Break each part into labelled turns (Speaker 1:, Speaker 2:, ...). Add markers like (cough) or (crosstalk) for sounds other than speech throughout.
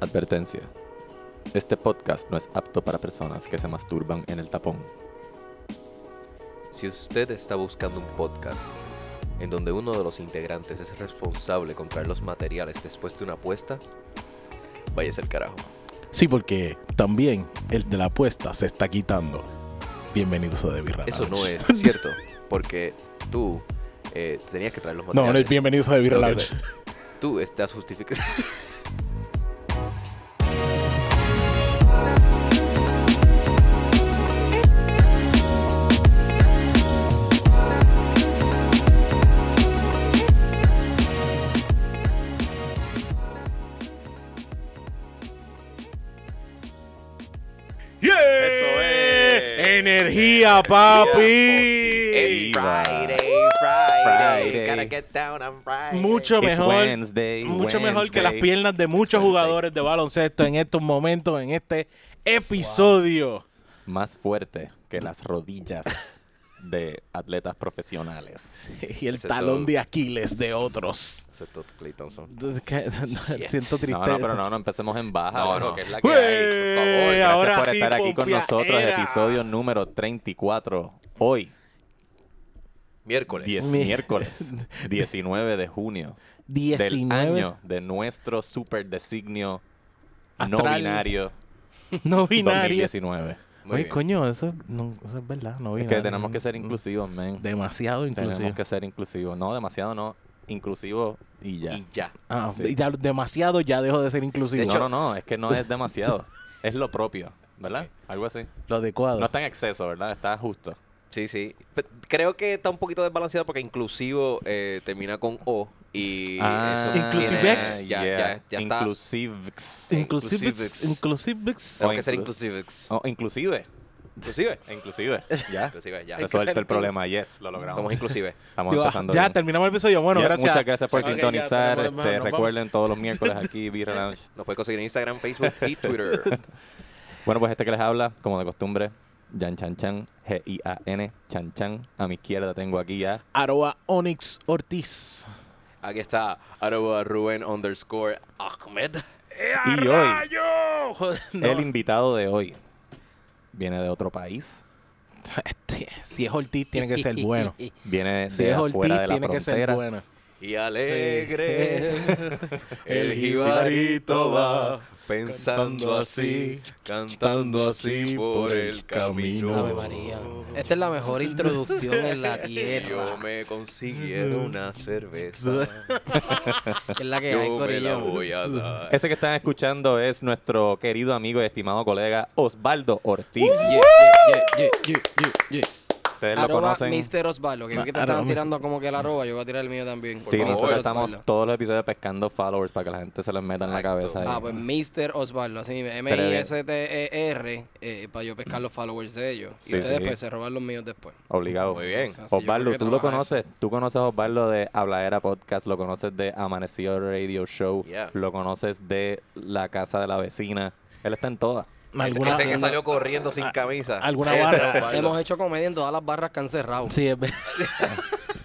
Speaker 1: Advertencia. Este podcast no es apto para personas que se masturban en el tapón.
Speaker 2: Si usted está buscando un podcast en donde uno de los integrantes es responsable con traer los materiales después de una apuesta, váyase al carajo.
Speaker 3: Sí, porque también el de la apuesta se está quitando. Bienvenidos a The Birra
Speaker 2: Eso
Speaker 3: Lounge.
Speaker 2: no es cierto, porque tú eh, tenías que traer los
Speaker 3: No,
Speaker 2: materiales.
Speaker 3: no es bienvenidos a The Birra
Speaker 2: Lo que
Speaker 3: Lounge.
Speaker 2: te- Tú estás justificando. Eso es.
Speaker 3: Energía,
Speaker 2: It's (laughs)
Speaker 3: papi.
Speaker 2: Friday, Friday,
Speaker 1: Friday.
Speaker 2: Gotta get down on Friday.
Speaker 3: Mucho
Speaker 1: It's
Speaker 3: mejor,
Speaker 1: Wednesday,
Speaker 3: mucho mejor que las
Speaker 1: Wednesday.
Speaker 3: piernas de muchos
Speaker 1: Wednesday.
Speaker 3: jugadores de baloncesto en estos momentos, en este episodio.
Speaker 1: Más fuerte que las rodillas de atletas profesionales.
Speaker 3: Y el
Speaker 2: Ese
Speaker 3: talón
Speaker 2: todo.
Speaker 3: de Aquiles de otros.
Speaker 2: Ese es Todd Clay Thompson.
Speaker 3: Entonces, (laughs) que-
Speaker 2: Shit.
Speaker 3: Siento
Speaker 1: No,
Speaker 3: tristeza.
Speaker 1: no, pero no, no empecemos en baja.
Speaker 2: No,
Speaker 1: loco,
Speaker 2: Ah, no.
Speaker 1: que es la que
Speaker 3: Güey,
Speaker 1: hay. Por favor, gracias
Speaker 3: ahora
Speaker 1: por
Speaker 3: sí,
Speaker 1: estar aquí con
Speaker 3: pompeadera.
Speaker 1: nosotros. Episodio número 34. Hoy,
Speaker 2: Miércoles.
Speaker 1: 10
Speaker 3: Mi- (laughs)
Speaker 1: miércoles, 19 de junio
Speaker 3: 19
Speaker 1: del año de nuestro super designio no
Speaker 3: Astral.
Speaker 1: binario
Speaker 3: no binario.
Speaker 1: 2019.
Speaker 2: Muy
Speaker 3: Oye,
Speaker 2: bien.
Speaker 3: coño, eso, no, eso es verdad, no
Speaker 1: Es
Speaker 3: binario.
Speaker 1: que tenemos que ser inclusivos, men.
Speaker 3: Demasiado Mm. inclusivo.
Speaker 1: Tenemos que ser inclusivos. No, demasiado no. Inclusivo y ya.
Speaker 2: Y ya.
Speaker 3: Ah,
Speaker 1: sí.
Speaker 3: ya demasiado ya dejó de ser inclusivo.
Speaker 2: De
Speaker 1: no,
Speaker 2: hecho-
Speaker 1: no, no. Es que no es
Speaker 3: (laughs)
Speaker 1: demasiado. es lo propio, ¿verdad? Algo así.
Speaker 3: lo adecuado.
Speaker 1: No está en exceso, ¿verdad? Está justo.
Speaker 2: Sí, sí. Pe- creo que está un poquito desbalanceado porque inclusivo eh, termina con O y
Speaker 1: Ah,
Speaker 2: eso
Speaker 3: Inclusivex.
Speaker 2: tiene- Ya,
Speaker 1: yeah.
Speaker 2: ya, ya está.
Speaker 1: Inclusivex.
Speaker 3: (laughs) Inclusive,
Speaker 2: Inclusivex.
Speaker 3: inclusive.
Speaker 2: Tengo que
Speaker 1: O
Speaker 2: ser
Speaker 1: inclus-
Speaker 2: inclusivex.
Speaker 1: Oh, inclusive.
Speaker 2: Inclusive.
Speaker 1: Inclusive. Ya.
Speaker 2: Inclusive, ya.
Speaker 3: (laughs) Hay que
Speaker 1: Resuelto
Speaker 3: ser
Speaker 1: el problema. Yes, lo logramos.
Speaker 2: Somos inclusive.
Speaker 1: Estamos
Speaker 3: Yo-
Speaker 1: empezando
Speaker 3: ah, ya
Speaker 1: bien.
Speaker 3: terminamos el episodio. Bueno,
Speaker 1: Ya,
Speaker 3: gracias.
Speaker 1: Muchas gracias por
Speaker 3: Ok, ya
Speaker 1: sintonizar.
Speaker 3: tenemos-
Speaker 1: este,
Speaker 3: nos vamos.
Speaker 1: recuerden todos los
Speaker 3: (laughs)
Speaker 1: miércoles aquí, Beer Lounge.
Speaker 2: Nos puede conseguir en Instagram, Facebook (laughs) y Twitter.
Speaker 1: Bueno, pues este que les habla, como de costumbre, Jan Chan Chan, G-I-A-N, Chan Chan. A mi izquierda tengo aquí
Speaker 3: (laughs)
Speaker 1: a
Speaker 3: Arroba Onyx Ortiz.
Speaker 2: Aquí está arroba Rubén underscore Ahmed.
Speaker 1: Y hoy, el invitado de hoy. Viene de otro país,
Speaker 3: Este, (laughs) si es Ortiz, tiene que ser
Speaker 1: (laughs)
Speaker 3: bueno.
Speaker 1: viene
Speaker 3: Si
Speaker 1: de
Speaker 3: es Ortiz,
Speaker 1: afuera de la
Speaker 3: tiene que ser
Speaker 1: frontera.
Speaker 3: bueno.
Speaker 2: Y alegre el jibarito va pensando así, cantando así por el
Speaker 3: Ave
Speaker 2: camino.
Speaker 4: María. Esta es la mejor introducción
Speaker 1: (laughs)
Speaker 4: en la tierra.
Speaker 2: Yo me consiguieron una cerveza.
Speaker 4: que es la que hay,
Speaker 2: Yo me la
Speaker 4: Corillo.
Speaker 2: voy a dar.
Speaker 1: Ese que están escuchando es nuestro querido amigo y estimado colega Osvaldo Ortiz.
Speaker 3: Uh,
Speaker 4: Yeah, yeah, yeah, yeah, yeah, yeah.
Speaker 1: Ustedes lo
Speaker 4: Arroba
Speaker 1: conocen.
Speaker 4: Mr. Osvaldo, que vi que te
Speaker 3: Arroba
Speaker 4: estaban
Speaker 3: Mr.
Speaker 4: tirando como que el arroba, yo voy a tirar el mío también. por
Speaker 1: Sí,
Speaker 4: favor,
Speaker 1: nosotros
Speaker 4: Mr.
Speaker 1: estamos
Speaker 4: Osvaldo.
Speaker 1: todos los episodios pescando followers para que la gente se les meta en la
Speaker 2: Exacto.
Speaker 1: cabeza. ahí.
Speaker 4: Ah, pues Mr. Osvaldo, así mismo,
Speaker 1: le ve.
Speaker 4: M-I-S-T-E-R, eh, para yo pescar los followers de ellos.
Speaker 1: Sí,
Speaker 4: y ustedes
Speaker 1: sí.
Speaker 4: pues se roban los míos después.
Speaker 1: Obligado.
Speaker 2: Muy bien.
Speaker 4: Así yo creo
Speaker 1: Osvaldo,
Speaker 4: que
Speaker 1: tú lo
Speaker 4: trabaja eso.
Speaker 1: conoces. Tú conoces a Osvaldo de Habladera Podcast, lo conoces de Amanecido Radio Show,
Speaker 2: Yeah.
Speaker 1: lo conoces de La Casa de la Vecina. Él está en todas.
Speaker 3: Alguna,
Speaker 2: Ese que salió corriendo sin camisa.
Speaker 3: alguna
Speaker 2: Ese
Speaker 3: barra.
Speaker 2: era Osvaldo.
Speaker 4: Hemos hecho comedia en todas las barras que han cerrado.
Speaker 3: Sí, es verdad.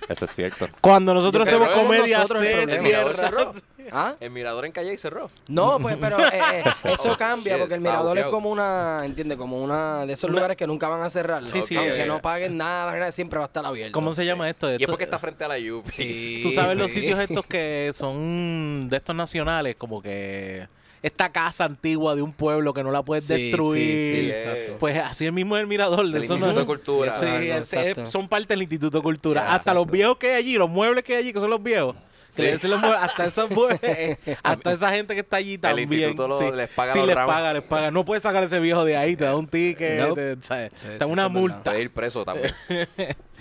Speaker 1: Eso es cierto.
Speaker 3: (laughs) Cuando nosotros
Speaker 4: Yo creo
Speaker 3: hacemos
Speaker 4: que somos
Speaker 3: comedia,
Speaker 4: nosotros el
Speaker 3: se
Speaker 4: problema.
Speaker 2: El
Speaker 4: Ese
Speaker 2: mirador
Speaker 3: cierra.
Speaker 2: cerró.
Speaker 4: ¿Ah?
Speaker 2: El mirador en calle y cerró.
Speaker 4: No, pues, pero eh,
Speaker 1: (laughs)
Speaker 4: eh, eso cambia
Speaker 2: shit,
Speaker 4: porque el
Speaker 2: está
Speaker 4: mirador es
Speaker 2: bugueado.
Speaker 4: como una, entiende, como una de esos lugares que nunca van a cerrar.
Speaker 3: Sí, sí,
Speaker 4: aunque
Speaker 2: eh.
Speaker 4: no paguen nada, nada, siempre va a estar abierto.
Speaker 3: ¿Cómo se llama esto?
Speaker 2: Y es
Speaker 3: Esto-
Speaker 2: porque está frente a la Yupi.
Speaker 4: Sí,
Speaker 3: Tú sabes los
Speaker 4: sí.
Speaker 3: sitios
Speaker 4: (laughs)
Speaker 3: estos que son de estos nacionales, como que esta casa antigua de un pueblo que no la puedes
Speaker 4: Sí, sí,
Speaker 3: destruir.
Speaker 2: eh,
Speaker 4: sí, exacto.
Speaker 3: Pues así el mismo es el mirador.
Speaker 2: El
Speaker 3: eso no-
Speaker 2: Instituto de Cultura.
Speaker 3: Sí,
Speaker 4: Ah, no,
Speaker 3: es- es-
Speaker 4: exacto.
Speaker 3: son parte del Instituto de Cultura.
Speaker 4: Ya,
Speaker 3: hasta los viejos que hay allí, los muebles que hay allí, que son los viejos. que le dicen los muebles, hasta,
Speaker 4: (laughs)
Speaker 3: esos muebles, eh, hasta esa gente que está allí también.
Speaker 2: instituto lo- les paga
Speaker 3: sí,
Speaker 2: los
Speaker 3: les
Speaker 2: ramos.
Speaker 3: paga, les paga. No puedes sacar a ese viejo de ahí, te da un ticket,
Speaker 4: Nope.
Speaker 3: te, ¿sabes?
Speaker 4: Sí,
Speaker 3: te
Speaker 4: sí,
Speaker 3: da una
Speaker 4: eso es
Speaker 3: multa.
Speaker 2: Puede ir preso también.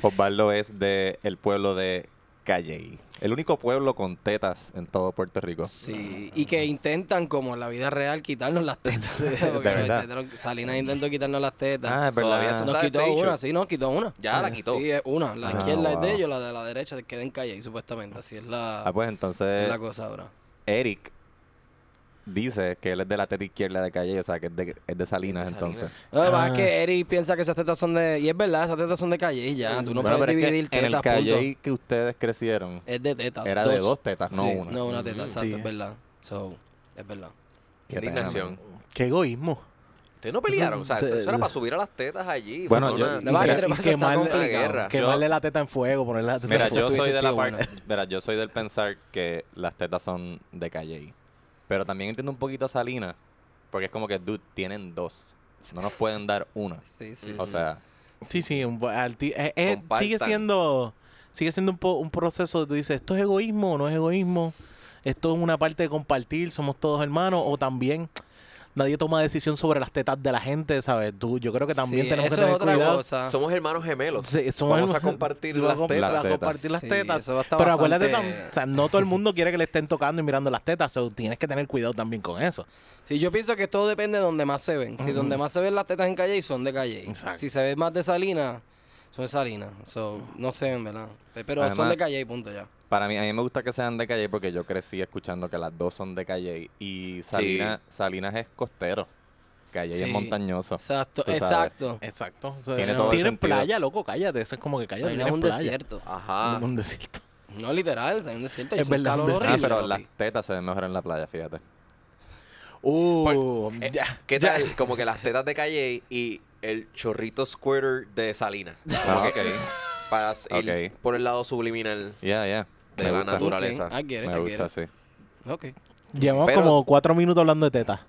Speaker 1: Osvaldo es de el pueblo de Calley. El único pueblo con tetas en todo Puerto Rico.
Speaker 4: Sí, y que intentan, como en la vida real, quitarnos las tetas. (laughs) Porque
Speaker 1: de verdad.
Speaker 4: nos intentaron- Salinas intentó quitarnos las tetas.
Speaker 1: Ah, es
Speaker 2: Todavía
Speaker 1: verdad.
Speaker 2: eso
Speaker 4: nos
Speaker 2: está
Speaker 4: quitó
Speaker 2: este
Speaker 4: una,
Speaker 2: hecho.
Speaker 4: sí, nos quitó una.
Speaker 2: Ya la quitó.
Speaker 4: Sí, es una. La
Speaker 1: Ah,
Speaker 4: izquierda es
Speaker 1: wow.
Speaker 4: de ellos, la de la derecha se queda en calle, ahí, supuestamente. Así es la,
Speaker 1: Ah, pues
Speaker 4: es
Speaker 1: entonces
Speaker 4: la cosa ahora.
Speaker 1: Eric dice que él es de la teta izquierda de Calley, o sea que es de, es de Salinas
Speaker 2: Es de
Speaker 1: entonces.
Speaker 2: Salinas.
Speaker 4: No, además
Speaker 3: Ah.
Speaker 4: es que Eric piensa que esas tetas son de. Y es verdad, esas tetas son de calle y ya. Ah, Tú no
Speaker 1: Bueno,
Speaker 4: puedes
Speaker 1: pero es que
Speaker 4: dividir
Speaker 1: en el
Speaker 4: tetas, punto.
Speaker 1: Calley que ustedes crecieron
Speaker 4: Es de tetas.
Speaker 1: era de dos tetas, no
Speaker 4: Sí,
Speaker 1: una.
Speaker 4: No, una teta, exacto,
Speaker 3: Sí.
Speaker 4: es verdad. So, es verdad.
Speaker 1: Qué pena,
Speaker 2: Indignación.
Speaker 1: mano.
Speaker 3: Qué egoísmo.
Speaker 2: Ustedes no pelearon, o sea, eso era para subir a las tetas allí.
Speaker 1: Bueno,
Speaker 2: fue
Speaker 1: yo-
Speaker 2: una-
Speaker 4: No, vale,
Speaker 3: y quemarle-
Speaker 4: pasa, está complicado.
Speaker 2: La guerra.
Speaker 3: Quemarle la teta en fuego, ponerle la teta
Speaker 1: Mira,
Speaker 3: en fuego.
Speaker 1: yo
Speaker 4: Tú
Speaker 1: soy
Speaker 4: dices,
Speaker 1: de la
Speaker 4: tío,
Speaker 1: parte,
Speaker 4: bueno.
Speaker 1: (laughs) mira, yo soy del pensar que las tetas son de calle. Pero también entiendo un poquito a Salina, porque es como que, dude, tienen dos. No nos pueden dar una.
Speaker 4: Sí, sí.
Speaker 1: O
Speaker 4: sí.
Speaker 1: sea,
Speaker 3: Sí, sí, un- al ti- eh, eh,
Speaker 2: Compartan.
Speaker 3: sigue siendo sigue siendo un, po- un proceso, tú dices, ¿esto es egoísmo o no es egoísmo? ¿Esto es una parte de compartir, somos todos hermanos? O también nadie toma decisión sobre las tetas de la gente, ¿sabes? Tú, yo creo que también
Speaker 4: Sí,
Speaker 3: tenemos que
Speaker 4: eso
Speaker 3: tener
Speaker 4: es otra
Speaker 3: cuidado.
Speaker 4: cosa.
Speaker 2: Somos hermanos gemelos.
Speaker 3: Sí, somos
Speaker 2: Vamos a
Speaker 3: hermanos.
Speaker 2: compartir
Speaker 3: Sí,
Speaker 2: las
Speaker 3: (laughs) vamos a
Speaker 1: tetas.
Speaker 3: compartir-
Speaker 1: Las
Speaker 3: compartir las
Speaker 4: Sí,
Speaker 3: tetas.
Speaker 4: eso va a estar
Speaker 3: Pero acuérdate,
Speaker 4: bastante-
Speaker 3: tam- o sea, no todo el mundo quiere que le estén tocando y mirando las tetas, so, tienes que tener cuidado también con eso.
Speaker 4: Sí, yo pienso que todo depende de donde más se ven. Si donde más se ven las tetas en calle, son de calle.
Speaker 3: Exacto.
Speaker 4: Si se ven más de salina, son de salina. So, no se ven, ¿verdad? Pero son
Speaker 1: Además-
Speaker 4: de calle y punto ya.
Speaker 1: para mí, a mí me gusta que sean de calle porque yo crecí escuchando que las dos son de calle. Y Salinas, Salinas es costero. Calle es
Speaker 4: Sí.
Speaker 1: montañoso.
Speaker 4: Exacto,
Speaker 1: Tú sabes.
Speaker 4: exacto.
Speaker 3: Exacto. o sea,
Speaker 1: Tiene
Speaker 3: no-
Speaker 1: todo el
Speaker 3: tienes
Speaker 1: sentido.
Speaker 3: playa, loco, cállate. Eso es como que cállate.
Speaker 4: Salina es
Speaker 3: Tienes
Speaker 4: un
Speaker 3: playa.
Speaker 4: desierto. Ah.
Speaker 2: Ajá.
Speaker 3: Un desierto.
Speaker 4: No literal, Salina es un desierto. y
Speaker 3: Es
Speaker 4: Es un
Speaker 3: verdad,
Speaker 4: calor
Speaker 3: un
Speaker 1: Ah,
Speaker 4: horrible.
Speaker 3: desierto.
Speaker 1: pero
Speaker 4: papi.
Speaker 1: las tetas se ven mejor en la playa, fíjate.
Speaker 4: Pues,
Speaker 3: Uh,
Speaker 2: Eh,
Speaker 3: ya.
Speaker 2: ¿Qué tal? Como que las tetas de Calle y el chorrito squirter de Salina.
Speaker 1: Ah, ok.
Speaker 2: Para s- ir
Speaker 1: Ok.
Speaker 2: por el lado subliminal.
Speaker 1: Ya, ya.
Speaker 2: De
Speaker 1: Me
Speaker 2: la
Speaker 4: Ah,
Speaker 1: gusta.
Speaker 2: natura- naturaleza.
Speaker 4: Ok, I get it,
Speaker 1: Me
Speaker 4: I
Speaker 1: gusta,
Speaker 4: get
Speaker 1: sí.
Speaker 4: (laughs) it. Ok.
Speaker 3: Llevamos
Speaker 2: Pero-
Speaker 3: como cuatro minutos hablando de tetas.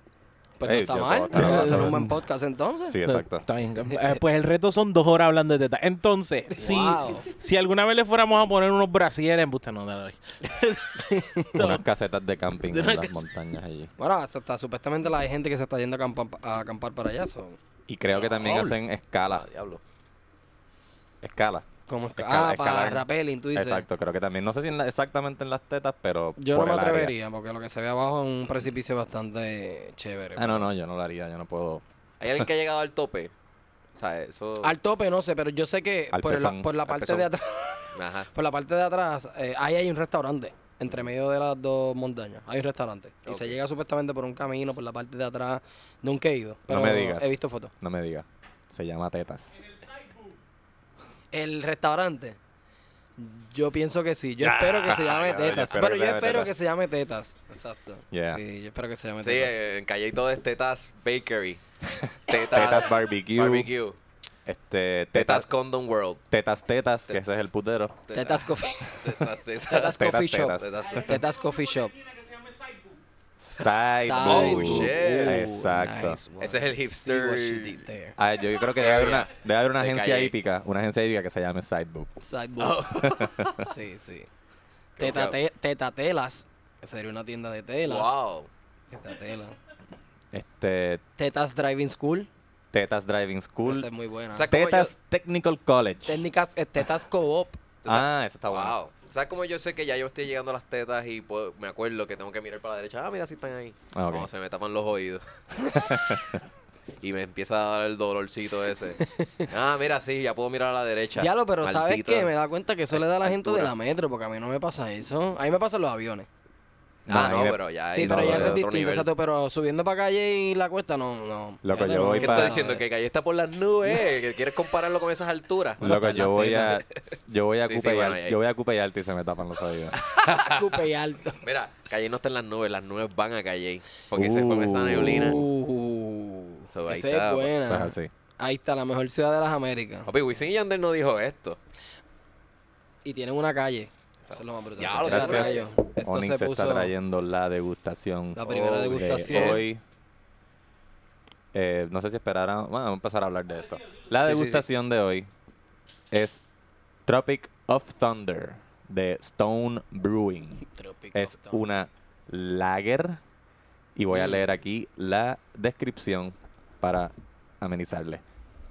Speaker 4: Pues
Speaker 1: Ey, yo
Speaker 4: no está mal.
Speaker 1: puedo estar
Speaker 4: Vamos a hacer
Speaker 1: hablando.
Speaker 4: un buen podcast entonces.
Speaker 1: Sí, exacto.
Speaker 3: Está bien. Eh, pues el reto son dos horas hablando de tetas. Entonces, si,
Speaker 4: Wow.
Speaker 3: si alguna vez le fuéramos a poner unos brasieres, en busca no, dale.
Speaker 1: Unas casetas de camping en las montañas allí.
Speaker 4: Bueno, hasta supuestamente la hay gente que se está yendo a acampar, a acampar para allá. so,
Speaker 1: Y creo que también
Speaker 3: Diablo.
Speaker 1: hacen escala.
Speaker 2: Diablo.
Speaker 1: Escala.
Speaker 4: como esca-
Speaker 1: Escala-
Speaker 4: ah, para
Speaker 1: escalar.
Speaker 4: rappelling, tú dices.
Speaker 1: Exacto, creo que también. No sé si en la- exactamente en las tetas, pero.
Speaker 4: Yo
Speaker 1: por
Speaker 4: no me
Speaker 1: el área.
Speaker 4: atrevería, porque lo que se ve abajo es un precipicio bastante chévere.
Speaker 1: Ah, no, no, yo no lo haría, yo no puedo.
Speaker 2: ¿Hay alguien que ha llegado al tope? O sea, eso...
Speaker 4: Al tope no sé, pero yo sé que
Speaker 1: Al
Speaker 4: por
Speaker 1: pezón,
Speaker 4: la, por la
Speaker 2: al
Speaker 4: parte
Speaker 2: pezón.
Speaker 4: de atrás,
Speaker 2: Ajá.
Speaker 4: por la parte de atrás, eh, ahí hay un restaurante entre medio de las dos montañas. Hay un restaurante y se
Speaker 2: Ok.
Speaker 4: llega supuestamente por un camino por la parte de atrás. Nunca he ido, pero
Speaker 1: no me digas.
Speaker 4: he visto fotos.
Speaker 1: No me digas. Se llama tetas.
Speaker 4: El restaurante. Yo pienso que sí. Yo espero que se llame
Speaker 1: Ya, (laughs) yo
Speaker 4: Tetas.
Speaker 1: espero
Speaker 4: Pero
Speaker 1: que se
Speaker 4: yo
Speaker 1: llame
Speaker 4: espero
Speaker 1: Tetas.
Speaker 4: que se llame Tetas. Exacto.
Speaker 1: Yeah.
Speaker 4: Sí, yo espero que se llame
Speaker 2: Sí,
Speaker 4: Tetas.
Speaker 2: eh, en Calle y todo es Tetas Bakery. Tetas,
Speaker 1: Tetas barbecue.
Speaker 2: Barbecue.
Speaker 1: Este,
Speaker 2: Tetas
Speaker 1: tetas,
Speaker 2: Condom World.
Speaker 1: tetas, tetas, que ese es el putero.
Speaker 4: Tetas Coffee.
Speaker 1: (laughs)
Speaker 2: Tetas, tetas,
Speaker 4: Tetas
Speaker 1: Tetas,
Speaker 4: Coffee Shop.
Speaker 1: tetas.
Speaker 2: Tetas.
Speaker 4: Tetas Coffee Shop.
Speaker 1: Side
Speaker 4: Side
Speaker 2: Oh,
Speaker 1: boob.
Speaker 2: shit.
Speaker 1: Exacto.
Speaker 4: Nice one.
Speaker 2: Ese es el
Speaker 4: See
Speaker 2: hipster.
Speaker 4: what she did there.
Speaker 1: Ah, yo, yo creo que debe haber una, debe haber una
Speaker 2: De
Speaker 1: agencia
Speaker 2: calle.
Speaker 1: hípica, una agencia hípica que se llame Sideboob.
Speaker 4: Sideboard. (laughs) sí, sí.
Speaker 2: Oh. Qué
Speaker 4: Teta,
Speaker 2: bueno.
Speaker 4: te- teta Telas. Que sería una tienda de telas.
Speaker 2: Wow.
Speaker 4: Teta Telas.
Speaker 1: Este,
Speaker 4: Tetas Driving School.
Speaker 1: Tetas Driving School.
Speaker 4: Esa es muy buena.
Speaker 2: O sea, como
Speaker 1: Tetas
Speaker 2: yo-
Speaker 1: Technical College.
Speaker 4: Técnicas, eh, Tetas Co-op.
Speaker 1: ah, esa está buena.
Speaker 2: Wow. ¿Sabes cómo yo sé que ya yo estoy llegando a las tetas y puedo- me acuerdo que tengo que mirar para la derecha? Ah, mira si están ahí.
Speaker 1: Ah, ok.
Speaker 2: Cuando se me tapan
Speaker 1: (laughs)
Speaker 2: los oídos. y me empieza a dar el dolorcito ese. Ah, mira, sí, ya puedo mirar a la derecha.
Speaker 4: Diablo, pero ¿sabes
Speaker 2: Maldita.
Speaker 4: qué? Me da cuenta que eso le da a la gente de
Speaker 2: altura.
Speaker 4: la metro, porque a mí no me pasa eso. A mí me pasan los aviones.
Speaker 1: Nah,
Speaker 2: Ah, no,
Speaker 1: ahí me-
Speaker 2: pero ya
Speaker 4: sí,
Speaker 2: ahí
Speaker 4: pero
Speaker 1: no,
Speaker 4: ya
Speaker 1: de
Speaker 4: eso es
Speaker 2: otro
Speaker 4: distinto,
Speaker 2: nivel.
Speaker 4: exacto. Pero subiendo para calle y la cuesta, no, no.
Speaker 1: Loco,
Speaker 4: Ya
Speaker 1: yo
Speaker 4: no-
Speaker 1: voy
Speaker 2: ¿Qué
Speaker 1: pa-
Speaker 2: estás diciendo? Que Calle está por las nubes. que ¿Quieres compararlo con esas alturas?
Speaker 4: Bueno,
Speaker 1: Pues Loco,
Speaker 4: está en
Speaker 1: yo
Speaker 4: las
Speaker 1: voy a yo voy a
Speaker 2: Sí, sí,
Speaker 1: Cupeyar-
Speaker 2: bueno, ahí-
Speaker 1: yo voy a Cupeyarte y se me tapan los oídos.
Speaker 4: Escupe y alto.
Speaker 2: Mira, Calle no está en las nubes. Las nubes van a Calle. Porque se fue esa neblina.
Speaker 4: Uh,
Speaker 2: So, ahí
Speaker 4: esa
Speaker 2: está,
Speaker 4: es
Speaker 2: pues,
Speaker 1: Eso es
Speaker 4: buena.
Speaker 1: así.
Speaker 4: Ahí está, la mejor ciudad de las Américas.
Speaker 2: Papi, Wisin y Yandel no dijo esto.
Speaker 4: Y tienen una calle. Eso es lo más brutal.
Speaker 2: Ya,
Speaker 4: Tienen
Speaker 2: gracias.
Speaker 4: una calle. Esto
Speaker 1: Onyx
Speaker 4: se
Speaker 1: se
Speaker 4: puso.
Speaker 1: está trayendo la degustación
Speaker 4: La primera
Speaker 2: Oh,
Speaker 1: de
Speaker 4: degustación.
Speaker 1: hoy. Eh, no sé si esperaran. Bueno, vamos a empezar a hablar de esto. La
Speaker 2: Sí, sí, sí.
Speaker 1: degustación de hoy es Tropic of Thunder de Stone Brewing.
Speaker 4: Tropic
Speaker 1: Es
Speaker 4: Octave.
Speaker 1: una lager. Y voy a leer aquí la descripción para amenizarle.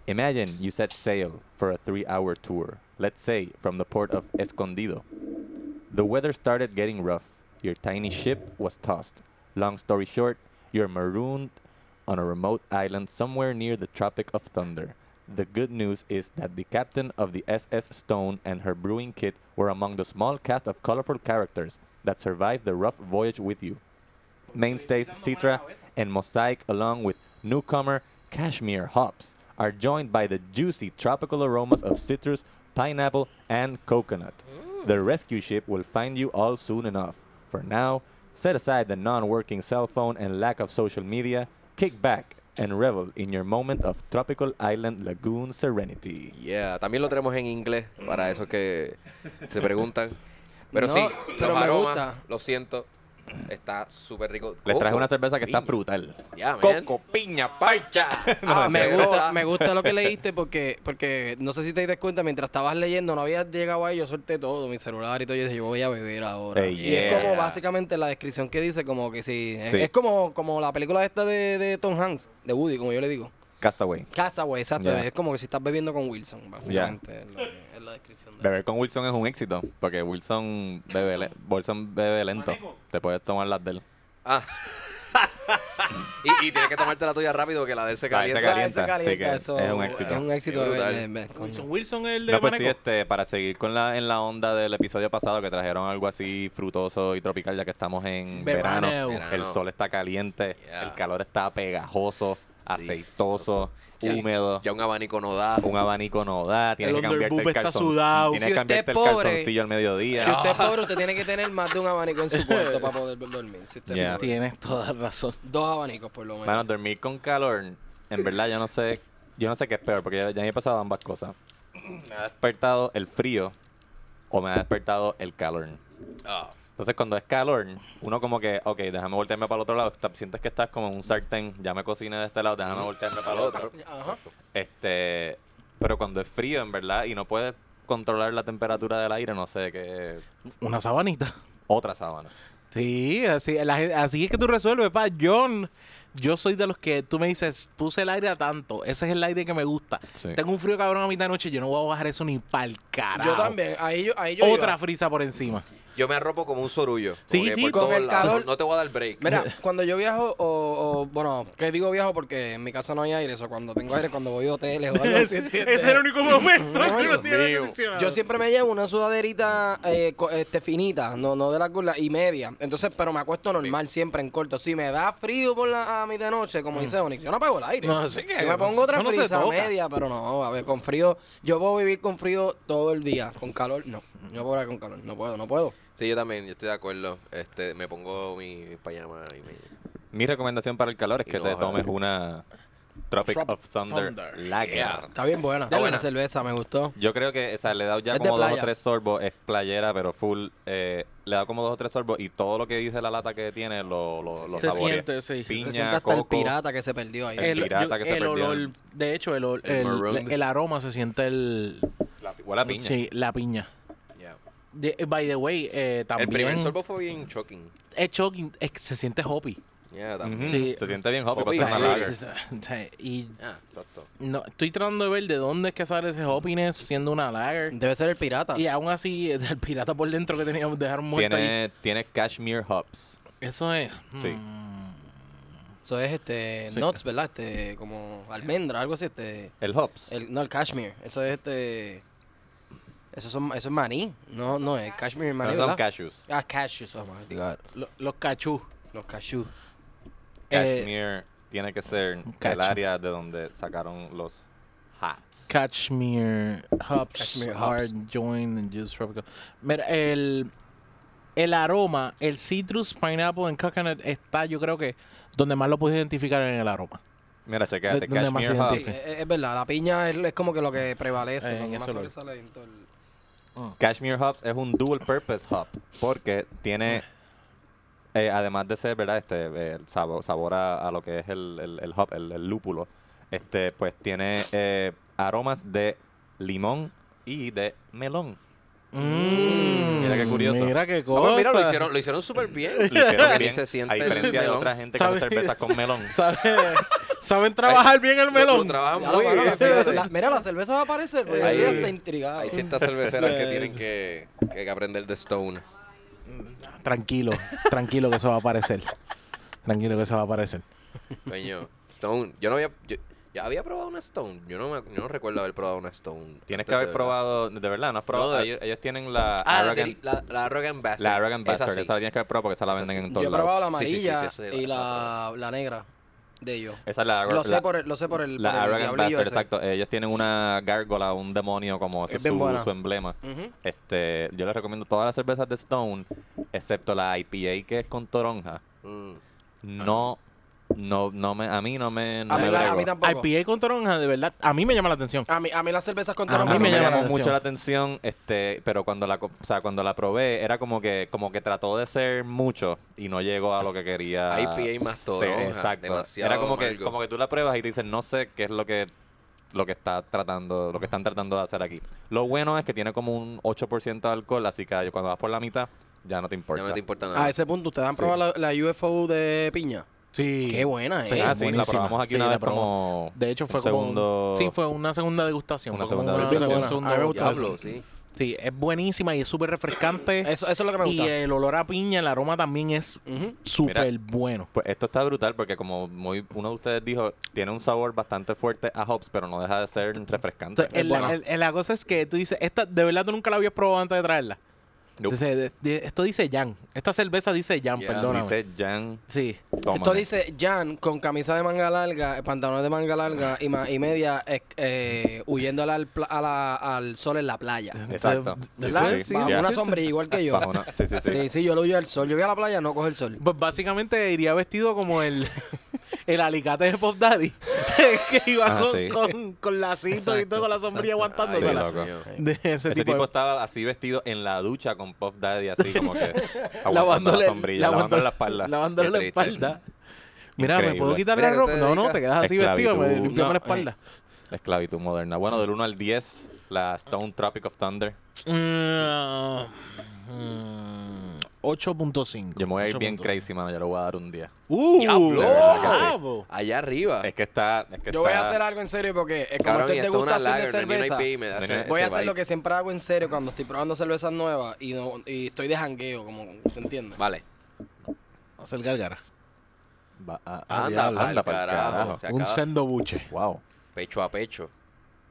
Speaker 1: Imagine you set sail for a three hour tour, let's say from the port of Escondido. The weather started getting rough. Your tiny ship was tossed. Long story short, you're marooned on a remote island somewhere near the Tropic of Thunder. The good news is that the captain of the SS Stone and her brewing kit were among the small cast of colorful characters that survived the rough voyage with you. Mainstays Citra and Mosaic, along with newcomer Cashmere Hops, are joined by the juicy tropical aromas of citrus, pineapple, and coconut. The rescue ship will find you all soon enough. For now, Set aside the non working cell phone and lack of social media. Kick back and revel in your moment of tropical island lagoon serenity.
Speaker 2: Yeah, también lo tenemos en inglés para esos que se preguntan. Pero
Speaker 4: No,
Speaker 2: sí,
Speaker 4: pero
Speaker 2: los
Speaker 4: me
Speaker 2: aromas,
Speaker 4: gusta.
Speaker 2: lo siento, está súper rico.
Speaker 1: Les traje
Speaker 2: Coco,
Speaker 1: una cerveza que está
Speaker 2: piña.
Speaker 1: frutal.
Speaker 2: Yeah, man.
Speaker 1: Coco, piña, pacha.
Speaker 4: (laughs) Ah, me,
Speaker 2: mentira.
Speaker 4: gusta, me gusta lo que leíste porque, porque no sé si te diste cuenta, mientras estabas leyendo, no habías llegado ahí, yo solté todo, mi celular y todo, yo dije, yo voy a beber ahora.
Speaker 1: Hey,
Speaker 4: y es como
Speaker 2: yeah.
Speaker 4: básicamente la descripción que dice, como que sí, es-
Speaker 1: Sí.
Speaker 4: es, como, como la película esta de, de Tom Hanks, de Woody, como yo le digo.
Speaker 1: Castaway.
Speaker 4: Casa, güey, exacto,
Speaker 1: Yeah.
Speaker 4: es como que si estás bebiendo con Wilson, básicamente, es, lo que- es la descripción. De
Speaker 1: Beber con Wilson es un éxito, porque Wilson bebe, le- Wilson bebe lento. Te puedes tomar las del.
Speaker 2: Ah. y, y tienes que tomarte la tuya rápido porque la de él se
Speaker 1: La de él se
Speaker 2: calienta.
Speaker 4: Ah, él
Speaker 1: calienta,
Speaker 4: se
Speaker 1: sí que
Speaker 4: eso
Speaker 1: es un éxito.
Speaker 4: Es un éxito.
Speaker 2: Es brutal.
Speaker 4: de- de- de- coño.
Speaker 3: Wilson, Wilson el de
Speaker 1: No, pues sí,
Speaker 3: Maneco.
Speaker 1: este, para seguir con la, en la onda del episodio pasado que trajeron algo así frutoso y tropical, ya que estamos en verano.
Speaker 3: Verano.
Speaker 1: El
Speaker 2: Verano.
Speaker 1: sol está caliente,
Speaker 2: Yeah.
Speaker 1: el calor está pegajoso, aceitoso,
Speaker 4: Sí.
Speaker 1: húmedo.
Speaker 2: Ya un abanico no da.
Speaker 1: Un abanico no da, tienes
Speaker 3: El
Speaker 1: que cambiarte
Speaker 3: underboob
Speaker 1: el
Speaker 3: está
Speaker 1: calzon-
Speaker 3: sudado.
Speaker 1: Tienes
Speaker 4: Si
Speaker 1: que
Speaker 4: usted
Speaker 1: cambiarte
Speaker 4: es
Speaker 1: el
Speaker 4: pobre-
Speaker 1: calzoncillo al mediodía.
Speaker 4: Si
Speaker 1: (laughs)
Speaker 4: usted es pobre, usted tiene que tener más de un abanico en su cuarto para poder dormir. Si usted es
Speaker 1: Yeah.
Speaker 4: pobre.
Speaker 3: Tienes toda razón.
Speaker 4: Dos abanicos, por lo menos.
Speaker 1: Bueno, dormir con calor, en verdad yo no sé, yo no sé qué es peor, porque ya, ya me he pasado ambas cosas. Me ha despertado el frío o me ha despertado el calor.
Speaker 2: Ah.
Speaker 1: Entonces cuando es calor, uno como que, ok, déjame voltearme para el otro lado, está- sientes que estás como en un sartén, ya me cociné de este lado, déjame voltearme para el otro.
Speaker 4: Ajá.
Speaker 1: Este, pero cuando es frío, en verdad, y no puedes controlar la temperatura del aire, no sé qué,
Speaker 3: Una sabanita.
Speaker 1: otra sábana.
Speaker 3: Sí, así, la gen- así es que tú resuelves, pa. Yo, n- yo soy de los que tú me dices, puse el aire a tanto, ese es el aire que me gusta.
Speaker 1: Sí.
Speaker 3: Tengo un frío cabrón a mitad de noche, yo no voy a bajar eso ni pa'l carajo.
Speaker 4: Yo también. Ahí yo, ahí yo
Speaker 3: Otra
Speaker 4: iba.
Speaker 3: frisa por encima.
Speaker 2: Yo me arropo como un sorullo.
Speaker 3: Sí,
Speaker 2: porque
Speaker 3: sí,
Speaker 2: por
Speaker 4: con
Speaker 2: todos
Speaker 4: el
Speaker 2: lados.
Speaker 4: calor.
Speaker 2: No te voy a dar break.
Speaker 4: Mira, cuando yo viajo, o, o, bueno, que digo viajo porque en mi casa no hay aire, o cuando tengo aire, cuando voy a hoteles o (laughs) algo así,
Speaker 3: Ese
Speaker 4: ¿entiendes?
Speaker 3: (laughs) es el único momento
Speaker 4: Ay,
Speaker 3: que no
Speaker 4: Dios
Speaker 3: tiene aire
Speaker 2: mío.
Speaker 3: acondicionado.
Speaker 4: Yo siempre me llevo una sudaderita eh, co- este, finita, no, no de la gula, y media. Entonces, pero me acuesto normal siempre en corto. Si me da frío por la a mitad de noche, como dice Onyx, yo no apago el aire.
Speaker 3: Mm. No, así que
Speaker 4: Yo me pongo otra
Speaker 3: eso no se
Speaker 4: frisa
Speaker 3: toca.
Speaker 4: media, pero no, a ver, con frío, yo puedo vivir con frío todo el día. Con calor, no. No puedo con calor, no puedo, no puedo.
Speaker 2: Sí, yo también, yo estoy de acuerdo. Este, me pongo mi, mi pijama y me...
Speaker 1: Mi recomendación para el calor es
Speaker 2: Y
Speaker 1: que
Speaker 2: no
Speaker 1: te
Speaker 2: vas a
Speaker 1: tomes
Speaker 2: ver.
Speaker 1: una Tropic
Speaker 3: Trop-
Speaker 1: of Thunder,
Speaker 3: Thunder.
Speaker 1: Lager.
Speaker 2: Yeah.
Speaker 4: Está bien buena. Está
Speaker 2: buena.
Speaker 4: buena cerveza, me gustó.
Speaker 1: Yo creo que, o sea, le he dado ya
Speaker 4: Es de
Speaker 1: como dos o
Speaker 4: playa.
Speaker 1: tres sorbos, es playera, pero full. eh, le he dado como dos o tres sorbos y todo lo que dice la lata que tiene lo, lo, lo
Speaker 3: Se
Speaker 1: saborea.
Speaker 3: siente, sí.
Speaker 1: Piña,
Speaker 4: Se siente hasta el
Speaker 1: coco.
Speaker 4: pirata que se perdió ahí.
Speaker 1: El pirata que se
Speaker 3: el
Speaker 1: perdió.
Speaker 3: olor, de hecho, el, ol-
Speaker 2: El
Speaker 3: el-
Speaker 2: maroon.
Speaker 3: el aroma se siente el...
Speaker 1: La, huele a piña.
Speaker 3: Sí, la piña.
Speaker 2: Yeah.
Speaker 3: De- by the way, eh,
Speaker 2: El
Speaker 3: también...
Speaker 2: primer sorbo fue bien shocking.
Speaker 3: es shocking, es que se siente hoppy.
Speaker 2: Yeah,
Speaker 1: Ujú,
Speaker 2: también.
Speaker 3: Sí.
Speaker 1: Se siente bien hoppy.
Speaker 2: Hoppy,
Speaker 1: pero es una
Speaker 2: sí.
Speaker 1: lager.
Speaker 3: Sí, Y
Speaker 2: Ah, exacto.
Speaker 3: no, estoy tratando de ver de dónde es que sale ese hoppiness siendo una lager.
Speaker 4: Debe ser el pirata.
Speaker 3: Y aún así, (laughs) el pirata por dentro que teníamos dejaron muerto ahí.
Speaker 1: Tiene, tiene cashmere hops.
Speaker 3: Eso es.
Speaker 1: Sí.
Speaker 3: mm,
Speaker 4: Eso es este
Speaker 3: Sí.
Speaker 4: nuts, ¿verdad? Este, como almendra, algo así, este.
Speaker 1: El hops.
Speaker 4: El, no, el cashmere. Eso es este. Eso, son, eso es maní. No, no, es cashmere y
Speaker 1: No
Speaker 4: maní.
Speaker 1: son
Speaker 4: ¿verdad?
Speaker 1: cashews.
Speaker 4: ah, cashews. Oh my God.
Speaker 3: lo- los cachú.
Speaker 4: Los cashews.
Speaker 3: Eh,
Speaker 1: Cashmere tiene que ser el
Speaker 3: cacho.
Speaker 1: área de donde sacaron los hops.
Speaker 3: Cashmere hops
Speaker 4: Cashmere
Speaker 3: are
Speaker 4: hops.
Speaker 3: joined in juice tropical. Mira, el, el aroma, el citrus, pineapple and coconut está, yo creo que donde más lo puedes identificar en el aroma.
Speaker 1: Mira, chequéate.
Speaker 3: ¿Dónde más
Speaker 1: Cashmere
Speaker 3: se
Speaker 1: hops.
Speaker 4: Sí, eh, es, es verdad, la piña es, es como que lo que prevalece.
Speaker 3: Eh,
Speaker 4: lo que
Speaker 3: en
Speaker 4: más
Speaker 3: eso lo-
Speaker 4: sobresale en todo el-
Speaker 1: Cashmere Hops es un dual purpose hop porque tiene, eh, además de ser, ¿verdad? Este, eh, el sabo- sabor, a, a lo que es el, el, el hop, el, el lúpulo, este, pues tiene eh, aromas de limón y de
Speaker 2: (laughs)
Speaker 1: melón.
Speaker 3: Mm,
Speaker 1: Mira qué curioso.
Speaker 3: Mira qué cosa.
Speaker 2: No, pero mira, lo hicieron, lo hicieron súper bien.
Speaker 1: Lo hicieron
Speaker 2: Porque
Speaker 1: bien,
Speaker 2: se siente
Speaker 1: a
Speaker 2: el
Speaker 1: diferencia de
Speaker 2: melón.
Speaker 1: otra gente que
Speaker 3: ¿Sabe?
Speaker 1: hace cervezas con
Speaker 2: (laughs)
Speaker 1: melón.
Speaker 3: ¿Sabe- (laughs) ¿Saben trabajar bien
Speaker 2: Lo-
Speaker 3: el
Speaker 2: lo
Speaker 3: melón?
Speaker 2: trabajan
Speaker 4: Ya lo
Speaker 2: Ah, muy
Speaker 4: van a
Speaker 2: bien, (laughs)
Speaker 4: hacer.
Speaker 2: fíjate.
Speaker 4: La- mira, la cerveza va a aparecer. Porque
Speaker 2: Ahí-
Speaker 4: yo estoy intrigado.
Speaker 2: Hay ciertas cerveceras que tienen que, que aprender de Stone.
Speaker 3: Tranquilo, tranquilo que eso va a aparecer. Tranquilo que eso va a aparecer.
Speaker 2: Coño, Stone. Yo no había... Yo, ya había probado una Stone. Yo no, me, yo no recuerdo haber probado una Stone.
Speaker 1: Tienes que
Speaker 2: Antes
Speaker 1: haber
Speaker 2: de-
Speaker 1: probado, de verdad, no has probado.
Speaker 2: No, de-
Speaker 1: ellos, ellos tienen la
Speaker 2: Ah, la,
Speaker 1: Arrogant,
Speaker 2: de- la, la Arrogant Bastard.
Speaker 1: la Arrogant
Speaker 2: Esa
Speaker 1: Bastard,
Speaker 2: sí.
Speaker 1: esa la tienes que haber probado porque esa la
Speaker 2: Esa
Speaker 1: venden
Speaker 2: sí.
Speaker 1: en
Speaker 4: Yo
Speaker 1: todos
Speaker 4: he
Speaker 1: lados.
Speaker 4: probado la
Speaker 2: Sí, sí, sí,
Speaker 4: amarilla
Speaker 2: sí, sí,
Speaker 4: y
Speaker 2: la-
Speaker 4: la, la negra. de ellos.
Speaker 1: Esa es la
Speaker 4: Lo sé
Speaker 1: la-
Speaker 4: por el, lo sé por el,
Speaker 1: La
Speaker 4: por el
Speaker 1: Arrogant
Speaker 4: diablillo
Speaker 1: Bastard,
Speaker 4: ese.
Speaker 1: exacto. Eh, Ellos tienen una gárgola, un demonio como ese
Speaker 4: Es
Speaker 1: es
Speaker 4: bien
Speaker 1: su,
Speaker 4: buena.
Speaker 1: su emblema.
Speaker 4: Ujú.
Speaker 1: Este, yo les recomiendo todas las cervezas de Stone, excepto la IPA que es con toronja.
Speaker 2: Mm.
Speaker 1: No, no, no me, a mí no me, no
Speaker 4: A
Speaker 1: me
Speaker 4: mí, la- a
Speaker 1: brego.
Speaker 4: mí tampoco.
Speaker 3: IPA con toronja, de verdad, a mí me llama la atención.
Speaker 4: A mí, a mí las cervezas con
Speaker 3: A mí
Speaker 1: Ah, A mí
Speaker 4: toronja
Speaker 1: me
Speaker 4: no
Speaker 3: llama la
Speaker 1: llamó
Speaker 3: atención.
Speaker 1: mucho la atención, este, pero cuando la, co- o sea, cuando la probé era como que, como que trató de ser mucho y no llegó a lo que quería.
Speaker 2: IPA más
Speaker 1: ser.
Speaker 2: toronja, demasiado
Speaker 1: Era como que,
Speaker 2: amargo.
Speaker 1: como que tú la pruebas y te dicen no sé qué es lo que, lo que está tratando, lo que están tratando de hacer aquí. Lo bueno es que tiene como un 8% de alcohol, así que cuando vas por la mitad ya no te importa.
Speaker 2: Ya no te importa nada.
Speaker 4: A Ah, ese punto, ¿ustedes han
Speaker 1: Sí.
Speaker 4: probado la, la UFO de piña?
Speaker 3: Sí.
Speaker 4: Qué buena, eh.
Speaker 3: Sí,
Speaker 1: Ah, sí, la
Speaker 3: buenísima.
Speaker 1: probamos aquí
Speaker 3: Sí,
Speaker 1: una
Speaker 3: la
Speaker 1: vez
Speaker 3: probamos.
Speaker 1: como
Speaker 3: De hecho,
Speaker 1: un
Speaker 3: fue
Speaker 1: segundo-
Speaker 3: como. Sí, fue una segunda degustación.
Speaker 1: Una
Speaker 3: fue como
Speaker 1: segunda
Speaker 4: degustación.
Speaker 3: un segundo
Speaker 4: Ah, me gustó
Speaker 3: degustación.
Speaker 2: Diablo, sí.
Speaker 3: Sí, es buenísima y es súper refrescante.
Speaker 4: Eso, eso es lo que me
Speaker 3: y
Speaker 4: gusta.
Speaker 3: el olor a piña, el aroma también es
Speaker 4: Ujú.
Speaker 3: súper bueno.
Speaker 1: Pues esto está brutal porque como muy uno de ustedes dijo, tiene un sabor bastante fuerte a hops, pero no deja de ser refrescante.
Speaker 3: Entonces, el-
Speaker 4: buena.
Speaker 3: el- el- la cosa es que tú dices, esta de verdad tú nunca la habías probado antes de traerla.
Speaker 1: Nope.
Speaker 3: Dice, de- de- esto dice Jan. Esta cerveza dice Jan,
Speaker 2: Ya,
Speaker 3: perdóname.
Speaker 1: Dice Jan,
Speaker 3: sí.
Speaker 1: toma.
Speaker 4: Esto dice Jan con camisa de manga larga, eh, pantalones de manga larga y, ma- y media eh, eh, huyéndole al, pla- a la- al sol en la playa.
Speaker 1: Exacto.
Speaker 3: de-
Speaker 1: Sí,
Speaker 4: ¿Verdad?
Speaker 1: sí, sí.
Speaker 4: Bajo
Speaker 1: Ya.
Speaker 4: una sombrilla igual que yo.
Speaker 1: Bajo una- sí, sí, sí.
Speaker 4: Sí, sí, yo lo huyo al sol. Yo voy a la playa, no coge el sol.
Speaker 3: Pues básicamente iría vestido como el, (laughs) el alicate de Pop Daddy. (laughs) que iba
Speaker 1: Ajá,
Speaker 3: con,
Speaker 1: Ah, sí.
Speaker 3: con, con lacito y todo, con la sombrilla
Speaker 2: Ay,
Speaker 1: Sí,
Speaker 3: aguantándosela.
Speaker 1: loco.
Speaker 2: Dios mío.
Speaker 3: De ese,
Speaker 1: Ese
Speaker 3: tipo,
Speaker 1: tipo,
Speaker 3: de-
Speaker 1: estaba así vestido en la ducha con Puff Daddy,
Speaker 4: (laughs)
Speaker 1: así como que aguantando
Speaker 3: lavándole,
Speaker 1: la sombrilla, lavándole la espalda.
Speaker 3: Lavándole
Speaker 2: Qué
Speaker 3: la
Speaker 2: triste.
Speaker 3: espalda. Mira, ¿me puedo
Speaker 1: Increíble.
Speaker 3: quitar
Speaker 2: Mira,
Speaker 3: la
Speaker 2: ¿qué
Speaker 3: ropa?
Speaker 2: te
Speaker 3: No, no,
Speaker 2: dedicas?
Speaker 3: te quedas así vestido, me
Speaker 1: Esclavitud.
Speaker 3: limpiamos la
Speaker 4: No, eh.
Speaker 3: espalda.
Speaker 1: Esclavitud moderna. Bueno, del 1 al 10, la Stone Tropic of Thunder.
Speaker 3: Mm, mm, 8.5.
Speaker 1: Yo me voy a ir bien
Speaker 3: 8.5.
Speaker 1: crazy, mano. Yo le voy a dar un 10.
Speaker 3: ¡Uh!
Speaker 2: Diablo.
Speaker 1: De verdad que sí.
Speaker 3: bravo.
Speaker 2: Allá arriba.
Speaker 1: Es que está... Es que
Speaker 4: Ah. Yo voy a
Speaker 1: está-
Speaker 4: hacer algo en serio porque es como
Speaker 2: Cabrón,
Speaker 4: esto
Speaker 2: y
Speaker 4: es
Speaker 2: esto es una
Speaker 4: degustación de
Speaker 2: lager, no es ni una
Speaker 4: cerveza.
Speaker 2: IPA, me da ese-
Speaker 4: Voy a
Speaker 2: ese
Speaker 4: hacer
Speaker 2: vibe.
Speaker 4: lo que siempre hago en serio cuando estoy probando cervezas nuevas y no y estoy de jangueo, como se entiende.
Speaker 2: Vale.
Speaker 3: Hacer gárgara.
Speaker 1: Va- a-
Speaker 2: Anda,
Speaker 1: diablo,
Speaker 2: pa'l
Speaker 1: anda pa'l
Speaker 2: carajo.
Speaker 1: carajo.
Speaker 2: Se
Speaker 3: Un
Speaker 2: acaba.
Speaker 3: sendo buche.
Speaker 1: Wow.
Speaker 2: Pecho a pecho.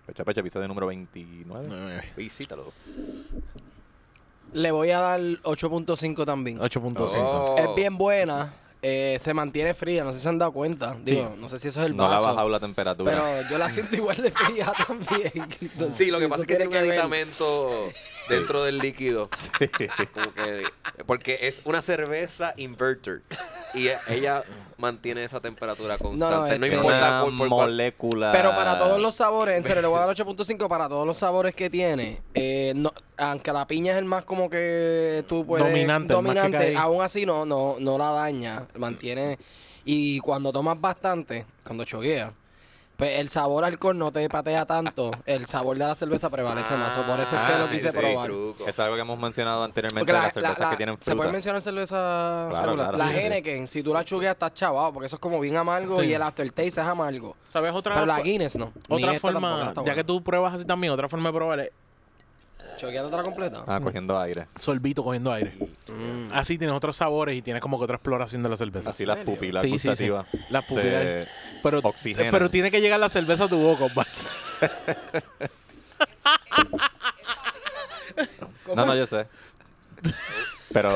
Speaker 1: Pecho a pecho, episodio número 29.
Speaker 3: Nueve.
Speaker 2: Visítalo.
Speaker 4: Le voy a dar 8.5 también.
Speaker 3: 8.5.
Speaker 2: Oh.
Speaker 4: Es bien buena, eh, se mantiene fría, no sé si se han dado cuenta. Digo, no sé si eso es el
Speaker 1: No la ha
Speaker 4: vaso.
Speaker 1: bajado la temperatura.
Speaker 4: Pero yo la siento igual de fría (laughs) también.
Speaker 2: (laughs)
Speaker 4: Entonces,
Speaker 2: Sí, lo que
Speaker 4: eso
Speaker 2: pasa es que tiene un
Speaker 4: ver.
Speaker 2: aditamento dentro del líquido. Como que- porque es una cerveza inverter. Y e- ella mantiene esa temperatura constante. No,
Speaker 4: este-
Speaker 1: Una
Speaker 2: importa por, por cuál-
Speaker 1: molécula.
Speaker 4: Pero para todos los sabores, en serio, le
Speaker 2: (laughs)
Speaker 4: voy a dar 8.5 para todos los sabores que tiene. Eh, no, aunque la piña es el más como que tú puedes...
Speaker 3: Dominante, el más que
Speaker 4: dominante,
Speaker 3: cae ahí.
Speaker 4: aún así no, no, no la daña, mantiene... Y cuando tomas bastante, cuando chogueas, pues el sabor alcohol no te patea tanto, el sabor de la cerveza prevalece más. o Por eso es que
Speaker 1: Ah,
Speaker 4: lo
Speaker 1: sí,
Speaker 4: quise
Speaker 1: sí,
Speaker 4: probar.
Speaker 2: truco.
Speaker 1: Es algo que hemos mencionado anteriormente
Speaker 4: Porque
Speaker 1: de
Speaker 4: la-
Speaker 1: las cervezas
Speaker 4: la-
Speaker 1: que
Speaker 4: la-
Speaker 1: tienen fruta.
Speaker 4: Se puede mencionar cerveza
Speaker 1: Claro,
Speaker 4: regular?
Speaker 1: claro,
Speaker 4: La
Speaker 1: sí, sí.
Speaker 4: Heineken, si tú la chugueas, estás chavado, porque eso es como bien amargo
Speaker 3: Sí.
Speaker 4: y el aftertaste es amargo.
Speaker 3: ¿Sabes otra
Speaker 4: Pero la
Speaker 3: fo-
Speaker 4: Guinness no. Ni
Speaker 3: Otra
Speaker 4: esta tampoco,
Speaker 3: forma,
Speaker 4: esta
Speaker 3: ya que
Speaker 4: buena.
Speaker 3: tú pruebas así también, otra forma de probar es
Speaker 4: Choqueando otra completa.
Speaker 1: Ah, cogiendo aire.
Speaker 3: sorbito cogiendo aire.
Speaker 4: Mm.
Speaker 3: Así tienes otros sabores y tienes como que otra exploración de la cerveza.
Speaker 1: Así las pupilas
Speaker 3: Sí, sí, sí.
Speaker 1: gustativas.
Speaker 3: Las
Speaker 1: se-
Speaker 3: pupilas. Pero,
Speaker 1: oxigenan.
Speaker 3: pero tiene que llegar la cerveza a tu boca, (laughs) compadre.
Speaker 1: No, no, yo
Speaker 4: (laughs)
Speaker 1: sé. Pero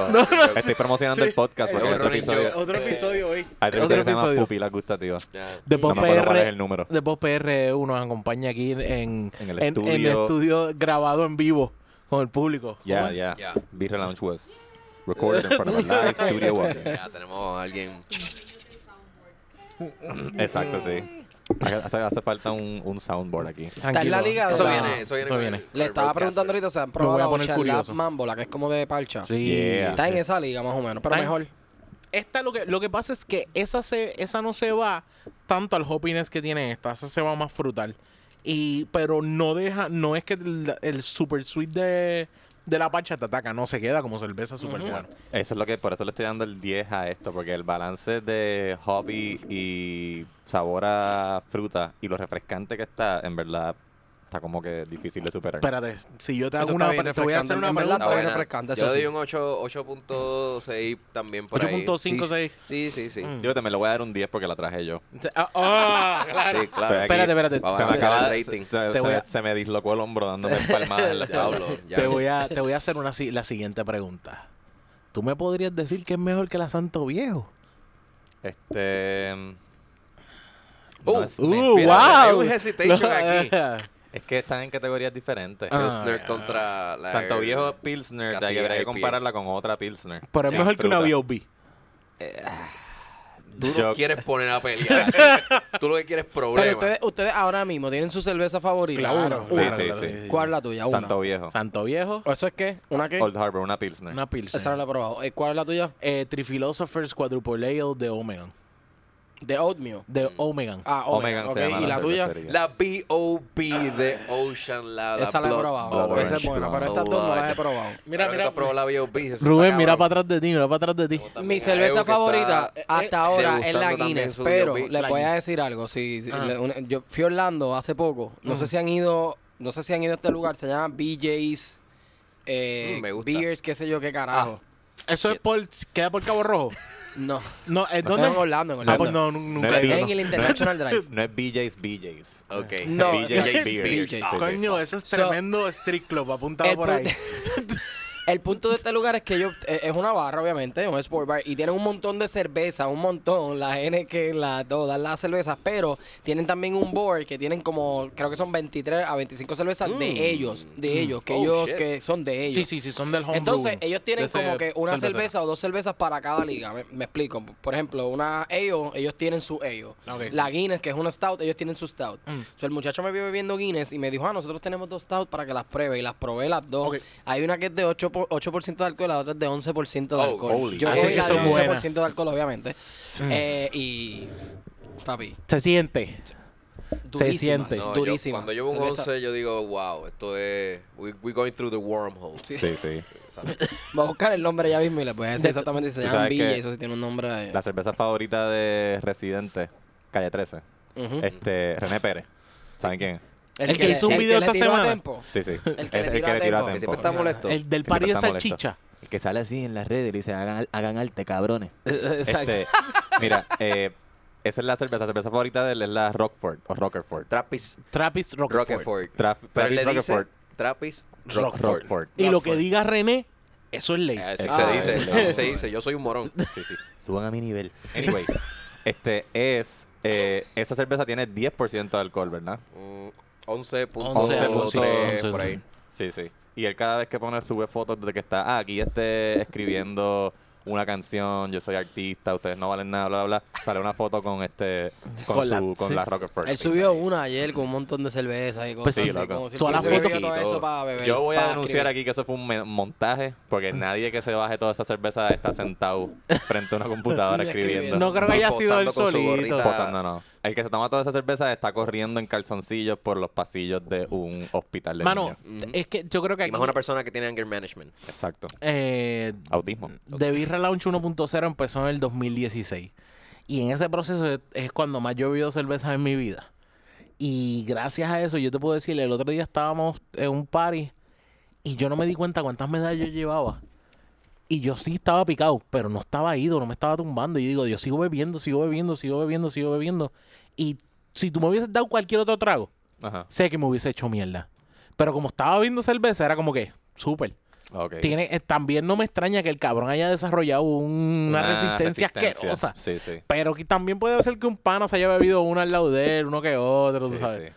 Speaker 1: estoy promocionando el podcast porque
Speaker 2: Eh,
Speaker 1: hay otro
Speaker 2: Ronin, yo-
Speaker 1: episodio,
Speaker 4: Otro episodio hoy.
Speaker 1: hay otro episodio que se llama
Speaker 3: episodio.
Speaker 1: Pupilas Gustativas.
Speaker 2: Ya.
Speaker 3: De
Speaker 1: No
Speaker 3: Pop
Speaker 1: me acuerdo cuál es
Speaker 3: PR,
Speaker 1: el número.
Speaker 3: de Pop PR1 nos acompaña aquí en,
Speaker 1: En el
Speaker 3: en- en el
Speaker 1: estudio.
Speaker 3: estudio grabado en vivo con el público.
Speaker 1: Ya,
Speaker 3: ¿Cómo es?
Speaker 1: ya.
Speaker 2: Ya.
Speaker 1: Beer Lounge was recorded in front of a
Speaker 4: (laughs)
Speaker 1: live studio audience.
Speaker 2: Ya, tenemos a alguien.
Speaker 1: Exacto, sí. Hace, hace falta un, un soundboard aquí.
Speaker 3: Tranquilo.
Speaker 4: en la liga,
Speaker 2: Eso
Speaker 4: Ah,
Speaker 2: viene, eso viene.
Speaker 3: no
Speaker 2: con
Speaker 3: viene.
Speaker 2: el- con
Speaker 4: Le
Speaker 2: el
Speaker 4: estaba
Speaker 2: broadcaster.
Speaker 4: preguntando ahorita, ¿se
Speaker 3: voy
Speaker 4: han
Speaker 3: a
Speaker 4: probado
Speaker 3: poner
Speaker 4: Charlap
Speaker 3: curioso.
Speaker 4: Mambo, la que es como de parcha?
Speaker 3: Sí.
Speaker 1: Yeah.
Speaker 4: Está en esa liga más o menos, pero
Speaker 3: Está en-
Speaker 4: mejor.
Speaker 3: Esta lo que, lo que pasa es que esa, se, esa no se va tanto al hoppiness que tiene esta, esa se va más frutal. Y, pero no deja, no es que el, el super sweet de, de la parcha te ataca, no se queda como cerveza super bueno.
Speaker 1: Eso es lo que, por eso le estoy dando el 10 a esto, porque el balance de hobby y sabor a fruta y lo refrescante que está, en verdad, está como que difícil de superar.
Speaker 3: Espérate, si yo te hago
Speaker 4: Esto
Speaker 3: una
Speaker 4: está bien
Speaker 3: pre- te voy a hacer
Speaker 4: refrescante,
Speaker 3: una
Speaker 4: en verdad.
Speaker 2: Está
Speaker 3: pregunta.
Speaker 4: Está bien
Speaker 2: buena. Yo
Speaker 4: refrescante, eso
Speaker 2: le
Speaker 4: sí.
Speaker 2: doy un 8, 8.6 también por ahí.
Speaker 3: 8.56.
Speaker 2: Sí, sí, sí.
Speaker 4: Mm.
Speaker 1: Yo también le voy a dar un 10 porque la traje yo.
Speaker 3: Ah, ah, claro.
Speaker 2: Sí, claro.
Speaker 1: Estoy
Speaker 3: Espérate, espérate.
Speaker 2: Vamos
Speaker 1: Se
Speaker 2: a
Speaker 1: me,
Speaker 2: hacer
Speaker 1: acaba
Speaker 2: el
Speaker 1: de-
Speaker 2: rating.
Speaker 1: se- se-
Speaker 3: Te voy a-
Speaker 1: se me dislocó el hombro dándome palmadas
Speaker 2: (laughs)
Speaker 1: en la
Speaker 2: Diablo, ya.
Speaker 3: Te voy, a, te voy a hacer una, si- la siguiente pregunta. ¿Tú me podrías decir que es mejor que la Santo Viejo?
Speaker 1: Este. No
Speaker 2: Uh,
Speaker 1: es-
Speaker 2: me-
Speaker 3: ¡Uh,
Speaker 2: mira, hay
Speaker 3: wow! eh,
Speaker 2: un hesitation
Speaker 3: Lo- (laughs)
Speaker 2: aquí.
Speaker 1: Es que están en categorías diferentes.
Speaker 3: Ah,
Speaker 2: Pilsner contra la
Speaker 1: Santo Viejo Pilsner,
Speaker 2: Casi
Speaker 1: de- habría que
Speaker 2: IPA.
Speaker 1: compararla con otra Pilsner.
Speaker 3: Pero es
Speaker 1: Sin
Speaker 3: mejor que una
Speaker 1: fruta.
Speaker 3: B.O.B.
Speaker 2: Tú no
Speaker 1: Yo-
Speaker 2: quieres poner
Speaker 1: (laughs)
Speaker 2: a pelear. tú lo que quieres es
Speaker 4: Pero
Speaker 2: problema.
Speaker 4: ustedes, ustedes ahora mismo tienen su cerveza favorita.
Speaker 3: Claro,
Speaker 4: una.
Speaker 1: Sí,
Speaker 4: Una.
Speaker 1: sí,
Speaker 3: claro,
Speaker 1: sí.
Speaker 3: sí.
Speaker 4: ¿Cuál es la tuya? Una.
Speaker 1: Santo
Speaker 2: Oh.
Speaker 1: Viejo.
Speaker 3: Santo Viejo,
Speaker 4: ¿Eso es qué? ¿Una qué?
Speaker 1: Old Harbor, una Pilsner.
Speaker 3: una pilsen.
Speaker 4: Esa no la he probado. Eh, ¿Cuál es la tuya?
Speaker 3: Eh, Trifilosophers Quadruple Ale de Omegan.
Speaker 4: De Oatmeal.
Speaker 2: Mm.
Speaker 3: De Omegan.
Speaker 4: Ah, Omega.
Speaker 1: Omegan se
Speaker 4: ok.
Speaker 1: llama
Speaker 4: ¿Y la tuya?
Speaker 1: cervecería.
Speaker 2: La B.O.B. de Ocean Lada.
Speaker 4: Esa la he
Speaker 2: Blood
Speaker 4: probado.
Speaker 2: Orange
Speaker 4: Esa es buena, pero estas
Speaker 2: Blood.
Speaker 4: dos no las he probado.
Speaker 3: Mira,
Speaker 2: Ahora que
Speaker 3: mira.
Speaker 2: tú has probado la B.O.B. eso
Speaker 3: Rubén,
Speaker 2: está
Speaker 3: mira
Speaker 2: cabrón.
Speaker 3: para atrás de ti, mira para atrás de ti.
Speaker 4: Mi
Speaker 2: También
Speaker 4: cerveza
Speaker 2: Edu, que
Speaker 4: votada
Speaker 2: está, eh,
Speaker 4: hasta ahora es la
Speaker 2: degustando también
Speaker 4: Guinness,
Speaker 2: su
Speaker 4: pero
Speaker 2: DOP.
Speaker 4: les
Speaker 3: La
Speaker 4: voy a
Speaker 3: Guinness.
Speaker 4: decir algo. Si, si-
Speaker 3: Ajá.
Speaker 4: le- una- yo fui a Orlando hace poco. No sé si han ido, no sé si han ido a este lugar. Se llama BJ's eh,
Speaker 2: Mm, me gusta. Ah.
Speaker 4: Beers, qué sé yo, qué carajo.
Speaker 3: Eso es por. ¿Queda por Cabo Rojo?
Speaker 4: No,
Speaker 2: (laughs)
Speaker 3: No, ¿en
Speaker 4: no
Speaker 3: dónde?
Speaker 4: en Orlando, en
Speaker 3: Ah,
Speaker 4: Orlando.
Speaker 3: pues no, nu- nunca he
Speaker 1: no,
Speaker 3: ido.
Speaker 1: no.
Speaker 4: En
Speaker 1: (laughs)
Speaker 4: el International Drive.
Speaker 1: No es BJ's, BJ's.
Speaker 2: Ok.
Speaker 4: No,
Speaker 1: BJ's,
Speaker 4: es
Speaker 1: Beer.
Speaker 4: BJ's.
Speaker 1: Ah, ok.
Speaker 3: Coño, eso es
Speaker 4: So-
Speaker 3: tremendo street club apuntado
Speaker 4: El
Speaker 3: por ahí.
Speaker 4: (laughs) El punto de este lugar es que yo eh, es una barra, obviamente, es un sport bar, y tienen un montón de cerveza, un montón, las NK, las todas las cervezas, pero tienen también un board que tienen como, creo que son 23 a 25 cervezas de ellos, de ellos, que
Speaker 2: Oh,
Speaker 4: ellos,
Speaker 2: shit.
Speaker 4: que son de ellos.
Speaker 3: Sí, sí, sí, son del home
Speaker 4: Entonces,
Speaker 3: brewing,
Speaker 4: ellos tienen
Speaker 3: de ese
Speaker 4: como que una cerveza.
Speaker 3: cervecero.
Speaker 4: o dos cervezas para cada liga. Me, me explico. Por ejemplo, una ellos, ellos tienen su ellos.
Speaker 3: Ok.
Speaker 4: La Guinness, que es una stout, ellos tienen su stout.
Speaker 3: Mm.
Speaker 4: So, el muchacho me vio bebiendo Guinness y me dijo, ah, nosotros tenemos dos stout para que las pruebe. Y las probé las dos.
Speaker 3: Ok.
Speaker 4: Hay una que es de 8%, por- 8% de alcohol, la otra es de 11% de
Speaker 2: Oh,
Speaker 4: alcohol.
Speaker 1: holy.
Speaker 4: Yo
Speaker 3: Así
Speaker 4: soy
Speaker 3: que
Speaker 4: la de
Speaker 3: son
Speaker 4: 11%
Speaker 3: buenas.
Speaker 4: de alcohol, obviamente. Eh, y, papi,
Speaker 3: Se siente.
Speaker 4: durísimas,
Speaker 3: siente.
Speaker 2: No, yo-
Speaker 4: durísimas.
Speaker 2: cuando llevo un
Speaker 4: Cerveza-
Speaker 2: 11, yo digo, wow, esto es. We, we're going through the wormhole.
Speaker 1: Sí, sí.
Speaker 2: ¿sabes?
Speaker 4: Voy a buscar el nombre ya mismo y les voy a decir
Speaker 3: De-
Speaker 4: exactamente si se
Speaker 1: Tú
Speaker 4: llaman
Speaker 1: sabes
Speaker 4: Villa
Speaker 1: que
Speaker 4: y eso sí tiene un nombre. eh,
Speaker 1: La cerveza favorita de Residente, Calle 13.
Speaker 4: ujú.
Speaker 1: Este, René Pérez. ¿Saben quién? es?
Speaker 3: El que hizo un video esta semana.
Speaker 1: Sí, sí.
Speaker 4: El que
Speaker 1: es
Speaker 4: le tira tempo.
Speaker 1: tempo.
Speaker 4: Que
Speaker 2: siempre está molesto.
Speaker 3: El del
Speaker 1: que
Speaker 3: party de
Speaker 1: está molesto.
Speaker 3: salchicha.
Speaker 1: El que sale así en las redes y le dice, hagan, hagan arte,
Speaker 3: (laughs)
Speaker 1: cabrones. Este, mira, eh, esa es la cerveza. La cerveza favorita de él es la Rockford o Rockerford.
Speaker 2: Trappist
Speaker 3: Trappist Rockford.
Speaker 2: Rockefort.
Speaker 1: Traf-
Speaker 2: Pero él
Speaker 1: Trappist
Speaker 2: le dice
Speaker 1: Rockefort.
Speaker 2: Trappist
Speaker 3: Rockford.
Speaker 2: Rockford.
Speaker 3: Y lo
Speaker 4: Rockford.
Speaker 3: que diga René, eso es ley.
Speaker 2: eh, Así
Speaker 1: Ah,
Speaker 2: se dice,
Speaker 1: el-
Speaker 2: así se dice. Yo soy un morón.
Speaker 1: Sí, sí. Suban a mi nivel. Anyway, (laughs) este es... eh, esa cerveza tiene 10% de alcohol, ¿verdad?
Speaker 2: Mm, 11.3
Speaker 1: 11.3,
Speaker 2: por ahí.
Speaker 1: Sí, sí. Y él cada vez que pone, sube fotos de que está, ah, aquí esté escribiendo una canción, yo soy artista, ustedes no valen nada, bla, bla, bla. Sale una foto con este, con,
Speaker 3: Con la-
Speaker 1: su, con
Speaker 3: sí.
Speaker 1: la Rockefeller.
Speaker 4: Él subió una ayer con un montón de cerveza y
Speaker 1: Pues
Speaker 4: cosas
Speaker 1: sí,
Speaker 4: así,
Speaker 1: loco.
Speaker 4: como si él
Speaker 3: Todas las
Speaker 4: se hubiese
Speaker 3: fotos.
Speaker 4: bebido todo eso para beber.
Speaker 1: Yo voy a
Speaker 4: para
Speaker 1: denunciar
Speaker 4: escribir.
Speaker 1: aquí que eso fue un me- montaje, porque nadie que se baje toda esta cerveza está sentado frente a una computadora
Speaker 4: (laughs) Y
Speaker 1: escribiendo.
Speaker 4: escribiendo.
Speaker 3: No creo que haya sido
Speaker 2: Posando
Speaker 3: él
Speaker 2: con su gorrita.
Speaker 3: solito.
Speaker 1: Posando, no. El que se toma toda esa cerveza está corriendo en calzoncillos por los pasillos de un hospital de
Speaker 3: Mano,
Speaker 1: niños.
Speaker 2: Ujú.
Speaker 3: es que yo creo
Speaker 2: Y
Speaker 3: que aquí...
Speaker 2: más una persona que tiene anger management.
Speaker 1: Exacto.
Speaker 3: eh,
Speaker 1: Autismo.
Speaker 3: The Beer Relaunch 1.0 empezó en el 2016. Y en ese proceso es, es cuando más yo he bebido cerveza en mi vida. Y gracias a eso, yo te puedo decir, el otro día estábamos en un party y yo no me di cuenta cuántas medallas yo llevaba. Y yo sí estaba picado, pero no estaba ido, no me estaba tumbando. Y yo digo, yo sigo bebiendo, sigo bebiendo, sigo bebiendo, sigo bebiendo. Y si tú me hubieses dado cualquier otro trago,
Speaker 1: Ajá.
Speaker 3: sé que me hubiese hecho mierda. Pero como estaba bebiendo cerveza, era como que, súper.
Speaker 1: Ok.
Speaker 3: Tiene, eh, también no me extraña que el cabrón haya desarrollado un- una, resistencia, asquerosa.
Speaker 1: Sí, sí.
Speaker 3: Pero que también puede ser que un pana se haya bebido una al lado de él, uno que otro, tú
Speaker 1: Sí,
Speaker 3: sabes.
Speaker 1: sí.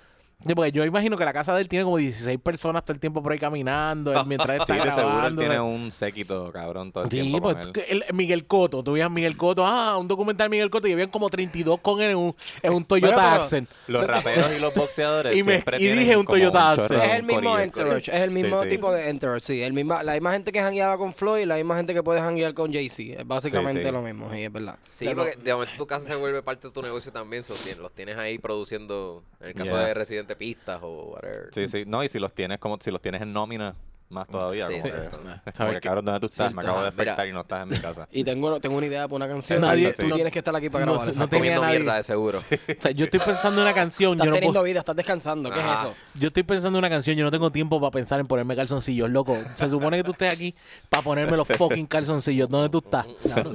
Speaker 3: Sí, porque yo imagino que la casa de él tiene como 16 personas todo el tiempo por ahí caminando, él mientras él
Speaker 1: (laughs) Sí,
Speaker 3: está
Speaker 1: de seguro él
Speaker 3: grabando.
Speaker 1: tiene
Speaker 3: o
Speaker 1: un séquito, cabrón, todo el
Speaker 3: sea. Sí,
Speaker 1: tiempo
Speaker 3: pues
Speaker 1: con él.
Speaker 3: que él- Miguel Coto, tú veías Miguel Coto, ah, un documental de Miguel Coto y habían como 32 con él en un,
Speaker 1: (laughs)
Speaker 3: en un Toyota
Speaker 4: Bueno, pero-
Speaker 3: Accent.
Speaker 1: Los raperos y los boxeadores
Speaker 3: (laughs) Y me-
Speaker 1: siempre
Speaker 3: y
Speaker 1: tienen
Speaker 3: dije un
Speaker 1: como
Speaker 3: Toyota
Speaker 1: chorro,
Speaker 3: Accent.
Speaker 4: Es el
Speaker 1: un
Speaker 4: mismo
Speaker 1: corillo.
Speaker 4: entourage, es el mismo
Speaker 1: Sí, sí.
Speaker 4: tipo de entourage, sí. El misma, la misma gente que jangueaba con Floyd y la misma gente que puede janguear con Jay-Z. Es básicamente
Speaker 1: Sí, sí.
Speaker 4: lo mismo, sí, es verdad.
Speaker 2: Sí, porque de momento tu casa se vuelve parte de tu negocio también. so, tien- los tienes ahí produciendo, en el caso
Speaker 1: Yeah.
Speaker 2: de Residente Pistas o whatever.
Speaker 1: Sí, sí. No, y si los tienes como si los tienes en nómina, más todavía.
Speaker 2: Sí,
Speaker 1: como que-
Speaker 2: exacto.
Speaker 1: como que, cabrón, ¿dónde tú estás? Me
Speaker 4: Cierto.
Speaker 1: acabo de
Speaker 2: Ah, mira.
Speaker 1: despertar y no estás en mi casa.
Speaker 4: Y tengo, tengo una idea para una canción.
Speaker 1: Nadie-
Speaker 4: tú
Speaker 1: no-
Speaker 4: tienes que estar aquí para
Speaker 3: no-
Speaker 4: grabar.
Speaker 3: no
Speaker 4: esa.
Speaker 3: tenía
Speaker 2: Comiendo
Speaker 3: nadie.
Speaker 2: mierda de seguro.
Speaker 3: O sea, yo estoy pensando en una canción,
Speaker 4: Estás
Speaker 3: yo no
Speaker 4: teniendo
Speaker 3: puedo-
Speaker 4: vida, estás descansando. ¿Qué es
Speaker 2: Ajá.
Speaker 4: eso?
Speaker 3: Yo estoy pensando en una canción, yo no tengo tiempo para pensar en ponerme calzoncillos, loco. Se supone que tú estés aquí para ponerme los fucking calzoncillos. ¿Dónde tú estás? (laughs)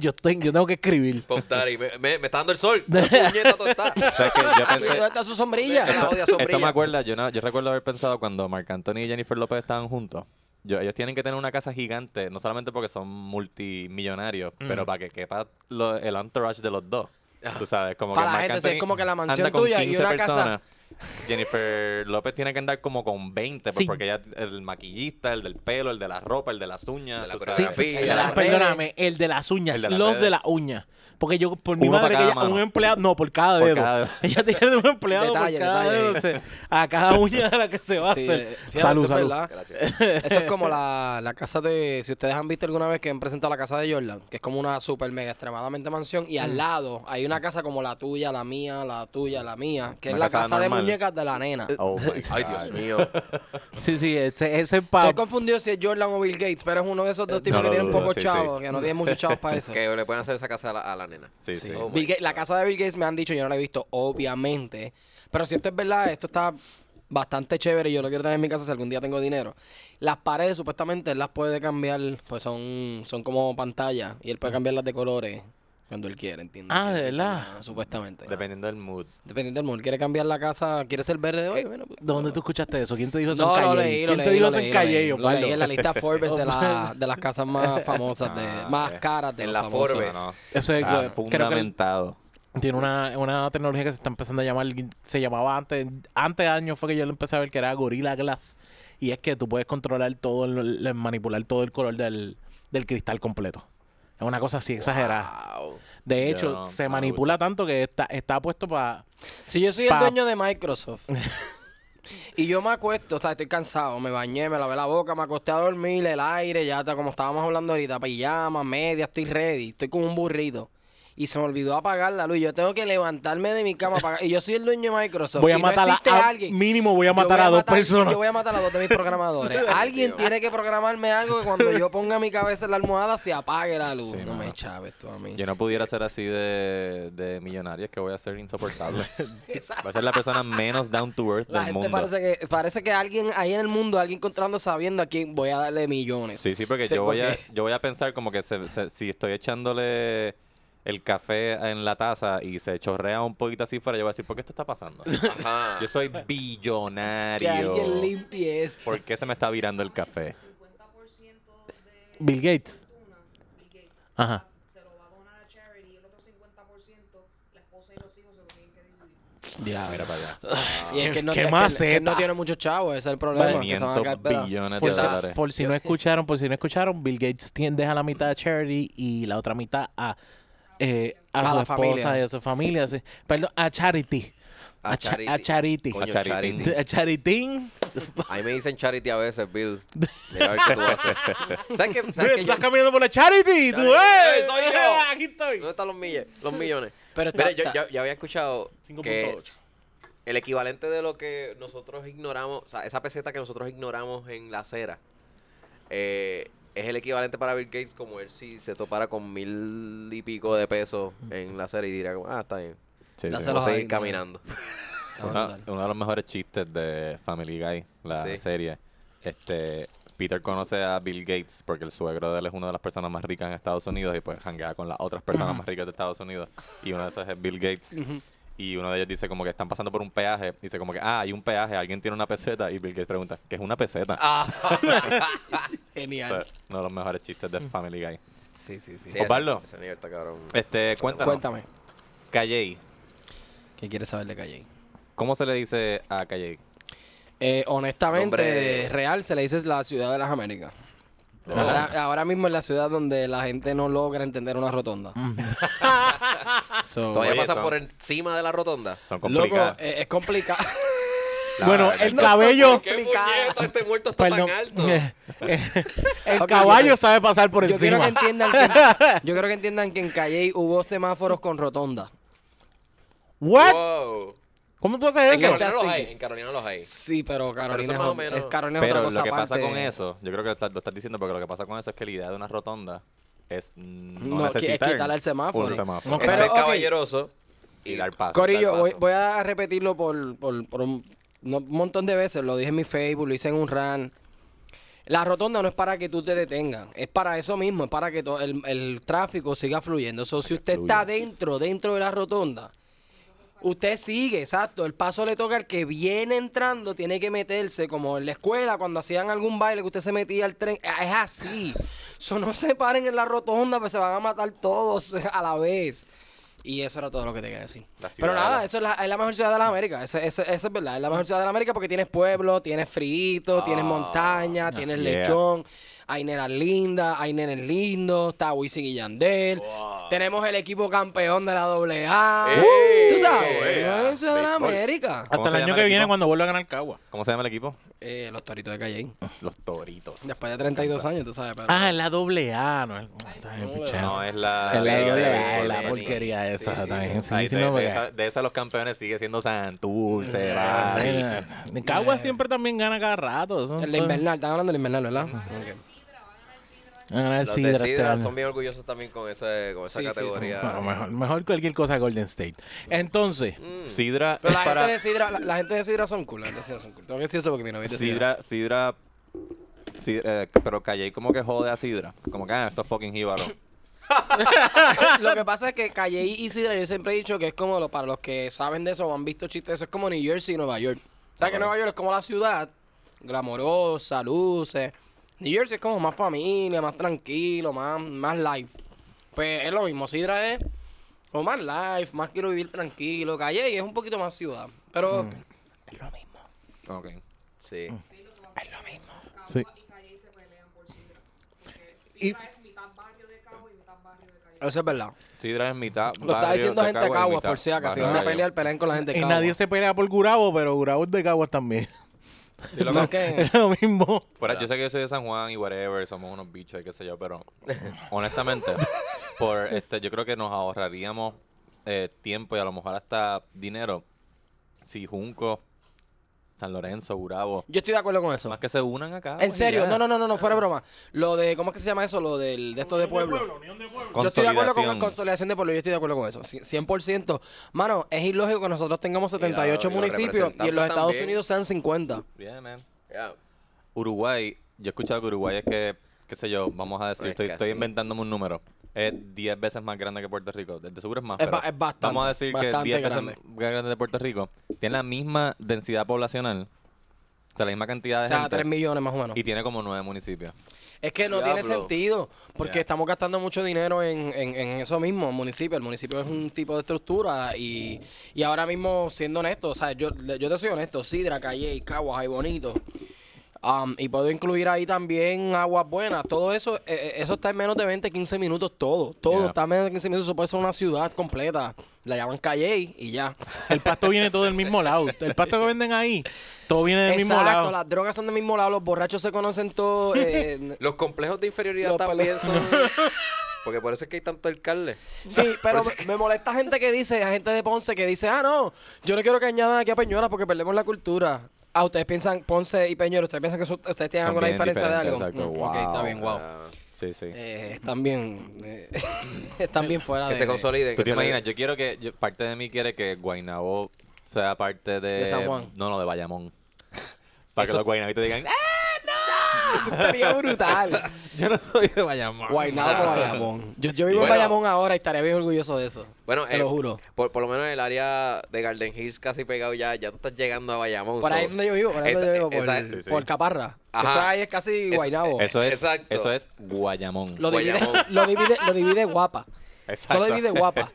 Speaker 3: yo, estoy, yo tengo que escribir.
Speaker 2: (laughs) Pop Daddy, me, me- me está dando el
Speaker 3: (laughs)
Speaker 2: sol. Puñeta, tú estás.
Speaker 1: O sea, es que
Speaker 4: (laughs)
Speaker 1: yo pensé,
Speaker 4: ¿Dónde está su sombrilla?
Speaker 2: Deja la odia
Speaker 1: Esto me
Speaker 2: sombrilla.
Speaker 1: acuerda, yo, no- yo recuerdo haber pensado cuando Marc Anthony y Jennifer López estaban juntos. Yo- ellos tienen que tener una casa gigante,
Speaker 4: Mm.
Speaker 1: no solamente porque son multimillonarios, pero para que quepa lo- el entourage de los dos. Tú sabes, como
Speaker 4: Ah, Para
Speaker 1: que
Speaker 4: la
Speaker 1: Marc
Speaker 4: gente, sí, es
Speaker 1: Anthony
Speaker 4: como que la
Speaker 1: anda
Speaker 4: mansión
Speaker 1: con
Speaker 4: tuya y
Speaker 1: 15
Speaker 4: una casa.
Speaker 1: personas. Jennifer López tiene que andar como con 20, pues,
Speaker 3: Sí.
Speaker 1: porque ella el maquillista, el del pelo, el de la ropa, el de las uñas,
Speaker 2: De la
Speaker 1: tú
Speaker 2: coreografía.
Speaker 1: sabes.
Speaker 2: Sí,
Speaker 4: el de las
Speaker 3: Perdóname, el de las uñas,
Speaker 1: El de las
Speaker 3: los
Speaker 1: redes.
Speaker 3: de las uñas. Porque yo, por mi
Speaker 1: Uno pa'
Speaker 3: madre, que
Speaker 1: cada
Speaker 3: ella,
Speaker 1: mano.
Speaker 3: un empleado, no, por cada
Speaker 1: Por
Speaker 3: dedo.
Speaker 1: cada dedo.
Speaker 3: (laughs) Ella tiene un empleado
Speaker 4: Detalle,
Speaker 3: por cada
Speaker 4: detalle.
Speaker 3: dedo. o sea, a cada uña a la que se va a
Speaker 4: Sí,
Speaker 3: hacer.
Speaker 4: fíjate,
Speaker 3: salud,
Speaker 4: eso es
Speaker 3: salud.
Speaker 4: verdad.
Speaker 2: Gracias.
Speaker 4: Eso es como la, la casa de. Si ustedes han visto alguna vez que han presentado la casa de Jordan, que es como una super mega extremadamente mansión, y al lado hay una casa como la tuya, la mía, la tuya, la mía, que
Speaker 1: Una
Speaker 4: es la
Speaker 1: casa
Speaker 4: casa de
Speaker 1: normal.
Speaker 4: muñecas de la nena.
Speaker 1: Oh my
Speaker 2: Ay,
Speaker 1: God.
Speaker 2: Dios (laughs) mío.
Speaker 3: Sí, sí, ese, ese pa-
Speaker 4: Estoy confundido si es Jordan o Bill Gates, pero es uno de esos dos tipos
Speaker 1: Eh, no
Speaker 4: que
Speaker 1: lo
Speaker 4: tienen
Speaker 1: dudo,
Speaker 4: pocos
Speaker 1: sí, sí.
Speaker 4: chavos, que no tienen muchos chavos
Speaker 1: (laughs)
Speaker 4: para eso.
Speaker 2: que le pueden hacer esa casa a la, a la nena.
Speaker 1: Sí, sí.
Speaker 4: Sí.
Speaker 2: Oh my
Speaker 4: Bill Gates- la casa de Bill Gates me han dicho, yo no la he visto, obviamente. Pero si esto es verdad, esto está bastante chévere. Yo lo quiero tener en mi casa si algún día tengo dinero. Las paredes, supuestamente, él las puede cambiar, pues son, son como pantalla. Y él puede cambiarlas de colores cuando él quiere, ¿entiendes?
Speaker 3: Ah,
Speaker 4: Que-
Speaker 3: ¿de
Speaker 4: que-
Speaker 3: verdad?
Speaker 4: ah, Supuestamente.
Speaker 1: Dependiendo del mood.
Speaker 4: Dependiendo del mundo. Quiere cambiar la casa, quiere ser verde hoy. Bueno, pues,
Speaker 3: Eh, ¿Dónde tú escuchaste eso? ¿Quién te dijo eso
Speaker 4: no,
Speaker 3: en
Speaker 4: lo
Speaker 3: Calle?
Speaker 4: leí, lo
Speaker 3: ¿Quién
Speaker 4: leí.
Speaker 3: te dijo
Speaker 4: lo
Speaker 3: eso
Speaker 4: leí,
Speaker 3: en
Speaker 4: lo
Speaker 3: Calle?
Speaker 4: leí.
Speaker 3: Yo,
Speaker 4: Lo leí
Speaker 3: Pablo.
Speaker 4: en la lista Forbes de, la-
Speaker 3: (laughs)
Speaker 4: de las casas más famosas, de,
Speaker 1: Ah,
Speaker 4: más
Speaker 1: ok.
Speaker 4: caras de
Speaker 2: En
Speaker 4: los
Speaker 2: la
Speaker 4: famosos.
Speaker 2: Forbes.
Speaker 1: No, no.
Speaker 3: Eso es
Speaker 1: Está
Speaker 3: creo que-
Speaker 1: fundamentado.
Speaker 3: Tiene una, una tecnología que se está empezando a llamar, se llamaba antes, antes de años fue que yo lo empecé a ver que era Gorilla Glass. Y es que tú puedes controlar todo, el- el- manipular todo el color del, del cristal completo. Es una cosa así exagerada.
Speaker 2: Wow.
Speaker 3: De
Speaker 1: Yo
Speaker 3: hecho,
Speaker 1: no-
Speaker 3: se
Speaker 1: no me
Speaker 3: manipula tanto que está, está puesto para...
Speaker 4: Si yo soy el
Speaker 3: Pa-
Speaker 4: dueño de Microsoft y yo me acuesto, o sea, estoy cansado, me bañé, me lavé la boca, me acosté a dormir, el aire, ya está como estábamos hablando ahorita, pijama, media, estoy ready, estoy con un burrito. Y se me olvidó apagar la luz. Yo tengo que levantarme de mi cama. apagar- Y yo soy el dueño de Microsoft.
Speaker 3: Voy a
Speaker 4: y no
Speaker 3: matar a-
Speaker 4: existe
Speaker 3: a-
Speaker 4: alguien.
Speaker 3: mínimo voy a
Speaker 4: Yo
Speaker 3: matar a dos personas.
Speaker 4: Yo voy a matar a dos de
Speaker 1: (laughs)
Speaker 4: mis programadores. alguien
Speaker 2: Dios.
Speaker 4: tiene que programarme algo que cuando yo ponga mi cabeza en la almohada se apague la luz.
Speaker 1: Sí,
Speaker 4: no me
Speaker 1: mano.
Speaker 4: chaves tú a mí.
Speaker 1: Yo no pudiera ser así de, de millonaria, es que voy a ser insoportable.
Speaker 4: (laughs)
Speaker 1: Voy a ser la persona menos down to earth
Speaker 4: La
Speaker 1: del
Speaker 4: gente
Speaker 1: mundo.
Speaker 4: parece que parece que alguien ahí en el mundo, alguien encontrando sabiendo a quién voy a darle millones.
Speaker 1: Sí, sí, porque
Speaker 4: Sé
Speaker 1: yo voy, a,
Speaker 4: porque-
Speaker 1: yo voy a pensar como que se- se- si estoy echándole el café en la taza y se chorrea un poquito así fuera, yo voy a decir, ¿por qué esto está pasando?
Speaker 2: Ajá.
Speaker 1: Yo soy
Speaker 4: Que alguien
Speaker 1: billonario.
Speaker 4: limpie esto.
Speaker 1: ¿Por qué se me está virando el café?
Speaker 3: Bill Gates. Ajá.
Speaker 5: se lo va a donar a charity y el otro 50% la esposa y los hijos se lo tienen que dividir.
Speaker 1: Mira para allá.
Speaker 4: Y es que no,
Speaker 3: qué
Speaker 4: es que-
Speaker 3: más
Speaker 4: es que
Speaker 3: seta.
Speaker 4: no tiene muchos chavos, ese es el problema. que se van
Speaker 1: 500
Speaker 4: a quedar-
Speaker 1: billones de
Speaker 4: Por si-
Speaker 1: dólares.
Speaker 3: Por si no escucharon, por si no escucharon, Bill Gates tien- deja la mitad a charity y la otra mitad a, eh, a,
Speaker 4: A
Speaker 3: su
Speaker 4: la
Speaker 3: esposa
Speaker 4: familia.
Speaker 3: y a su familia. así. Perdón, a charity.
Speaker 2: Ah, A
Speaker 3: A, cha-
Speaker 2: charity.
Speaker 3: a charity.
Speaker 2: Coño,
Speaker 1: A charity.
Speaker 2: charity. (laughs)
Speaker 3: A charitín.
Speaker 2: A mí me dicen charity a veces, (laughs) Bill. Mira a ver qué tú haces. ¿Sabes qué? ¿Sabes qué? Yo-
Speaker 3: Estás caminando por la charity. Tú,
Speaker 2: Charity.
Speaker 3: ¡eh!
Speaker 2: ¡Eh, soy yo!
Speaker 3: (laughs) Aquí estoy.
Speaker 2: ¿Dónde están los, mille- los millones?
Speaker 4: Pero está-
Speaker 2: Mira, yo,
Speaker 4: está-
Speaker 2: ya, ya había escuchado que
Speaker 3: 5.8.
Speaker 2: es el equivalente de lo que nosotros ignoramos, o sea, esa peseta que nosotros ignoramos en la acera, eh, es el equivalente para Bill Gates como él si se topara con mil y pico de pesos en la acera y dirá, como, ah, está bien,
Speaker 1: Sí,
Speaker 4: Ya
Speaker 1: sí.
Speaker 4: se lo-
Speaker 2: vamos a
Speaker 4: Ay,
Speaker 2: seguir
Speaker 4: no.
Speaker 2: caminando.
Speaker 4: Está
Speaker 1: Una-
Speaker 4: brutal.
Speaker 1: uno de los mejores chistes de Family Guy, la
Speaker 2: Sí.
Speaker 1: serie. Este, Peter conoce a Bill Gates porque el suegro de él es una de las personas más ricas en Estados Unidos y pues hanguea con las otras personas más ricas de Estados Unidos. Y uno de esos es Bill Gates. Y uno de ellos dice como que están pasando por un peaje. Dice como que, ah, hay un peaje, alguien tiene una peseta. Y Bill Gates pregunta, ¿qué es una peseta?
Speaker 4: Ah,
Speaker 1: (laughs) O sea,
Speaker 4: Genial.
Speaker 1: uno de los mejores chistes de Family Guy.
Speaker 4: Sí, sí, sí.
Speaker 2: Sí, ese-
Speaker 1: Osvaldo.
Speaker 2: Ese, nivel está cabrón.
Speaker 1: Este, cuéntanos,
Speaker 4: Cuéntame,
Speaker 1: Calle,
Speaker 4: ¿qué quieres saber de Calle?
Speaker 1: ¿cómo se le dice a Calle?
Speaker 4: Eh, honestamente,
Speaker 2: Nombre-
Speaker 4: real se le dice la ciudad de las Américas.
Speaker 2: Oh.
Speaker 4: Ahora, ahora mismo es la ciudad donde la gente no logra entender una rotonda. (laughs) So,
Speaker 2: Todavía
Speaker 1: Oye,
Speaker 2: pasa
Speaker 1: son-
Speaker 2: por encima de la rotonda.
Speaker 1: Son
Speaker 4: loco,
Speaker 1: complicadas.
Speaker 4: eh, es complicado.
Speaker 1: (laughs) La-
Speaker 3: bueno,
Speaker 1: la-
Speaker 3: el
Speaker 4: No sé
Speaker 3: cabello.
Speaker 4: por qué complicada.
Speaker 2: puñeta este muerto está
Speaker 3: Perdón.
Speaker 2: tan
Speaker 4: (laughs)
Speaker 2: alto?
Speaker 3: Eh, eh, (laughs) el
Speaker 4: Ok,
Speaker 3: caballo
Speaker 4: yo-
Speaker 3: sabe pasar por
Speaker 4: yo quiero que
Speaker 3: encima.
Speaker 4: entiendan
Speaker 1: (laughs)
Speaker 4: que, yo creo que entiendan que en Calle hubo semáforos con rotonda.
Speaker 3: ¿What?
Speaker 2: Wow.
Speaker 3: ¿Cómo tú haces
Speaker 2: En
Speaker 3: eso?
Speaker 2: Carolina los
Speaker 4: Así
Speaker 2: hay,
Speaker 4: que-
Speaker 2: en Carolina los hay.
Speaker 4: Sí, pero Carolina,
Speaker 2: más
Speaker 4: es-
Speaker 2: o menos-
Speaker 4: es, Carolina es
Speaker 1: Pero
Speaker 4: otra cosa
Speaker 1: lo que pasa
Speaker 4: aparte.
Speaker 1: con eso, yo creo que lo estás, lo estás diciendo porque lo que pasa con eso es que la idea de una rotonda es no,
Speaker 4: No, qui- es
Speaker 1: necesitar
Speaker 4: quitarle el semáforo.
Speaker 1: un semáforo.
Speaker 3: Ok.
Speaker 2: Es
Speaker 4: Pero,
Speaker 2: ser
Speaker 4: ok.
Speaker 2: caballeroso
Speaker 1: Y dar paso.
Speaker 4: Corillo,
Speaker 2: dar
Speaker 4: voy,
Speaker 2: paso.
Speaker 4: voy a repetirlo por, por- por un, no- un montón de veces. Lo dije en mi Facebook, lo hice en un run. La rotonda no es para que tú te detengas, es para eso mismo, es para que to- el, el tráfico siga fluyendo. So, si usted está
Speaker 1: fluya.
Speaker 4: dentro, dentro de la rotonda, usted sigue, exacto. El paso le toca al que viene entrando, tiene que meterse, como en la escuela, cuando hacían algún baile que usted se metía al tren. Ah, Es (laughs) así. So, no se paren en la rotonda, pues se van a matar todos a la vez. Y eso era todo lo que te quería decir.
Speaker 2: La
Speaker 4: Pero
Speaker 2: ciudad-
Speaker 4: nada, eso es la, es la mejor ciudad de la América. Esa ese, esa es verdad. Es la mejor ciudad de la América porque tienes pueblo, tienes frito,
Speaker 2: Ah,
Speaker 4: tienes montaña, tienes
Speaker 1: yeah.
Speaker 4: lechón, hay nenas lindas, hay nenes lindos, está Wisin y Yandel.
Speaker 2: Wow.
Speaker 4: Tenemos el equipo campeón de la AA.
Speaker 2: ¡Eh!
Speaker 4: ¿Tú sabes?
Speaker 2: ¡Eh!
Speaker 4: la mejor ciudad de la
Speaker 1: Béisbol.
Speaker 4: América.
Speaker 1: ¿Cómo
Speaker 3: Hasta el
Speaker 1: se
Speaker 3: año
Speaker 1: llama
Speaker 3: que
Speaker 1: el
Speaker 3: viene
Speaker 1: equipo?
Speaker 3: cuando vuelva a ganar Cagua.
Speaker 1: ¿Cómo se llama el equipo?
Speaker 4: Eh, los toritos de Calle.
Speaker 1: Los Toritos.
Speaker 4: Después de 32 años, tú sabes. Pero...
Speaker 3: Ah, es la doble A, no es. está bien, picheo.
Speaker 1: No, es la...
Speaker 3: Es la
Speaker 1: B,
Speaker 3: doble
Speaker 1: C,
Speaker 3: A, es la
Speaker 1: D.
Speaker 3: porquería esa también. Sí,
Speaker 1: Ahí
Speaker 3: sí,
Speaker 1: de,
Speaker 3: no,
Speaker 1: de
Speaker 3: porque-
Speaker 1: esa, de esa los campeones sigue siendo Santurce,
Speaker 3: Ah,
Speaker 1: Bari.
Speaker 3: sí. Cagua siempre también gana cada rato. eso
Speaker 4: El
Speaker 3: no-
Speaker 4: invernal, están hablando del invernal, ¿verdad? Ok.
Speaker 3: Va a ganar el
Speaker 2: Los
Speaker 3: Sidra
Speaker 2: de
Speaker 3: este
Speaker 2: Sidra
Speaker 3: año.
Speaker 2: son bien orgullosos también con, ese, con esa
Speaker 4: Sí, sí, sí. Mm.
Speaker 2: categoría.
Speaker 3: Bueno, mejor, mejor cualquier cosa Golden State. Entonces,
Speaker 1: Sidra
Speaker 4: Pero
Speaker 1: es
Speaker 4: la gente,
Speaker 1: para...
Speaker 4: de Sidra, la, la gente de Sidra son cool, la gente de Sidra son cool. Tengo que decir eso porque mi novia es de Sidra.
Speaker 1: Sidra, Sidra... Sid- eh, pero Calle como que jode a Sidra. Como que, ah, estos fucking
Speaker 4: (coughs)
Speaker 1: jíbaros.
Speaker 4: (laughs) Lo que pasa es que Calle y Sidra, yo siempre he dicho que es como lo, para los que saben de eso o han visto chistes, eso es como New Jersey y Nueva York. O sea que Nueva York es como la ciudad, glamorosa, luces. New Jersey es como más familia, más tranquilo, más, más life. Pues es lo mismo, Sidra es como más life, más quiero vivir tranquilo. Calle es un poquito más ciudad, pero
Speaker 3: Mm.
Speaker 4: es lo mismo.
Speaker 1: Ok.
Speaker 2: Sí.
Speaker 4: Es lo mismo.
Speaker 3: sí.
Speaker 5: y Calle se pelean por Sidra. Porque
Speaker 3: Y-
Speaker 5: Sidra es mitad barrio de Cabo y mitad barrio de Calle.
Speaker 4: Eso es verdad.
Speaker 1: Sidra es mitad
Speaker 4: Lo está
Speaker 1: barrio
Speaker 4: diciendo
Speaker 1: de
Speaker 4: gente de
Speaker 1: y
Speaker 4: Caguas,
Speaker 1: mitad
Speaker 4: por si acaso. Si
Speaker 1: barrio
Speaker 4: van a
Speaker 1: de Calle.
Speaker 4: pelear, peleen con la gente de
Speaker 3: y
Speaker 4: Caguas.
Speaker 3: nadie se pelea por Gurabo, pero Gurabo es de Caguas también. (laughs)
Speaker 1: Sí, loco.
Speaker 4: No, es que-
Speaker 3: Es lo mismo.
Speaker 1: Fuera- yo sé que yo soy de San Juan y whatever, somos unos bichos y qué sé yo, pero
Speaker 4: (laughs)
Speaker 1: honestamente, por este, yo creo que nos ahorraríamos eh, tiempo y a lo mejor hasta dinero si Junco, San Lorenzo, Gurabo,
Speaker 4: Yo estoy de acuerdo con eso.
Speaker 1: más que se unan acá.
Speaker 4: En serio, no, no, no, no, no, fuera de broma. Lo de, ¿cómo es que se llama eso? Lo del, de esto de pueblo. Yo estoy de acuerdo con la consolidación de pueblo, yo estoy de acuerdo con eso, cien- 100%. Mano, es ilógico que nosotros tengamos
Speaker 2: la-
Speaker 4: 78
Speaker 2: y los
Speaker 4: municipios y en los
Speaker 2: representantes
Speaker 4: Estados
Speaker 2: también.
Speaker 4: Unidos sean 50.
Speaker 1: Yeah, man.
Speaker 2: Yeah.
Speaker 1: Uruguay, yo he escuchado que Uruguay es que, qué sé yo, vamos a decir,
Speaker 2: Es
Speaker 1: estoy,
Speaker 2: que
Speaker 1: estoy
Speaker 2: sí.
Speaker 1: inventándome un número. Es 10 veces más grande que Puerto Rico. De de seguro es más.
Speaker 4: Es
Speaker 1: pero
Speaker 4: ba- es bastante,
Speaker 1: Vamos a decir
Speaker 4: bastante
Speaker 1: que 10
Speaker 4: grande.
Speaker 1: veces más grande de Puerto Rico. Tiene la misma densidad poblacional. O sea, la misma cantidad de
Speaker 4: O sea,
Speaker 1: gente.
Speaker 4: 3 millones más o menos.
Speaker 1: y tiene como 9 municipios.
Speaker 4: Es que no tiene
Speaker 2: Diablo.
Speaker 4: sentido, porque
Speaker 1: Ya.
Speaker 4: estamos gastando mucho dinero en, en- en eso mismo, en municipio. El municipio es un tipo de estructura y, y ahora mismo, siendo honesto, o sea, yo, yo te soy honesto, Sidra, Calle, Caguas, hay bonito. Um, y puedo incluir ahí también aguas buenas. Todo eso, eh, eh, eso está en menos de 20, 15 minutos, todo. Todo
Speaker 1: Ya.
Speaker 4: está en menos de 15 minutos, eso puede ser una ciudad completa. La llaman Calle y ya.
Speaker 3: El pasto viene todo del mismo lado. El pasto que venden ahí, todo viene del mismo
Speaker 4: Exacto,
Speaker 3: lado.
Speaker 4: las drogas son del mismo lado, los borrachos se conocen todos. eh,
Speaker 2: Los complejos de inferioridad
Speaker 4: Los
Speaker 2: también son.
Speaker 4: (laughs)
Speaker 2: Porque por eso es que hay tanto alcalde.
Speaker 4: Sí, pero me, me molesta gente que dice, la gente de Ponce que dice, ah, no, yo no quiero que añadan aquí a Peñuela porque perdemos la cultura. Ah, ustedes piensan, Ponce y Peñuela, ustedes piensan que eso- ustedes tienen
Speaker 1: Son
Speaker 4: alguna
Speaker 1: bien
Speaker 4: diferencia de algo.
Speaker 1: diferentes, exacto.
Speaker 4: Mm, Ok, está
Speaker 1: Wow.
Speaker 4: bien, wow.
Speaker 2: Ah,
Speaker 1: Sí, sí.
Speaker 4: Eh, están bien, eh, (laughs) están bien fuera
Speaker 2: que
Speaker 4: de...
Speaker 2: se consoliden.
Speaker 1: ¿Tú
Speaker 2: que
Speaker 1: te
Speaker 2: se le-
Speaker 1: imaginas? Yo quiero que, yo- parte de mí quiere que Guaynabo sea parte de...
Speaker 4: De San Juan.
Speaker 1: No, no, de Bayamón. (laughs) Para
Speaker 4: Eso-
Speaker 1: que los guaynabitos digan, ¡Ah!
Speaker 4: Eso (laughs) estaría brutal.
Speaker 1: yo no soy de Bayamón.
Speaker 4: Guaynabo
Speaker 1: (laughs)
Speaker 4: por Bayamón. Yo, yo vivo
Speaker 2: Bueno.
Speaker 4: en Bayamón ahora y estaré bien orgulloso de eso.
Speaker 2: Bueno,
Speaker 4: Te
Speaker 2: eh,
Speaker 4: lo juro.
Speaker 2: Por, por lo menos el área de Garden Hills casi pegado ya, ya tú estás llegando a Bayamón.
Speaker 4: Por
Speaker 2: so-
Speaker 4: ahí es donde yo vivo, por ahí es
Speaker 2: esa-
Speaker 4: donde yo vivo, por,
Speaker 2: esa-
Speaker 1: sí, sí.
Speaker 4: por Caparra.
Speaker 2: Ajá.
Speaker 4: Eso ahí es casi
Speaker 2: Eso-
Speaker 4: Guaynabo.
Speaker 1: Eso es,
Speaker 2: Exacto.
Speaker 1: eso es Guayamón.
Speaker 4: Lo divide,
Speaker 2: Guayabón.
Speaker 4: (laughs) lo divide, lo divide guapa.
Speaker 1: Exacto.
Speaker 4: Solo divide
Speaker 1: (laughs)
Speaker 4: guapa.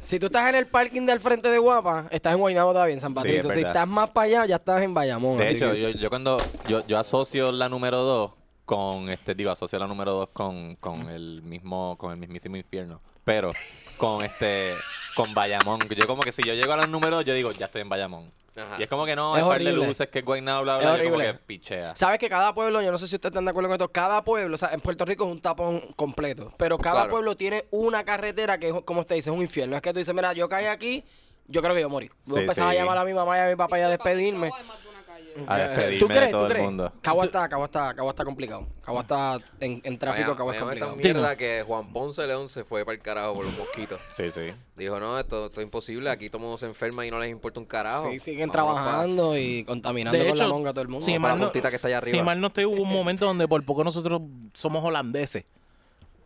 Speaker 4: Si tú estás en el parking del frente de guapa, estás en Guaynabo todavía, en San
Speaker 1: es
Speaker 4: Patricio. si
Speaker 1: verdad.
Speaker 4: estás más para allá, ya estás en Bayamón.
Speaker 1: De
Speaker 4: así
Speaker 1: hecho,
Speaker 4: que-
Speaker 1: yo, yo cuando yo, yo asocio la número 2 con este digo, asocio la número 2 con, con el mismo con el mismísimo infierno, pero con este con Bayamón, yo como que si yo llego a la número 2, yo digo, ya estoy en Bayamón.
Speaker 2: Ajá.
Speaker 1: Y es como que no,
Speaker 4: Es
Speaker 1: es par de
Speaker 4: horrible.
Speaker 1: luces que es Guaynabo, bla
Speaker 4: Es
Speaker 1: bla, yo como
Speaker 4: horrible.
Speaker 1: que pichea.
Speaker 4: Sabes que cada pueblo, yo no sé si ustedes están de acuerdo con esto, cada pueblo, o sea, en Puerto Rico es un tapón completo, pero cada
Speaker 2: Claro.
Speaker 4: pueblo tiene una carretera que es, como usted dice, es un infierno. Es que tú dices, mira, yo caí aquí, yo creo que yo morí. Yo
Speaker 1: Sí,
Speaker 4: empezaba
Speaker 1: sí.
Speaker 4: a llamar a mi mamá y a mi papá y a despedirme.
Speaker 5: Cabo es más de una calle.
Speaker 1: A despedirme
Speaker 4: ¿Tú crees?
Speaker 1: de
Speaker 4: ¿Tú
Speaker 1: todo el
Speaker 4: crees?
Speaker 1: mundo.
Speaker 4: Cagua está, Cagua está, Cagua está complicado. Cagua está en, en tráfico, Cagua es
Speaker 2: Bayamón es
Speaker 4: complicado.
Speaker 2: tan mierda que Juan Ponce León se fue para el carajo por los mosquitos.
Speaker 1: Sí, sí.
Speaker 2: Dijo, no, esto, esto es imposible, aquí todo el mundo se enferma y no les importa un carajo.
Speaker 4: Sí, siguen
Speaker 2: Vámonos
Speaker 4: trabajando y contaminando
Speaker 3: De
Speaker 4: con la
Speaker 3: hecho,
Speaker 4: monga a todo el mundo.
Speaker 3: si
Speaker 2: Vamos para
Speaker 3: mal
Speaker 2: la
Speaker 3: no,
Speaker 2: puntita que está allá
Speaker 3: si
Speaker 2: arriba.
Speaker 3: mal no estoy, hubo un momento donde por poco nosotros somos holandeses.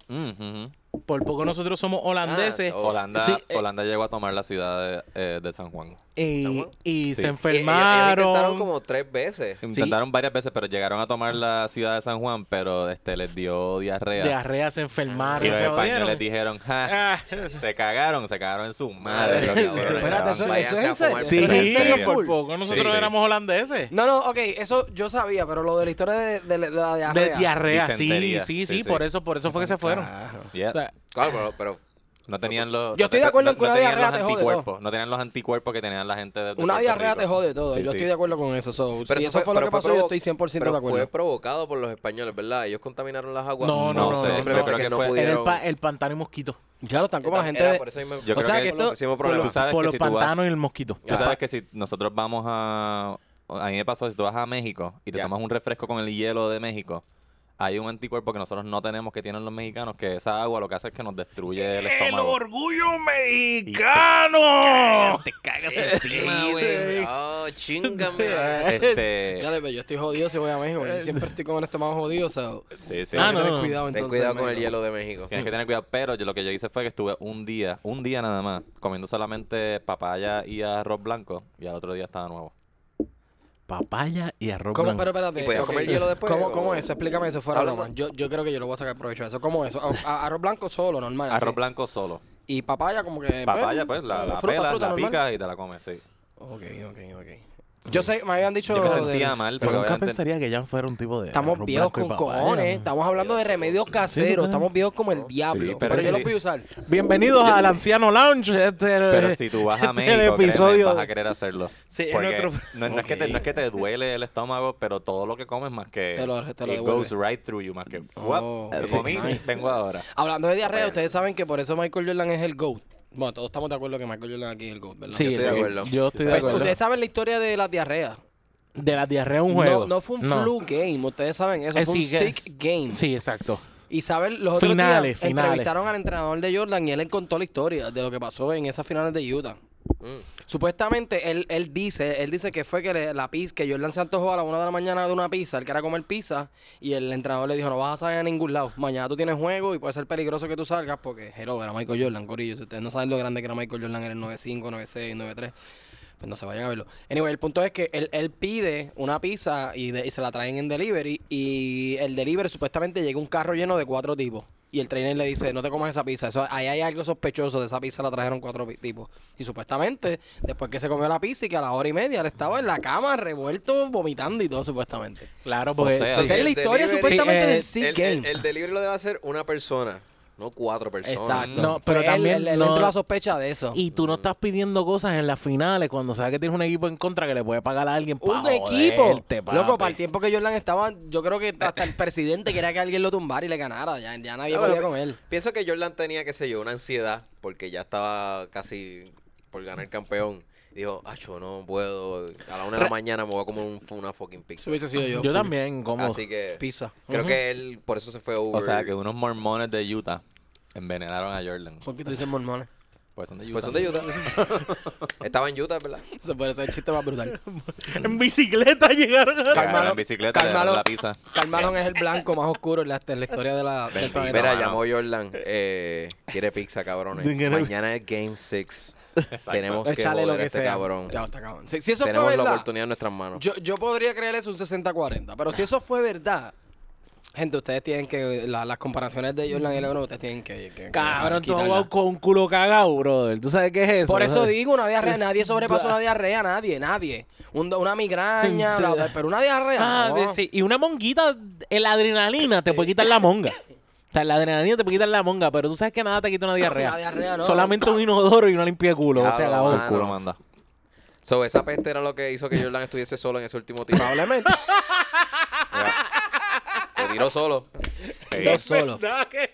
Speaker 1: Mm, ujú.
Speaker 3: Por poco nosotros somos holandeses
Speaker 2: Ah, oh.
Speaker 1: Holanda,
Speaker 3: Sí, eh.
Speaker 1: Holanda llegó a tomar la ciudad de, eh, de San Juan.
Speaker 3: y,
Speaker 2: Estamos-
Speaker 1: Sí.
Speaker 3: y se
Speaker 2: Y- y- ellos
Speaker 3: enfermaron.
Speaker 2: intentaron como tres veces.
Speaker 1: Intentaron varias veces, pero llegaron a tomar la ciudad de San Juan, pero este les dio diarrea.
Speaker 3: diarrea se enfermaron.
Speaker 1: y los
Speaker 3: se
Speaker 1: españoles
Speaker 3: jodieron.
Speaker 1: dijeron, "Ja,
Speaker 3: Ah,
Speaker 1: se cagaron, se cagaron en su madre. los cabrones,
Speaker 4: Ah, Espérate,
Speaker 1: cabrón".
Speaker 4: eso,
Speaker 2: Vayan
Speaker 4: eso es
Speaker 2: a
Speaker 4: en serio.
Speaker 2: fumar
Speaker 3: (laughs) sí,
Speaker 4: ¿Eso es en serio,
Speaker 1: Sí.
Speaker 3: por
Speaker 4: full?
Speaker 3: poco nosotros
Speaker 1: Sí, sí.
Speaker 3: éramos holandeses.
Speaker 4: No, no, ok, eso yo sabía, pero lo de la historia de, de- de la diarrea.
Speaker 3: De diarrea, sí, sí,
Speaker 1: Disentería.
Speaker 3: sí,
Speaker 1: Sí, sí.
Speaker 3: por eso, por eso fue que se fueron.
Speaker 1: Yeah.
Speaker 3: O sea,
Speaker 2: Claro, pero, pero
Speaker 1: no tenían los.
Speaker 4: Yo estoy de acuerdo en que una
Speaker 1: tenían los
Speaker 4: diarrea te jode
Speaker 1: anticuerpos, No tenían los anticuerpos que tenían la gente de. de
Speaker 4: Una
Speaker 1: Puerto
Speaker 4: diarrea
Speaker 1: Rico.
Speaker 4: te jode todo.
Speaker 1: Sí,
Speaker 4: yo
Speaker 1: sí.
Speaker 4: estoy de acuerdo con eso. so,
Speaker 2: pero
Speaker 4: si eso fue, lo
Speaker 2: pero
Speaker 4: que pasó, yo
Speaker 2: provo-
Speaker 4: estoy 100%
Speaker 2: pero
Speaker 4: de acuerdo.
Speaker 2: fue provocado por los españoles, ¿verdad? Ellos contaminaron las aguas.
Speaker 3: No, no, no,
Speaker 2: sé,
Speaker 3: no,
Speaker 2: simplemente
Speaker 3: no, creo
Speaker 2: que
Speaker 1: que
Speaker 2: no
Speaker 1: fue-
Speaker 3: Era
Speaker 2: pudieron.
Speaker 3: el, pa- el pantano y mosquito.
Speaker 4: Ya lo están como la
Speaker 2: Era
Speaker 4: gente.
Speaker 2: por eso mismo-
Speaker 1: Yo
Speaker 2: o
Speaker 1: creo
Speaker 2: sea,
Speaker 1: que
Speaker 2: que
Speaker 4: esto-
Speaker 2: esto... Hicimos
Speaker 1: por lo-
Speaker 2: problema.
Speaker 1: tú sabes
Speaker 3: por
Speaker 1: que
Speaker 3: los
Speaker 1: si tú vas-
Speaker 3: pantanos y el mosquito.
Speaker 1: Tú sabes que si nosotros vamos a. A mí me pasó, si tú vas a México y te
Speaker 2: Ya.
Speaker 1: tomas un refresco con el hielo de México, hay un anticuerpo que nosotros no tenemos que tienen los mexicanos, que esa agua lo que hace es que nos destruye el estómago.
Speaker 3: orgullo mexicano!
Speaker 1: te cagas
Speaker 4: (laughs)
Speaker 1: encima, güey.
Speaker 2: Oh, chingame.
Speaker 1: Este.
Speaker 4: Ya le veo, yo estoy jodido si voy a México. Yo siempre estoy con el estómago jodido. so,
Speaker 1: Sí, sí.
Speaker 4: tengo
Speaker 3: Ah,
Speaker 4: que
Speaker 3: no,
Speaker 4: tener
Speaker 3: no.
Speaker 4: cuidado
Speaker 2: Ten
Speaker 4: entonces.
Speaker 2: cuidado con el
Speaker 4: amigo.
Speaker 2: hielo de México.
Speaker 1: Tienes que tener cuidado, pero yo lo que yo hice fue que estuve un día, un día nada más, comiendo solamente papaya y arroz blanco y al otro día estaba nuevo.
Speaker 3: Papaya y arroz
Speaker 4: ¿Cómo? Pero
Speaker 3: blanco.
Speaker 4: espérate.
Speaker 2: ¿Y podías
Speaker 4: ok.
Speaker 2: comer hielo después,
Speaker 4: ¿Cómo,
Speaker 2: o-
Speaker 4: cómo eso? Explícame eso fuera de
Speaker 2: Hablando-
Speaker 4: broma. Yo, yo creo que yo lo voy a sacar provecho de eso. ¿Cómo eso? A- a- arroz blanco solo, normal. así.
Speaker 1: Arroz blanco solo.
Speaker 4: Y papaya como que...
Speaker 1: Papaya, pues, la, la
Speaker 4: fruta,
Speaker 1: pelas,
Speaker 4: fruta,
Speaker 1: la
Speaker 4: normal.
Speaker 1: picas y te la comes, sí.
Speaker 4: Ok, ok, ok. Yo sé, me habían dicho...
Speaker 1: Yo me
Speaker 4: del-
Speaker 1: sentía mal
Speaker 3: Pero
Speaker 1: porque
Speaker 3: nunca
Speaker 1: obviamente-
Speaker 3: pensaría que Jan fuera un tipo de.
Speaker 4: Estamos
Speaker 3: arroz
Speaker 4: viejos con
Speaker 3: blanco y papaya,
Speaker 4: cojones.
Speaker 3: ¿no?
Speaker 4: Estamos hablando de remedios caseros.
Speaker 3: total.
Speaker 4: Estamos viejos como el diablo.
Speaker 1: Sí,
Speaker 4: pero,
Speaker 1: pero
Speaker 4: yo
Speaker 1: sí.
Speaker 4: lo voy a usar.
Speaker 3: Bienvenidos al Anciano Lounge. Este,
Speaker 1: (laughs) Pero si tú vas a
Speaker 3: este
Speaker 1: México,
Speaker 3: el
Speaker 1: créeme,
Speaker 3: episodio.
Speaker 1: vas a querer hacerlo.
Speaker 3: Sí, en
Speaker 1: Porque
Speaker 3: otro-
Speaker 1: no, no es que te, no es que te duele el estómago, pero todo lo que comes más que...
Speaker 4: Te lo- te lo
Speaker 1: it
Speaker 4: devuelve.
Speaker 1: goes right through you, más que... ¡fuap!
Speaker 4: Oh,
Speaker 1: Te
Speaker 4: sí,
Speaker 1: comí,
Speaker 4: nice.
Speaker 1: tengo ahora.
Speaker 4: Hablando de diarrea, ustedes saben que por eso Michael Jordan es el GOAT. Bueno, todos estamos de acuerdo que Michael Jordan aquí es el GOAT, ¿verdad?
Speaker 3: Sí,
Speaker 2: Yo estoy de acuerdo.
Speaker 3: Yo estoy de
Speaker 4: Pues,
Speaker 3: acuerdo.
Speaker 4: ustedes saben la historia de las diarreas.
Speaker 3: De la diarrea a un juego.
Speaker 4: No, no fue un flu game, ustedes saben eso.
Speaker 3: Eh,
Speaker 4: fue un
Speaker 3: sí, que-
Speaker 4: sick game.
Speaker 3: Sí, exacto.
Speaker 4: Y saben, los otros
Speaker 3: Finales,
Speaker 4: días
Speaker 3: finales.
Speaker 4: entrevistaron al entrenador de Jordan y él le contó la historia de lo que pasó en esas finales de Utah. Supuestamente él, él dice, él dice que fue que le- la pizza, que Jordan se antojó a la una de la mañana de una pizza, él quería comer pizza, y el entrenador le dijo, no vas a salir a ningún lado, mañana tú tienes juego y puede ser peligroso que tú salgas, porque hello, era Michael Jordan, Corillo, si ustedes no saben lo grande que era Michael Jordan, era el 95, 96, 93, pues no se vayan a verlo. Anyway, el punto es que él, él pide una pizza y, de- y se la traen en delivery, y el delivery supuestamente llega un carro lleno de cuatro tipos. Y el trainer le dice, no te comas esa pizza. Eso, ahí hay algo sospechoso. De esa pizza la trajeron cuatro pi- tipos. Y supuestamente, después que se comió la pizza y que a la hora y media él estaba en la cama, revuelto, vomitando y todo, supuestamente.
Speaker 3: Claro,
Speaker 1: porque-
Speaker 3: porque.
Speaker 1: sea,
Speaker 4: Esa
Speaker 1: Sí,
Speaker 4: es la
Speaker 2: el
Speaker 4: historia
Speaker 2: delivery-
Speaker 4: supuestamente
Speaker 3: Sí, eh,
Speaker 4: del Sea
Speaker 2: El,
Speaker 4: Game.
Speaker 2: el, el delivery lo debe hacer una persona, no cuatro personas.
Speaker 1: Mm.
Speaker 4: Exacto.
Speaker 3: No, pero
Speaker 4: pero él,
Speaker 3: también
Speaker 4: él- él
Speaker 3: no-
Speaker 4: entró la sospecha de eso.
Speaker 3: Y tú no estás pidiendo cosas en las finales cuando sabes que tienes un equipo en contra que le puede pagar a alguien. pa'
Speaker 4: un equipo.
Speaker 3: joderte, papi.
Speaker 4: Loco, para el tiempo que Jordan estaba, yo creo que hasta el presidente quería que alguien lo tumbara y le ganara. Ya, ya nadie
Speaker 2: Ah,
Speaker 4: podía
Speaker 2: bueno,
Speaker 4: con él.
Speaker 2: Pienso que Jordan tenía, qué sé yo, una ansiedad porque ya estaba casi por ganar campeón. Dijo, acho, no puedo. A la una de la mañana me voy a comer un- una fucking pizza.
Speaker 4: Eso hubiese sido yo.
Speaker 3: Yo
Speaker 4: full
Speaker 3: también, como.
Speaker 2: Así que
Speaker 4: Pizza.
Speaker 2: creo
Speaker 4: Ujú.
Speaker 2: que él por eso se fue over.
Speaker 1: O sea, que unos mormones de Utah envenenaron a Jordan.
Speaker 4: ¿Por qué tú dices mormones?
Speaker 1: Pues son de Utah.
Speaker 2: Pues son de
Speaker 1: (laughs)
Speaker 2: Utah. Estaba en Utah, ¿verdad?
Speaker 4: Eso puede ser el chiste más brutal.
Speaker 3: (laughs) en bicicleta llegaron a-
Speaker 1: Cagaron
Speaker 4: Carmelo-
Speaker 1: en bicicleta, le
Speaker 4: Carmelo-
Speaker 1: dieron la pizza.
Speaker 4: Carmalón es el blanco más oscuro en la, en la historia de la, del planeta.
Speaker 2: Mira,
Speaker 1: mano.
Speaker 2: llamó Jordan. Eh, quiere pizza, cabrones.
Speaker 3: Quiere-
Speaker 2: Mañana es Game 6. Tenemos que
Speaker 4: Échale
Speaker 2: joder
Speaker 4: lo
Speaker 2: a
Speaker 4: que
Speaker 2: este
Speaker 4: sea.
Speaker 2: cabrón.
Speaker 4: Ya está, cabrón. Si, si eso fue
Speaker 2: Tenemos la
Speaker 4: verdad,
Speaker 2: oportunidad en nuestras manos.
Speaker 4: yo, yo podría creer eso un 60-40. Pero si eso fue verdad, gente, ustedes tienen que. la- las comparaciones de Jordan y LeBron, ustedes tienen que. que- que
Speaker 3: Cabrón, tú has
Speaker 4: quitarlas.
Speaker 3: jugado con un culo cagado, brother. ¿Tú sabes qué es eso?
Speaker 4: Por eso digo, una
Speaker 3: (laughs)
Speaker 4: diarrea, nadie sobrepasa una diarrea, nadie, nadie. Un do- una migraña,
Speaker 3: Sí.
Speaker 4: bla, bla, pero una diarrea.
Speaker 3: Ah,
Speaker 4: eh, no.
Speaker 3: de- sí, Y una monguita, en la adrenalina te puede quitar la monga. O sea, la adrenalina te puede quitar la monga, pero tú sabes que nada te quita una diarrea.
Speaker 4: Una diarrea, no.
Speaker 3: Solamente un inodoro y una limpia de culo.
Speaker 2: Ya
Speaker 3: o sea,
Speaker 2: lo
Speaker 3: la
Speaker 2: van.
Speaker 1: El culo manda.
Speaker 2: So, esa peste era lo que hizo que Jordan estuviese solo en ese último tiro.
Speaker 4: Probablemente.
Speaker 2: Lo tiró solo.
Speaker 4: no solo.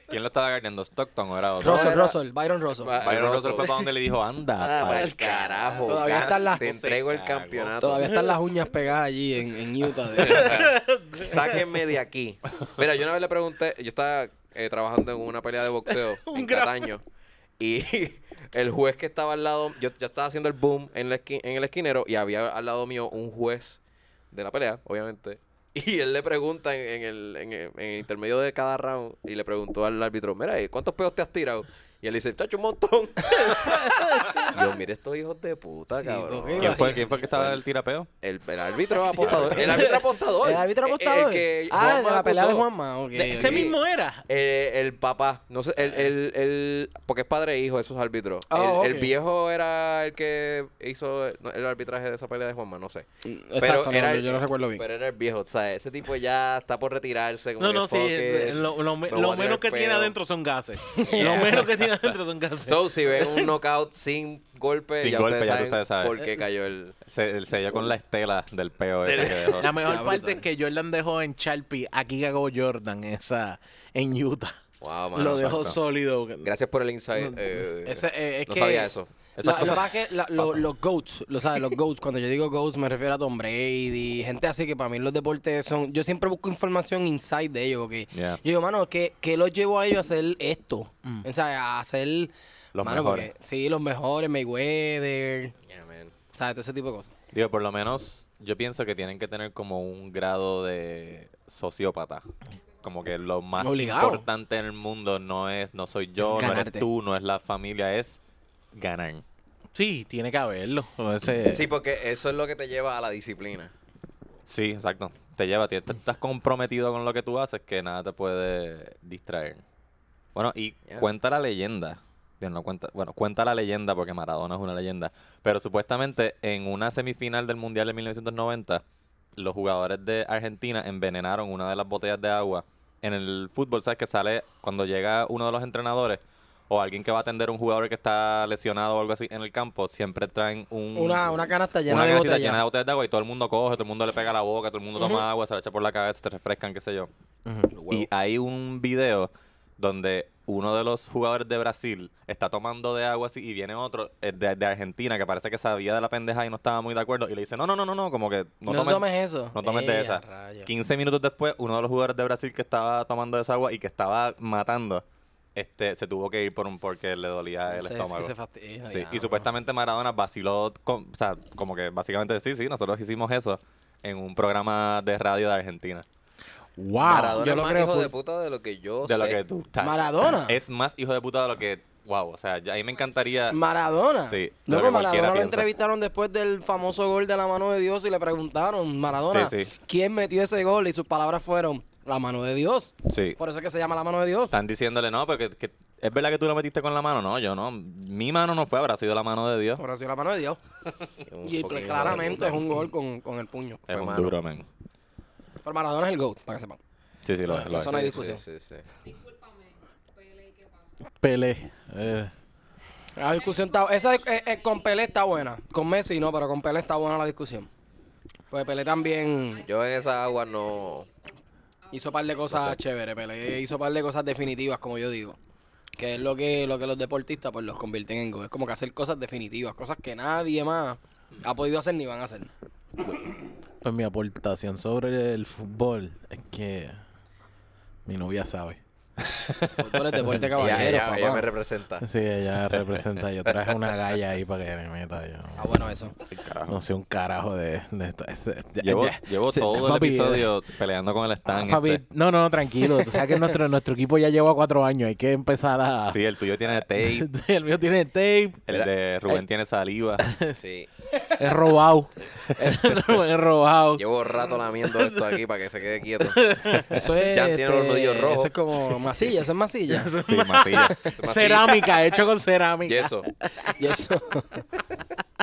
Speaker 1: ¿Quién lo estaba ganando? ¿Stockton o era otro?
Speaker 4: Russell,
Speaker 2: era-
Speaker 4: Russell, Byron Russell.
Speaker 2: Ba-
Speaker 1: Byron Russell
Speaker 2: Russell.
Speaker 1: fue para donde le dijo, anda.
Speaker 2: Ah,
Speaker 1: pa'l
Speaker 2: para el carajo.
Speaker 4: Todavía
Speaker 2: cara,
Speaker 4: están las-
Speaker 2: Te entrego el
Speaker 1: Se cagó.
Speaker 2: campeonato.
Speaker 4: Todavía están las uñas pegadas allí en, en Utah. de-
Speaker 2: Sáquenme de aquí. Mira, yo una vez le pregunté, yo estaba eh, trabajando en una pelea de boxeo en Cataño y (laughs) el juez que estaba al lado, yo ya estaba haciendo el boom en, la esqui- en el esquinero y había al lado mío un juez de la pelea, obviamente. (laughs) Y él le pregunta en, en el, en, el, en el intermedio de cada round y le preguntó al árbitro, mira, ¿y ¿cuántos pedos te has tirado? Y él dice, chacho, un montón. (laughs) Yo, mire estos hijos de puta,
Speaker 4: Sí,
Speaker 2: cabrón.
Speaker 4: porque-
Speaker 1: ¿Quién fue, quién fue que estaba el tirapeo?
Speaker 2: El, el árbitro
Speaker 4: (laughs)
Speaker 2: apostador. El árbitro apostador.
Speaker 4: El árbitro
Speaker 2: Eh,
Speaker 4: apostador.
Speaker 2: el que
Speaker 4: ah, el de
Speaker 2: Juanma
Speaker 4: la pelea de
Speaker 2: acusó.
Speaker 4: Juanma. ok,
Speaker 3: De- ese
Speaker 4: ok.
Speaker 3: mismo era.
Speaker 2: Eh, el papá, no sé, el, el, el- porque es padre e hijo esos árbitros.
Speaker 4: Ah,
Speaker 2: el, el
Speaker 4: ok.
Speaker 2: viejo era el que hizo el el arbitraje de esa pelea de Juanma, no sé.
Speaker 4: Mm, Exacto, no, yo- yo no recuerdo bien.
Speaker 2: Pero era el viejo, o sea, ese tipo ya está por retirarse. como
Speaker 3: No,
Speaker 2: que
Speaker 3: no, sí.
Speaker 2: fuck
Speaker 3: eh,
Speaker 2: it.
Speaker 3: Lo, lo me-
Speaker 2: me voy
Speaker 3: lo
Speaker 2: a tirar
Speaker 3: menos que
Speaker 2: el
Speaker 3: tiene
Speaker 2: pedo.
Speaker 3: adentro son gases. Lo menos que tiene adentro
Speaker 2: (laughs)
Speaker 3: son gases.
Speaker 2: So, si ven un
Speaker 4: (laughs)
Speaker 2: knockout sin golpe,
Speaker 1: Sin
Speaker 2: ya,
Speaker 1: golpe,
Speaker 2: ustedes
Speaker 1: ya
Speaker 2: saben
Speaker 1: ustedes saben.
Speaker 2: por qué cayó el...
Speaker 1: Se, el sello con la estela del peo ese que dejó.
Speaker 3: La mejor
Speaker 4: Está
Speaker 3: parte
Speaker 4: brutal.
Speaker 3: es que Jordan dejó en Sharpie, aquí cagó Jordan, esa en Utah.
Speaker 2: Wow, mano,
Speaker 3: lo dejó
Speaker 2: exacto.
Speaker 3: sólido.
Speaker 2: Gracias por el insight.
Speaker 3: No,
Speaker 2: eh,
Speaker 4: Ese, eh, es
Speaker 2: no
Speaker 4: que-
Speaker 2: sabía eso.
Speaker 1: Esas
Speaker 4: La- lo que
Speaker 1: cosas
Speaker 4: pasa es que la- lo- los GOATs, lo sabes, los GOATs, cuando yo digo GOATs me refiero a Tom Brady, gente así que para mí los deportes son, yo siempre busco información inside de ellos, porque
Speaker 1: Yeah.
Speaker 4: yo digo, mano, ¿qué, qué los llevó a ellos a hacer esto? O sea, a hacer...
Speaker 1: Los
Speaker 4: mano,
Speaker 1: mejores.
Speaker 4: porque- sí, los mejores, Mayweather,
Speaker 2: Yeah, man.
Speaker 4: ¿sabes? Todo ese tipo de cosas.
Speaker 1: Digo, por lo menos yo pienso que tienen que tener como un grado de sociópata. Como que lo más
Speaker 4: Obligado.
Speaker 1: importante en el mundo no es, no soy yo,
Speaker 4: Es
Speaker 1: no eres
Speaker 4: ganarte.
Speaker 1: tú, no es la familia, es ganar.
Speaker 3: Sí, tiene que haberlo.
Speaker 4: Eh,
Speaker 3: Ese-
Speaker 2: Sí, porque eso es lo que te lleva a la disciplina.
Speaker 1: Sí, exacto. Te lleva, te, te- estás comprometido con lo que tú haces que nada te puede distraer. Bueno, y
Speaker 2: Yeah.
Speaker 1: cuenta la leyenda. Digo, no cuenta- bueno, cuenta la leyenda porque Maradona es una leyenda. Pero supuestamente en una semifinal del Mundial de 1990, los jugadores de Argentina envenenaron una de las botellas de agua. En el fútbol, ¿sabes? Que sale cuando llega uno de los entrenadores o alguien que va a atender a un jugador que está lesionado o algo así en el campo, siempre traen un,
Speaker 4: Una, una canasta llena
Speaker 1: una
Speaker 4: de
Speaker 1: canastita
Speaker 4: botellas.
Speaker 1: llena de botellas de agua y todo el mundo coge, todo el mundo le pega la boca, todo el mundo toma agua, se la echa por la cabeza, se refrescan, qué sé yo. Y hay un video donde uno de los jugadores de Brasil está tomando de agua así y viene otro eh, de, de Argentina que parece que sabía de la pendeja y no estaba muy de acuerdo y le dice, no, no, no, no, no, como que no,
Speaker 4: No,
Speaker 1: tomes,
Speaker 4: tomes eso.
Speaker 1: no tomes de
Speaker 4: Eh,
Speaker 1: esa.
Speaker 4: a rayos.
Speaker 1: 15 minutos después, uno de los jugadores de Brasil que estaba tomando esa agua y que estaba matando, este, se tuvo que ir por un porque le dolía el
Speaker 4: Sí, sí,
Speaker 1: estómago.
Speaker 4: se fastidia,
Speaker 1: Sí, y
Speaker 4: diablo.
Speaker 1: supuestamente Maradona vaciló, con- o sea, como que básicamente sí, sí, nosotros hicimos eso en un programa de radio de Argentina.
Speaker 3: ¡Wow!
Speaker 2: Maradona
Speaker 4: Ah, yo
Speaker 2: es
Speaker 4: lo
Speaker 2: más
Speaker 4: creo
Speaker 2: hijo
Speaker 4: full.
Speaker 2: de puta de lo que yo
Speaker 1: de lo
Speaker 2: sé.
Speaker 1: que tú estás.
Speaker 4: ¿Maradona?
Speaker 1: Es más hijo de puta de lo que, wow, o sea, ya, a mí me encantaría...
Speaker 4: Maradona.
Speaker 1: Sí, lo
Speaker 4: Luego
Speaker 1: que cualquiera
Speaker 4: Maradona lo
Speaker 1: piensa.
Speaker 4: entrevistaron después del famoso gol de la mano de Dios y le preguntaron, Maradona,
Speaker 1: Sí, sí.
Speaker 4: ¿quién metió ese gol? Y sus palabras fueron, la mano de Dios.
Speaker 1: sí.
Speaker 4: Por eso es que se llama la mano de Dios.
Speaker 1: Están diciéndole, no, porque que- es verdad que tú lo metiste con la mano. No, yo no. Mi mano no fue, habrá sido la mano de Dios.
Speaker 4: Por eso es la mano de Dios.
Speaker 2: Un
Speaker 4: Y
Speaker 2: fucking
Speaker 4: pues,
Speaker 2: hijo de
Speaker 4: claramente
Speaker 2: puta.
Speaker 4: es un gol con, con el puño.
Speaker 1: Es
Speaker 2: Fue
Speaker 1: un
Speaker 2: mano.
Speaker 1: duro, man.
Speaker 4: Pero Maradona es el GOAT, para que sepan.
Speaker 1: Sí, sí, lo es. Lo es.
Speaker 4: Eso no hay
Speaker 2: Sí,
Speaker 4: discusión.
Speaker 2: sí, sí, sí.
Speaker 5: Discúlpame, Pele, ¿qué pasa?
Speaker 3: Pelé. eh.
Speaker 4: La discusión está... Esa eh, eh, con Pelé está buena. Con Messi no, pero con Pelé está buena la discusión. Pues Pelé también
Speaker 2: Yo en esa agua no...
Speaker 4: hizo par de cosas chéveres. Pelé hizo par de cosas definitivas, como yo digo. Que es lo que, lo que los deportistas pues los convierten en go. Es como que hacer cosas definitivas, cosas que nadie más ha podido hacer ni van a hacer.
Speaker 3: Pues mi aportación sobre el fútbol es que mi novia sabe.
Speaker 4: Fútbol
Speaker 2: (laughs)
Speaker 4: es deporte
Speaker 2: Ella,
Speaker 4: caballero,
Speaker 2: ella-
Speaker 4: papá.
Speaker 2: ella me representa.
Speaker 3: Sí, ella representa. Yo traje una galla ahí para que me meta. Yo
Speaker 4: Ah, bueno, eso.
Speaker 1: Carajo.
Speaker 3: no sé un carajo de, de esto. Es- es- ya-
Speaker 1: Llevo,
Speaker 3: ya-
Speaker 1: llevo
Speaker 3: se-
Speaker 1: todo el
Speaker 3: papi,
Speaker 1: episodio peleando con el
Speaker 3: Ah,
Speaker 1: stand.
Speaker 3: papi,
Speaker 1: este.
Speaker 3: no, no, no, tranquilo. Tú sabes que nuestro, nuestro equipo ya lleva cuatro años. Hay que empezar a.
Speaker 1: Sí, el tuyo tiene tape.
Speaker 3: (laughs) el mío tiene tape.
Speaker 1: El de Rubén tiene saliva.
Speaker 2: Sí.
Speaker 3: Es robado. es robado.
Speaker 2: Llevo rato lamiendo esto aquí para que se quede quieto.
Speaker 4: (laughs) Eso es.
Speaker 2: (laughs) Ya tiene los
Speaker 4: este,
Speaker 2: nudillos rojos.
Speaker 4: Eso es como masilla, eso es
Speaker 2: (laughs)
Speaker 4: masilla.
Speaker 1: Sí, masilla.
Speaker 3: Cerámica, hecho con
Speaker 2: Y
Speaker 3: cerámica.
Speaker 2: eso.
Speaker 4: y eso.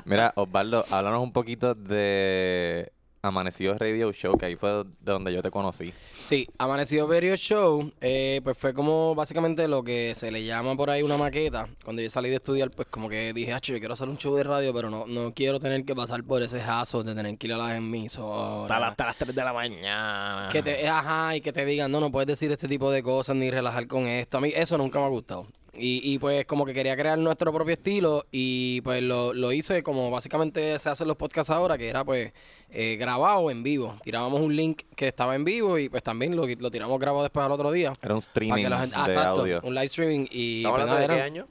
Speaker 1: Mira, Osvaldo, háblanos un poquito de Amanecidos Radio Show, que ahí fue de donde yo te conocí.
Speaker 4: Sí, Amanecido Period Show, eh, pues fue como básicamente lo que se le llama por ahí una maqueta. Cuando yo salí de estudiar, pues como que dije, ah, yo quiero hacer un show de radio, pero no, no quiero tener que pasar por ese jazo de tener que ir a las
Speaker 3: Hasta, las-
Speaker 4: emisoras.
Speaker 3: hasta las 3 de la mañana.
Speaker 4: Que te, eh, ajá, y que te digan, no, no puedes decir este tipo de cosas ni relajar con esto. A mí eso nunca me ha gustado. Y, y pues como que quería crear nuestro propio estilo y pues lo, lo hice como básicamente se hacen los podcasts ahora, que era pues eh, grabado en vivo. Tirábamos un link que estaba en vivo y pues también lo, lo tiramos grabado después al otro día.
Speaker 1: Era un
Speaker 4: Para
Speaker 1: streaming
Speaker 4: que la gente- ah,
Speaker 1: de
Speaker 4: exacto,
Speaker 1: audio.
Speaker 4: un live streaming y
Speaker 2: ¿Estamos
Speaker 4: pues,
Speaker 2: hablando
Speaker 4: nada,
Speaker 2: de qué
Speaker 4: era-
Speaker 2: año?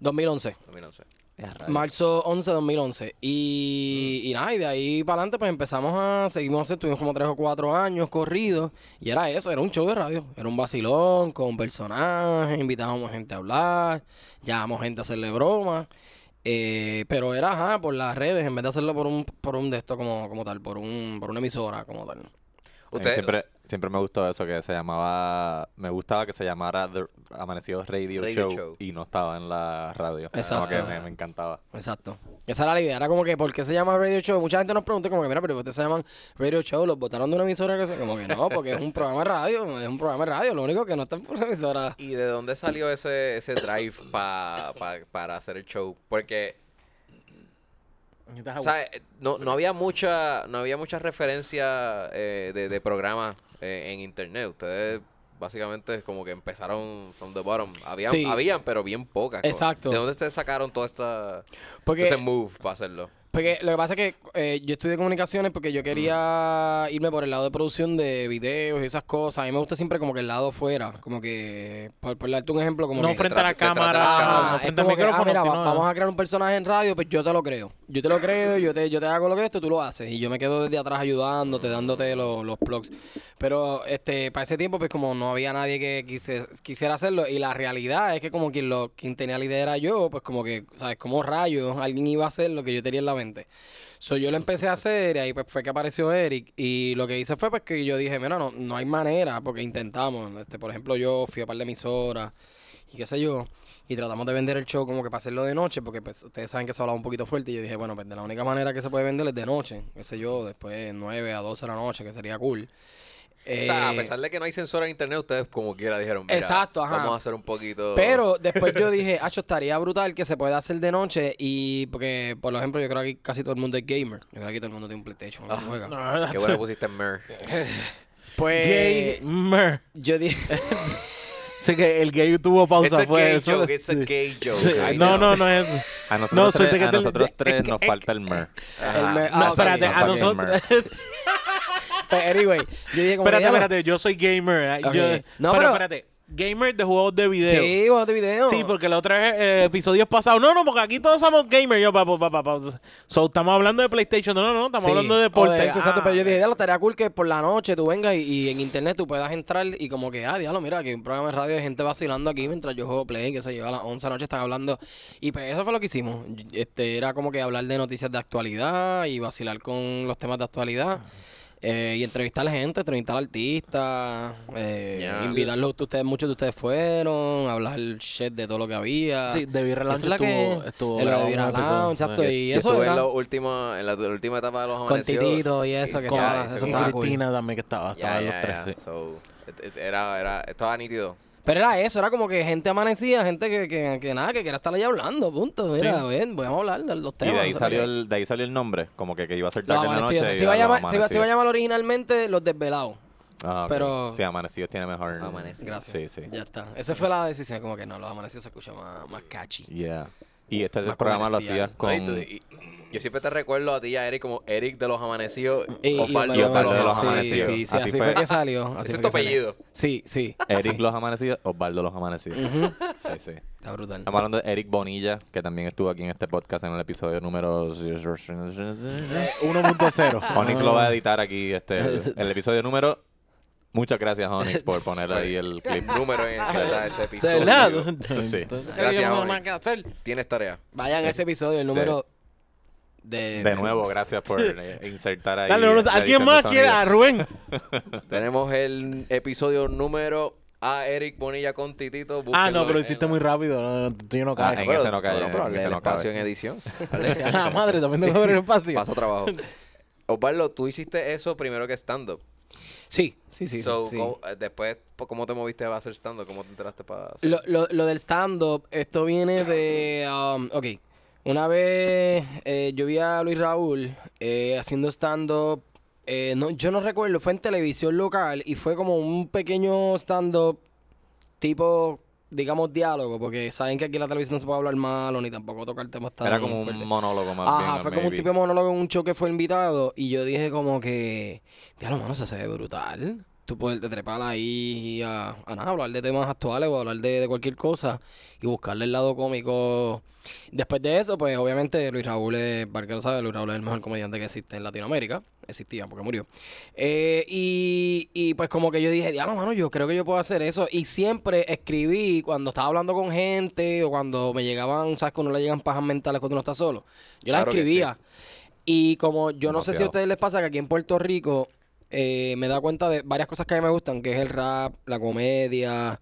Speaker 4: 2011.
Speaker 2: 2011.
Speaker 4: Marzo 11 de 2011. Y, y nada, y de ahí para adelante pues empezamos a, seguimos, estuvimos como tres o cuatro años corridos. Y era eso, era un show de radio. Era un vacilón con personajes, invitábamos gente a hablar, llamábamos gente a hacerle bromas. Eh, pero era ajá, por las redes, en vez de hacerlo por un, por un de esto como, como tal, por un, por una emisora como tal.
Speaker 1: A mí siempre, siempre me gustó eso que se llamaba. Me gustaba que se llamara The Amanecidos Radio,
Speaker 2: Radio
Speaker 1: Show,
Speaker 2: Show.
Speaker 1: y no estaba en la radio. Era como
Speaker 4: Exacto.
Speaker 1: que me, me encantaba.
Speaker 4: Exacto. Esa era la idea. Era como que, ¿por qué se llama Radio Show? Mucha gente nos pregunta, como que, mira, pero ¿por qué se llaman Radio Show? ¿Los votaron de una emisora? Que se-? Como que no, porque es un programa de radio. Es un programa de radio. Lo único que no está por una emisora.
Speaker 2: ¿Y de dónde salió ese, ese drive pa, pa- para hacer el show? Porque
Speaker 3: Ah,
Speaker 2: o sea, eh, no, no había mucha no había mucha referencia eh, de, de programas eh, en internet. Ustedes básicamente como que empezaron from the bottom. Habían,
Speaker 4: Sí.
Speaker 2: habían pero bien pocas.
Speaker 4: Exacto.
Speaker 2: ¿De dónde ustedes sacaron todo esta,
Speaker 4: Porque-
Speaker 2: ese move para hacerlo?
Speaker 4: Porque lo que pasa es que eh, yo estudié comunicaciones porque yo quería irme por el lado de producción de videos y esas cosas. A mí me gusta siempre como que el lado fuera. Como que, por, por darte un ejemplo, como
Speaker 3: no
Speaker 4: que...
Speaker 3: frente a la
Speaker 2: detrás- detrás de
Speaker 3: cámara,
Speaker 2: la cámara.
Speaker 4: Ajá,
Speaker 3: no
Speaker 4: es
Speaker 3: frente al
Speaker 4: como que, ah,
Speaker 3: micrófono.
Speaker 4: mira, va-
Speaker 3: sino-
Speaker 4: (laughs) vamos a crear un personaje en radio, pues yo te lo creo. Yo te lo creo, yo te, yo te hago lo que esto, tú lo haces. Y yo me quedo desde atrás ayudándote, dándote lo- los plugs. Pero este, para ese tiempo, pues como no había nadie que quise- quisiera hacerlo. Y la realidad es que como quien, lo, quien tenía la idea era yo, pues como que, ¿sabes? Como rayos, alguien iba a hacer lo que yo tenía en la mente. So, yo lo empecé a hacer y ahí pues, fue que apareció Eric. Y lo que hice fue pues, que yo dije, mira, no, no hay manera, porque intentamos. Este, por ejemplo, yo fui a par de emisoras y qué sé yo. Y tratamos de vender el show como que para hacerlo de noche, porque pues, ustedes saben que se hablaba un poquito fuerte. Y yo dije, bueno, pues de la única manera que se puede vender es de noche. Qué sé yo, después 9 a 12 de la noche, que sería cool.
Speaker 2: o sea, a
Speaker 4: Eh,
Speaker 2: pesar de que no hay censura en internet, ustedes como quiera dijeron, mira,
Speaker 4: Exacto, ajá.
Speaker 2: vamos a hacer un poquito...
Speaker 4: Pero después yo dije, (laughs) Acho, estaría brutal que se pueda hacer de noche. Y porque, por ejemplo, yo creo que aquí casi todo el mundo es gamer. Yo creo que aquí todo el mundo tiene un PlayStation. no se
Speaker 3: Ah.
Speaker 4: juega.
Speaker 2: Qué bueno que pusiste mer.
Speaker 3: (laughs)
Speaker 4: Pues
Speaker 3: Gamer.
Speaker 4: yo dije. (laughs)
Speaker 3: Sé que el gay tuvo
Speaker 2: It's
Speaker 3: pausa.
Speaker 2: a
Speaker 3: fue
Speaker 2: gay
Speaker 3: eso.
Speaker 2: joke, it's a
Speaker 3: Sí.
Speaker 2: gay joke.
Speaker 3: Sí,
Speaker 2: I
Speaker 3: No,
Speaker 2: know.
Speaker 3: no, no es eso.
Speaker 1: A
Speaker 3: No,
Speaker 1: nosotros,
Speaker 3: suerte
Speaker 1: tres,
Speaker 3: que
Speaker 1: a
Speaker 3: te-
Speaker 1: nosotros
Speaker 3: de-
Speaker 1: tres nos falta el
Speaker 3: (laughs)
Speaker 1: mer.
Speaker 2: Ajá.
Speaker 4: El mer-
Speaker 2: Ah,
Speaker 4: no,
Speaker 2: sí,
Speaker 3: espérate,
Speaker 2: no,
Speaker 1: nos falta
Speaker 3: a
Speaker 1: el
Speaker 3: nosotros.
Speaker 1: mer.
Speaker 3: (laughs)
Speaker 4: Pues, anyway, yo dije como que,
Speaker 3: Espérate,
Speaker 4: diablo,
Speaker 3: espérate, yo soy gamer. eh,
Speaker 4: Ok.
Speaker 3: yo-
Speaker 4: No,
Speaker 3: pero,
Speaker 4: pero-
Speaker 3: espérate, gamer de juegos de video.
Speaker 4: Sí, vos de video.
Speaker 3: Sí, porque la otra vez, eh, episodios pasados. No, no, porque aquí todos somos gamers. Yo, papá, papá, papá. So, estamos hablando de PlayStation. No, no, no, estamos
Speaker 4: Sí,
Speaker 3: hablando de
Speaker 4: o
Speaker 3: deporte.
Speaker 4: eso, exacto,
Speaker 3: Ah.
Speaker 4: pero yo dije, diablo, estaría cool que por la noche tú vengas y, y en internet tú puedas entrar y como que, ah, diablo, mira, que hay un programa de radio de gente vacilando aquí mientras yo juego Play, que se lleva a las 11 de la noche, están hablando. Y pues eso fue lo que hicimos. Este, era como que hablar de noticias de actualidad y vacilar con los temas de actualidad. eh, y entrevistar a la gente, entrevistar a artistas, eh,
Speaker 2: Ya.
Speaker 4: invitarlos, ustedes, muchos de ustedes fueron, hablar shit de todo lo que había.
Speaker 3: Sí, The Beer
Speaker 4: ah, Esa
Speaker 3: Lounge
Speaker 4: es la
Speaker 3: estuvo,
Speaker 4: que-
Speaker 3: estuvo
Speaker 4: el
Speaker 3: bravo,
Speaker 4: Beer
Speaker 3: un episodio.
Speaker 4: Lounge, exacto,
Speaker 3: Sí.
Speaker 4: y
Speaker 2: Yo
Speaker 4: eso
Speaker 2: estuve
Speaker 4: era-
Speaker 2: en, la última, en la últitito etapa de los
Speaker 4: Con
Speaker 2: amanecidos.
Speaker 4: titito y eso, que
Speaker 2: Ya,
Speaker 4: estaba-
Speaker 2: ese
Speaker 4: eso
Speaker 2: fue-
Speaker 4: estaba cool.
Speaker 3: Cristina también que estaba,
Speaker 2: Ya,
Speaker 3: estaban
Speaker 2: ya,
Speaker 3: los tres.
Speaker 2: ya.
Speaker 3: sí.
Speaker 2: So, et- et- era, era, estaba nítido.
Speaker 4: Pero era eso, era como que gente amanecía, gente que, que, que nada, que quiera estar ahí hablando, punto. Mira, ven, vamos a hablar de los
Speaker 1: Y
Speaker 4: temas.
Speaker 1: de ahí,
Speaker 4: ¿sabes?
Speaker 1: salió el, de ahí salió el nombre, como que, que iba a ser
Speaker 4: Los
Speaker 1: Dark en la
Speaker 4: amanecidos.
Speaker 1: noche.
Speaker 4: se, iba a llamar, se, iba, se iba a llamar originalmente Los Desvelados. pero-
Speaker 1: Ah, Sí, amanecidos tiene mejor.
Speaker 2: Amanecidos.
Speaker 4: Gracias.
Speaker 1: Sí, sí.
Speaker 4: Ya está. Esa fue la decisión, como que no, Los Amanecidos se escucha más, más catchy.
Speaker 1: Yeah. Y este
Speaker 4: Más
Speaker 1: programa lo
Speaker 4: comercial.
Speaker 1: hacías con.
Speaker 2: Oye, tú- y- yo siempre te recuerdo a ti y a Eric como Eric de los amanecidos.
Speaker 4: Y- y
Speaker 2: Osvaldo
Speaker 1: y
Speaker 4: Omar
Speaker 1: Osvaldo
Speaker 4: Amanecido,
Speaker 1: de los
Speaker 4: sí,
Speaker 1: Amanecidos.
Speaker 4: Sí,
Speaker 1: Así
Speaker 4: sí, así
Speaker 1: fue.
Speaker 4: fue que salió. así
Speaker 2: Ese es
Speaker 4: fue
Speaker 2: tu
Speaker 4: que salió. (laughs)
Speaker 2: apellido.
Speaker 4: Sí, sí.
Speaker 1: Eric
Speaker 4: sí.
Speaker 1: Los Amanecidos, Osvaldo Los Amanecidos. Sí, sí.
Speaker 4: Está brutal.
Speaker 1: Estamos hablando de Eric Bonilla, que también estuvo aquí en este podcast en el episodio número. Onyx
Speaker 3: (laughs) 1.0.
Speaker 1: lo va a editar aquí, este, el, el episodio número. Muchas gracias, Onyx, por poner ahí el clip.
Speaker 2: Número en el que está
Speaker 4: (laughs)
Speaker 2: ese episodio.
Speaker 3: De lado.
Speaker 1: Sí.
Speaker 2: Gracias,
Speaker 3: Tenemos
Speaker 2: Onyx.
Speaker 3: más que hacer.
Speaker 2: Tienes tarea.
Speaker 4: Vayan a ese episodio, el número de...
Speaker 1: De nuevo, gracias por eh, insertar ahí.
Speaker 3: Dale, uno-
Speaker 1: la
Speaker 3: ¿alguien
Speaker 1: edición
Speaker 3: más
Speaker 1: de
Speaker 3: quiere?
Speaker 1: sonido.
Speaker 3: A Rubén.
Speaker 2: Tenemos el episodio número a Eric Bonilla con Titito.
Speaker 3: Ah,
Speaker 2: búsquenlo
Speaker 3: no, pero
Speaker 2: en-
Speaker 3: hiciste muy rápido. No, no, tú no
Speaker 1: Ah,
Speaker 3: caes.
Speaker 1: en ese no cae,
Speaker 2: Bueno,
Speaker 1: en
Speaker 2: pero
Speaker 1: ese
Speaker 2: lee el
Speaker 1: no cabe.
Speaker 2: espacio en edición.
Speaker 4: (laughs)
Speaker 3: (laughs) Ah, madre, también tengo que abrir espacio.
Speaker 2: Pasa trabajo. Osvaldo, tú hiciste eso primero que stand-up.
Speaker 4: Sí, sí, sí.
Speaker 2: So,
Speaker 4: sí.
Speaker 2: ¿cómo- eh, después, po- ¿cómo te moviste a hacer stand-up? ¿Cómo te enteraste para hacer?
Speaker 4: Lo, lo, lo del stand-up, esto viene de. um, ok. Una vez eh, yo vi a Luis Raúl eh, haciendo stand-up. eh, no, yo no recuerdo, fue en televisión local y fue como un pequeño stand-up tipo, digamos, diálogo, porque saben que aquí en la televisión no se puede hablar malo ni tampoco tocar temas tan
Speaker 1: Era como
Speaker 4: fuertes.
Speaker 1: un monólogo más bien.
Speaker 4: Ajá, fue como un
Speaker 1: maybe.
Speaker 4: tipo de monólogo en un show que fue invitado y yo dije como que, diablo, mano, eso se ve brutal. tú poderte trepar ahí y a, a nada, hablar de temas actuales o hablar de, de cualquier cosa y buscarle el lado cómico. Después de eso, pues obviamente Luis Raúl es, para el que lo sabe, Luis Raúl es el mejor comediante que existe en Latinoamérica. Existía porque murió. Eh, y, y, pues como que yo dije, diablo, mano, yo creo que yo puedo hacer eso. Y siempre escribí cuando estaba hablando con gente o cuando me llegaban, ¿sabes? Cuando le llegan pajas mentales cuando uno está solo. Yo las
Speaker 2: Claro que
Speaker 4: escribía. Y como yo no sé si a
Speaker 1: Demasiado.
Speaker 4: ustedes les pasa que aquí en Puerto Rico eh, me da cuenta de varias cosas que a mí me gustan, que es el rap, la comedia,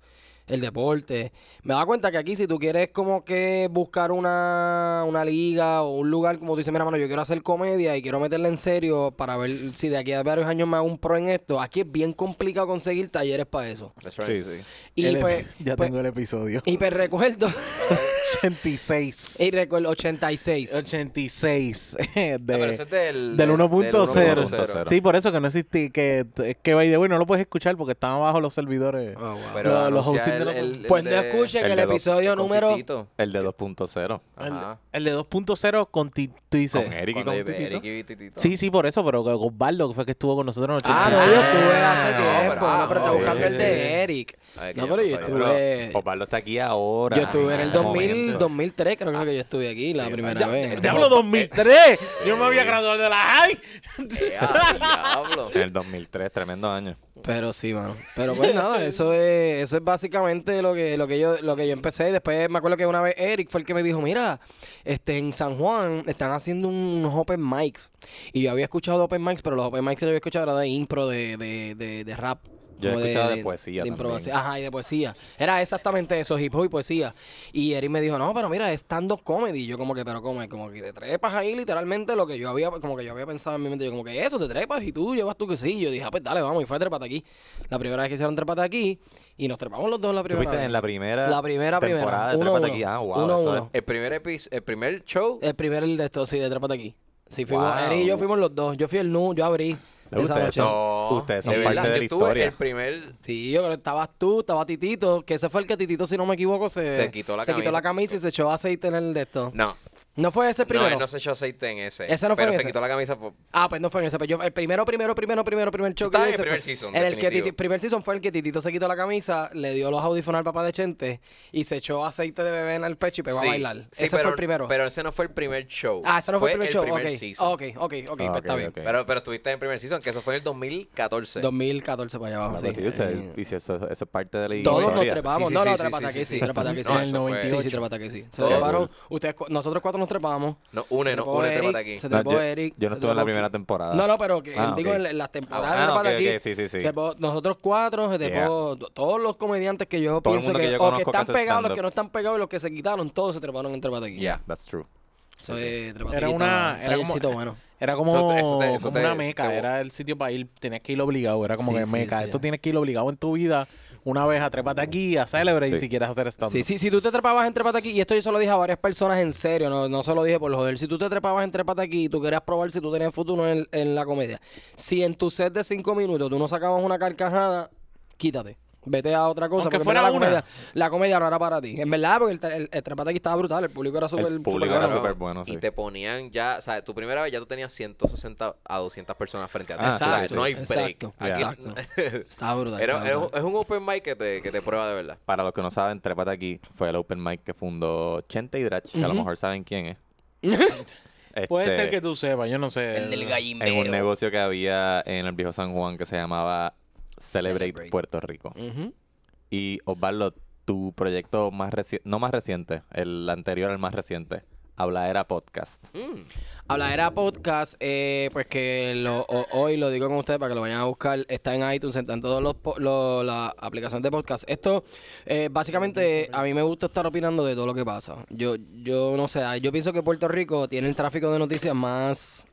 Speaker 4: el deporte. Me da cuenta que aquí si tú quieres como que buscar una, una liga o un lugar, como tú dices, mira, mano, yo quiero hacer comedia y quiero meterla en serio para ver si de aquí a varios años me hago un pro en esto, aquí es bien complicado conseguir talleres para eso.
Speaker 2: That's right.
Speaker 1: Sí, sí.
Speaker 4: Y
Speaker 3: El-
Speaker 4: pues,
Speaker 3: ya
Speaker 4: pues-
Speaker 3: tengo el episodio.
Speaker 4: y pues recuerdo, (laughs)
Speaker 3: 86.
Speaker 4: y recuerdo 86.
Speaker 3: 86.
Speaker 2: Ah, pero
Speaker 3: eh, De,
Speaker 2: ese es del,
Speaker 3: del 1.0.
Speaker 1: 1.0.
Speaker 3: Sí, por eso que no existí. Que, que by the way, no lo puedes escuchar porque estaban bajo los servidores.
Speaker 4: Ah, wow.
Speaker 2: Pero
Speaker 3: Lo- los
Speaker 2: anuncia
Speaker 3: hosting de
Speaker 2: el-
Speaker 3: los-
Speaker 2: el- el
Speaker 4: Pues no
Speaker 2: de-
Speaker 4: escuchen
Speaker 1: el
Speaker 4: el,
Speaker 1: de los-
Speaker 4: episodio
Speaker 2: con
Speaker 4: número...
Speaker 2: Titito.
Speaker 1: El de 2.0.
Speaker 2: Ajá.
Speaker 3: El, el de 2.0 con ti, tú dices.
Speaker 1: Con Eric y
Speaker 2: Cuando
Speaker 1: con
Speaker 2: lleve
Speaker 1: Titito.
Speaker 2: Eric y Titito.
Speaker 3: Sí, sí, por eso, pero que con Barlo, que fue que estuvo con nosotros en
Speaker 4: Ah, no,
Speaker 3: 86.
Speaker 4: yo estuve hace
Speaker 2: Ah, no,
Speaker 4: tiempo.
Speaker 2: pero-
Speaker 4: No, pero está
Speaker 2: ah,
Speaker 4: buscando
Speaker 1: sí,
Speaker 4: el
Speaker 1: sí,
Speaker 4: de Eric.
Speaker 2: Ay, que
Speaker 4: No,
Speaker 2: ya
Speaker 4: pero yo
Speaker 2: pasó, ya.
Speaker 4: estuve.
Speaker 1: Osvaldo está aquí ahora.
Speaker 4: Yo estuve en el
Speaker 1: Este
Speaker 4: 2000,
Speaker 1: momento.
Speaker 4: 2003, creo que yo estuve aquí la primera vez.
Speaker 3: Te hablo 2003. Yo me había graduado de la high.
Speaker 2: ¡Ea,
Speaker 1: (laughs)
Speaker 2: diablo!
Speaker 1: En el 2003, tremendo año.
Speaker 4: Pero sí, mano. Pero
Speaker 1: (laughs)
Speaker 4: pues nada, eso es, eso es básicamente lo que, lo que yo, lo que yo empecé. Después me acuerdo que una vez Eric fue el que me dijo, mira, este en San Juan están haciendo un- unos open mics. Y yo había escuchado open mics, pero los open mics que yo había escuchado era de impro, de, de, de, de rap.
Speaker 1: Yo he
Speaker 4: como
Speaker 1: escuchado de poesía también.
Speaker 4: improvisación. Ajá, y de poesía. Era exactamente eso, hip hop y poesía. Y Eric me dijo, no, pero mira, es stand-up comedy. Y yo como que, pero come, como que te trepas ahí literalmente lo que yo había, como que yo había pensado en mi mente. Yo como que eso, te trepas y tú llevas tu quesillo. Yo dije, ah, pues dale, vamos. Y fue a trepate aquí. La primera vez que hicieron trepate aquí y nos trepamos los dos la
Speaker 1: Tú
Speaker 4: primera
Speaker 1: fuiste
Speaker 4: vez.
Speaker 1: en la primera
Speaker 4: La primera, primera.
Speaker 1: temporada de
Speaker 4: Uno,
Speaker 1: Trépate
Speaker 4: uno.
Speaker 1: aquí. Ah, wow.
Speaker 4: Uno,
Speaker 1: eso es-
Speaker 4: uno.
Speaker 2: El primer, epi- el primer show.
Speaker 4: El primer el de esto, sí, de trepate aquí. Sí, fuimos,
Speaker 1: Wow.
Speaker 4: Eric y yo fuimos los dos. Yo fui el nu, yo abrí.
Speaker 1: ¿Le gusta
Speaker 4: esa noche.
Speaker 1: eso? Ustedes son
Speaker 2: de
Speaker 1: parte
Speaker 2: verdad,
Speaker 1: de la
Speaker 2: yo tuve
Speaker 1: historia.
Speaker 2: el primer...
Speaker 4: Sí, yo creo que estabas tú, estaba Titito, que ese fue el que Titito, si no me equivoco, se,
Speaker 2: Se quitó la
Speaker 4: se
Speaker 2: camisa.
Speaker 4: camisa y se echó aceite en el de esto. No,
Speaker 2: No,
Speaker 4: fue ese el
Speaker 2: no,
Speaker 4: primero.
Speaker 2: él no se echó aceite en ese.
Speaker 4: Ese no fue
Speaker 2: Pero
Speaker 4: en
Speaker 2: se
Speaker 4: ese.
Speaker 2: quitó la camisa por...
Speaker 4: Ah, pues no fue en ese, pero yo, el primero, primero, primero, primero, primer show que
Speaker 2: estabas en el
Speaker 4: yo hice
Speaker 2: primer
Speaker 4: fue-
Speaker 2: season,
Speaker 4: en el que
Speaker 2: definitivo.
Speaker 4: Titi- primer season fue el que Titito se quitó la camisa, le dio los audífonos al papá de Chente y se echó aceite de bebé en el pecho y pegó
Speaker 2: Sí,
Speaker 4: a bailar.
Speaker 2: sí,
Speaker 4: ese fue el primero.
Speaker 2: Pero ese no fue el primer show.
Speaker 4: ah, ese no fue, el primer show. ok.
Speaker 2: season.
Speaker 4: ok, ok, ok,
Speaker 1: Ah,
Speaker 4: pues
Speaker 1: ok,
Speaker 4: está bien.
Speaker 1: ok.
Speaker 2: Pero, pero estuviste en el primer season, que eso fue en el 2014.
Speaker 4: 2014 para allá
Speaker 1: Ah,
Speaker 4: abajo.
Speaker 1: pues
Speaker 4: sí. eh.
Speaker 1: sí, usted- y si eso, eso es parte de la
Speaker 4: Todos nos
Speaker 1: historia.
Speaker 2: Sí,
Speaker 4: trepamos.
Speaker 2: sí,
Speaker 4: no,
Speaker 2: sí,
Speaker 4: no,
Speaker 2: sí,
Speaker 4: trepata
Speaker 2: sí,
Speaker 4: que
Speaker 2: sí,
Speaker 4: sí,
Speaker 2: sí.
Speaker 4: trepata que sí.
Speaker 2: No,
Speaker 4: En el
Speaker 2: eso fue-
Speaker 4: 98. Sí, sí, trepata que sí. Se
Speaker 2: Todo
Speaker 4: treparon. Ustedes, cu- nosotros cuatro nos trepamos.
Speaker 2: No, une,
Speaker 4: Se
Speaker 2: no,
Speaker 4: trepó
Speaker 2: une,
Speaker 4: Eric,
Speaker 2: trépate aquí.
Speaker 4: se
Speaker 1: No,
Speaker 4: trepó
Speaker 1: yo-
Speaker 4: Eric,
Speaker 1: yo no
Speaker 4: se
Speaker 1: estuve en la
Speaker 4: trepó-
Speaker 1: primera temporada.
Speaker 4: No, no, pero que
Speaker 1: Ah,
Speaker 4: digo
Speaker 1: ok.
Speaker 4: en la- en las temporadas
Speaker 1: Ah,
Speaker 4: de
Speaker 1: ok,
Speaker 4: Trepata
Speaker 1: ok,
Speaker 4: aquí.
Speaker 1: sí, sí, sí.
Speaker 4: trepó- nosotros cuatro, se trepó- todos los comediantes que yo
Speaker 1: Todo el
Speaker 4: pienso
Speaker 1: mundo
Speaker 4: que,
Speaker 1: que yo
Speaker 4: o que
Speaker 1: conozco que
Speaker 4: están
Speaker 1: hace
Speaker 4: pegados, los
Speaker 1: stand-up.
Speaker 4: que no están pegados y los que se quitaron, todos se treparon en Trepata aquí.
Speaker 1: Yeah, that's true.
Speaker 4: Eso es Trepata
Speaker 3: Era
Speaker 4: aquí,
Speaker 3: una-
Speaker 4: está-
Speaker 3: era como-
Speaker 4: tallercito bueno.
Speaker 3: Era como,
Speaker 2: Eso te- eso te- eso
Speaker 3: como
Speaker 2: te-
Speaker 3: una
Speaker 2: eso te
Speaker 3: meca,
Speaker 2: bo-
Speaker 3: era el sitio para ir, tenías que ir obligado, era como
Speaker 4: Sí,
Speaker 3: que
Speaker 4: sí,
Speaker 3: meca,
Speaker 4: sí.
Speaker 3: esto tienes que ir obligado en tu vida, una vez atrépate aquí, a célebre y
Speaker 1: Sí.
Speaker 3: si quieres hacer stand
Speaker 4: Sí, sí, si tú te trepabas en Trepata aquí, y esto yo se lo dije a varias personas en serio, no, no se lo dije por joder, si tú te trepabas en Trepata aquí y tú querías probar si tú tenías futuro en, en la comedia, si en tu set de cinco minutos tú no sacabas una carcajada, quítate. Vete a otra cosa.
Speaker 3: Aunque
Speaker 4: porque en
Speaker 3: fuera
Speaker 4: verdad
Speaker 3: una.
Speaker 4: La comedia, la comedia no era para ti. En verdad, porque el, tra- el- el Trepata aquí estaba brutal. El público era súper...
Speaker 1: público
Speaker 4: súper
Speaker 1: era
Speaker 4: bueno.
Speaker 2: Claro,
Speaker 1: súper bueno,
Speaker 2: Y
Speaker 1: sí.
Speaker 2: te ponían ya, o sea, tu primera vez ya tú tenías 160 a 200 personas frente a ti.
Speaker 1: Ah,
Speaker 2: O sea,
Speaker 1: exacto,
Speaker 2: no hay break.
Speaker 4: exacto,
Speaker 2: Aquí-
Speaker 4: exacto. Estaba
Speaker 2: (laughs)
Speaker 4: brutal.
Speaker 2: Era-
Speaker 4: estaba
Speaker 2: es, un-
Speaker 4: brutal.
Speaker 2: es un open mic que te, que te prueba de verdad.
Speaker 1: Para los que no saben, Trépate aquí fue el open mic que fundó Chente y Drach. que A lo mejor saben quién
Speaker 4: (laughs)
Speaker 1: es.
Speaker 3: Puede
Speaker 1: Este,
Speaker 3: ser que tú sepas, yo no sé.
Speaker 1: Ah, En un negocio que había en el viejo San Juan que se llamaba Celebrate,
Speaker 4: Celebrate.
Speaker 1: Puerto Rico.
Speaker 4: Ujú.
Speaker 1: Y Osvaldo, tu proyecto más reciente, no más reciente, el anterior al más reciente, Habla Era Podcast.
Speaker 2: Mm.
Speaker 4: Habladera Podcast, eh, pues que lo- o- hoy lo digo con ustedes para que lo vayan a buscar. Está en iTunes, está en todas los, po- lo- las aplicaciones de podcast. Esto, eh, básicamente, a mí me gusta estar opinando de todo lo que pasa. Yo, yo no sé, yo pienso que Puerto Rico tiene el tráfico de noticias más,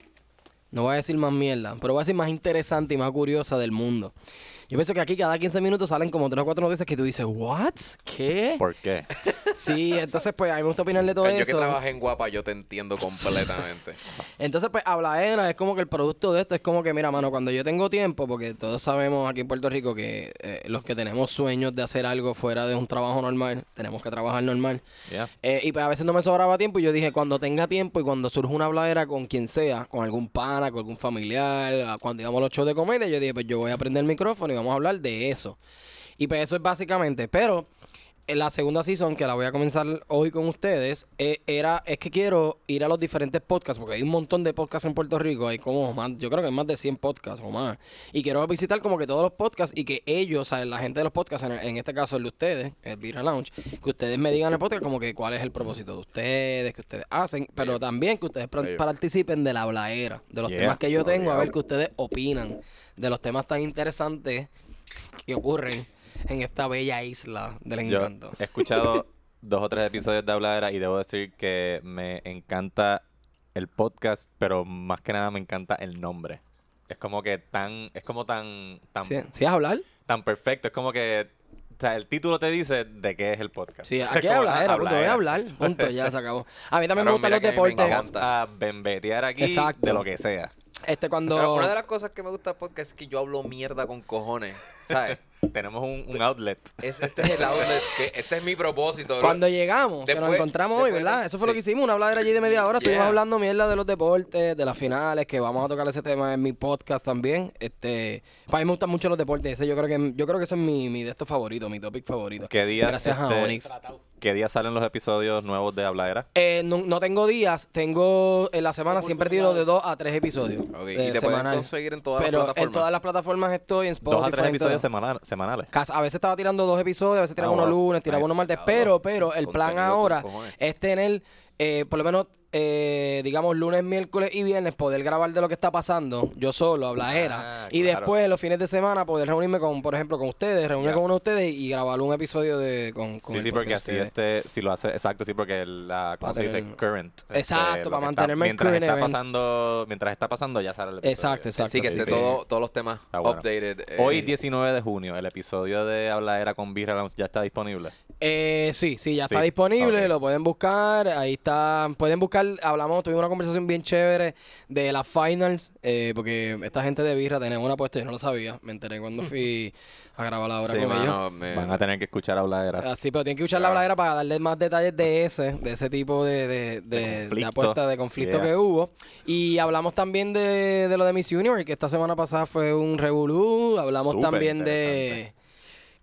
Speaker 4: no voy a decir más mierda, pero voy a decir más interesante y más curiosa del mundo. Yo pienso que aquí cada 15 minutos salen como tres o cuatro noticias que tú dices, ¿what? ¿Qué?
Speaker 1: ¿Por
Speaker 4: (laughs)
Speaker 1: qué?
Speaker 4: Sí, entonces pues a mí me gusta opinar de todo
Speaker 2: yo
Speaker 4: eso.
Speaker 2: que trabajé en Guapa, yo te entiendo
Speaker 4: (laughs)
Speaker 2: completamente.
Speaker 4: Entonces, pues, habladera es como que el producto de esto es como que, mira, mano, cuando yo tengo tiempo, porque todos sabemos aquí en Puerto Rico que eh, los que tenemos sueños de hacer algo fuera de un trabajo normal, tenemos que trabajar normal.
Speaker 1: Yeah.
Speaker 4: Eh, y pues a veces no me sobraba tiempo y yo dije, cuando tenga tiempo y cuando surja una habladera con quien ah, sea, con algún pana, con algún familiar, a- cuando íbamos a los shows de comedia, yo dije, pues yo voy a prender el micrófono y vamos a hablar de eso. Y pues eso es básicamente. Pero en la segunda season, que la voy a comenzar hoy con ustedes, eh, era, es que quiero ir a los diferentes podcasts, porque hay un montón de podcasts en Puerto Rico, hay como más, yo creo que hay más de 100 podcasts o más. Y quiero visitar como que todos los podcasts y que ellos, ¿sabes? la gente de los podcasts, en, en este caso el de ustedes, el Vira Lounge, que ustedes me digan en el podcast como que cuál es el propósito de ustedes, que ustedes hacen, pero también que ustedes pra-
Speaker 2: Bello.
Speaker 4: participen de la hablaera, de los
Speaker 1: Yeah.
Speaker 4: temas que yo tengo, a ver qué ustedes opinan de los temas tan interesantes que ocurren en esta bella isla del
Speaker 1: Yo
Speaker 4: encanto.
Speaker 1: he escuchado (laughs) dos o tres episodios de Habladera y debo decir que me encanta el podcast, pero más que nada me encanta el nombre. Es como que tan, es como tan, tan,
Speaker 4: ¿Sí, ¿sí vas a hablar?
Speaker 1: tan perfecto. Es como que o sea, el título te dice de qué es el podcast.
Speaker 2: (laughs)
Speaker 4: Sí,
Speaker 1: (laughs) Es
Speaker 4: aquí
Speaker 1: como,
Speaker 4: habla,
Speaker 1: ah,
Speaker 4: era, punto, voy
Speaker 1: habladera.
Speaker 4: a hablar, punto, ya se acabó. A mí
Speaker 2: Claro,
Speaker 4: también me gustan
Speaker 2: mira
Speaker 4: los
Speaker 2: que a mí me
Speaker 4: deportes.
Speaker 2: encanta.
Speaker 1: Vamos a bembetear aquí
Speaker 4: Exacto.
Speaker 1: de lo que sea.
Speaker 4: Este
Speaker 2: Pero
Speaker 4: cuando...
Speaker 2: una de las cosas que me gusta del podcast es que yo hablo mierda con cojones,
Speaker 4: (laughs)
Speaker 2: ¿sabes?
Speaker 1: Tenemos un, un outlet.
Speaker 2: Es- este es el outlet, que- este es mi propósito.
Speaker 4: Cuando llegamos, que nos
Speaker 2: Después-
Speaker 4: encontramos hoy,
Speaker 2: después-
Speaker 4: ¿verdad? Eso fue lo
Speaker 2: sí.
Speaker 4: que hicimos, una habladera allí de media hora. Estuvimos
Speaker 2: Yeah.
Speaker 4: hablando mierda de los deportes, de las finales, que vamos a tocar ese tema en mi podcast también. Este, para mí me gustan mucho los deportes. Ese yo creo que yo creo que ese es mi, mi de estos favoritos, mi topic favorito.
Speaker 1: ¿Qué días,
Speaker 4: Gracias a
Speaker 1: este,
Speaker 4: Onyx.
Speaker 1: ¿Qué día salen los episodios nuevos de Habladera?
Speaker 4: Eh, no, no tengo días, tengo en la semana siempre tiro de dos a tres episodios.
Speaker 2: Ok,
Speaker 4: eh,
Speaker 2: y te pueden
Speaker 4: semanal.
Speaker 2: conseguir en todas las
Speaker 4: Pero en
Speaker 2: plataformas.
Speaker 4: todas las plataformas estoy, en Spotify.
Speaker 1: Dos a tres
Speaker 4: en
Speaker 1: episodios
Speaker 4: todo.
Speaker 1: semana- semanales.
Speaker 4: Cas- A veces estaba tirando dos episodios, a veces tiraba
Speaker 1: Ah,
Speaker 4: uno
Speaker 1: wow.
Speaker 4: lunes, tiraba
Speaker 1: Nice.
Speaker 4: uno martes,
Speaker 2: Diablo.
Speaker 4: pero, pero el plan
Speaker 2: Contenido con
Speaker 4: ahora
Speaker 2: cojones.
Speaker 4: es tener, eh, por lo menos, eh, digamos, lunes, miércoles y viernes, poder grabar de lo que está pasando, yo solo, habladera,
Speaker 1: Ah,
Speaker 4: y
Speaker 1: claro.
Speaker 4: después los fines de semana poder reunirme con, por ejemplo, con ustedes, reunirme con uno de ustedes y grabar un episodio de con, con
Speaker 1: Sí,
Speaker 4: el
Speaker 1: sí, porque
Speaker 4: podcast
Speaker 1: así
Speaker 4: de ustedes.
Speaker 1: este, si lo hace, exacto, sí, porque la, ¿cómo
Speaker 4: Para
Speaker 1: se dice?
Speaker 4: tener-
Speaker 1: Current. este,
Speaker 4: Exacto,
Speaker 1: lo
Speaker 4: para
Speaker 1: que
Speaker 4: mantenerme en
Speaker 1: mientras
Speaker 4: current
Speaker 1: está
Speaker 4: events.
Speaker 1: pasando, Mientras está pasando, ya sale el episodio.
Speaker 4: Exacto, exacto.
Speaker 2: Sí, que
Speaker 4: así
Speaker 2: esté todo, todos los temas
Speaker 1: Está bueno.
Speaker 2: updated. eh,
Speaker 1: Hoy,
Speaker 2: sí.
Speaker 1: 19 de junio, el episodio de Habladera con Birra Lounge ya está disponible.
Speaker 4: Eh, sí, sí, ya
Speaker 1: Sí,
Speaker 4: está disponible,
Speaker 1: ok.
Speaker 4: lo pueden buscar, ahí está, pueden buscar, hablamos, tuvimos una conversación bien chévere de las finals, eh, porque esta gente de Birra tenía una apuesta, yo no lo sabía, me enteré cuando fui a grabar la hora
Speaker 2: Sí,
Speaker 4: con Ah. ellos.
Speaker 2: mano, me-
Speaker 1: Van a tener que escuchar Habladera.
Speaker 4: Así, pero tienen que escuchar la
Speaker 1: Ah.
Speaker 2: Claro.
Speaker 4: habladera para darles más detalles de ese, de ese tipo de, de, de- de
Speaker 1: conflicto.
Speaker 4: apuesta, de conflicto
Speaker 1: Yeah.
Speaker 4: que hubo. Y hablamos también de, de lo de Miss Universe, que esta semana pasada fue un revolú, hablamos
Speaker 1: Súper
Speaker 4: también de...
Speaker 1: interesante.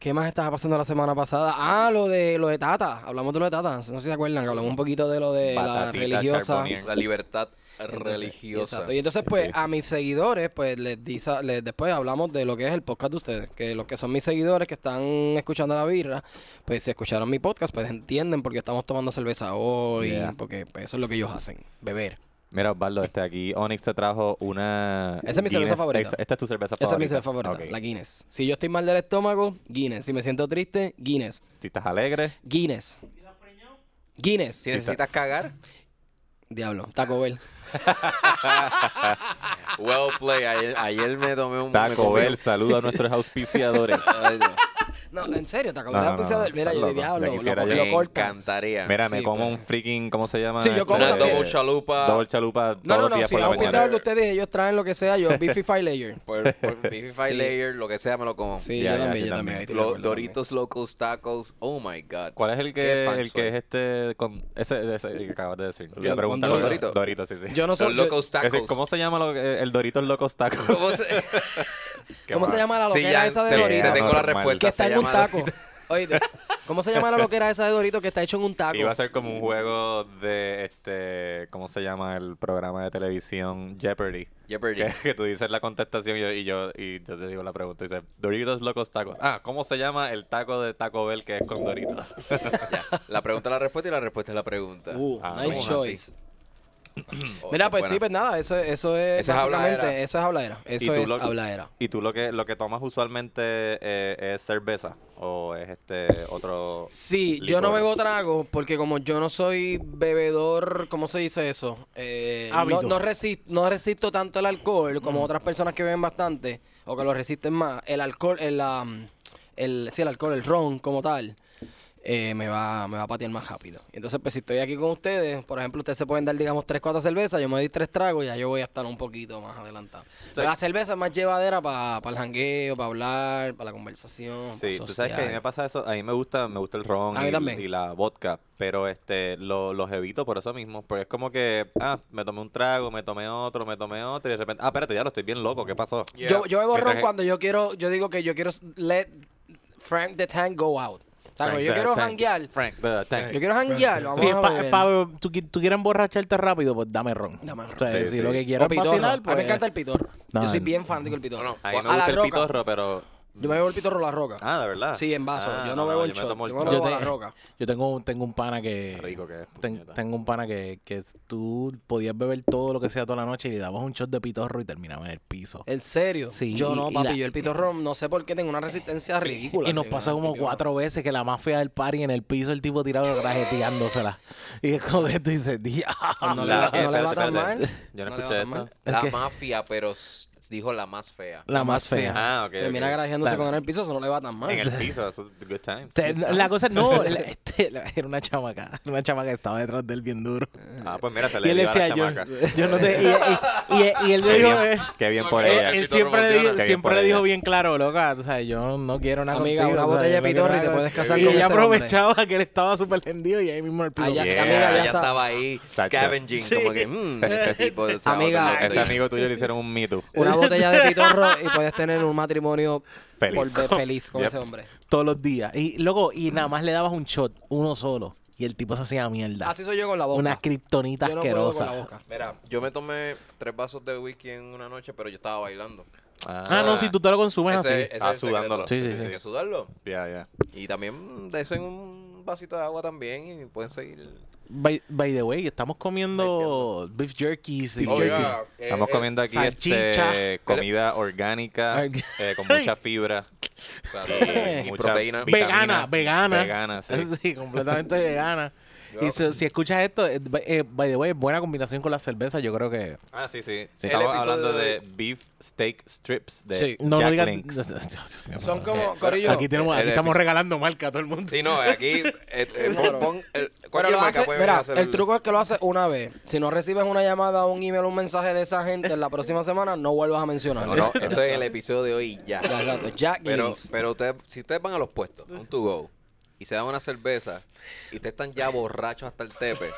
Speaker 4: ¿Qué más estaba pasando la semana pasada? Ah, lo de lo de Tata. Hablamos de lo de Tata. No sé si se acuerdan, que hablamos un poquito de lo de la
Speaker 1: Batatita
Speaker 4: religiosa.
Speaker 1: Charbonnier.
Speaker 2: La libertad
Speaker 4: Entonces,
Speaker 2: religiosa.
Speaker 4: Exacto. Y entonces, pues,
Speaker 1: Sí.
Speaker 4: a mis seguidores, pues, les dice, les, después hablamos de lo que es el podcast de ustedes. Que los que son mis seguidores que están escuchando la birra, pues, si escucharon mi podcast, pues entienden por qué estamos tomando cerveza hoy.
Speaker 1: Yeah.
Speaker 4: Porque pues, eso es lo que ellos hacen, beber.
Speaker 1: Mira, Osvaldo, este aquí, Onyx te trajo una.
Speaker 4: Esa es mi cerveza favorita.
Speaker 1: Esta, esta es tu cerveza
Speaker 4: Esa
Speaker 1: favorita.
Speaker 4: es mi cerveza favorita,
Speaker 1: Ok.
Speaker 4: la Guinness. Si yo estoy mal del estómago, Guinness. Si me siento triste, Guinness.
Speaker 1: Si estás alegre,
Speaker 4: Guinness. Guinness.
Speaker 2: Si necesitas cagar,
Speaker 4: Diablo, Taco Bell.
Speaker 2: well play. Ayer, ayer me tomé un... me
Speaker 1: Taco
Speaker 2: comí un-
Speaker 1: Bell, saluda a
Speaker 2: (laughs)
Speaker 1: nuestros auspiciadores.
Speaker 2: Ay, Dios.
Speaker 4: No, en serio,
Speaker 1: (laughs)
Speaker 4: Taco
Speaker 1: No,
Speaker 4: Bell.
Speaker 1: no,
Speaker 4: ha pisado-
Speaker 1: no, no,
Speaker 4: Mira,
Speaker 1: estás
Speaker 4: yo de
Speaker 1: loco.
Speaker 4: diablo,
Speaker 1: Ya
Speaker 4: lo,
Speaker 1: quisiera yo.
Speaker 4: lo
Speaker 2: Me
Speaker 4: cortan.
Speaker 2: encantaría.
Speaker 1: Mira,
Speaker 4: Sí,
Speaker 1: me como
Speaker 4: pero-
Speaker 1: un freaking, ¿cómo se llama? Este,
Speaker 4: Sí, yo como
Speaker 2: Una
Speaker 4: también.
Speaker 2: double chalupa.
Speaker 1: Double chalupa
Speaker 4: No,
Speaker 1: todos
Speaker 4: no,
Speaker 1: los
Speaker 4: no,
Speaker 1: días
Speaker 4: si
Speaker 1: por la
Speaker 4: vamos a
Speaker 2: mañana.
Speaker 4: pisar
Speaker 1: mañana.
Speaker 4: de ustedes, ellos traen lo que sea, yo, Beefy Five Layer.
Speaker 2: Por, por
Speaker 1: (laughs)
Speaker 2: Beefy Five
Speaker 4: Sí.
Speaker 2: Layer, lo que sea, me lo como.
Speaker 4: Sí,
Speaker 1: Ya,
Speaker 4: yo
Speaker 1: ya,
Speaker 4: también,
Speaker 1: yo
Speaker 4: yo
Speaker 1: también.
Speaker 4: también. ahí estoy de
Speaker 2: Los
Speaker 4: acuerdo
Speaker 2: Doritos Locos Tacos. Oh my God.
Speaker 1: ¿Cuál es el
Speaker 2: Qué
Speaker 1: que,
Speaker 2: fan
Speaker 1: el
Speaker 2: soy.
Speaker 1: que es este con ese, ese que acabas de decir?
Speaker 4: eh. Yo-
Speaker 1: Le pregunta
Speaker 4: con
Speaker 2: Dorito.
Speaker 1: Dorito, sí, sí.
Speaker 4: también.
Speaker 2: (laughs)
Speaker 4: Yo no soy.
Speaker 2: Los
Speaker 4: yo-
Speaker 2: Locos
Speaker 1: Es
Speaker 2: Tacos.
Speaker 1: decir, ¿Cómo se llama lo- eh, el Dorito Locos Tacos?
Speaker 2: (laughs) ¿Cómo
Speaker 4: (laughs)
Speaker 2: se-
Speaker 1: Qué
Speaker 4: ¿Cómo se
Speaker 1: mal.
Speaker 4: llama la
Speaker 2: Sí,
Speaker 4: loquera
Speaker 2: ya
Speaker 4: esa
Speaker 2: te-
Speaker 4: de
Speaker 1: sí,
Speaker 2: te (laughs)
Speaker 4: Doritos?
Speaker 2: tengo la
Speaker 1: Normal.
Speaker 2: respuesta.
Speaker 4: Que está
Speaker 2: se
Speaker 4: en un
Speaker 2: llama
Speaker 4: taco.
Speaker 2: (laughs)
Speaker 4: Oíste, ¿cómo se llama la loquera esa de Doritos que está hecho en un taco?
Speaker 1: Iba a ser como un juego de este, ¿cómo se llama el programa de televisión Jeopardy?
Speaker 2: Jeopardy.
Speaker 1: Que, que tú dices la contestación y yo, y yo y yo te digo la pregunta y dice Doritos locos tacos. Ah, ¿cómo se llama el taco de Taco Bell que es con Doritos?
Speaker 2: Ya. La pregunta es la respuesta y la respuesta es la pregunta.
Speaker 4: Uh,
Speaker 1: Ah,
Speaker 4: nice
Speaker 1: somos
Speaker 4: choice.
Speaker 2: Oh,
Speaker 4: Mira, pues
Speaker 2: buena.
Speaker 4: sí, pues nada, eso, eso es.
Speaker 2: Eso es
Speaker 4: básicamente-
Speaker 2: habladera.
Speaker 4: Eso es habladera. Eso
Speaker 1: tú
Speaker 4: es
Speaker 1: lo-
Speaker 4: habladera.
Speaker 1: ¿Y tú lo que lo que tomas usualmente eh, es cerveza o es este otro?
Speaker 4: Sí, yo no
Speaker 1: licor?
Speaker 4: bebo trago porque como yo no soy bebedor, ¿cómo se dice eso? Eh, no,
Speaker 3: Ávido.
Speaker 4: no, resi- no resisto tanto el alcohol como otras personas que beben bastante o que lo resisten más. El alcohol, el, um, el sí, el alcohol, el ron como tal. eh, me, va, me va a patear más rápido. Entonces, pues si estoy aquí con ustedes, por ejemplo, ustedes se pueden dar, digamos, tres, cuatro cervezas, yo me doy tres tragos y ya yo voy a estar un poquito más adelantado. Pero la cerveza es más llevadera para el jangueo, para hablar, para la conversación. pa'
Speaker 1: Sí, tú sabes que a mí me
Speaker 4: social.
Speaker 1: pasa eso. A mí me gusta, me gusta el ron
Speaker 4: A mí también.
Speaker 1: y, y la vodka, pero este, lo- los evito por eso mismo. Porque es como que, ah, me tomé un trago, me tomé otro, me tomé otro y de repente, ah, espérate, ya lo estoy bien loco, ¿qué pasó?
Speaker 2: Yeah.
Speaker 4: Yo, yo bebo
Speaker 1: Que
Speaker 4: ron
Speaker 1: traje-
Speaker 4: cuando yo quiero, yo digo que yo quiero s- let Frank the Tank go out. O sea,
Speaker 1: Frank
Speaker 4: cuando
Speaker 1: the
Speaker 4: yo quiero
Speaker 1: Tank.
Speaker 4: janguear,
Speaker 1: Frank, uh, the tank.
Speaker 4: yo quiero janguear, vamos
Speaker 3: Si es
Speaker 4: a
Speaker 3: pa-
Speaker 4: beber.
Speaker 3: pa- tú, qui- tú quieres emborracharte rápido, pues dame ron.
Speaker 4: Dame ron.
Speaker 3: O sea,
Speaker 1: Sí,
Speaker 3: si
Speaker 1: sí.
Speaker 3: lo que
Speaker 4: O
Speaker 3: quieres es
Speaker 4: pitorro.
Speaker 3: vacilar,
Speaker 4: A
Speaker 3: pues...
Speaker 4: mí me encanta el pitorro.
Speaker 3: No,
Speaker 4: yo soy
Speaker 3: no.
Speaker 4: bien fanático del pitorro.
Speaker 2: No, no.
Speaker 1: A mí me
Speaker 4: A
Speaker 1: gusta
Speaker 4: la
Speaker 1: el
Speaker 4: roca.
Speaker 1: pitorro, pero...
Speaker 4: Yo me bebo el pitorro a la roca.
Speaker 1: Ah, de verdad.
Speaker 4: Sí, en vaso.
Speaker 1: Ah,
Speaker 4: yo
Speaker 1: no,
Speaker 4: no bebo
Speaker 1: no,
Speaker 4: en
Speaker 1: yo me
Speaker 4: shot. Yo
Speaker 1: tomo el
Speaker 4: me
Speaker 1: shot.
Speaker 4: bebo
Speaker 3: Yo
Speaker 4: a la
Speaker 3: te-
Speaker 4: roca.
Speaker 3: Yo tengo, tengo un pana que...
Speaker 1: Qué rico que es,
Speaker 3: ten-
Speaker 1: puñeta.
Speaker 3: tengo un pana que, que tú podías beber todo lo que sea toda la noche y le dabas un shot de pitorro y terminaba en el piso.
Speaker 4: ¿En serio?
Speaker 3: Sí,
Speaker 4: Yo no,
Speaker 3: y
Speaker 4: papi.
Speaker 3: la-
Speaker 4: Yo el pitorro no sé por qué tengo una resistencia ridícula.
Speaker 3: Y nos
Speaker 4: Tengo
Speaker 1: ah,
Speaker 3: pasa
Speaker 4: una
Speaker 3: como
Speaker 4: pitorro.
Speaker 3: cuatro veces que la más fea del party en el piso, el tipo tirado grajeteándosela. Y es como que tú dices, diablo.
Speaker 4: Ah, No le
Speaker 1: La-
Speaker 4: va- no le va
Speaker 1: espérate,
Speaker 4: tan
Speaker 1: espérate.
Speaker 4: mal.
Speaker 1: Yo no,
Speaker 4: No le va
Speaker 1: escuché
Speaker 4: tan
Speaker 1: esto.
Speaker 4: mal.
Speaker 2: La
Speaker 3: ¿Qué?
Speaker 2: mafia, pero s- dijo la más fea.
Speaker 3: La más fea.
Speaker 1: Ah, ok,
Speaker 4: Termina
Speaker 1: ok.
Speaker 4: grajeándose
Speaker 3: Claro.
Speaker 4: con el piso, eso no le va tan mal.
Speaker 1: En el piso, eso es good times.
Speaker 3: Te- la cosa
Speaker 1: (laughs)
Speaker 3: no, la- este, la- era una chamaca, era una chamaca que estaba detrás de él bien duro.
Speaker 1: Ah, pues mira, se
Speaker 4: (laughs)
Speaker 3: Y
Speaker 1: le
Speaker 3: él
Speaker 1: dio a la
Speaker 3: decía, yo,
Speaker 1: chamaca.
Speaker 3: yo no te... Y, y- y- y él le
Speaker 1: Qué
Speaker 3: dijo...
Speaker 1: bien,
Speaker 3: eh,
Speaker 1: qué bien
Speaker 2: No,
Speaker 1: por
Speaker 2: no,
Speaker 1: ella.
Speaker 3: él,
Speaker 2: el
Speaker 3: él
Speaker 2: pitorro
Speaker 3: siempre le,
Speaker 2: funciona.
Speaker 3: di-
Speaker 1: Qué bien
Speaker 3: siempre
Speaker 1: por
Speaker 3: le
Speaker 1: ella.
Speaker 3: digo bien claro, loca, o sea, yo no quiero nada
Speaker 4: Amiga,
Speaker 3: contigo,
Speaker 4: una
Speaker 3: o sea,
Speaker 4: botella
Speaker 3: yo
Speaker 4: de
Speaker 3: no
Speaker 4: pitorro
Speaker 3: quiero
Speaker 4: y te
Speaker 3: nada
Speaker 4: puedes
Speaker 3: con-
Speaker 4: casar
Speaker 3: y
Speaker 4: con
Speaker 3: ella
Speaker 4: ese hombre.
Speaker 3: aprovechaba que él estaba súper hendido y ahí mismo en el piso.
Speaker 4: Allá-
Speaker 1: Yeah.
Speaker 4: Amiga, ya
Speaker 2: Ella
Speaker 4: sa-
Speaker 2: estaba ahí
Speaker 1: Sacha.
Speaker 2: scavenging, como que, mmm, este tipo de
Speaker 4: Amiga.
Speaker 1: Ese amigo tuyo le hicieron un me too.
Speaker 2: (laughs)
Speaker 4: una botella de pitorro y puedes tener un matrimonio
Speaker 1: Feliz.
Speaker 4: por ver feliz con
Speaker 1: Yep.
Speaker 4: ese hombre.
Speaker 3: todos los días. Y luego, y nada más le dabas un shot, uno solo. Y el tipo se hacía mierda.
Speaker 4: Así soy yo con la boca.
Speaker 3: Una kriptonita
Speaker 4: yo no puedo con
Speaker 3: asquerosa.
Speaker 4: la boca.
Speaker 2: Mira, yo me tomé tres vasos de whisky en una noche, pero yo estaba bailando.
Speaker 3: Ah, no, si tú te lo consumes
Speaker 2: Ese-
Speaker 3: así.
Speaker 2: ese
Speaker 1: Ah,
Speaker 2: es el secreto.
Speaker 1: sudándolo.
Speaker 3: Sí, sí, sí.
Speaker 2: Hay que sudarlo.
Speaker 1: Ya, ya.
Speaker 2: Y también mm, desen un vasito de agua también y pueden seguir.
Speaker 3: By, by the way, estamos comiendo beef jerkies y
Speaker 2: Oh,
Speaker 3: jerky.
Speaker 2: yeah. Eh,
Speaker 1: Estamos
Speaker 2: eh,
Speaker 1: comiendo aquí
Speaker 3: salchicha.
Speaker 1: este, comida orgánica
Speaker 3: Org- (laughs)
Speaker 1: eh, con mucha fibra
Speaker 2: Y proteína.
Speaker 3: Vegana, vegana.
Speaker 1: Vegana, sí.
Speaker 3: (laughs) Sí, completamente vegana.
Speaker 2: Yo-
Speaker 3: Y si, si escuchas esto, eh, by- eh, by the way, buena combinación con la cerveza, yo creo que...
Speaker 1: Ah, sí, sí.
Speaker 2: Sí.
Speaker 1: Estamos
Speaker 2: El episodio
Speaker 1: hablando
Speaker 2: de-
Speaker 1: de beef steak strips de
Speaker 4: Sí.
Speaker 3: No, no
Speaker 1: Jack
Speaker 3: digas... (laughs)
Speaker 1: Links.
Speaker 4: Son como, Corillo.
Speaker 3: Aquí, tenemos,
Speaker 2: el-
Speaker 3: aquí
Speaker 2: el-
Speaker 3: estamos regalando marca a todo el mundo.
Speaker 2: Sí, no, aquí. eh, eh, pon- pon el- ¿Cuál es la
Speaker 4: Pero lo
Speaker 2: marca?
Speaker 4: hace-
Speaker 2: Pueden
Speaker 4: mira,
Speaker 2: hacer
Speaker 4: el truco es que lo haces una vez. Si no recibes una llamada, un email, un mensaje de esa gente en la próxima semana, no vuelvas a mencionarlo.
Speaker 2: No,
Speaker 4: (laughs)
Speaker 2: no, esto es el episodio de hoy y ya.
Speaker 4: Ya, exacto. Jack
Speaker 2: Pero,
Speaker 4: Links.
Speaker 2: pero ustedes, si ustedes van a los puestos, un to go, y se dan una cerveza, y ustedes están ya borrachos hasta el tepe,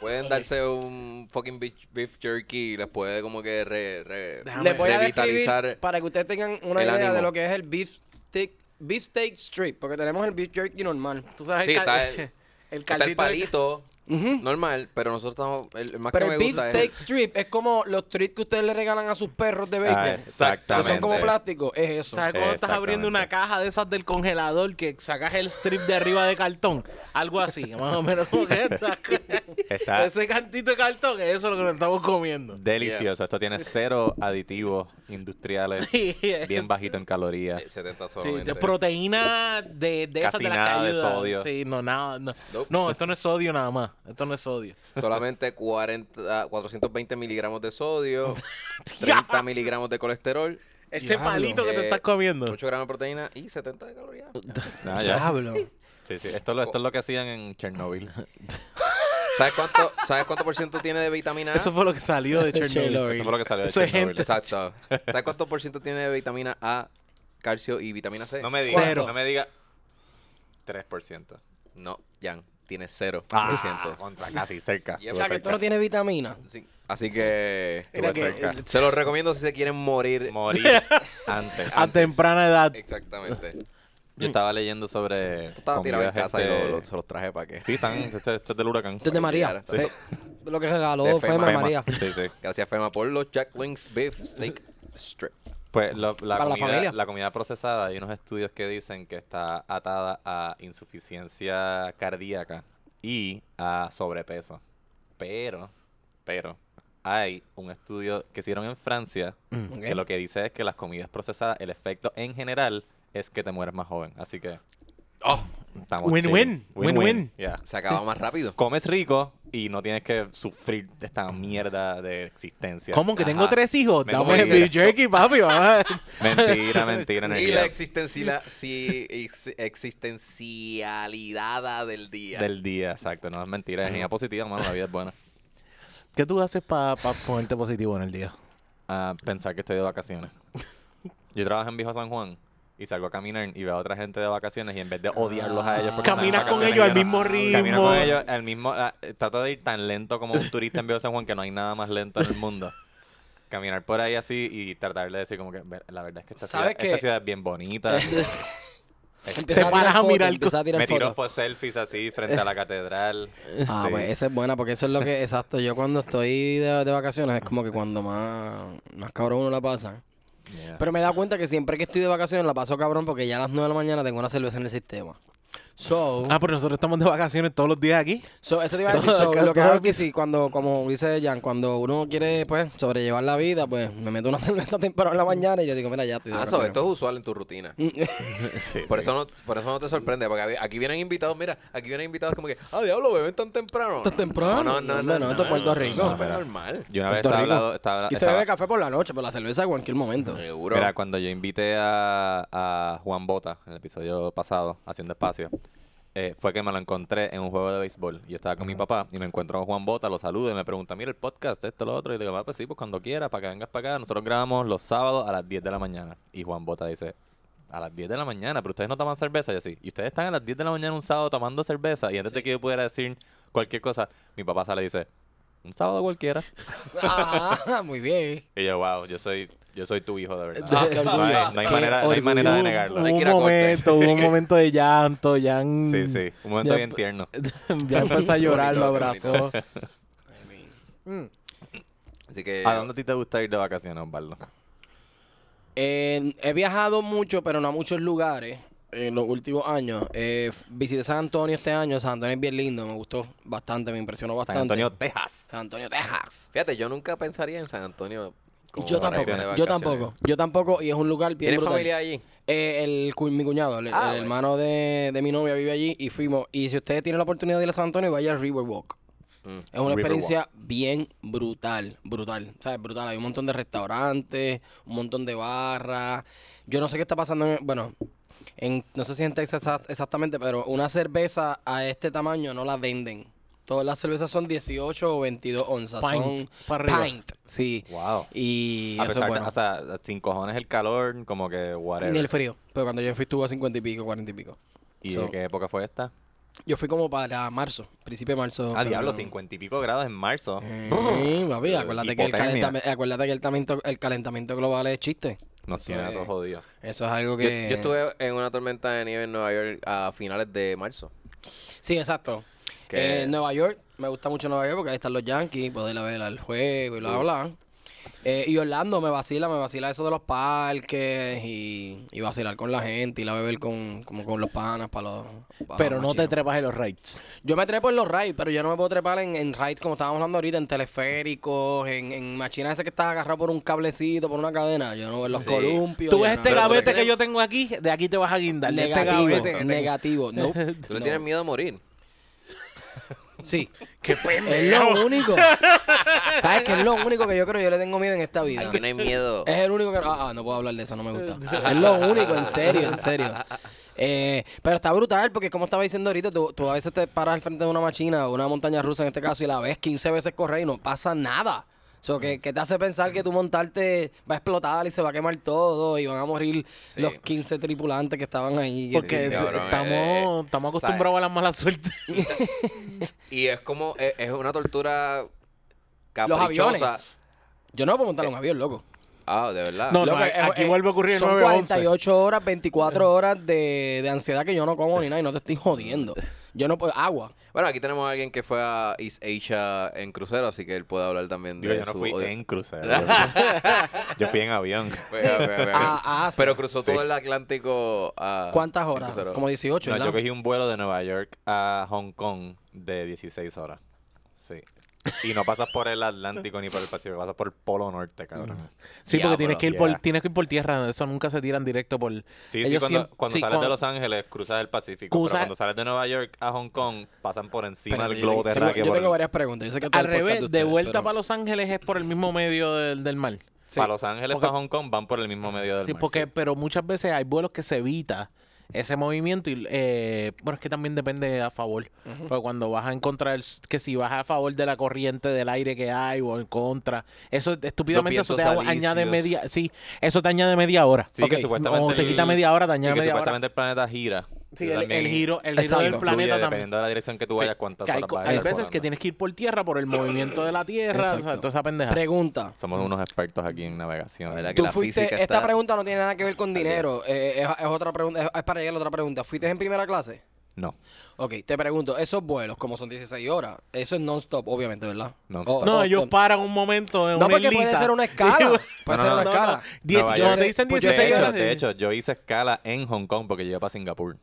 Speaker 2: pueden darse un fucking beef, beef jerky y les puede como que re, re-
Speaker 4: Les voy a
Speaker 2: revitalizar.
Speaker 4: describir para que ustedes tengan una
Speaker 2: el
Speaker 4: idea
Speaker 2: ánimo.
Speaker 4: de lo que es el beef steak, beef steak strip, porque tenemos el beef jerky normal.
Speaker 3: Tú sabes
Speaker 2: Sí,
Speaker 3: el cal-
Speaker 2: está el- Está el
Speaker 3: caldito de-
Speaker 2: palito
Speaker 4: Ujú.
Speaker 2: normal, pero nosotros estamos. El, el más
Speaker 4: Pero
Speaker 2: que
Speaker 4: el
Speaker 2: me
Speaker 4: beef
Speaker 2: gusta
Speaker 4: steak
Speaker 2: es.
Speaker 4: strip es como los treats que ustedes le regalan a sus perros de bacon.
Speaker 1: Ah,
Speaker 4: que son
Speaker 1: exactamente.
Speaker 4: como plástico, es eso.
Speaker 3: ¿Sabes cuando estás abriendo una caja de esas del congelador que sacas el strip de arriba de cartón? Algo así, más o menos como que esta-
Speaker 1: (laughs) Está-
Speaker 3: Ese cantito de cartón, eso es lo que nos estamos comiendo.
Speaker 1: Delicioso. Esto tiene cero aditivos industriales.
Speaker 3: Sí,
Speaker 1: (laughs) Bien bajito en
Speaker 2: (laughs)
Speaker 1: calorías.
Speaker 2: eh, 70
Speaker 3: sí,
Speaker 2: solamente.
Speaker 3: de proteína de, de esas
Speaker 1: Casi
Speaker 3: de las
Speaker 1: nada
Speaker 3: que
Speaker 1: de
Speaker 3: ayudan.
Speaker 1: sodio.
Speaker 3: Sí, no, nada. No.
Speaker 2: Nope.
Speaker 3: No, esto no es sodio nada más. Esto no es sodio.
Speaker 2: Solamente 40, 420 miligramos de
Speaker 4: (laughs)
Speaker 2: sodio, 30 miligramos de colesterol,
Speaker 3: Ese palito que te
Speaker 2: Eh,
Speaker 3: estás comiendo.
Speaker 2: 8 gramos de proteína y 70 de calorías.
Speaker 1: Ah, ya.
Speaker 4: Diablo.
Speaker 1: Sí, sí. Esto, lo- esto es lo que hacían en Chernobyl.
Speaker 2: ¿Sabes cuánto, ¿Sabes cuánto por ciento tiene de vitamina A?
Speaker 3: Eso fue lo que salió de (laughs) Chernobyl.
Speaker 4: Chernobyl.
Speaker 1: Eso fue lo que salió de
Speaker 3: Eso es
Speaker 1: Chernobyl.
Speaker 2: Exacto. ¿Sabes cuánto por ciento tiene de vitamina A, calcio y vitamina C?
Speaker 1: (laughs) No me digas.
Speaker 3: Cero.
Speaker 1: No me digas. 3%.
Speaker 2: No, Jan, tiene 0%.
Speaker 3: Ah.
Speaker 1: Ah. Contra, casi
Speaker 2: (laughs)
Speaker 1: cerca.
Speaker 2: Yep.
Speaker 4: O
Speaker 1: Estuvo
Speaker 4: sea, que
Speaker 1: cerca.
Speaker 4: esto no tiene vitamina.
Speaker 2: Sí. Así que
Speaker 1: Estuvo
Speaker 3: que-
Speaker 1: cerca.
Speaker 2: se los recomiendo si se quieren morir. (laughs)
Speaker 1: Morir antes.
Speaker 3: A temprana edad.
Speaker 1: Eh, (laughs)
Speaker 2: Exactamente.
Speaker 1: Yo estaba leyendo sobre.
Speaker 2: Esto estaba tirado en
Speaker 1: comidas,
Speaker 2: casa y
Speaker 1: este-
Speaker 2: lo- lo- se los traje para que.
Speaker 1: Sí, están. Esto esto es del huracán.
Speaker 4: Esto es de María.
Speaker 2: Sí.
Speaker 4: Eh, Lo que regaló
Speaker 2: De
Speaker 4: fue
Speaker 2: Fema.
Speaker 4: Fema
Speaker 1: Fema.
Speaker 4: María.
Speaker 1: Sí, sí.
Speaker 2: Gracias, Fema, por los Jack Links Beef Steak Strip.
Speaker 1: Pues lo- la,
Speaker 4: Para la
Speaker 1: comida, la,
Speaker 4: familia.
Speaker 1: comida procesada, hay unos estudios que dicen que está atada a insuficiencia cardíaca y a sobrepeso. Pero, pero, hay un estudio que hicieron en Francia
Speaker 4: Mm.
Speaker 1: (laughs)
Speaker 4: Ok. (laughs)
Speaker 1: que lo que dice es que las comidas procesadas, el efecto en general es que te mueres más joven. Así que, oh, estamos
Speaker 3: Win-win,
Speaker 1: chilling.
Speaker 3: win-win.
Speaker 1: Yeah.
Speaker 2: Se acaba más rápido.
Speaker 1: Comes rico, y no tienes que sufrir de esta mierda de existencia.
Speaker 3: ¿Cómo que tengo
Speaker 2: Ajá.
Speaker 3: tres hijos?
Speaker 1: Me
Speaker 3: Dame
Speaker 1: como
Speaker 3: el
Speaker 1: dice-
Speaker 3: beef jerky, papi. vamos a-
Speaker 1: Mentira,
Speaker 2: (laughs)
Speaker 1: mentira,
Speaker 2: Y la
Speaker 1: energía
Speaker 2: existencialidad, sí, ex- existencialidad del día.
Speaker 1: del día, exacto. No es mentira, energía positiva, mano, la vida es buena.
Speaker 3: ¿Qué tú haces para ponerte positivo en el día?
Speaker 1: a Ah, pensar que estoy de vacaciones. Yo trabajo en Viejo San Juan y salgo a caminar y veo a otra gente de vacaciones y en vez de odiarlos a ellos porque están de
Speaker 3: Caminas con
Speaker 1: vacaciones,
Speaker 3: ellos al
Speaker 1: yo no-
Speaker 3: mismo
Speaker 1: Camino con
Speaker 3: ritmo.
Speaker 1: ellos al mismo ah, eh, trato de ir tan lento como un turista en Viejo San Juan que no hay nada más lento en el mundo. Caminar por ahí así y tratar de decir como que "Ver, la verdad es que esta, ciudad,
Speaker 4: ¿Sabes
Speaker 1: esta
Speaker 4: que-
Speaker 1: ciudad es bien
Speaker 4: (laughs)
Speaker 1: bonita.
Speaker 4: Empieza
Speaker 3: Te paras a
Speaker 4: fotos,
Speaker 3: mirar
Speaker 4: empieza a tirar
Speaker 1: Me tiró
Speaker 4: fotos.
Speaker 1: fo- selfies así frente a la catedral.
Speaker 4: (laughs) Ah,
Speaker 1: Sí.
Speaker 4: pues esa es buena, porque eso es lo que, exacto, yo cuando estoy de, de vacaciones es como que cuando más, más cabrón uno la pasa.
Speaker 1: Yeah.
Speaker 4: Pero me he dado cuenta que siempre que estoy de vacaciones la paso cabrón porque ya a las 9 de la mañana tengo una cerveza en el sistema. So,
Speaker 3: Ah, pero nosotros estamos de vacaciones todos los días aquí.
Speaker 4: so, eso te iba a
Speaker 3: (laughs)
Speaker 4: decir, so,
Speaker 3: Todo-
Speaker 4: lo que
Speaker 3: todo-
Speaker 4: hago es que sí, cuando, como dice Jan, cuando uno quiere, pues, sobrellevar la vida, pues, me meto una (laughs) cerveza temprano en la mañana y yo digo, mira, ya estoy de Mm.
Speaker 2: Ah, so,
Speaker 4: vacaciones.
Speaker 2: esto es usual en tu rutina. (laughs)
Speaker 4: (laughs)
Speaker 1: Sí,
Speaker 2: Por,
Speaker 1: sí.
Speaker 2: Eso no, por eso no te sorprende, porque aquí- aquí vienen invitados, mira, aquí vienen invitados como que, ah, diablo, beben tan temprano.
Speaker 4: Tan temprano,
Speaker 2: No, no, no,
Speaker 4: hombre, no, esto es Puerto
Speaker 2: eso
Speaker 4: Rico.
Speaker 2: Es súper normal.
Speaker 1: Yo una vez
Speaker 4: Puerto
Speaker 1: estaba
Speaker 4: Rico.
Speaker 1: hablando, estaba,
Speaker 4: y se
Speaker 1: estaba-
Speaker 4: bebe café por la noche, pero la cerveza en cualquier momento.
Speaker 2: Seguro.
Speaker 1: Mira, cuando yo invité a, a Juan Bota en el episodio pasado, haciendo espacio, eh, fue que me lo encontré en un juego de béisbol. Yo estaba con mi papá y me encuentro con Juan Bota, lo saludo y me pregunta, mira el podcast, esto, lo otro. Y le digo, "Ah, pues sí, pues cuando quieras, para que vengas para acá. Nosotros grabamos los sábados a las 10 de la mañana. Y Juan Bota dice, a las 10 de la mañana, pero ustedes no toman cerveza. Y yo sí, y ustedes están a las 10 de la mañana un sábado tomando cerveza. Y antes de que yo pudiera decir cualquier cosa, mi papá sale y dice, un sábado cualquiera.
Speaker 4: (laughs) ah, muy bien.
Speaker 1: Y yo, wow, yo soy, yo soy tu hijo, de verdad.
Speaker 4: Ah, qué
Speaker 1: no, hay,
Speaker 4: orgullo.
Speaker 1: no hay
Speaker 4: Qué
Speaker 1: manera, no hay
Speaker 4: orgullo.
Speaker 1: manera de
Speaker 3: Hubo-
Speaker 1: negarlo.
Speaker 3: Hubo un
Speaker 2: Shakira Cortés.
Speaker 3: momento, hubo un momento de llanto, Jan.
Speaker 1: (laughs) Sí, sí. Un momento
Speaker 3: Ya-
Speaker 1: bien tierno.
Speaker 3: (laughs) Ya empezó a llorar, lo
Speaker 2: Qué bonito, qué
Speaker 3: abrazó.
Speaker 2: Así que,
Speaker 1: ¿A dónde a ti te gusta ir de vacaciones, Osvaldo?
Speaker 4: Eh, he viajado mucho, pero no a muchos lugares en los últimos años. Eh, f- visité San Antonio este año. San Antonio es bien lindo, me gustó bastante, me impresionó
Speaker 1: San
Speaker 4: bastante.
Speaker 1: Antonio, Texas.
Speaker 4: San Antonio, Texas.
Speaker 2: fíjate, yo nunca pensaría en San Antonio. como
Speaker 4: Yo
Speaker 2: para irme
Speaker 4: tampoco,
Speaker 2: de
Speaker 4: yo
Speaker 2: vacaciones.
Speaker 4: tampoco, yo tampoco, y es un lugar bien
Speaker 2: ¿Tienes
Speaker 4: brutal.
Speaker 2: familia allí?
Speaker 4: Eh, el, cu- mi cuñado, el,
Speaker 2: Ah,
Speaker 4: el
Speaker 2: bueno.
Speaker 4: hermano de, de mi novia vive allí y fuimos. Y si ustedes tienen la oportunidad de ir a San Antonio, vaya al Riverwalk.
Speaker 2: Mm.
Speaker 4: Es una
Speaker 1: Riverwalk.
Speaker 4: experiencia bien brutal, brutal, ¿sabes? Brutal. Hay un montón de restaurantes, un montón de barras. Yo no sé qué está pasando, en- bueno, en, no sé si en Texas exa- exactamente, pero una cerveza a este tamaño no la venden. Todas las cervezas son 18 o 22 onzas.
Speaker 3: Pint,
Speaker 4: son
Speaker 3: para arriba.
Speaker 4: pint, sí.
Speaker 1: Wow.
Speaker 4: Y
Speaker 1: A
Speaker 4: eso es
Speaker 1: pesar de,
Speaker 4: bueno.
Speaker 1: o sea, sin cojones el calor, como que whatever.
Speaker 4: Ni el frío. Pero cuando yo fui estuvo a 50 y pico, 40 y pico.
Speaker 1: ¿Y
Speaker 4: So,
Speaker 1: de qué época fue esta?
Speaker 4: Yo fui como para marzo, principio de marzo.
Speaker 1: Ah, diablo,
Speaker 4: febrero.
Speaker 1: 50 y pico grados en marzo.
Speaker 4: Eh, Sí, papi, acuérdate que, el
Speaker 1: Hipotermia.
Speaker 4: calentami- acuérdate que el, tamento- el calentamiento global es chiste.
Speaker 1: Nos tiene a
Speaker 4: eh,
Speaker 1: todos jodidos.
Speaker 4: Eso es algo
Speaker 2: Yo,
Speaker 4: que...
Speaker 2: yo estuve en una tormenta de nieve en Nueva York a finales de marzo.
Speaker 4: Sí, exacto.
Speaker 2: Que-
Speaker 4: Eh, Nueva York, me gusta mucho Nueva York porque ahí están los Yankees, poder ir a ver al juego y bla, bla, bla. Eh, y Orlando me vacila, me vacila eso de los parques y, y vacilar con la gente, ir a beber con, como con los panas para los... pa' los
Speaker 3: Pero no te
Speaker 4: machinos.
Speaker 3: trepas en los raids.
Speaker 4: Yo me trepo en los rides, pero yo no me puedo trepar en, en rides como estábamos hablando ahorita, en teleféricos, en, en máquinas esas que estás agarrado por un cablecito, por una cadena. Yo no en los
Speaker 2: Sí.
Speaker 4: columpios.
Speaker 3: Tú
Speaker 4: yo
Speaker 3: ves
Speaker 4: no-
Speaker 3: este
Speaker 2: Pero tú
Speaker 3: gavete
Speaker 2: le
Speaker 3: que
Speaker 2: crees-
Speaker 3: yo tengo aquí, de aquí te vas a guindar. de Este
Speaker 4: Negativo,
Speaker 3: gavete. que tengo. (laughs)
Speaker 4: negativo. No.
Speaker 2: ¿Tú le tienes miedo a morir?
Speaker 4: Sí.
Speaker 3: Qué
Speaker 4: Es
Speaker 3: pendejo. (laughs)
Speaker 4: lo único. ¿Sabes qué? Es lo único que yo creo que yo le tengo miedo en esta vida.
Speaker 2: Aquí no hay
Speaker 4: (laughs)
Speaker 2: miedo.
Speaker 4: Es el único que. Ah, ah, no puedo hablar de eso, no
Speaker 3: (laughs)
Speaker 4: me gusta. es lo único, en serio, en serio. Eh, pero está brutal porque, como estaba diciendo ahorita, tú, tú a veces te paras al frente de una machina o una montaña rusa en este caso y la ves 15 veces correr y no pasa nada. O sea, que, que te hace pensar que tú montarte va a explotar y se va a quemar todo y van a morir
Speaker 2: Sí.
Speaker 4: los 15 tripulantes que estaban ahí.
Speaker 3: Porque
Speaker 2: Sí, cabrón,
Speaker 3: estamos,
Speaker 2: eh,
Speaker 3: estamos
Speaker 2: ¿sabes?
Speaker 3: acostumbrados a la mala suerte. (laughs)
Speaker 2: Y es como, es, es una tortura
Speaker 4: Los aviones.
Speaker 2: caprichosa.
Speaker 4: Yo no puedo montar un avión, loco.
Speaker 2: Ah, de verdad.
Speaker 3: Eh, No,
Speaker 4: Loco,
Speaker 3: a- aquí vuelve a ocurrir el
Speaker 4: Son
Speaker 3: 9-11.
Speaker 4: 48 horas, 24 horas de, de ansiedad que yo no como ni nada y no te estoy jodiendo. Yo no puedo. Agua.
Speaker 2: Bueno, aquí tenemos a alguien que fue a East Asia en crucero, así que él puede hablar también
Speaker 1: Digo,
Speaker 2: de
Speaker 1: yo no
Speaker 2: su
Speaker 1: fui
Speaker 2: odio.
Speaker 1: en
Speaker 4: (laughs)
Speaker 1: crucero. yo- yo fui en avión.
Speaker 2: Fue- fue- fue- fue.
Speaker 4: Ah, ah, sí.
Speaker 2: Pero cruzó todo el Atlántico a...
Speaker 4: ¿Cuántas
Speaker 2: en
Speaker 4: horas?
Speaker 2: crucero.
Speaker 4: Como 18,
Speaker 1: No,
Speaker 4: ¿verdad?
Speaker 1: yo cogí un vuelo de Nueva York a Hong Kong de 16 horas. Sí. Y no pasas por el Atlántico ni por el Pacífico, pasas por el Polo Norte, cabrón.
Speaker 3: Sí, porque tienes
Speaker 1: Diablo,
Speaker 3: que, ir por,
Speaker 1: yeah.
Speaker 3: tienes que ir por tierra. Eso nunca se tiran directo por...
Speaker 1: Sí, sí,
Speaker 3: Ellos
Speaker 1: cuando,
Speaker 3: siempre-
Speaker 1: cuando
Speaker 3: sí,
Speaker 1: sales de
Speaker 3: cuando-
Speaker 1: Los Ángeles cruzas el Pacífico,
Speaker 3: Cruza-
Speaker 1: pero cuando sales de Nueva York a Hong Kong pasan por encima
Speaker 4: Espérate,
Speaker 1: del
Speaker 4: yo
Speaker 1: globo
Speaker 4: tengo- sí,
Speaker 1: terráqueo
Speaker 4: Yo
Speaker 1: por-
Speaker 4: tengo varias preguntas. Yo sé que esto es
Speaker 3: Al
Speaker 4: el podcast
Speaker 3: revés, de
Speaker 4: ustedes,
Speaker 3: vuelta
Speaker 4: pero-
Speaker 3: para Los Ángeles es por el mismo medio del, del mar.
Speaker 4: Sí.
Speaker 1: para Los Ángeles,
Speaker 3: Porque-
Speaker 1: para Hong Kong van por el mismo medio del
Speaker 3: Sí,
Speaker 1: mar,
Speaker 3: porque, pero muchas veces hay vuelos que se evita ese movimiento y eh, bueno es que también depende a favor porque cuando vas a encontrar que si vas a favor de la corriente del aire que hay o en contra eso estúpidamente eso te
Speaker 2: vientos
Speaker 3: da- añade
Speaker 2: alisios.
Speaker 3: media sí eso te añade media hora
Speaker 1: Sí, que
Speaker 4: Ok,
Speaker 1: supuestamente
Speaker 3: o te
Speaker 1: el-
Speaker 3: quita media hora te
Speaker 1: sí,
Speaker 3: añade
Speaker 1: que
Speaker 3: media hora
Speaker 1: supuestamente el planeta gira.
Speaker 3: Sí,
Speaker 1: Eso
Speaker 3: el,
Speaker 1: también
Speaker 3: el giro el giro del
Speaker 4: Exacto.
Speaker 1: influye
Speaker 3: planeta también
Speaker 1: Dependiendo de la dirección que tú vayas, cuántas
Speaker 3: Que hay,
Speaker 1: horas
Speaker 3: co-
Speaker 1: vas a
Speaker 3: hay
Speaker 1: estar
Speaker 3: veces que
Speaker 1: volando.
Speaker 3: tienes que ir por tierra por el movimiento de la tierra o sea,
Speaker 4: Exacto.
Speaker 3: toda esa pendeja
Speaker 4: Pregunta.
Speaker 1: Somos unos expertos aquí en navegación.
Speaker 2: ¿Verdad que
Speaker 4: Tú
Speaker 2: la
Speaker 4: fuiste,
Speaker 2: física
Speaker 4: esta
Speaker 2: está-
Speaker 4: pregunta no tiene nada que ver con dinero, eh, es, es otra pregunta, es, es para llegar a la otra pregunta. ¿Fuiste en primera clase?
Speaker 1: No.
Speaker 4: Ok, te pregunto, esos vuelos, como son 16 horas, eso es non-stop, obviamente, ¿verdad?
Speaker 1: Non-stop.
Speaker 4: O-
Speaker 3: No,
Speaker 4: o-
Speaker 3: ellos
Speaker 4: o-
Speaker 3: paran un momento en
Speaker 4: No,
Speaker 3: una
Speaker 4: porque puede
Speaker 3: islita. (laughs)
Speaker 4: ser una escala.
Speaker 1: No,
Speaker 4: Puede ser
Speaker 1: no,
Speaker 4: una
Speaker 1: no,
Speaker 4: escala.
Speaker 3: Diez-
Speaker 1: Nueva
Speaker 3: yo-
Speaker 1: York.
Speaker 3: te dicen
Speaker 4: Pues
Speaker 1: De
Speaker 3: 16
Speaker 1: hecho,
Speaker 3: horas.
Speaker 1: de hecho, yo hice escala en Hong Kong porque yo iba para Singapur.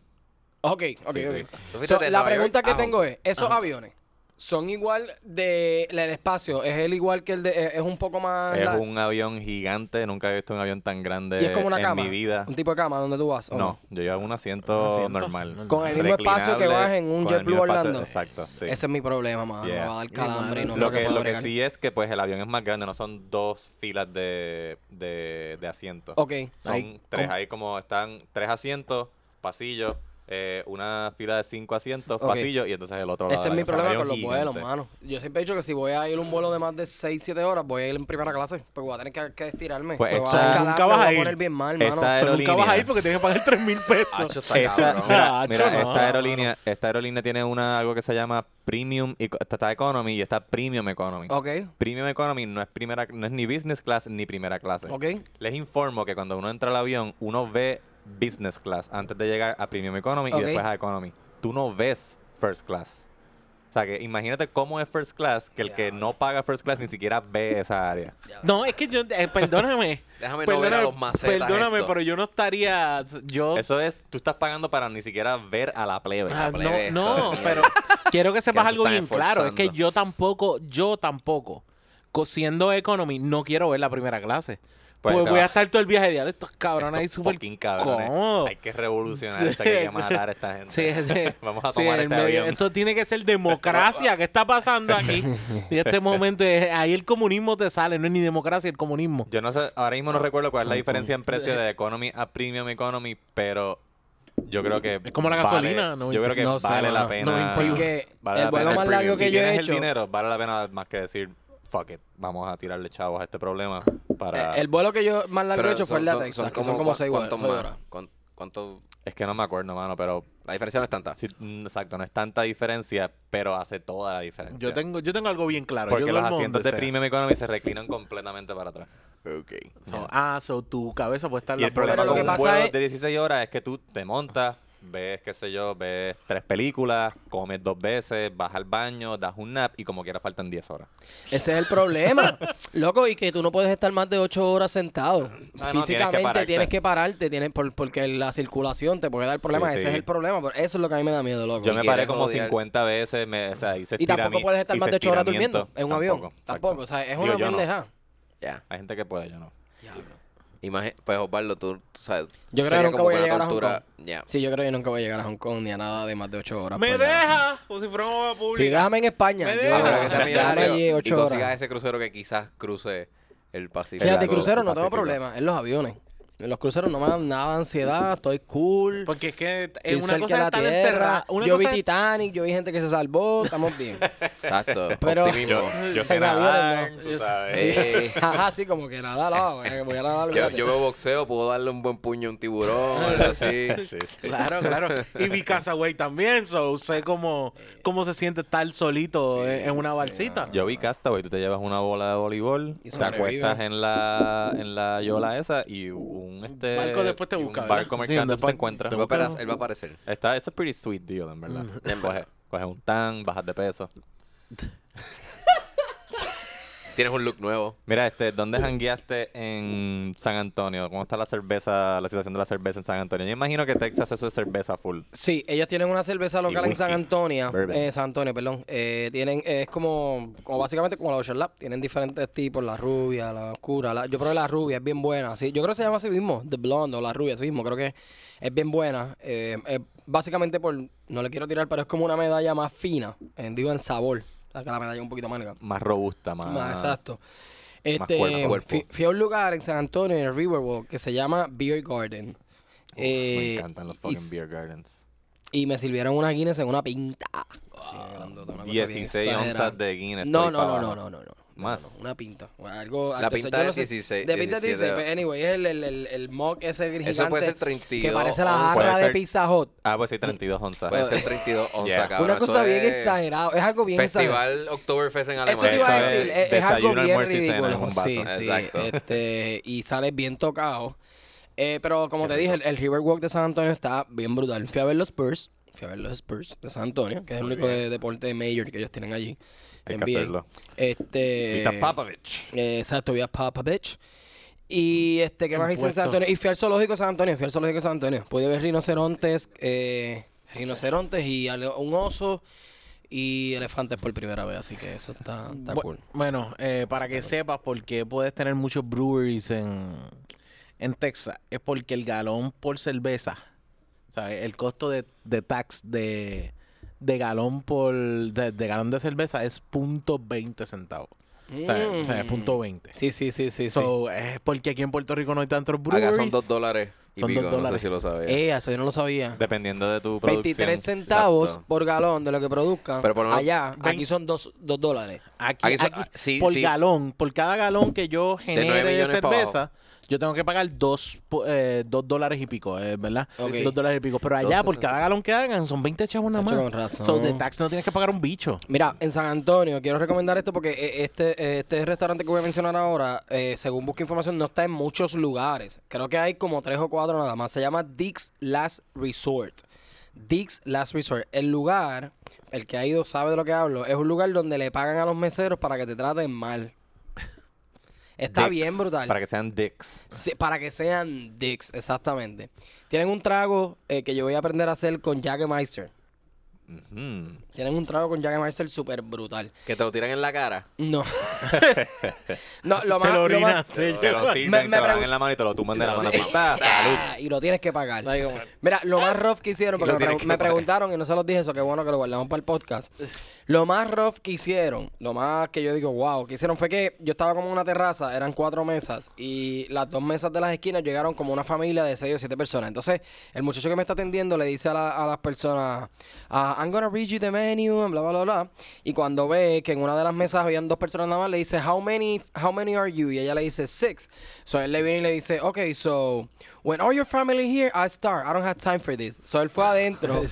Speaker 4: Ok, ok,
Speaker 1: Sí, sí.
Speaker 4: ok.
Speaker 2: Tú fuiste
Speaker 4: So,
Speaker 2: de
Speaker 4: la
Speaker 2: Nueva
Speaker 4: pregunta
Speaker 2: York Ah,
Speaker 4: que
Speaker 2: a Hong
Speaker 4: tengo
Speaker 2: Kong.
Speaker 4: es, ¿esos aviones son igual de... el espacio, es el igual que el de... es- es un poco más...
Speaker 1: Es
Speaker 4: Ah, la-
Speaker 1: un avión gigante, nunca he visto un avión tan grande
Speaker 4: y es como una
Speaker 1: en
Speaker 4: cama,
Speaker 1: mi vida.
Speaker 4: un tipo de cama donde tú vas. ¿o
Speaker 1: No, yo llevaba un asiento,
Speaker 3: asiento?
Speaker 1: normal.
Speaker 4: Con el mismo espacio que
Speaker 1: Reclinable,
Speaker 4: vas en un
Speaker 1: con
Speaker 4: JetBlue
Speaker 1: el mismo espacio-
Speaker 4: Orlando.
Speaker 1: Exacto, sí.
Speaker 4: Ese es mi problema, mano.
Speaker 1: Este, Yeah.
Speaker 4: Me va a dar calambre y no
Speaker 1: lo
Speaker 4: creo
Speaker 1: que,
Speaker 4: pueda
Speaker 1: lo que
Speaker 4: bregar.
Speaker 1: sí es que pues el avión es más grande, no son dos filas de, de, de asientos.
Speaker 4: Ok.
Speaker 1: Son
Speaker 3: Hay
Speaker 1: tres,
Speaker 3: como-
Speaker 1: ahí como están tres asientos, pasillo, eh, una fila de cinco asientos,
Speaker 4: Ok.
Speaker 1: pasillo y entonces el otro lado.
Speaker 4: Ese
Speaker 1: del
Speaker 4: es
Speaker 1: avión.
Speaker 4: mi
Speaker 1: O sea,
Speaker 4: problema con
Speaker 1: avión
Speaker 4: los vuelos,
Speaker 1: gigante.
Speaker 4: mano. Yo siempre he dicho que si voy a ir un vuelo de más de 6, 7 horas, voy a ir en primera clase. Pues voy a tener que, que estirarme.
Speaker 1: Pues
Speaker 4: me va a
Speaker 1: esta-
Speaker 4: dar
Speaker 3: Nunca
Speaker 4: calambre,
Speaker 3: vas
Speaker 4: me
Speaker 3: a
Speaker 4: voy
Speaker 3: ir.
Speaker 4: poner bien mal,
Speaker 1: Esta
Speaker 4: mano.
Speaker 3: O sea, nunca vas a ir
Speaker 1: aerolínea.
Speaker 3: porque tienes que pagar 3 mil
Speaker 2: Hacho,
Speaker 4: Ah,
Speaker 3: pesos.
Speaker 2: está cabrón.
Speaker 1: (laughs) Mira,
Speaker 3: Nacho,
Speaker 1: mira,
Speaker 3: no.
Speaker 1: esta aerolínea, esta aerolínea tiene una algo que se llama Premium, Eco- esta está Economy y está Premium Economy.
Speaker 4: Ok,
Speaker 1: Premium Economy no es primera, no es ni business class ni primera clase.
Speaker 4: ok.
Speaker 1: Les informo que cuando uno entra al avión, uno ve business class antes de llegar a Premium Economy
Speaker 4: Ok.
Speaker 1: y después a Economy. Tú no ves first class. O sea que imagínate cómo es first class que el que no paga first class ni siquiera ve esa área.
Speaker 3: No, es que yo, eh,
Speaker 1: (laughs)
Speaker 3: perdóname.
Speaker 2: Déjame no ver a los macetas
Speaker 3: Perdóname,
Speaker 2: esto.
Speaker 3: pero yo no estaría. Yo.
Speaker 1: Eso es, tú estás pagando para ni siquiera ver a la plebe.
Speaker 2: la
Speaker 3: Ah,
Speaker 2: plebe
Speaker 3: no, no,
Speaker 2: esto.
Speaker 3: pero quiero que sepas
Speaker 2: se
Speaker 3: algo
Speaker 2: están
Speaker 3: bien claro. Es que
Speaker 2: esforzando.
Speaker 3: yo tampoco, yo tampoco, co- siendo economy, no quiero ver la primera clase.
Speaker 1: Pues
Speaker 3: Pues,
Speaker 1: te
Speaker 3: voy a
Speaker 1: vas.
Speaker 3: estar todo el viaje diario. Estos cabrones
Speaker 1: Estos
Speaker 3: ahí súper
Speaker 1: fucking cabrones.
Speaker 3: cómodos.
Speaker 1: Hay que
Speaker 3: (laughs)
Speaker 1: revolucionar esta que hay que matar a esta gente. (laughs)
Speaker 3: Sí, sí.
Speaker 1: Vamos a
Speaker 3: Sí,
Speaker 1: tomar
Speaker 3: el
Speaker 1: este
Speaker 3: medio-
Speaker 1: avión.
Speaker 3: Esto tiene que ser democracia. ¿Qué está
Speaker 1: (laughs)
Speaker 3: pasando aquí? Y este momento, eh, ahí el comunismo te sale. No es ni democracia, el comunismo.
Speaker 1: Yo no sé, ahora mismo no recuerdo cuál es la diferencia en precio de Economy a Premium Economy, pero yo creo que.
Speaker 3: Es como la
Speaker 1: vale-
Speaker 3: gasolina, ¿no?
Speaker 1: Yo creo que
Speaker 4: No sé,
Speaker 1: vale la
Speaker 4: mano.
Speaker 1: pena.
Speaker 3: 91.
Speaker 4: Porque
Speaker 1: vale
Speaker 4: el
Speaker 1: la
Speaker 4: vuelo
Speaker 1: pena
Speaker 4: más largo
Speaker 1: premium.
Speaker 4: que
Speaker 1: si
Speaker 4: yo he
Speaker 1: tienes
Speaker 4: hecho...
Speaker 1: el dinero, vale la pena más que decir, fuck it, vamos a tirarle chavos a este problema para.
Speaker 4: eh, El vuelo que yo más largo
Speaker 2: Pero
Speaker 4: he hecho fue el de
Speaker 2: son-
Speaker 4: Texas,
Speaker 2: son
Speaker 4: que son como 6 horas.
Speaker 2: ¿cuánto
Speaker 4: seis
Speaker 2: más?
Speaker 4: horas.
Speaker 2: ¿Cuán- ¿Cuánto?
Speaker 1: Es que no me acuerdo, mano, pero.
Speaker 2: La diferencia no es tanta.
Speaker 1: sí, mm, exacto, no es tanta diferencia, pero hace toda la diferencia.
Speaker 3: Yo tengo, yo tengo algo bien claro.
Speaker 1: Porque
Speaker 3: yo
Speaker 1: los
Speaker 3: duermo
Speaker 1: asientos
Speaker 3: donde
Speaker 1: de
Speaker 3: sea.
Speaker 1: Premium Economy se reclinan completamente para atrás.
Speaker 2: Ok.
Speaker 3: So, Ah, so tu cabeza puede estar en
Speaker 1: Y
Speaker 3: la
Speaker 1: el problema
Speaker 4: Pero lo
Speaker 1: con
Speaker 4: que
Speaker 1: un
Speaker 4: pasa
Speaker 1: vuelo
Speaker 4: es-
Speaker 1: de 16 horas es que tú te montas, ves, qué sé yo, ves tres películas, comes dos veces, vas al baño, das un nap y como quiera faltan 10 horas.
Speaker 4: Ese es el problema. (laughs) Loco, y que tú no puedes estar más de 8 horas sentado.
Speaker 1: Ah, no, tienes que
Speaker 4: Físicamente tienes que,
Speaker 1: pararte.
Speaker 4: pararte, tienes por- porque la circulación te puede dar problemas.
Speaker 1: Sí,
Speaker 4: Ese
Speaker 1: sí.
Speaker 4: es el problema. pero Eso es lo que a mí me da miedo, loco.
Speaker 1: Yo me
Speaker 2: quieres
Speaker 1: paré como
Speaker 2: rodear-
Speaker 1: 50 veces, me, o sea, hice
Speaker 4: Y tampoco
Speaker 1: estirami-
Speaker 4: puedes estar más
Speaker 1: hice
Speaker 4: de 8 horas
Speaker 1: estiramiento.
Speaker 4: durmiendo en un avión.
Speaker 1: exacto.
Speaker 4: Tampoco, o sea, es
Speaker 1: Digo,
Speaker 4: una
Speaker 1: yo no.
Speaker 4: pendeja.
Speaker 2: Ya.
Speaker 1: Hay gente que puede, yo no.
Speaker 2: Imagi- Pues, Osvaldo, tú, tú sabes.
Speaker 4: Yo creo
Speaker 2: sería
Speaker 4: que nunca
Speaker 2: como
Speaker 4: voy a
Speaker 2: una
Speaker 4: llegar a Hong
Speaker 2: tortura-
Speaker 4: Kong.
Speaker 2: Ya.
Speaker 4: Sí, yo creo que nunca voy a llegar a Hong Kong ni a nada de más de 8 horas.
Speaker 3: Me
Speaker 4: por nada.
Speaker 3: deja, como si fuera una
Speaker 4: Sí,
Speaker 3: pública.
Speaker 4: déjame en España.
Speaker 3: Me
Speaker 4: Yo-
Speaker 3: deja.
Speaker 2: Para que sea
Speaker 3: Dame
Speaker 4: Déjame
Speaker 2: millonario
Speaker 4: allí
Speaker 2: y
Speaker 4: 8
Speaker 2: consigas
Speaker 4: horas.
Speaker 2: ese crucero que quizás cruce el Pacífico.
Speaker 4: Fíjate,
Speaker 1: lago
Speaker 4: crucero no
Speaker 1: Pacífico.
Speaker 4: tengo problema. En los aviones. En los cruceros no me dan nada de ansiedad. Estoy cool.
Speaker 3: Porque es que
Speaker 4: Estoy
Speaker 3: es una
Speaker 4: cerca de
Speaker 3: cosa
Speaker 4: la
Speaker 3: estar
Speaker 4: tierra.
Speaker 3: encerrada. Una
Speaker 4: yo
Speaker 3: cosa
Speaker 4: vi
Speaker 3: es-
Speaker 4: Titanic. Yo vi gente que se salvó. Estamos bien.
Speaker 2: Exacto.
Speaker 4: Pero-
Speaker 2: optimismo.
Speaker 1: Yo
Speaker 4: (laughs) En
Speaker 1: sé
Speaker 4: aviones,
Speaker 1: nadar,
Speaker 4: no.
Speaker 1: tú sabes.
Speaker 2: Eh,
Speaker 4: Ajá, sí, (laughs) como que nada, no, eh, voy a nadar,
Speaker 2: yo,
Speaker 4: olvídate.
Speaker 2: yo veo boxeo, puedo darle un buen puño a un (laughs) tiburón, algo así.
Speaker 1: Sí, sí.
Speaker 3: (laughs) Claro, claro. Y mi casa, güey, también. So, sé cómo, cómo se siente estar solito
Speaker 2: Sí,
Speaker 3: en en una
Speaker 2: sí,
Speaker 3: balsita.
Speaker 1: Yo vi Castaway, tú te llevas una bola de voleibol,
Speaker 4: Y
Speaker 1: te acuestas
Speaker 4: sobrevive.
Speaker 1: en la, en la yola esa y un, este,
Speaker 3: barco después te
Speaker 1: y
Speaker 3: busca,
Speaker 1: Un
Speaker 3: ¿verdad?
Speaker 1: barco
Speaker 3: Sí,
Speaker 1: mercante
Speaker 3: después
Speaker 1: te encuentra.
Speaker 3: te
Speaker 2: Él va a apare- él va a aparecer.
Speaker 1: Está, es un pretty sweet deal, en verdad.
Speaker 4: Mm.
Speaker 1: Coges coge un tan, bajas de peso.
Speaker 2: Tienes un look nuevo.
Speaker 1: Mira, este, ¿dónde jangueaste en San Antonio? ¿Cómo está la cerveza, la situación de la cerveza en San Antonio? Yo imagino que Texas eso es cerveza full.
Speaker 4: Sí, ellos tienen una cerveza local en San
Speaker 1: whisky.
Speaker 4: Antonio.
Speaker 1: Bourbon.
Speaker 4: eh, San Antonio, perdón. Eh, tienen, eh, es como, como básicamente como la Ocean Lab. Tienen diferentes tipos, la rubia, la oscura. la- yo probé la rubia, es bien buena. Sí, yo creo que se llama así mismo, The Blonde o la rubia, así mismo. Creo que es bien buena. Eh, eh, básicamente por, no le quiero tirar, pero es como una medalla más fina. eh, digo, en sabor. O sea, que la medalla es un poquito más negra.
Speaker 1: Más robusta, Ah. más.
Speaker 4: Más exacto. Este,
Speaker 1: cuerpo. Cuerpo.
Speaker 4: Fui, fui a un lugar en San Antonio, en el Riverwalk, que se llama Beer Garden.
Speaker 1: Uf, me
Speaker 4: Eh,
Speaker 1: encantan los
Speaker 4: y-
Speaker 1: fucking beer gardens.
Speaker 4: y me sirvieron una Guinness en una pinta. Así de grandota, una cosa bien
Speaker 1: 16
Speaker 4: exagerada.
Speaker 1: onzas de Guinness.
Speaker 4: No,
Speaker 1: por ahí
Speaker 4: no,
Speaker 1: para
Speaker 4: no, no,
Speaker 1: abajo.
Speaker 4: no, no, no.
Speaker 1: Más.
Speaker 4: No, no, una pinta. o Algo,
Speaker 2: La
Speaker 4: o sea,
Speaker 2: pinta
Speaker 4: yo
Speaker 2: es
Speaker 4: sé.
Speaker 2: 16,
Speaker 4: De pinta es
Speaker 2: 17.
Speaker 4: 16, pero anyway, es el, el, el, el mock ese gigante.
Speaker 2: Eso puede ser 32.
Speaker 4: Que parece la
Speaker 2: onzas.
Speaker 1: Puede
Speaker 4: jarra de
Speaker 1: ser-
Speaker 4: Pizza Hut.
Speaker 1: Ah, pues sí, 32 onzas.
Speaker 2: Puede ser 32
Speaker 4: (laughs)
Speaker 2: onzas,
Speaker 1: Yeah. Una
Speaker 2: cabrón.
Speaker 4: una
Speaker 2: Eso
Speaker 4: cosa bien
Speaker 2: es
Speaker 4: exagerada. Es algo bien exagerado.
Speaker 2: Festival Oktoberfest en
Speaker 4: Eso te iba a
Speaker 1: Eso es
Speaker 4: decir,
Speaker 2: eh,
Speaker 4: es, es algo
Speaker 1: desayuno,
Speaker 4: bien
Speaker 1: almuerzo y cena en
Speaker 4: ridículo.
Speaker 1: un vaso.
Speaker 4: Sí, sí,
Speaker 2: Exacto.
Speaker 4: este, y sales bien tocado. Eh, pero como te dije, el, el Riverwalk de San Antonio está bien brutal. Fui a ver los Spurs, fui a ver los Spurs de San Antonio, que es el único de- deporte mayor que ellos tienen allí.
Speaker 1: Hay que
Speaker 4: NBA.
Speaker 1: hacerlo.
Speaker 4: Este,
Speaker 1: Vita Popovich.
Speaker 4: eh, exacto, vi a Popovich. Y este, ¿qué más hice en San Antonio? Y fui al zoológico de San Antonio, fui al zoológico de San Antonio. Pude ver rinocerontes, eh, rinocerontes y ale- un oso y elefantes por primera vez, así que eso está, está
Speaker 3: Bu-
Speaker 4: cool.
Speaker 3: Bueno, eh, para que sepas por qué puedes tener muchos breweries en, en Texas, es porque el galón por cerveza, ¿sabes? El costo de, de tax de, de galón por de, de galón de cerveza es punto .20 centavos. O sea, o sea, es punto .20.
Speaker 4: Sí, sí, sí, sí. sí.
Speaker 3: So, es porque aquí en Puerto Rico no hay tantos breweries.
Speaker 2: Acá son 2 dólares y
Speaker 3: Son dos
Speaker 2: pico, no
Speaker 3: dólares.
Speaker 2: sé si lo sabía.
Speaker 4: Eh, eso yo no lo sabía.
Speaker 1: Dependiendo de tu producción.
Speaker 4: 23 centavos
Speaker 2: Exacto.
Speaker 4: por galón de lo que produzcan.
Speaker 2: Pero por lo menos-
Speaker 4: Allá,
Speaker 3: Vein-
Speaker 4: aquí son 2 dólares.
Speaker 3: Aquí,
Speaker 2: Aquí son-
Speaker 3: aquí,
Speaker 2: ah, sí,
Speaker 3: por
Speaker 2: sí.
Speaker 3: galón, por cada galón que yo genere
Speaker 2: nueve
Speaker 3: de,
Speaker 2: millones para
Speaker 3: cerveza, yo tengo que pagar dos, po- eh, dos dólares y pico, eh, ¿verdad?
Speaker 4: Ok.
Speaker 3: Dos dólares y pico. Pero allá, por cada galón que hagan, son 20 chavos nada más.
Speaker 4: Tacho, con razón.
Speaker 3: So, de tax no tienes que pagar un bicho.
Speaker 4: Mira, en San Antonio, quiero recomendar esto porque eh, este, eh, este restaurante que voy a mencionar ahora, eh, según busca información, no está en muchos lugares. Creo que hay como tres o cuatro nada más. Se llama Dick's Last Resort. Dick's Last Resort. El lugar, el que ha ido sabe de lo que hablo, es un lugar donde le pagan a los meseros para que te traten mal. Está
Speaker 1: Dicks,
Speaker 4: bien brutal.
Speaker 1: Para que sean
Speaker 4: (laughs)
Speaker 1: dicks.
Speaker 4: Sí, para que sean dicks, exactamente. Tienen un trago eh, que yo voy a aprender a hacer con Jagermeister.
Speaker 1: Ujú.
Speaker 4: Tienen un trago con Jagermeister súper brutal.
Speaker 2: Que te lo tiran en la cara.
Speaker 1: (laughs)
Speaker 4: No. (laughs) no, lo
Speaker 3: Te
Speaker 4: más...
Speaker 3: lo
Speaker 4: lo más- (laughs)
Speaker 3: orinaste.
Speaker 1: Te lo
Speaker 4: me
Speaker 1: sirven, te lo
Speaker 4: pregun-
Speaker 1: dan en la mano y te lo tumban de la mano.
Speaker 4: (laughs)
Speaker 1: Pa, Salud.
Speaker 4: Ah, y lo tienes que pagar. Mira, lo más rough que hicieron, porque
Speaker 2: lo
Speaker 4: me,
Speaker 2: tienes
Speaker 4: pregun-
Speaker 2: que
Speaker 4: me
Speaker 2: pagar.
Speaker 4: preguntaron y no se los dije eso, que bueno que lo guardamos para el podcast. Lo más rough que hicieron, lo más que yo digo, wow, que hicieron fue que yo estaba como en una terraza, eran cuatro mesas, y las dos mesas de las esquinas llegaron como una familia de seis o siete personas. Entonces, el muchacho que me está atendiendo le dice a, la- a las personas, ah, I'm gonna read you the menu, and bla, bla, bla, bla. Y cuando ve que en una de las mesas habían dos personas nada más, le dice, How many, how many are you? Y ella le dice, Six. So él le viene y le dice, Ok, so, when all your family here, I start. I don't have time for this. So él fue adentro,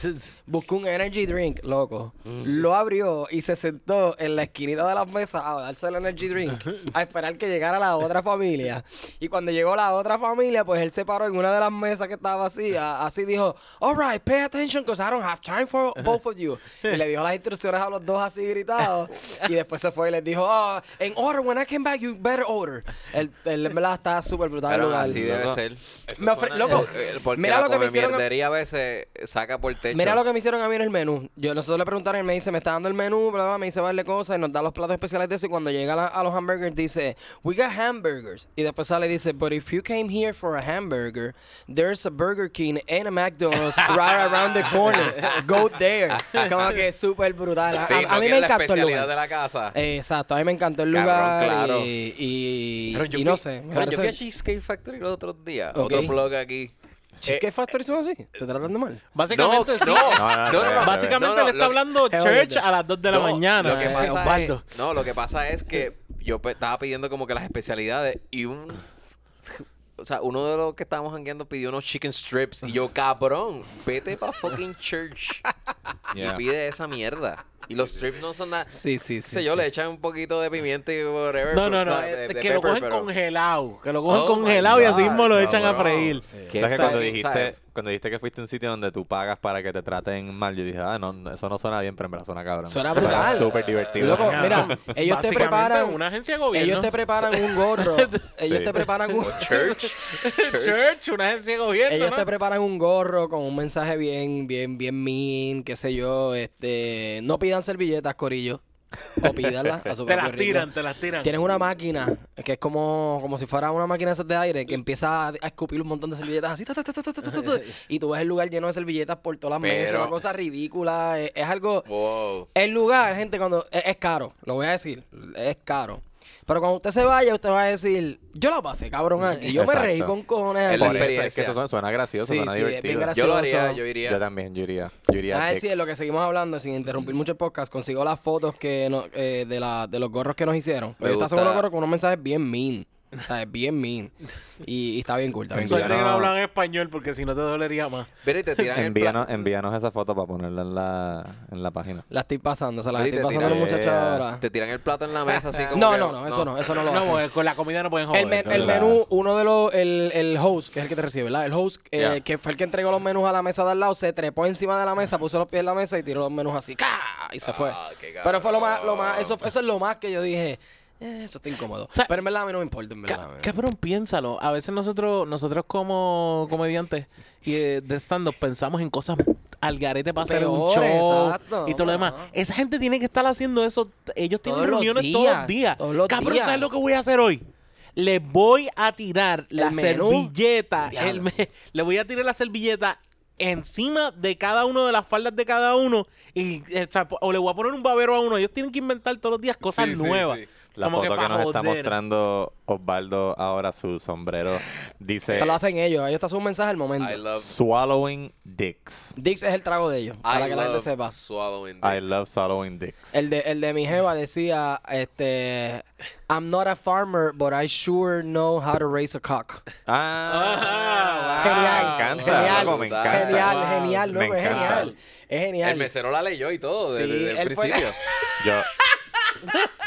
Speaker 4: buscó un energy drink, loco. Lo abrió y se sentó en la esquinita de las mesas a darse el energy drink, a esperar que llegara la otra familia. Y cuando llegó la otra familia, pues él se paró en una de las mesas que estaba vacía. Así dijo, All right, pay attention, because I don't have time for both of you. Y le dio las instrucciones a los dos así gritados. Y después se fue y les dijo, oh, en order, when I came back, you better order. El, el en verdad está súper brutal. el
Speaker 2: Pero
Speaker 4: lugar.
Speaker 2: así debe
Speaker 1: Loco.
Speaker 2: ser.
Speaker 4: Me ofre-
Speaker 2: Eso
Speaker 4: loco,
Speaker 2: eh, porque
Speaker 4: mira
Speaker 2: la
Speaker 4: lo que me hicieron a-
Speaker 2: mierdería a veces saca por el techo.
Speaker 4: Mira lo que me hicieron a mí en el menú. Yo nosotros le preguntaron y me dice, me está dando el menú, bla, bla, me dice darle cosas y nos da los platos especiales de eso. Y cuando llega la- a los hamburgers dice, we got hamburgers. Y después sale y dice, but if you came here for a hamburger, there's a Burger King and
Speaker 2: (laughs)
Speaker 4: a McDonald's right around the corner. Go there. Como que es súper brutal. A,
Speaker 2: Sí,
Speaker 4: a- a
Speaker 2: no
Speaker 4: mí
Speaker 2: quiere
Speaker 4: me
Speaker 2: la
Speaker 4: encantó el
Speaker 2: especialidad
Speaker 4: lugar.
Speaker 2: de la casa.
Speaker 4: Eh, Exacto, a mí me encantó el
Speaker 2: Cabrón,
Speaker 4: lugar
Speaker 2: claro.
Speaker 4: y, y,
Speaker 2: Cabrón, yo
Speaker 4: y
Speaker 2: fui-
Speaker 4: no sé. me
Speaker 2: cabrón, Yo fui a
Speaker 4: parece-
Speaker 2: Cheesecake Factory los otros días.
Speaker 4: Ok.
Speaker 2: Otro blog aquí. Eh,
Speaker 4: Cheesecake Factory son así? ¿Te tratan de mal?
Speaker 3: Básicamente, sí. (laughs)
Speaker 1: no, no, no, no.
Speaker 2: No,
Speaker 3: Básicamente
Speaker 2: no,
Speaker 3: le está
Speaker 2: lo-
Speaker 3: hablando
Speaker 4: Hell
Speaker 3: Church
Speaker 4: yeah.
Speaker 3: a las 2 de la
Speaker 2: No,
Speaker 3: mañana.
Speaker 2: Lo que
Speaker 3: eh,
Speaker 2: pasa
Speaker 3: Osvaldo.
Speaker 2: Es, no, lo que pasa es que yo pe- estaba pidiendo como que las especialidades y un. O sea, uno de los que estábamos jangueando pidió unos chicken
Speaker 3: (laughs)
Speaker 2: strips. Y yo, cabrón, vete pa' fucking church.
Speaker 1: Yeah.
Speaker 2: Y pide esa mierda. Y los strips no son nada.
Speaker 4: Sí, sí,
Speaker 2: qué
Speaker 4: sí.
Speaker 2: sé yo,
Speaker 4: sí.
Speaker 2: le echan un poquito de pimienta y whatever.
Speaker 3: No,
Speaker 2: pero-
Speaker 3: no, no.
Speaker 2: de- de
Speaker 3: eh, que lo
Speaker 2: pepper,
Speaker 3: cogen
Speaker 2: pero-
Speaker 3: congelado. Que lo cogen
Speaker 2: Oh my
Speaker 3: congelado y así
Speaker 2: God,
Speaker 3: mismo lo echan a
Speaker 2: cabrón.
Speaker 3: freír.
Speaker 4: Sí.
Speaker 2: Qué
Speaker 1: ¿Sabes que cuando
Speaker 2: fucking- ¿sabes?
Speaker 1: dijiste, cuando dijiste que fuiste a un sitio donde tú pagas para que te traten mal, yo dije, ah, no, no, eso no suena bien, pero en verdad suena cabrón. (laughs)
Speaker 4: Suena
Speaker 1: Eso
Speaker 4: brutal.
Speaker 1: súper divertido.
Speaker 4: Loco,
Speaker 3: Ajá.
Speaker 1: (laughs)
Speaker 4: mira, ellos te
Speaker 3: Básicamente
Speaker 4: preparan.
Speaker 3: una agencia de gobierno.
Speaker 4: Ellos te preparan un gorro. Ellos
Speaker 1: Sí.
Speaker 4: te preparan un.
Speaker 3: (laughs)
Speaker 2: Church.
Speaker 3: Church, una agencia de gobierno.
Speaker 4: (laughs) Ellos
Speaker 3: ¿no?
Speaker 4: te preparan un gorro con un mensaje bien, bien, bien mean, qué sé yo, este, no pidan servilletas, corillo, o pídanlas a su
Speaker 3: Te
Speaker 4: propio
Speaker 3: las
Speaker 4: ritmo.
Speaker 3: tiran, te las tiran.
Speaker 4: Tienes una máquina que es como, como si fuera una máquina esas de aire que empieza a, a escupir un montón de servilletas así, ta, ta, ta, ta, ta, ta, ta, ta, y tú ves el lugar lleno de servilletas por todas las mesas,
Speaker 2: Pero-
Speaker 4: una cosa ridícula, es, es algo...
Speaker 2: Wow.
Speaker 4: El lugar, gente, cuando e, es, es caro, lo voy a decir, es caro. Pero cuando usted se vaya, usted va a decir, yo la pasé, cabrón, aquí. Yo me
Speaker 1: Exacto.
Speaker 4: reí con cojones.
Speaker 2: Es
Speaker 4: aquí".
Speaker 2: la
Speaker 1: Por eso es que
Speaker 2: experiencia.
Speaker 1: eso suena, suena gracioso,
Speaker 4: Sí,
Speaker 1: suena
Speaker 4: sí, es bien
Speaker 1: divertido.
Speaker 4: gracioso.
Speaker 2: Yo lo haría, yo
Speaker 1: Yo,
Speaker 2: iría.
Speaker 1: yo también, yo iría. Yo iría
Speaker 4: Ah,
Speaker 1: a
Speaker 4: sí,
Speaker 1: Tex.
Speaker 4: es lo que seguimos hablando, sin interrumpir mucho el podcast, consigo las fotos que no- eh, de, la, de los gorros que nos hicieron.
Speaker 2: Me
Speaker 4: Ellos te hacen
Speaker 2: gusta.
Speaker 4: unos gorros con unos mensajes bien mean. O sea, es bien mean. Y, y está bien cool, está bien cool.
Speaker 3: Suerte que no
Speaker 1: No.
Speaker 3: hablan español porque si no te dolería más.
Speaker 2: Pero y te tiran el
Speaker 1: Envíanos,
Speaker 2: plato.
Speaker 1: envíanos esa foto para ponerla en la, en la página.
Speaker 4: La estoy pasando, se la
Speaker 2: Pero y
Speaker 4: estoy
Speaker 2: te
Speaker 4: pasando a los
Speaker 2: tiran-
Speaker 4: muchachos ahora.
Speaker 2: Te tiran el plato en la mesa
Speaker 3: (laughs)
Speaker 2: así como.
Speaker 4: No,
Speaker 2: que-
Speaker 4: no, no, eso no, eso no lo
Speaker 3: No,
Speaker 4: hacen.
Speaker 3: porque con la comida no pueden joder.
Speaker 4: El, men-
Speaker 3: con
Speaker 4: el
Speaker 3: la-
Speaker 4: menú, uno de los, el, el host, que es el que te recibe, ¿verdad? El host, eh,
Speaker 2: Yeah.
Speaker 4: que fue el que entregó los menús a la mesa de al lado, se trepó encima de la mesa, puso los pies en la mesa y tiró los menús así, ¡ca! Y se fue.
Speaker 2: Ah, qué
Speaker 4: Pero fue lo más, lo
Speaker 2: cabrón.
Speaker 4: más, eso, eso es lo más que yo dije, "Eh, eso está incómodo.
Speaker 3: sea,
Speaker 4: Pero en verdad a mí no me importa, en
Speaker 3: Ca-
Speaker 4: verdad.
Speaker 3: Cabrón, piénsalo. A veces nosotros, nosotros como comediantes y eh, de stand pensamos en cosas al garete para hacer un
Speaker 4: Peores,
Speaker 3: show
Speaker 4: exacto,
Speaker 3: y todo lo demás.
Speaker 4: ajá.
Speaker 3: Esa gente tiene que estar haciendo eso. T- Ellos tienen
Speaker 4: Todos los
Speaker 3: reuniones
Speaker 4: días,
Speaker 3: todos los días.
Speaker 4: todos los
Speaker 3: Cabrón,
Speaker 4: días.
Speaker 3: ¿sabes lo que voy a hacer hoy? Le voy a tirar la
Speaker 4: menú?
Speaker 3: servilleta.
Speaker 4: Diablo.
Speaker 3: el me- le voy a tirar la servilleta encima de cada uno de las faldas de cada uno y eh, o, sea, po- o le voy a poner un babero a uno. Ellos tienen que inventar todos los días cosas
Speaker 2: Sí, sí,
Speaker 3: nuevas.
Speaker 2: sí.
Speaker 1: La
Speaker 3: Como
Speaker 1: foto que,
Speaker 3: pa'
Speaker 1: nos está
Speaker 3: joder.
Speaker 1: mostrando Osvaldo ahora, su sombrero, dice
Speaker 4: Esto lo hacen ellos, ellos te hacen un mensaje al momento.
Speaker 2: I love.
Speaker 1: Swallowing dicks.
Speaker 4: Dix es el trago de ellos, para
Speaker 2: I
Speaker 4: que la gente
Speaker 2: love
Speaker 4: sepa.
Speaker 2: Swallowing.
Speaker 1: I
Speaker 2: dick.
Speaker 1: love swallowing dicks.
Speaker 4: El de, el de mi jeva decía, este, I'm not a farmer, but I sure know how to raise a cock.
Speaker 1: Ah, wow.
Speaker 4: Genial,
Speaker 1: Me encanta,
Speaker 4: genial,
Speaker 1: loco, me encanta.
Speaker 4: genial,
Speaker 3: Wow.
Speaker 4: genial,
Speaker 1: Me
Speaker 4: loco, es
Speaker 1: encanta.
Speaker 4: genial, es genial.
Speaker 2: El mesero la leyó y todo
Speaker 4: Sí,
Speaker 2: desde, desde el
Speaker 4: él fue- (laughs)
Speaker 2: principio.
Speaker 1: Yo,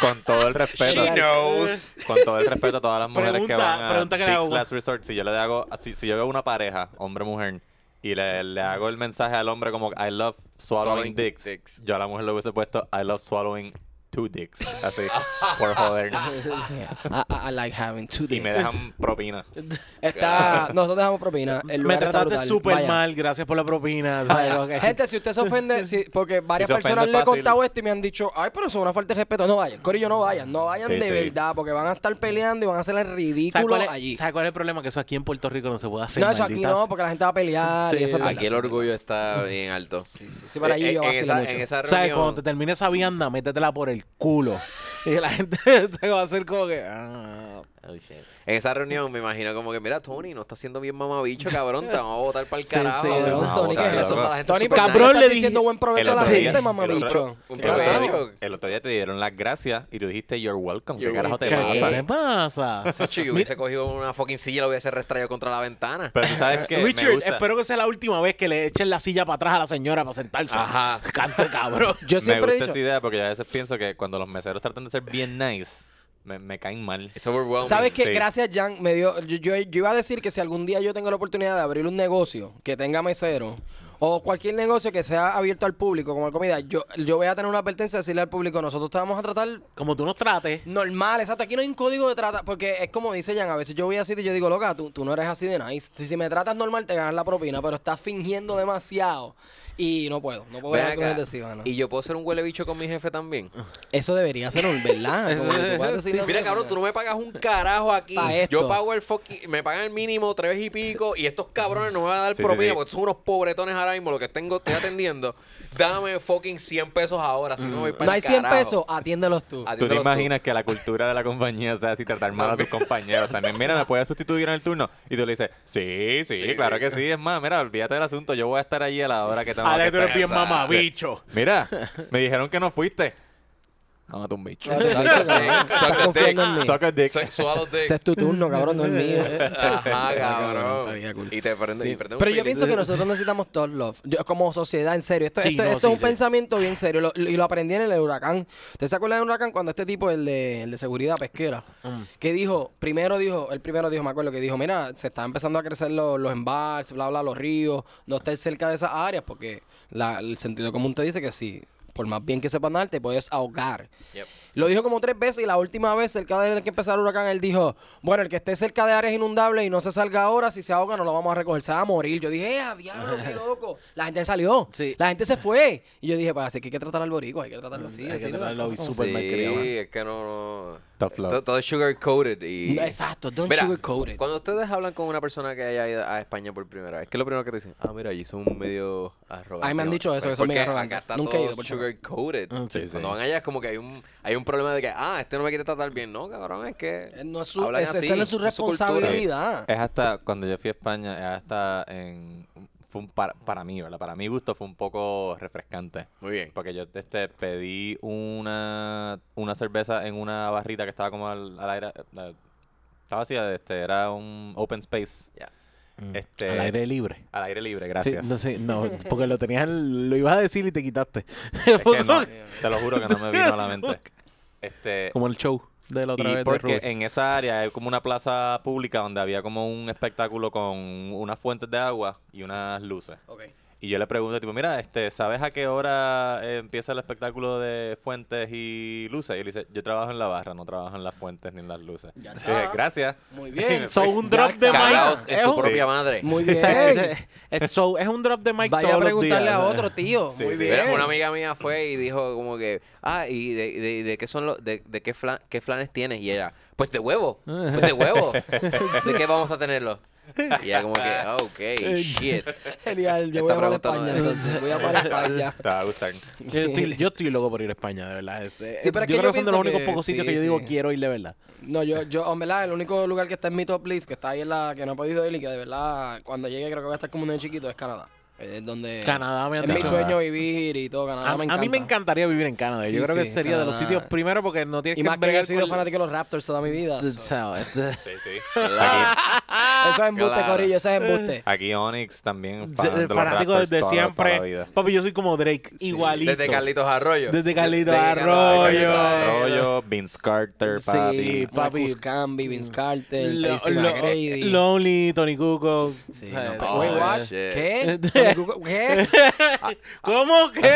Speaker 1: con todo el respeto,
Speaker 4: She
Speaker 2: knows.
Speaker 1: con todo el respeto a todas las mujeres
Speaker 3: Pregunta-
Speaker 1: que van a
Speaker 3: pregunta que le
Speaker 1: Dick's
Speaker 3: hago.
Speaker 1: Last Resort, si yo le hago, si, si yo veo una pareja, hombre-mujer, y le, le hago el mensaje al hombre como I love swallowing,
Speaker 2: Swallowing
Speaker 1: dicks,
Speaker 2: dicks.
Speaker 1: yo a la mujer le hubiese puesto I love swallowing two dicks,
Speaker 3: (laughs)
Speaker 1: así, por joder,
Speaker 4: I, Ah, I- I like having two
Speaker 1: y me
Speaker 4: dicks.
Speaker 1: dejan propina.
Speaker 3: (laughs)
Speaker 4: Está, nosotros dejamos propina.
Speaker 3: Me
Speaker 4: El lugar está
Speaker 3: trataste
Speaker 4: brutal.
Speaker 3: súper
Speaker 4: Vayan,
Speaker 3: mal, gracias por la propina. ¿sabes?
Speaker 4: vayan.
Speaker 3: Lo que-
Speaker 4: Gente, si usted se ofende, si- porque varias
Speaker 1: se ofende
Speaker 4: personas le he
Speaker 1: fácil.
Speaker 4: contado esto y me han dicho, ay, pero eso es una falta de respeto. No vayan, Corillo, no vayan, no vayan
Speaker 1: Sí,
Speaker 4: de
Speaker 1: sí.
Speaker 4: verdad, porque van a estar peleando y van a hacer el
Speaker 3: ¿Sabes
Speaker 4: ridículo
Speaker 3: cuál, es,
Speaker 4: allí.
Speaker 3: sabes cuál es el problema? Que eso aquí en Puerto Rico no se puede hacer.
Speaker 4: No, eso aquí
Speaker 3: maldita
Speaker 4: no,
Speaker 3: sea.
Speaker 4: porque la gente va a pelear y
Speaker 3: Sí.
Speaker 4: eso es
Speaker 2: Aquí el
Speaker 4: verdad.
Speaker 2: orgullo está bien alto.
Speaker 4: sí, para allí
Speaker 2: Eh,
Speaker 4: yo
Speaker 2: en,
Speaker 4: vacilo
Speaker 2: esa,
Speaker 4: mucho.
Speaker 2: en esa
Speaker 3: ¿Sabes? Cuando
Speaker 2: reunión.
Speaker 3: te termine esa vianda, métetela por el culo. Y la gente (laughs) te va a hacer como que. ah.
Speaker 2: En esa reunión me imagino como que, mira, Tony, no está haciendo bien mamabicho, cabrón, te vamos a votar para el carajo.
Speaker 3: sí,
Speaker 4: Cabrón,
Speaker 1: no,
Speaker 4: Tony, ¿qué es
Speaker 1: cabrón.
Speaker 4: eso?
Speaker 1: Para la
Speaker 2: gente
Speaker 4: Tony,
Speaker 2: súper
Speaker 4: ¿por qué
Speaker 3: nice.
Speaker 4: le estás diciendo buen provecho a la
Speaker 1: El otro
Speaker 4: gente,
Speaker 1: día-
Speaker 4: mamabicho?
Speaker 1: el otro-
Speaker 4: ¿Qué
Speaker 2: un
Speaker 1: El otro,
Speaker 4: carajo?
Speaker 1: día, el otro día te dieron las gracias y tú dijiste you're welcome.
Speaker 2: You're
Speaker 1: ¿Qué carajo te
Speaker 2: welcome.
Speaker 1: pasa?
Speaker 3: ¿Qué pasa?
Speaker 2: Sacho, yo hubiese cogido una fucking silla y la hubiese restrayado contra la ventana.
Speaker 1: Pero tú sabes que me
Speaker 3: Richard,
Speaker 1: gusta-
Speaker 3: espero que sea la última vez que le echen la silla para atrás a la señora para sentarse.
Speaker 2: Ajá.
Speaker 3: Cante cabrón.
Speaker 4: Yo
Speaker 1: me
Speaker 4: siempre he
Speaker 1: gusta esa
Speaker 4: dicho,
Speaker 1: idea porque yo a veces pienso que cuando los meseros tratan de ser bien nice, me, me caen mal.
Speaker 2: Es overwhelming.
Speaker 4: ¿Sabes qué?
Speaker 1: Sí.
Speaker 4: Gracias, Jan. Me dio, yo, yo- yo iba a decir que si algún día yo tengo la oportunidad de abrir un negocio que tenga mesero o cualquier negocio que sea abierto al público como comida, yo, yo voy a tener una advertencia de decirle al público, nosotros te vamos a tratar
Speaker 3: Como tú nos trates.
Speaker 4: normal, exacto. Aquí no hay un código de trata, porque es como dice Jan, a veces yo voy así y yo digo, loca, tú, tú no eres así de nice. Si, si me tratas normal te ganas la propina, pero estás fingiendo demasiado. Y no puedo, no puedo
Speaker 2: Ven
Speaker 4: ver
Speaker 2: acá.
Speaker 4: con decir, mano.
Speaker 2: Y yo puedo ser un huele bicho con mi jefe también.
Speaker 4: Eso debería ser un, ¿verdad? Como que tú puedas decirle,
Speaker 2: (laughs) Mira, cabrón, tú no me pagas un carajo aquí.
Speaker 4: Pa' esto.
Speaker 2: Yo pago el fucking. Me pagan el mínimo tres y pico. Y estos cabrones no me van a dar
Speaker 1: Sí, sí,
Speaker 2: propina
Speaker 1: sí.
Speaker 2: porque son unos pobretones ahora mismo. Lo que tengo, estoy atendiendo. Dame fucking 100 pesos ahora. Si no, me voy para
Speaker 4: Mm. No
Speaker 2: el
Speaker 4: hay 100
Speaker 2: carajo.
Speaker 4: pesos, atiéndelos tú.
Speaker 1: ¿Tú
Speaker 2: Atiéndelo
Speaker 1: te
Speaker 2: (laughs)
Speaker 1: imaginas que la cultura de la compañía sea así tratar mal a tus compañeros también? Mira, ¿me puedes sustituir en el turno? Y tú le dices, sí, sí, claro que sí. Es más, mira, olvídate del asunto. Yo voy a estar allí a la hora que tengo
Speaker 3: Ahora
Speaker 1: que
Speaker 3: que tú eres
Speaker 1: estar". (laughs)
Speaker 3: bien mamabicho.
Speaker 1: Mira, me dijeron que no fuiste. I'm a un bicho.
Speaker 4: No, te lo digo, cabrón. Estás confiando en mí.
Speaker 1: Suck a dick.
Speaker 2: Su- Swallow dick.
Speaker 4: Ese es tu turno, cabrón, no es mío.
Speaker 2: (laughs) Ajá,
Speaker 4: cabrón,
Speaker 2: cabrón.
Speaker 4: estaría cool.
Speaker 2: Y te prende, y prende un
Speaker 4: Pero yo
Speaker 2: feeling.
Speaker 4: pienso que nosotros necesitamos todos love. Yo, como sociedad, en serio. Esto,
Speaker 3: Sí,
Speaker 4: esto,
Speaker 3: no,
Speaker 4: esto
Speaker 3: sí,
Speaker 4: es un
Speaker 3: sí.
Speaker 4: pensamiento bien serio. lo- lo- y lo aprendí en el huracán. ¿Ustedes se acuerdan del huracán cuando este tipo, el de, el de seguridad pesquera,
Speaker 3: Mm.
Speaker 4: que dijo, primero dijo, el primero dijo, me acuerdo, que dijo, mira, se están empezando a crecer los, los embalses, bla, bla, los ríos, no estés cerca de esas áreas, porque la- el sentido común te dice que sí. Por más bien que sepan nadar, te puedes ahogar.
Speaker 2: Yep.
Speaker 4: Lo dijo como tres veces y la última vez, cerca de que empezara el huracán, él dijo, bueno, el que esté cerca de áreas inundables y no se salga ahora, si se ahoga no lo vamos a recoger, se va a morir. Yo dije, ¡eh, diablo,
Speaker 3: (laughs)
Speaker 4: qué loco! La gente salió,
Speaker 3: Sí.
Speaker 4: la gente se fue. Y yo dije, pues así que hay que tratar al borico, hay que tratarlo así.
Speaker 3: Hay que
Speaker 4: así, ¿no?
Speaker 3: tratarlo
Speaker 4: Como-
Speaker 3: súper malcriado,
Speaker 2: Sí,
Speaker 3: ¿eh?
Speaker 2: es que no. no.
Speaker 1: Tough love.
Speaker 2: To- Todo es sugar coated. Y...
Speaker 4: No, Exacto, don't
Speaker 2: Mira,
Speaker 4: sugarcoat it.
Speaker 2: Cuando ustedes hablan con una persona que haya ido a España por primera vez, ¿qué es lo primero que te dicen? Ah, mira, allí son medio arrogantes.
Speaker 4: Ay, me han dicho eso, que son medio arrogantes. Nunca he ido, por favor.
Speaker 2: sugar coated.
Speaker 3: Mm, sí, sí.
Speaker 2: Cuando van allá es como que hay un, hay un problema de que, ah, este no me quiere tratar bien. No, cabrón, es que.
Speaker 4: Eh, No es su,
Speaker 2: hablan
Speaker 4: ese-
Speaker 2: así,
Speaker 4: esa no es su
Speaker 2: esa cultura.
Speaker 4: responsabilidad.
Speaker 1: Es hasta cuando yo fui a España, es hasta en. Fue un para, para mí, ¿verdad? Para mi gusto fue un poco refrescante.
Speaker 2: Muy bien.
Speaker 1: Porque yo este, pedí una, una cerveza en una barrita que estaba como al, al aire. la- estaba vacía, este, era un open space.
Speaker 2: Ya.
Speaker 1: Este,
Speaker 3: Mm. Al aire libre.
Speaker 1: al aire libre,
Speaker 3: Sí,
Speaker 1: gracias.
Speaker 3: no, sé, no, porque lo tenías, lo ibas a decir y te quitaste.
Speaker 1: Es que no, te lo juro que no me vino a la mente. Este,
Speaker 3: (laughs) Como el show de la
Speaker 1: y
Speaker 3: otra vez. de
Speaker 1: porque
Speaker 3: Rubén.
Speaker 1: en esa área hay como una plaza pública donde había como un espectáculo con unas fuentes de agua y unas luces.
Speaker 3: (laughs)
Speaker 4: Ok.
Speaker 1: Y yo le pregunto, tipo, mira, este, ¿sabes a qué hora eh, empieza el espectáculo de fuentes y luces? Y él dice, yo trabajo en la barra, no trabajo en las fuentes ni en las luces.
Speaker 4: Ya
Speaker 1: Y
Speaker 4: está.
Speaker 1: dije, gracias. (laughs)
Speaker 4: Muy
Speaker 1: Y me
Speaker 4: bien.
Speaker 3: So,
Speaker 1: fui.
Speaker 3: un
Speaker 4: Ya
Speaker 3: drop de
Speaker 2: Cagados
Speaker 3: mic.
Speaker 2: en
Speaker 3: Es
Speaker 2: su
Speaker 3: un-
Speaker 2: propia madre.
Speaker 4: Muy
Speaker 3: O sea, es,
Speaker 4: bien.
Speaker 3: es- so, es un drop de mic
Speaker 4: Vaya a
Speaker 3: todos los
Speaker 4: preguntarle
Speaker 3: días.
Speaker 4: a otro, tío.
Speaker 1: Sí,
Speaker 4: Muy
Speaker 1: sí.
Speaker 4: bien.
Speaker 2: Mira, una amiga mía fue y dijo como que, ah, ¿y de, de- de qué son los, de, de qué, flan- qué flanes tienes? Y ella, pues de huevo, pues de huevo, ¿de qué vamos a tenerlo? Y ella como que, ah, ok, shit.
Speaker 4: (laughs) Genial,
Speaker 2: Esta
Speaker 4: yo voy a para
Speaker 2: pregunta no
Speaker 4: España
Speaker 2: es.
Speaker 4: entonces. Voy a para España.
Speaker 3: (laughs)
Speaker 1: Te va a gustar.
Speaker 3: (laughs) Yo estoy, yo estoy loco por ir a España, de verdad. Es- eh,
Speaker 4: Sí, pero es que
Speaker 3: yo creo
Speaker 4: yo
Speaker 3: que son de los
Speaker 4: pienso
Speaker 3: únicos
Speaker 4: que
Speaker 3: pocos sitios
Speaker 4: sí,
Speaker 3: que yo
Speaker 4: sí.
Speaker 3: digo quiero ir de verdad.
Speaker 4: No, yo, yo, en verdad, el único lugar que está en mi top list, que está ahí en la que no he podido ir y que de verdad, cuando llegue creo que voy a estar como un niño chiquito, es Canadá. Es donde...
Speaker 3: Canadá me han
Speaker 4: Es mi
Speaker 3: dicho.
Speaker 4: sueño vivir y todo, Canadá
Speaker 3: A,
Speaker 4: Ah,
Speaker 3: a
Speaker 4: me encanta.
Speaker 3: mí me encantaría vivir en Canadá.
Speaker 4: Sí,
Speaker 3: yo creo
Speaker 4: sí,
Speaker 3: que sería de los
Speaker 4: Canadá.
Speaker 3: sitios primero porque no tienes
Speaker 4: Y
Speaker 3: que
Speaker 4: más que yo he sido
Speaker 3: con- Este,
Speaker 4: fanático de los Raptors toda mi vida. so.
Speaker 3: ¿sabes?
Speaker 1: Sí, sí.
Speaker 4: Eso es embuste,
Speaker 2: Claro.
Speaker 4: Corillo, eso es embuste.
Speaker 1: Aquí Onyx también, fan de
Speaker 3: Yo-
Speaker 1: los
Speaker 3: fanático
Speaker 1: Raptors
Speaker 3: desde
Speaker 1: toda la- toda la
Speaker 3: siempre.
Speaker 1: vida.
Speaker 3: Papi, yo soy como Drake, (laughs) igualito.
Speaker 2: Desde Carlitos Arroyo.
Speaker 3: Desde Carlitos
Speaker 2: Desde
Speaker 3: Arroyo.
Speaker 1: Arroyo, Vince Carter,
Speaker 3: Sí.
Speaker 1: papi.
Speaker 3: Mm. Papi. Mm.
Speaker 4: Marcus Camby, Vince Carter,
Speaker 3: Lo-
Speaker 4: Tracy
Speaker 3: lo-
Speaker 4: McGrady.
Speaker 3: Lonely, Tony Cuco.
Speaker 4: Sí,
Speaker 3: ¿sabes? (laughs)
Speaker 4: no, pero-
Speaker 2: Oh,
Speaker 4: Wait, what?
Speaker 2: shit.
Speaker 4: ¿Qué? ¿Qué?
Speaker 3: (laughs) ¿Cómo que?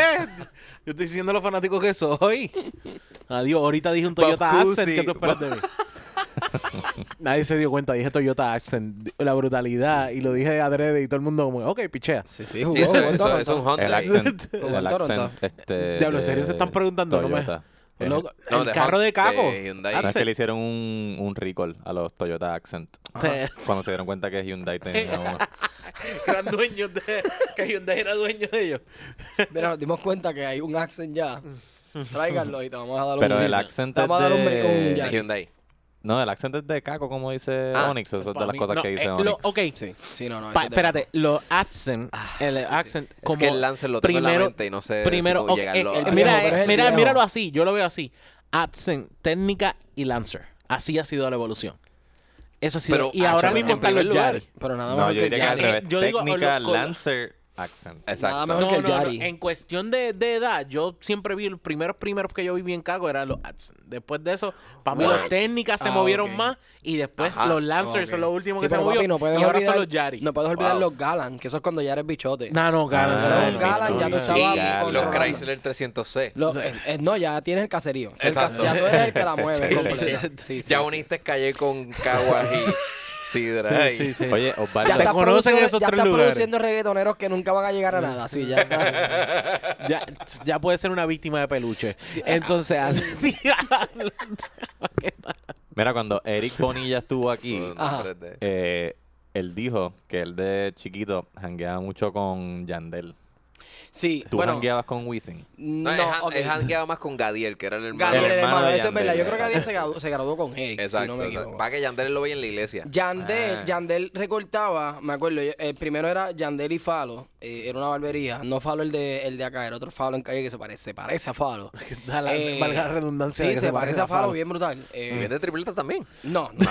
Speaker 3: Yo estoy diciendo lo fanático que soy. Adiós, ahorita dije un
Speaker 2: Bob
Speaker 3: Toyota
Speaker 2: Cousy.
Speaker 3: Accent. ¿Qué tú esperas de mí? (laughs) Nadie se dio cuenta, dije Toyota Accent, la brutalidad, y lo dije adrede y todo el mundo como, ok, pichea.
Speaker 4: Sí, sí, jugó,
Speaker 2: Sí, eso,
Speaker 4: jugó en
Speaker 2: eso-
Speaker 4: Toronto.
Speaker 2: eso es un
Speaker 1: El
Speaker 2: Hyundai.
Speaker 4: (laughs)
Speaker 1: accent.
Speaker 4: Jugó en
Speaker 1: el
Speaker 4: Toronto.
Speaker 1: accent. Este,
Speaker 3: Diablo, ¿en serio se
Speaker 1: de
Speaker 3: están preguntando? No me-
Speaker 1: Toyota. Este, Es-
Speaker 3: Loco,
Speaker 2: Eh, No,
Speaker 3: el
Speaker 2: de
Speaker 3: carro
Speaker 2: Hon-
Speaker 3: de Caco.
Speaker 2: de Hyundai. Ah,
Speaker 1: ¿Sabes que
Speaker 3: Accent.
Speaker 1: le hicieron un, un recall a los Toyota Accent?
Speaker 3: Te-
Speaker 1: (laughs) Cuando se dieron cuenta que Hyundai tenía
Speaker 3: Eh.
Speaker 1: uno.
Speaker 3: que (laughs) eran dueños de... Que Hyundai era dueño de ellos.
Speaker 4: Mira, nos dimos cuenta que hay un
Speaker 3: (laughs)
Speaker 4: accent ya. Tráiganlo y te vamos a dar un
Speaker 1: Pero
Speaker 4: sí.
Speaker 1: el accent
Speaker 4: Te
Speaker 1: es
Speaker 4: vamos a dar un brinco, un
Speaker 2: De
Speaker 1: de...
Speaker 4: ya.
Speaker 2: Hyundai.
Speaker 1: No, el accent es de Caco, como dice
Speaker 2: Ah,
Speaker 1: Onyx. Eso es de
Speaker 3: Para
Speaker 1: las
Speaker 3: mí-
Speaker 1: cosas
Speaker 3: no,
Speaker 1: que dice
Speaker 3: eh,
Speaker 1: Onyx.
Speaker 3: lo- ok,
Speaker 4: Sí, sí, no, no. eso
Speaker 3: pa-
Speaker 4: te-
Speaker 3: espérate, los accent,
Speaker 2: Ah,
Speaker 3: el accent, como...
Speaker 2: es que el Lancer lo tengo en la
Speaker 3: primero-
Speaker 2: mente y no sé
Speaker 3: Primero,
Speaker 2: si puedo
Speaker 3: ok,
Speaker 2: llegarlo
Speaker 3: eh,
Speaker 2: a-
Speaker 4: el
Speaker 3: mira,
Speaker 4: viejo, pero
Speaker 3: eh,
Speaker 4: es el
Speaker 3: mira,
Speaker 4: viejo.
Speaker 3: míralo así, yo lo veo así. Accent, técnica y Lancer. Así ha sido la evolución. Eso sí.
Speaker 2: Pero
Speaker 3: Y ahora
Speaker 2: accent
Speaker 3: mismo
Speaker 2: en
Speaker 3: están
Speaker 2: primer
Speaker 3: los
Speaker 2: lugar.
Speaker 3: Yari.
Speaker 4: Pero nada
Speaker 1: No,
Speaker 4: más
Speaker 1: yo
Speaker 4: que el
Speaker 1: diría que al
Speaker 4: Yari.
Speaker 3: Yari.
Speaker 1: revés.
Speaker 3: Yo digo, o
Speaker 1: Técnica,
Speaker 3: lo- con-
Speaker 1: Lancer, accent.
Speaker 2: Exacto.
Speaker 4: Nada mejor
Speaker 3: No,
Speaker 4: que el
Speaker 3: no, no,
Speaker 4: Yari.
Speaker 3: En cuestión de, de edad, yo siempre vi los primeros primeros que yo vi en Cago eran los accent. Después de eso, para mí las técnicas se
Speaker 4: Ah,
Speaker 3: movieron
Speaker 4: ok.
Speaker 3: más y después
Speaker 2: Ajá,
Speaker 3: los Lancers son
Speaker 4: Ok.
Speaker 3: los últimos
Speaker 4: Sí,
Speaker 3: que se
Speaker 4: pero papi,
Speaker 3: movieron.
Speaker 4: no puedes
Speaker 3: y ahora
Speaker 4: olvidar,
Speaker 3: son los Yari.
Speaker 4: No puedes olvidar
Speaker 2: Wow.
Speaker 4: los Galan, que eso es cuando ya eres bichote.
Speaker 3: No, no, Galan.
Speaker 1: Ah,
Speaker 3: son
Speaker 1: no,
Speaker 3: los
Speaker 4: Galan, ya tú
Speaker 3: Mitsubishi.
Speaker 4: estabas
Speaker 1: Galan.
Speaker 2: Y los
Speaker 4: controlando.
Speaker 2: Chrysler 300C.
Speaker 4: Lo- eh, eh, no, ya tienes el caserío. O sea, el ca-
Speaker 2: Exacto.
Speaker 4: ya tú eres el que la mueve
Speaker 2: Sí,
Speaker 4: completa.
Speaker 2: sí.
Speaker 4: Sí, sí,
Speaker 2: ya
Speaker 4: sí.
Speaker 2: uniste Calle con
Speaker 3: (laughs)
Speaker 2: Kawaji, Sidra.
Speaker 3: Sí, sí, sí.
Speaker 1: Oye,
Speaker 4: Ya
Speaker 1: Osvaldo,
Speaker 3: te
Speaker 4: estás
Speaker 3: conocen
Speaker 4: produciendo-
Speaker 3: esos
Speaker 4: ya
Speaker 3: tres
Speaker 4: estás
Speaker 3: lugares.
Speaker 4: produciendo reggaetoneros que nunca van a llegar a nada. Sí, ya está.
Speaker 3: ya, ya puede ser una víctima de peluche.
Speaker 4: (laughs)
Speaker 3: Entonces, así- (laughs)
Speaker 1: mira, cuando Eric Bonilla estuvo aquí, (laughs)
Speaker 2: Son
Speaker 4: Ajá.
Speaker 2: nombres de-
Speaker 1: eh, él dijo que él de chiquito jangueaba mucho con Yandel.
Speaker 4: Sí,
Speaker 1: Tú
Speaker 4: bueno.
Speaker 1: jangueabas con Wisin.
Speaker 4: No,
Speaker 2: No, él han-
Speaker 4: ok.
Speaker 2: él jangueaba más con Gadiel, que era el hermano.
Speaker 4: Gabriel,
Speaker 1: El hermano
Speaker 4: hermano,
Speaker 1: de
Speaker 4: eso es verdad. Yo
Speaker 1: Yandel,
Speaker 4: creo que Gabriel se graduó, se graduó con Eric,
Speaker 2: Exacto.
Speaker 4: si no me
Speaker 2: exacto.
Speaker 4: equivoco.
Speaker 2: para que Yandel lo veía en la iglesia.
Speaker 4: Yandel,
Speaker 1: Ah.
Speaker 4: Yandel recortaba, me acuerdo, yo- el primero era Yandel y Falo, eh, era una barbería, no Falo el de, el de acá, era otro Falo en calle que se parece, se parece a Falo.
Speaker 3: Da la-
Speaker 4: Eh,
Speaker 3: valga la redundancia.
Speaker 4: Sí,
Speaker 3: que
Speaker 4: se, parece a Falo, bien brutal.
Speaker 2: Y
Speaker 4: Eh,
Speaker 2: viene de tripleta también.
Speaker 4: No, no.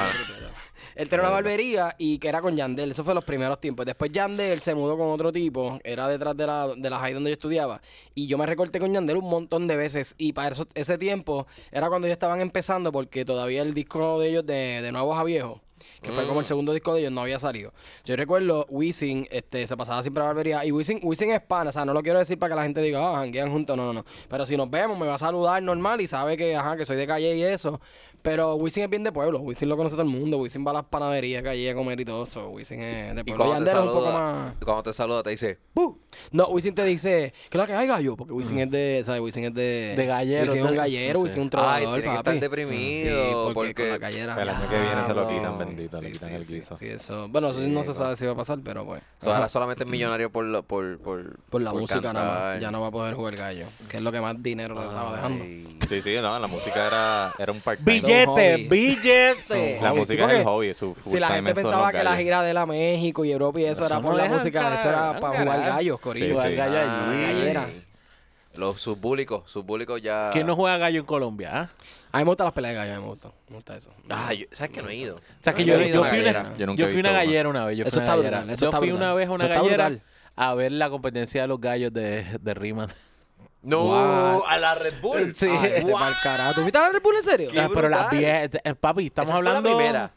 Speaker 4: Él tenía una barbería y que era con Yandel. Eso fue los primeros tiempos. Después Yandel se mudó con otro tipo. Era detrás de la, de la high donde yo estudiaba. Y yo me recorté con Yandel un montón de veces. Y para eso, ese tiempo era cuando ellos estaban empezando porque todavía el disco de ellos de, de Nuevos a Viejos, que fue
Speaker 2: Mm.
Speaker 4: como el segundo disco de ellos, no había salido. Yo recuerdo Wisin, este, se pasaba siempre a la barbería. Y Wisin, Wisin es pana. O sea, no lo quiero decir para que la gente diga, ah, janguean juntos. No, no, no. Pero si nos vemos, me va a saludar normal y sabe que, ajá, que soy de calle y eso. Pero Wisin es bien de pueblo. Wisin lo conoce todo el mundo. Wisin va a las panaderías, calle a comer y todo eso. Wisin es de
Speaker 2: Y
Speaker 4: pueblo.
Speaker 2: cuando te,
Speaker 4: Yandel es un poco
Speaker 2: saluda,
Speaker 4: más...
Speaker 2: cuando te saluda, te dice,
Speaker 4: No, Wisin te dice, ¿qué es lo que hay, gallo? Porque Wisin
Speaker 2: Mm.
Speaker 4: es de, ¿sabes? Wisin es de...
Speaker 3: De gallero,
Speaker 4: Wisin es un
Speaker 3: de-
Speaker 4: gallero,
Speaker 3: sí.
Speaker 4: Wisin es un
Speaker 2: ay,
Speaker 4: trabajador,
Speaker 2: Ah, tiene que
Speaker 4: papi.
Speaker 2: estar
Speaker 4: Sí,
Speaker 2: deprimido.
Speaker 4: porque,
Speaker 2: porque
Speaker 4: con la callera.
Speaker 1: El año que viene se lo
Speaker 4: sí,
Speaker 1: quitan,
Speaker 4: sí,
Speaker 1: bendito, le quitan el guiso.
Speaker 4: Sí, eso. Bueno, eso sí no se
Speaker 2: Sí,
Speaker 4: sabe si va a pasar, pero pues.
Speaker 2: o sea, ahora solamente es millonario por, lo- por, por,
Speaker 4: Por la
Speaker 2: por
Speaker 4: música nada
Speaker 2: cantar.
Speaker 4: más. Ya no va a poder jugar gallo, que es lo que más dinero le estaba dejando.
Speaker 2: Ay.
Speaker 1: Sí, sí, no, la música era, era un part
Speaker 4: hobby.
Speaker 3: Billete, billete.
Speaker 4: Sí.
Speaker 1: La
Speaker 4: Hobby,
Speaker 1: música
Speaker 4: sí,
Speaker 1: era el
Speaker 4: porque
Speaker 1: hobby, su
Speaker 4: Si la
Speaker 1: full-time
Speaker 4: gente
Speaker 1: son los
Speaker 4: pensaba que la
Speaker 1: gallos.
Speaker 4: gira de la México y Europa y eso,
Speaker 3: Eso
Speaker 4: era por
Speaker 3: no
Speaker 4: la
Speaker 3: dejan
Speaker 4: música, eso
Speaker 3: carajo,
Speaker 4: era para jugar
Speaker 3: carajo.
Speaker 4: gallos,
Speaker 1: Sí,
Speaker 4: corillo.
Speaker 3: Igual
Speaker 1: sí.
Speaker 3: gallo ahí.
Speaker 2: Ay.
Speaker 4: Ah, gallera.
Speaker 2: Los subbúlicos, subbúlicos ya.
Speaker 3: ¿Quién no juega gallo en Colombia? ah?
Speaker 4: A mí me gustan las peleas de gallo, a mí me gusta. Me gusta eso.
Speaker 2: Ah, yo- ¿sabes que no he ido?
Speaker 3: O sea, que
Speaker 4: Yo
Speaker 3: yo,
Speaker 4: he ido
Speaker 3: yo
Speaker 4: a una
Speaker 3: fui
Speaker 4: gallera.
Speaker 3: una,
Speaker 1: Yo nunca
Speaker 3: yo
Speaker 1: he
Speaker 3: fui
Speaker 1: visto
Speaker 3: una
Speaker 1: una.
Speaker 3: gallera una vez. Yo
Speaker 4: Eso
Speaker 3: fui una
Speaker 4: está
Speaker 3: gallera.
Speaker 4: brutal, eso
Speaker 3: yo
Speaker 4: está
Speaker 3: fui
Speaker 4: brutal.
Speaker 3: una vez a una
Speaker 4: Eso está
Speaker 3: gallera
Speaker 4: brutal.
Speaker 3: a ver la competencia de los gallos de, de Rima.
Speaker 2: No,
Speaker 4: What?
Speaker 2: a la Red Bull.
Speaker 3: Sí.
Speaker 4: Ay, (laughs) este
Speaker 2: Wow.
Speaker 4: pa'l carajo. ¿Tú viste a la Red Bull en serio?
Speaker 2: Qué
Speaker 3: pero las
Speaker 2: brutal.
Speaker 3: viejas, eh, papi, estamos
Speaker 2: Esa fue la
Speaker 3: hablando.
Speaker 2: primera.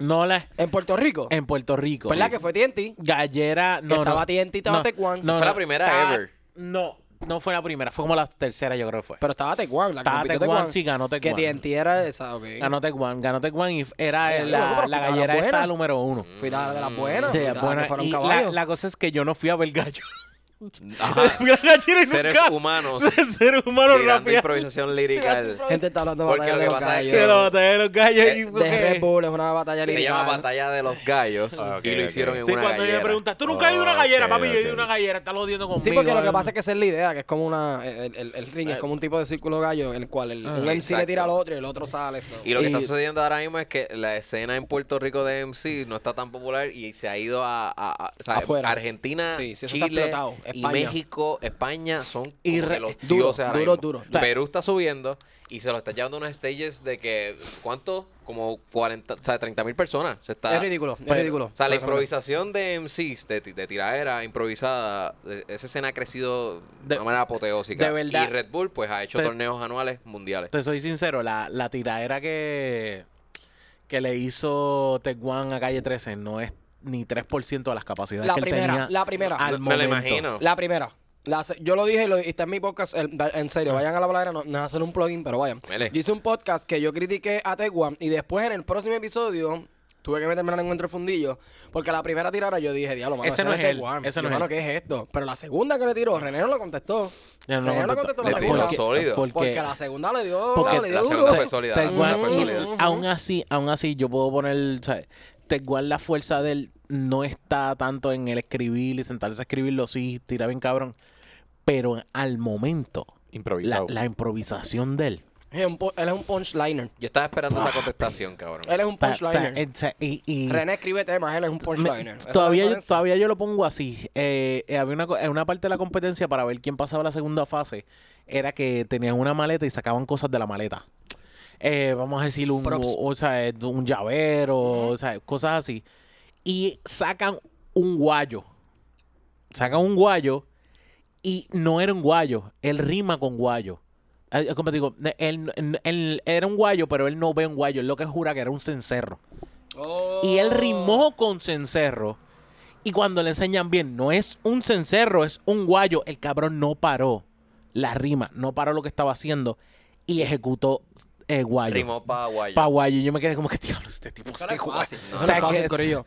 Speaker 3: No las
Speaker 4: ¿En Puerto Rico?
Speaker 3: en Puerto Rico.
Speaker 4: ¿Verdad que fue TNT?
Speaker 3: Gallera, no,
Speaker 4: estaba
Speaker 3: no.
Speaker 4: TNT, estaba Tecuán.
Speaker 2: Fue la primera
Speaker 3: Ta-
Speaker 2: ever.
Speaker 3: No, no fue la primera, fue como la tercera, yo creo que fue.
Speaker 4: Pero estaba Tecuán, la que
Speaker 3: Estaba
Speaker 4: compitió
Speaker 3: Tecuán,
Speaker 4: Tecuán.
Speaker 3: sí, ganó Tecuán.
Speaker 4: Que TNT era esa, ok.
Speaker 3: Ganó Tech One, ganó Tech One y f- era
Speaker 4: Ay,
Speaker 3: el-
Speaker 4: loco,
Speaker 3: la,
Speaker 4: pero
Speaker 3: la
Speaker 4: fue una
Speaker 3: gallera
Speaker 4: buena.
Speaker 3: esta número uno.
Speaker 2: Mm.
Speaker 4: Fui de de las buenas.
Speaker 3: Sí,
Speaker 4: fui de las Ah, que
Speaker 3: buena,
Speaker 4: fueron
Speaker 3: y la,
Speaker 4: caballos.
Speaker 3: la cosa es que yo no fui a ver gallo.
Speaker 4: Ah.
Speaker 2: Ajá.
Speaker 3: (laughs) fui a la gallera y
Speaker 2: Seres
Speaker 3: nunca.
Speaker 2: humanos.
Speaker 3: (laughs) Ser humano
Speaker 2: Tirando
Speaker 3: rápido.
Speaker 2: improvisación lírica.
Speaker 4: Gente está hablando de
Speaker 2: Porque
Speaker 4: batalla
Speaker 2: lo
Speaker 4: de
Speaker 2: que
Speaker 4: los
Speaker 2: pasa es
Speaker 4: gallos.
Speaker 2: que
Speaker 3: Que la batalla de los gallos. y-
Speaker 4: De Red Bull es una batalla
Speaker 2: Se
Speaker 4: lírica.
Speaker 2: llama Batalla de los Gallos.
Speaker 1: Ah, ok,
Speaker 2: y lo
Speaker 1: ok.
Speaker 2: hicieron en
Speaker 3: Sí,
Speaker 2: una
Speaker 3: cuando ella
Speaker 2: gallera.
Speaker 3: me pregunta, tú nunca has ido a una
Speaker 1: Ok,
Speaker 3: gallera, papi, yo he ido a
Speaker 1: ok.
Speaker 3: una gallera, estás jodiendo conmigo.
Speaker 4: Oh, Sí, porque lo que pasa es que esa es la idea, que es como una. El, el, el ring es como un tipo de círculo gallo en el cual el, un MC le
Speaker 2: Ah, exacto.
Speaker 4: tira al otro y el otro sale. so.
Speaker 2: Y lo que
Speaker 3: Y-
Speaker 2: está sucediendo ahora mismo es que la escena en Puerto Rico de MC no está tan popular y se ha ido a, a- a- o sea,
Speaker 4: Afuera.
Speaker 2: Argentina,
Speaker 4: Sí, sí, eso está
Speaker 2: Chile
Speaker 4: explotado.
Speaker 2: y
Speaker 4: España.
Speaker 2: México, España son como
Speaker 3: Y re-
Speaker 2: que los
Speaker 4: duro,
Speaker 2: dioses ahora
Speaker 4: duro,
Speaker 2: mismo.
Speaker 4: duro.
Speaker 2: Perú está subiendo y se lo está llevando a unas stages de que ¿cuánto? Como 40, o sea, 30 mil personas. Se está
Speaker 4: es ridículo, es
Speaker 3: Pero-
Speaker 4: ridículo.
Speaker 2: O sea, la
Speaker 4: Por eso me-
Speaker 2: improvisación de MCs, de, ti- de tiradera improvisada, eh, esa escena ha crecido de,
Speaker 3: De-
Speaker 2: una manera apoteósica.
Speaker 3: de verdad.
Speaker 2: Y Red Bull, pues, ha hecho
Speaker 3: Te-
Speaker 2: torneos anuales mundiales.
Speaker 3: Te soy sincero, la, la tiradera que, que le hizo Tech One a Calle 13 no es ni 3% de las capacidades
Speaker 4: La
Speaker 3: que
Speaker 4: primera,
Speaker 3: él tenía.
Speaker 4: la primera.
Speaker 3: al
Speaker 2: Me lo
Speaker 3: momento.
Speaker 2: imagino.
Speaker 4: La primera. La se- yo lo dije y, lo, y está en mi podcast. el- en serio,
Speaker 3: Ah.
Speaker 4: vayan a la palabra. No, no es hacer un plugin, pero vayan.
Speaker 2: Mele.
Speaker 4: Yo hice un podcast que yo critiqué a Teguan y después en el próximo episodio tuve que meterme en el encuentro fundillo porque la primera tirada yo dije, diablo, mano,
Speaker 3: Ese
Speaker 4: ese
Speaker 3: no
Speaker 4: no es
Speaker 3: es él,
Speaker 4: Teguán.
Speaker 3: ese no
Speaker 4: Yo,
Speaker 3: es
Speaker 4: mano,
Speaker 3: él.
Speaker 4: ¿qué es esto? Pero la segunda que le tiró, René no lo contestó.
Speaker 3: Ya no
Speaker 4: René no
Speaker 3: contestó.
Speaker 4: contestó la
Speaker 2: Le tiró
Speaker 4: segunda.
Speaker 3: Porque-
Speaker 2: sólido.
Speaker 3: porque-
Speaker 4: Porque la segunda le dio,
Speaker 3: Porque-
Speaker 4: le
Speaker 2: la
Speaker 4: dio
Speaker 2: segunda
Speaker 4: duro.
Speaker 2: fue sólida.
Speaker 3: Tech
Speaker 2: la segunda
Speaker 3: One-
Speaker 2: fue
Speaker 3: y
Speaker 2: sólida.
Speaker 4: Ujú.
Speaker 3: aún así, aún así, yo puedo poner, o sea, Tech One, la fuerza de él no está tanto en el escribir y sentarse a escribirlo, sí, tira bien cabrón. Pero al momento, la,
Speaker 1: Improvisado.
Speaker 3: la improvisación de él.
Speaker 4: Es un pu- Él es un punchliner.
Speaker 2: Yo estaba esperando esa contestación, cabrón.
Speaker 4: Él es un
Speaker 3: o sea, o sea,
Speaker 4: punchliner.
Speaker 3: eh, o sea, y- y-
Speaker 4: René escribe temas, él es un
Speaker 3: Me-
Speaker 4: punchliner. Esa es la
Speaker 3: todavía, yo,
Speaker 4: diferencia.
Speaker 3: todavía yo lo pongo así. Eh, eh, había una, co- en una parte de la competencia para ver quién pasaba la segunda fase. Era que tenían una maleta y sacaban cosas de la maleta. Eh, vamos a decir, un,
Speaker 4: Props.
Speaker 3: o sea, eh, un llavero, o sea, cosas así. Y sacan un guayo. Sacan un guayo y no era un guayo. Él rima con guayo. Eh, Como te digo, él, él- él era un guayo, pero él no ve un guayo. Él lo que jura que era un cencerro.
Speaker 4: Oh.
Speaker 3: Y él rimó con cencerro. Y cuando le enseñan bien, no es un cencerro, es un guayo. El cabrón no paró la rima, no paró lo que estaba haciendo y ejecutó eh, guayo.
Speaker 2: Rimó pa' guayo.
Speaker 3: Pa' guayo. Y yo me quedé como que, diablo, este tipo
Speaker 4: Eso
Speaker 3: es
Speaker 4: no
Speaker 3: que
Speaker 4: es
Speaker 3: jue-
Speaker 4: fácil, eso
Speaker 3: o sea,
Speaker 4: no es fácil,
Speaker 3: que-
Speaker 4: corillo.
Speaker 3: o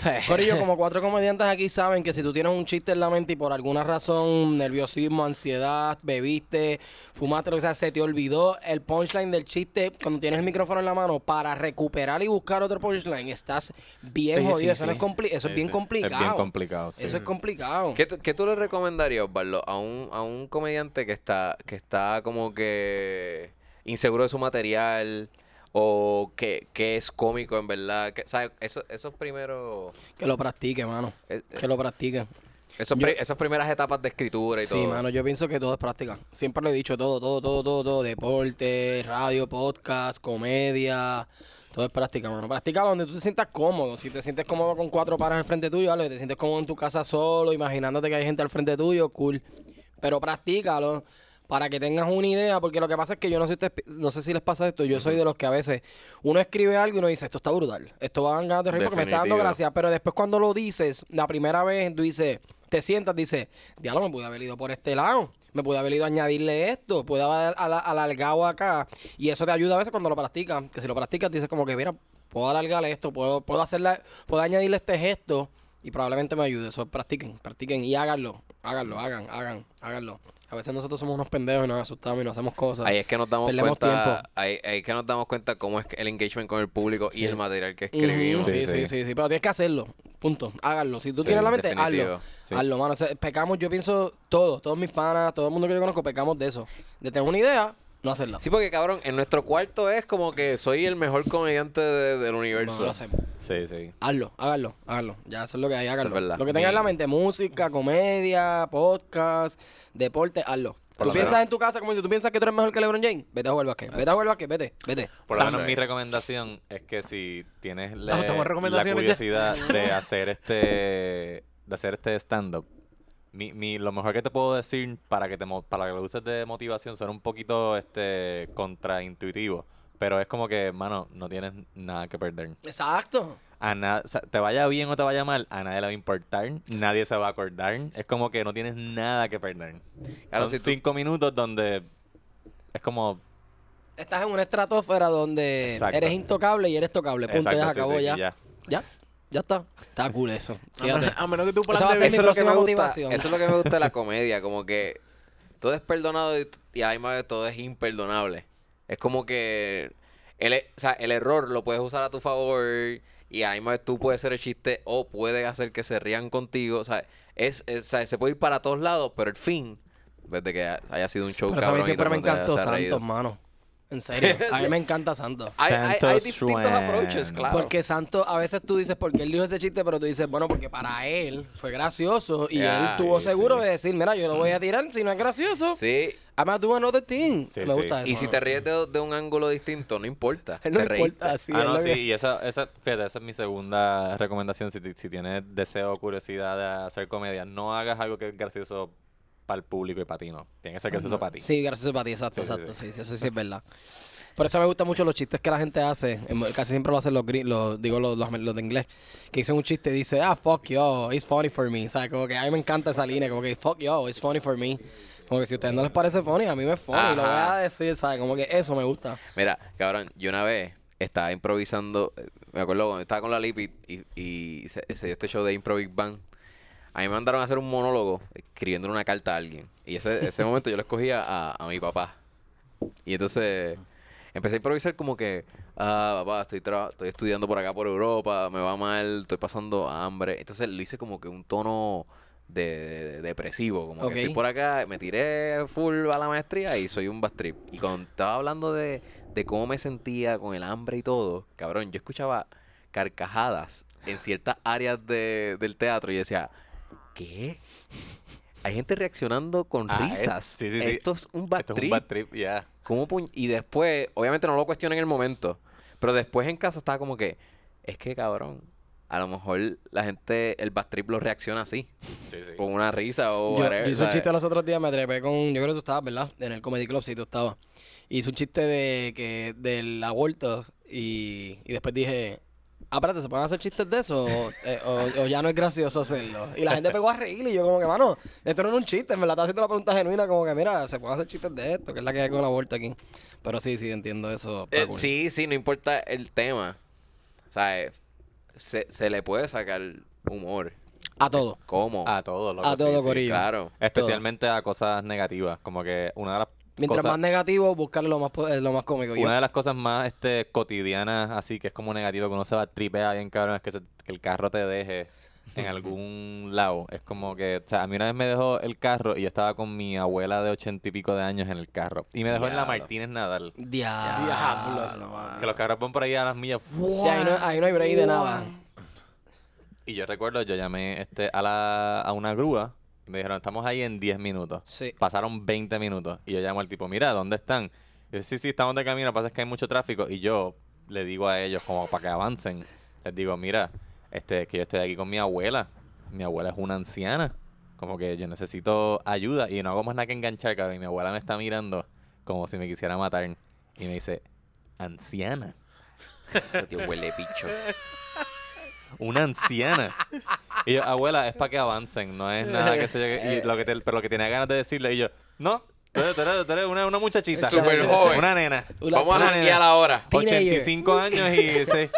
Speaker 3: (laughs)
Speaker 4: Corillo, como cuatro comediantes aquí saben que si tú tienes un chiste en la mente y por alguna razón, nerviosismo, ansiedad, bebiste, fumaste, lo que sea, se te olvidó el punchline del chiste cuando tienes el micrófono en la mano para recuperar y buscar otro punchline, estás bien
Speaker 3: Sí, sí,
Speaker 4: jodido. eso no
Speaker 3: sí.
Speaker 4: es compli- eso es bien complicado.
Speaker 1: Es bien complicado, sí.
Speaker 4: Eso es complicado.
Speaker 2: ¿Qué, tú- qué tú le recomendarías, Osvaldo, a un, a un comediante que está, que está como que inseguro de su material o que, que es cómico en verdad? Que, ¿sabes? Eso, esos primeros...
Speaker 4: Que lo practique, mano.
Speaker 2: eh, eh,
Speaker 4: Que lo practique.
Speaker 2: esos
Speaker 4: yo-
Speaker 2: pri- esas primeras etapas de escritura y
Speaker 4: Sí,
Speaker 2: todo.
Speaker 4: mano, yo pienso que todo es práctica. Siempre lo he dicho, todo, todo, todo, todo, todo. Deporte, radio, podcast, comedia. Todo es práctica, mano. Practica donde tú te sientas cómodo. Si te sientes cómodo con cuatro paras al frente tuyo, hazlo. Si te sientes cómodo en tu casa solo, imaginándote que hay gente al frente tuyo, cool. Pero practícalo para que tengas una idea, porque lo que pasa es que yo no sé, usted- no sé si les pasa esto, yo soy de los que a veces uno escribe algo y uno dice, esto está brutal, esto va a dar ganas de reír porque me está dando
Speaker 2: Definitivo.
Speaker 4: gracia, pero después cuando lo dices, la primera vez tú dices, te sientas, dices, diablo, me pude haber ido por este lado, me pude haber ido a añadirle esto, pude haber ala- alargado acá, y eso te ayuda a veces cuando lo practicas, que si lo practicas dices como que, mira, puedo alargarle esto, puedo, puedo hacerle, puedo añadirle este gesto, y probablemente me ayude. Eso practiquen, practiquen y háganlo. Háganlo, hagan, hagan, háganlo. A veces nosotros somos unos pendejos y nos asustamos y nos hacemos cosas.
Speaker 2: Ahí es que nos damos
Speaker 4: Perdemos
Speaker 2: cuenta,
Speaker 4: tiempo.
Speaker 2: ahí, ahí es que nos damos cuenta cómo es que el engagement con el público y el material que
Speaker 4: Ujú,
Speaker 2: escribimos.
Speaker 4: sí,
Speaker 1: Sí,
Speaker 4: sí, sí,
Speaker 1: sí.
Speaker 4: sí, Pero tienes que hacerlo. Punto. Háganlo. Si tú
Speaker 2: Sí,
Speaker 4: tienes la mente, hazlo.
Speaker 2: definitivo.
Speaker 1: Sí.
Speaker 4: Hazlo, mano. O sea, pecamos, yo pienso, todos, todos mis panas, todo el mundo que yo conozco, pecamos de eso. De tener una idea, no hacerla.
Speaker 2: Sí, porque cabrón, en nuestro cuarto es como que soy el mejor comediante de- del
Speaker 4: No,
Speaker 2: universo.
Speaker 4: no lo hacemos.
Speaker 1: Sí, sí.
Speaker 4: Hazlo, háganlo, háganlo. Ya, eso es lo que hay, háganlo.
Speaker 2: verdad.
Speaker 4: Lo que tengas en la mente, música, comedia, podcast, deporte, hazlo.
Speaker 2: Por
Speaker 4: tú
Speaker 2: lo
Speaker 4: piensas
Speaker 2: menos.
Speaker 4: en tu casa, como si tú piensas que tú eres mejor que LeBron James, vete a jugar al básquet, vete a jugar al básquet, vete, vete.
Speaker 1: Por lo
Speaker 2: Tan-
Speaker 1: menos mi recomendación es que si tienes la,
Speaker 3: estamos en
Speaker 1: la
Speaker 3: recomendaciones ya.
Speaker 1: curiosidad (laughs) de hacer este de hacer este stand up, mi, mi- lo mejor que te puedo decir para que te mo- para que lo uses de motivación suena un poquito este contraintuitivo, pero es como que, mano, no tienes nada que perder.
Speaker 4: Exacto.
Speaker 1: A na- o sea, te vaya bien o te vaya mal, a nadie le va a importar, nadie se va a acordar, es como que no tienes nada que perder.
Speaker 2: Claro,
Speaker 1: Son
Speaker 2: si tú-
Speaker 1: cinco minutos donde es como
Speaker 4: Estás en una estratosfera donde
Speaker 1: Exacto.
Speaker 4: eres intocable y eres tocable. Punto,
Speaker 1: Exacto,
Speaker 4: ya
Speaker 1: sí,
Speaker 4: se acabó
Speaker 1: sí,
Speaker 4: ya.
Speaker 1: y
Speaker 4: ya. Ya, está. Está cool eso.
Speaker 3: A menos,
Speaker 4: Fíjate.
Speaker 3: a menos que tu
Speaker 4: Eso va a
Speaker 3: plan
Speaker 4: ser
Speaker 3: de
Speaker 4: mi
Speaker 2: eso es lo que
Speaker 4: próxima
Speaker 2: me gusta. Eso
Speaker 4: motivación.
Speaker 2: es lo que me gusta de
Speaker 4: (laughs)
Speaker 2: la comedia, como que todo es perdonado y, y además de todo es imperdonable. Es como que el, e- o sea, el error lo puedes usar a tu favor y además tú puedes ser el chiste o puedes hacer que se rían contigo. O sea, es, es- o sea, se puede ir para todos lados, pero el fin, desde que ha- haya sido un show
Speaker 4: Pero eso a mí
Speaker 2: cabrón y todo
Speaker 4: siempre
Speaker 2: el
Speaker 4: me
Speaker 2: mundo
Speaker 4: encantó
Speaker 2: se ha reído.
Speaker 4: Santos, mano. En serio. A mí me encanta Santos.
Speaker 2: Hay, hay- hay
Speaker 1: Santos
Speaker 2: distintos
Speaker 1: Schwan.
Speaker 2: approaches, claro.
Speaker 4: Porque Santos, a veces tú dices, porque él dijo ese chiste, pero tú dices, bueno, porque para él fue gracioso. Y
Speaker 2: Ya,
Speaker 4: él tuvo
Speaker 1: sí,
Speaker 4: seguro
Speaker 1: sí.
Speaker 4: de decir, mira, yo no voy a tirar si no es gracioso.
Speaker 2: sí,
Speaker 4: I'm not doing another thing.
Speaker 1: Sí,
Speaker 4: me
Speaker 1: sí.
Speaker 4: gusta eso.
Speaker 2: y si te ríes de, de un ángulo distinto, no importa.
Speaker 4: (laughs) No
Speaker 2: te reíste.
Speaker 4: importa, así
Speaker 1: ah,
Speaker 4: es
Speaker 1: no,
Speaker 4: lo
Speaker 1: sí,
Speaker 4: que-
Speaker 1: y esa, esa, fíjate, esa es mi segunda recomendación. Si, ti- si tienes deseo o curiosidad de hacer comedia, no hagas algo que es gracioso para el público y para ti, no. Tiene que ser gracioso para ti.
Speaker 4: Sí, gracioso para ti, exacto,
Speaker 1: Sí, sí,
Speaker 4: exacto. Sí,
Speaker 1: sí.
Speaker 4: sí, eso sí es verdad. Por eso me gustan mucho los chistes que la gente hace. em, Casi siempre lo hacen los gringos, los, digo los, los, los de inglés. Que dicen un chiste y dice, ah, fuck yo, it's funny for me. O sea, como que a mí me encanta esa línea, como que fuck yo, it's funny for me. Como que si a ustedes no les parece funny, a mí me es funny, lo voy
Speaker 2: Ajá.
Speaker 4: a decir, ¿sabes? Como que eso me gusta.
Speaker 2: Mira, cabrón, yo una vez estaba improvisando, eh, me acuerdo cuando estaba con la Lipi y, y se, se dio este show de Impro Big Bang. A mí me mandaron a hacer un monólogo escribiendo una carta a alguien. Y ese, ese momento yo le escogía a, a mi papá. Y entonces empecé a improvisar como que, ah, papá, estoy, tra- estoy estudiando por acá, por Europa, me va mal, estoy pasando hambre. Entonces lo hice como que un tono de, de- depresivo, como
Speaker 4: Ok.
Speaker 2: que estoy por acá, me tiré full a la maestría y soy un bastrip. Y cuando estaba hablando de, de cómo me sentía con el hambre y todo, cabrón, yo escuchaba carcajadas en ciertas áreas de- del teatro y decía, ¿qué? Hay gente reaccionando con
Speaker 1: Ah, es-
Speaker 2: risas.
Speaker 1: sí, sí, sí.
Speaker 2: Esto es un
Speaker 1: Esto
Speaker 2: bastrip.
Speaker 1: es un bad trip, ya.
Speaker 2: ¿Cómo puñ- Y después, obviamente no lo cuestioné en el momento, pero después en casa estaba como que, es que cabrón, a lo mejor la gente, el bastrip lo reacciona así,
Speaker 1: Sí,
Speaker 4: Oh.
Speaker 1: sí.
Speaker 2: con una risa o
Speaker 4: Yo,
Speaker 2: Oh, whatever,
Speaker 4: yo hice un
Speaker 2: ¿sabes?
Speaker 4: chiste los otros días, me trepé con. Yo creo que tú estabas, ¿verdad? En el Comedy Club, sí, tú estabas. Hice un chiste de que del aborto y, y después dije. Ah, espérate, ¿se pueden hacer chistes de eso? O, eh, o- o ya no es gracioso hacerlo. Y la gente pegó a reír y yo como que, mano, esto no era un chiste, me la estaba haciendo la pregunta genuina, como que, mira, ¿se pueden hacer chistes de esto? Que es la que hay con el aborto aquí. Pero sí, sí, entiendo eso. está
Speaker 2: Eh,
Speaker 4: cool.
Speaker 2: sí, sí, no importa el tema, ¿sabes? se, se le puede sacar humor.
Speaker 4: A todo.
Speaker 2: ¿Cómo?
Speaker 1: A todo, loco,
Speaker 4: A todo, corillo.
Speaker 2: claro.
Speaker 1: Especialmente a cosas negativas. Como que una de las
Speaker 4: Mientras
Speaker 1: cosas,
Speaker 4: más negativo, buscarle lo más, po- eh, lo más cómico. Yo-
Speaker 1: una de las cosas más este, cotidianas, así que es como negativo, que uno se va a tripear bien cabrón, es que, se- que el carro te deje en algún lado. Es como que, o sea, a mí una vez me dejó el carro y yo estaba con mi abuela de ochenta y pico de años en el carro. Y me dejó en la
Speaker 2: Diablo.
Speaker 1: Martínez Nadal.
Speaker 4: Diablo.
Speaker 2: Diablo,
Speaker 1: Que los carros van por ahí a las millas.
Speaker 4: Sí, ahí, no, ahí no hay break de nada.
Speaker 1: Y yo recuerdo, yo llamé este, a, la, a una grúa y me dijeron, estamos ahí en 10 minutos.
Speaker 4: Sí.
Speaker 1: Pasaron 20 minutos y yo llamo al tipo, mira, ¿dónde están? Y dice, sí, sí, estamos de camino, lo que pasa es que hay mucho tráfico. Y yo le digo a ellos, como para que avancen, les digo, mira, este, que yo estoy aquí con mi abuela. Mi abuela es una anciana. Como que yo necesito ayuda y no hago más nada que enganchar, cabrón. Y mi abuela me está mirando como si me quisiera matar. Y me dice, anciana.
Speaker 2: Ese Este tío huele bicho.
Speaker 1: Una anciana. Y yo, abuela, es para que avancen, no es nada que se y lo que te- Pero lo que tenía ganas de decirle, y yo, no, tú eres, tú eres- tú eres una, una muchachita.
Speaker 2: Súper joven.
Speaker 1: Una nena.
Speaker 4: Una-
Speaker 2: Vamos a
Speaker 1: una
Speaker 2: janguear
Speaker 1: nena.
Speaker 2: ahora.
Speaker 4: Teenager.
Speaker 1: 85 años
Speaker 4: (laughs)
Speaker 1: y seis.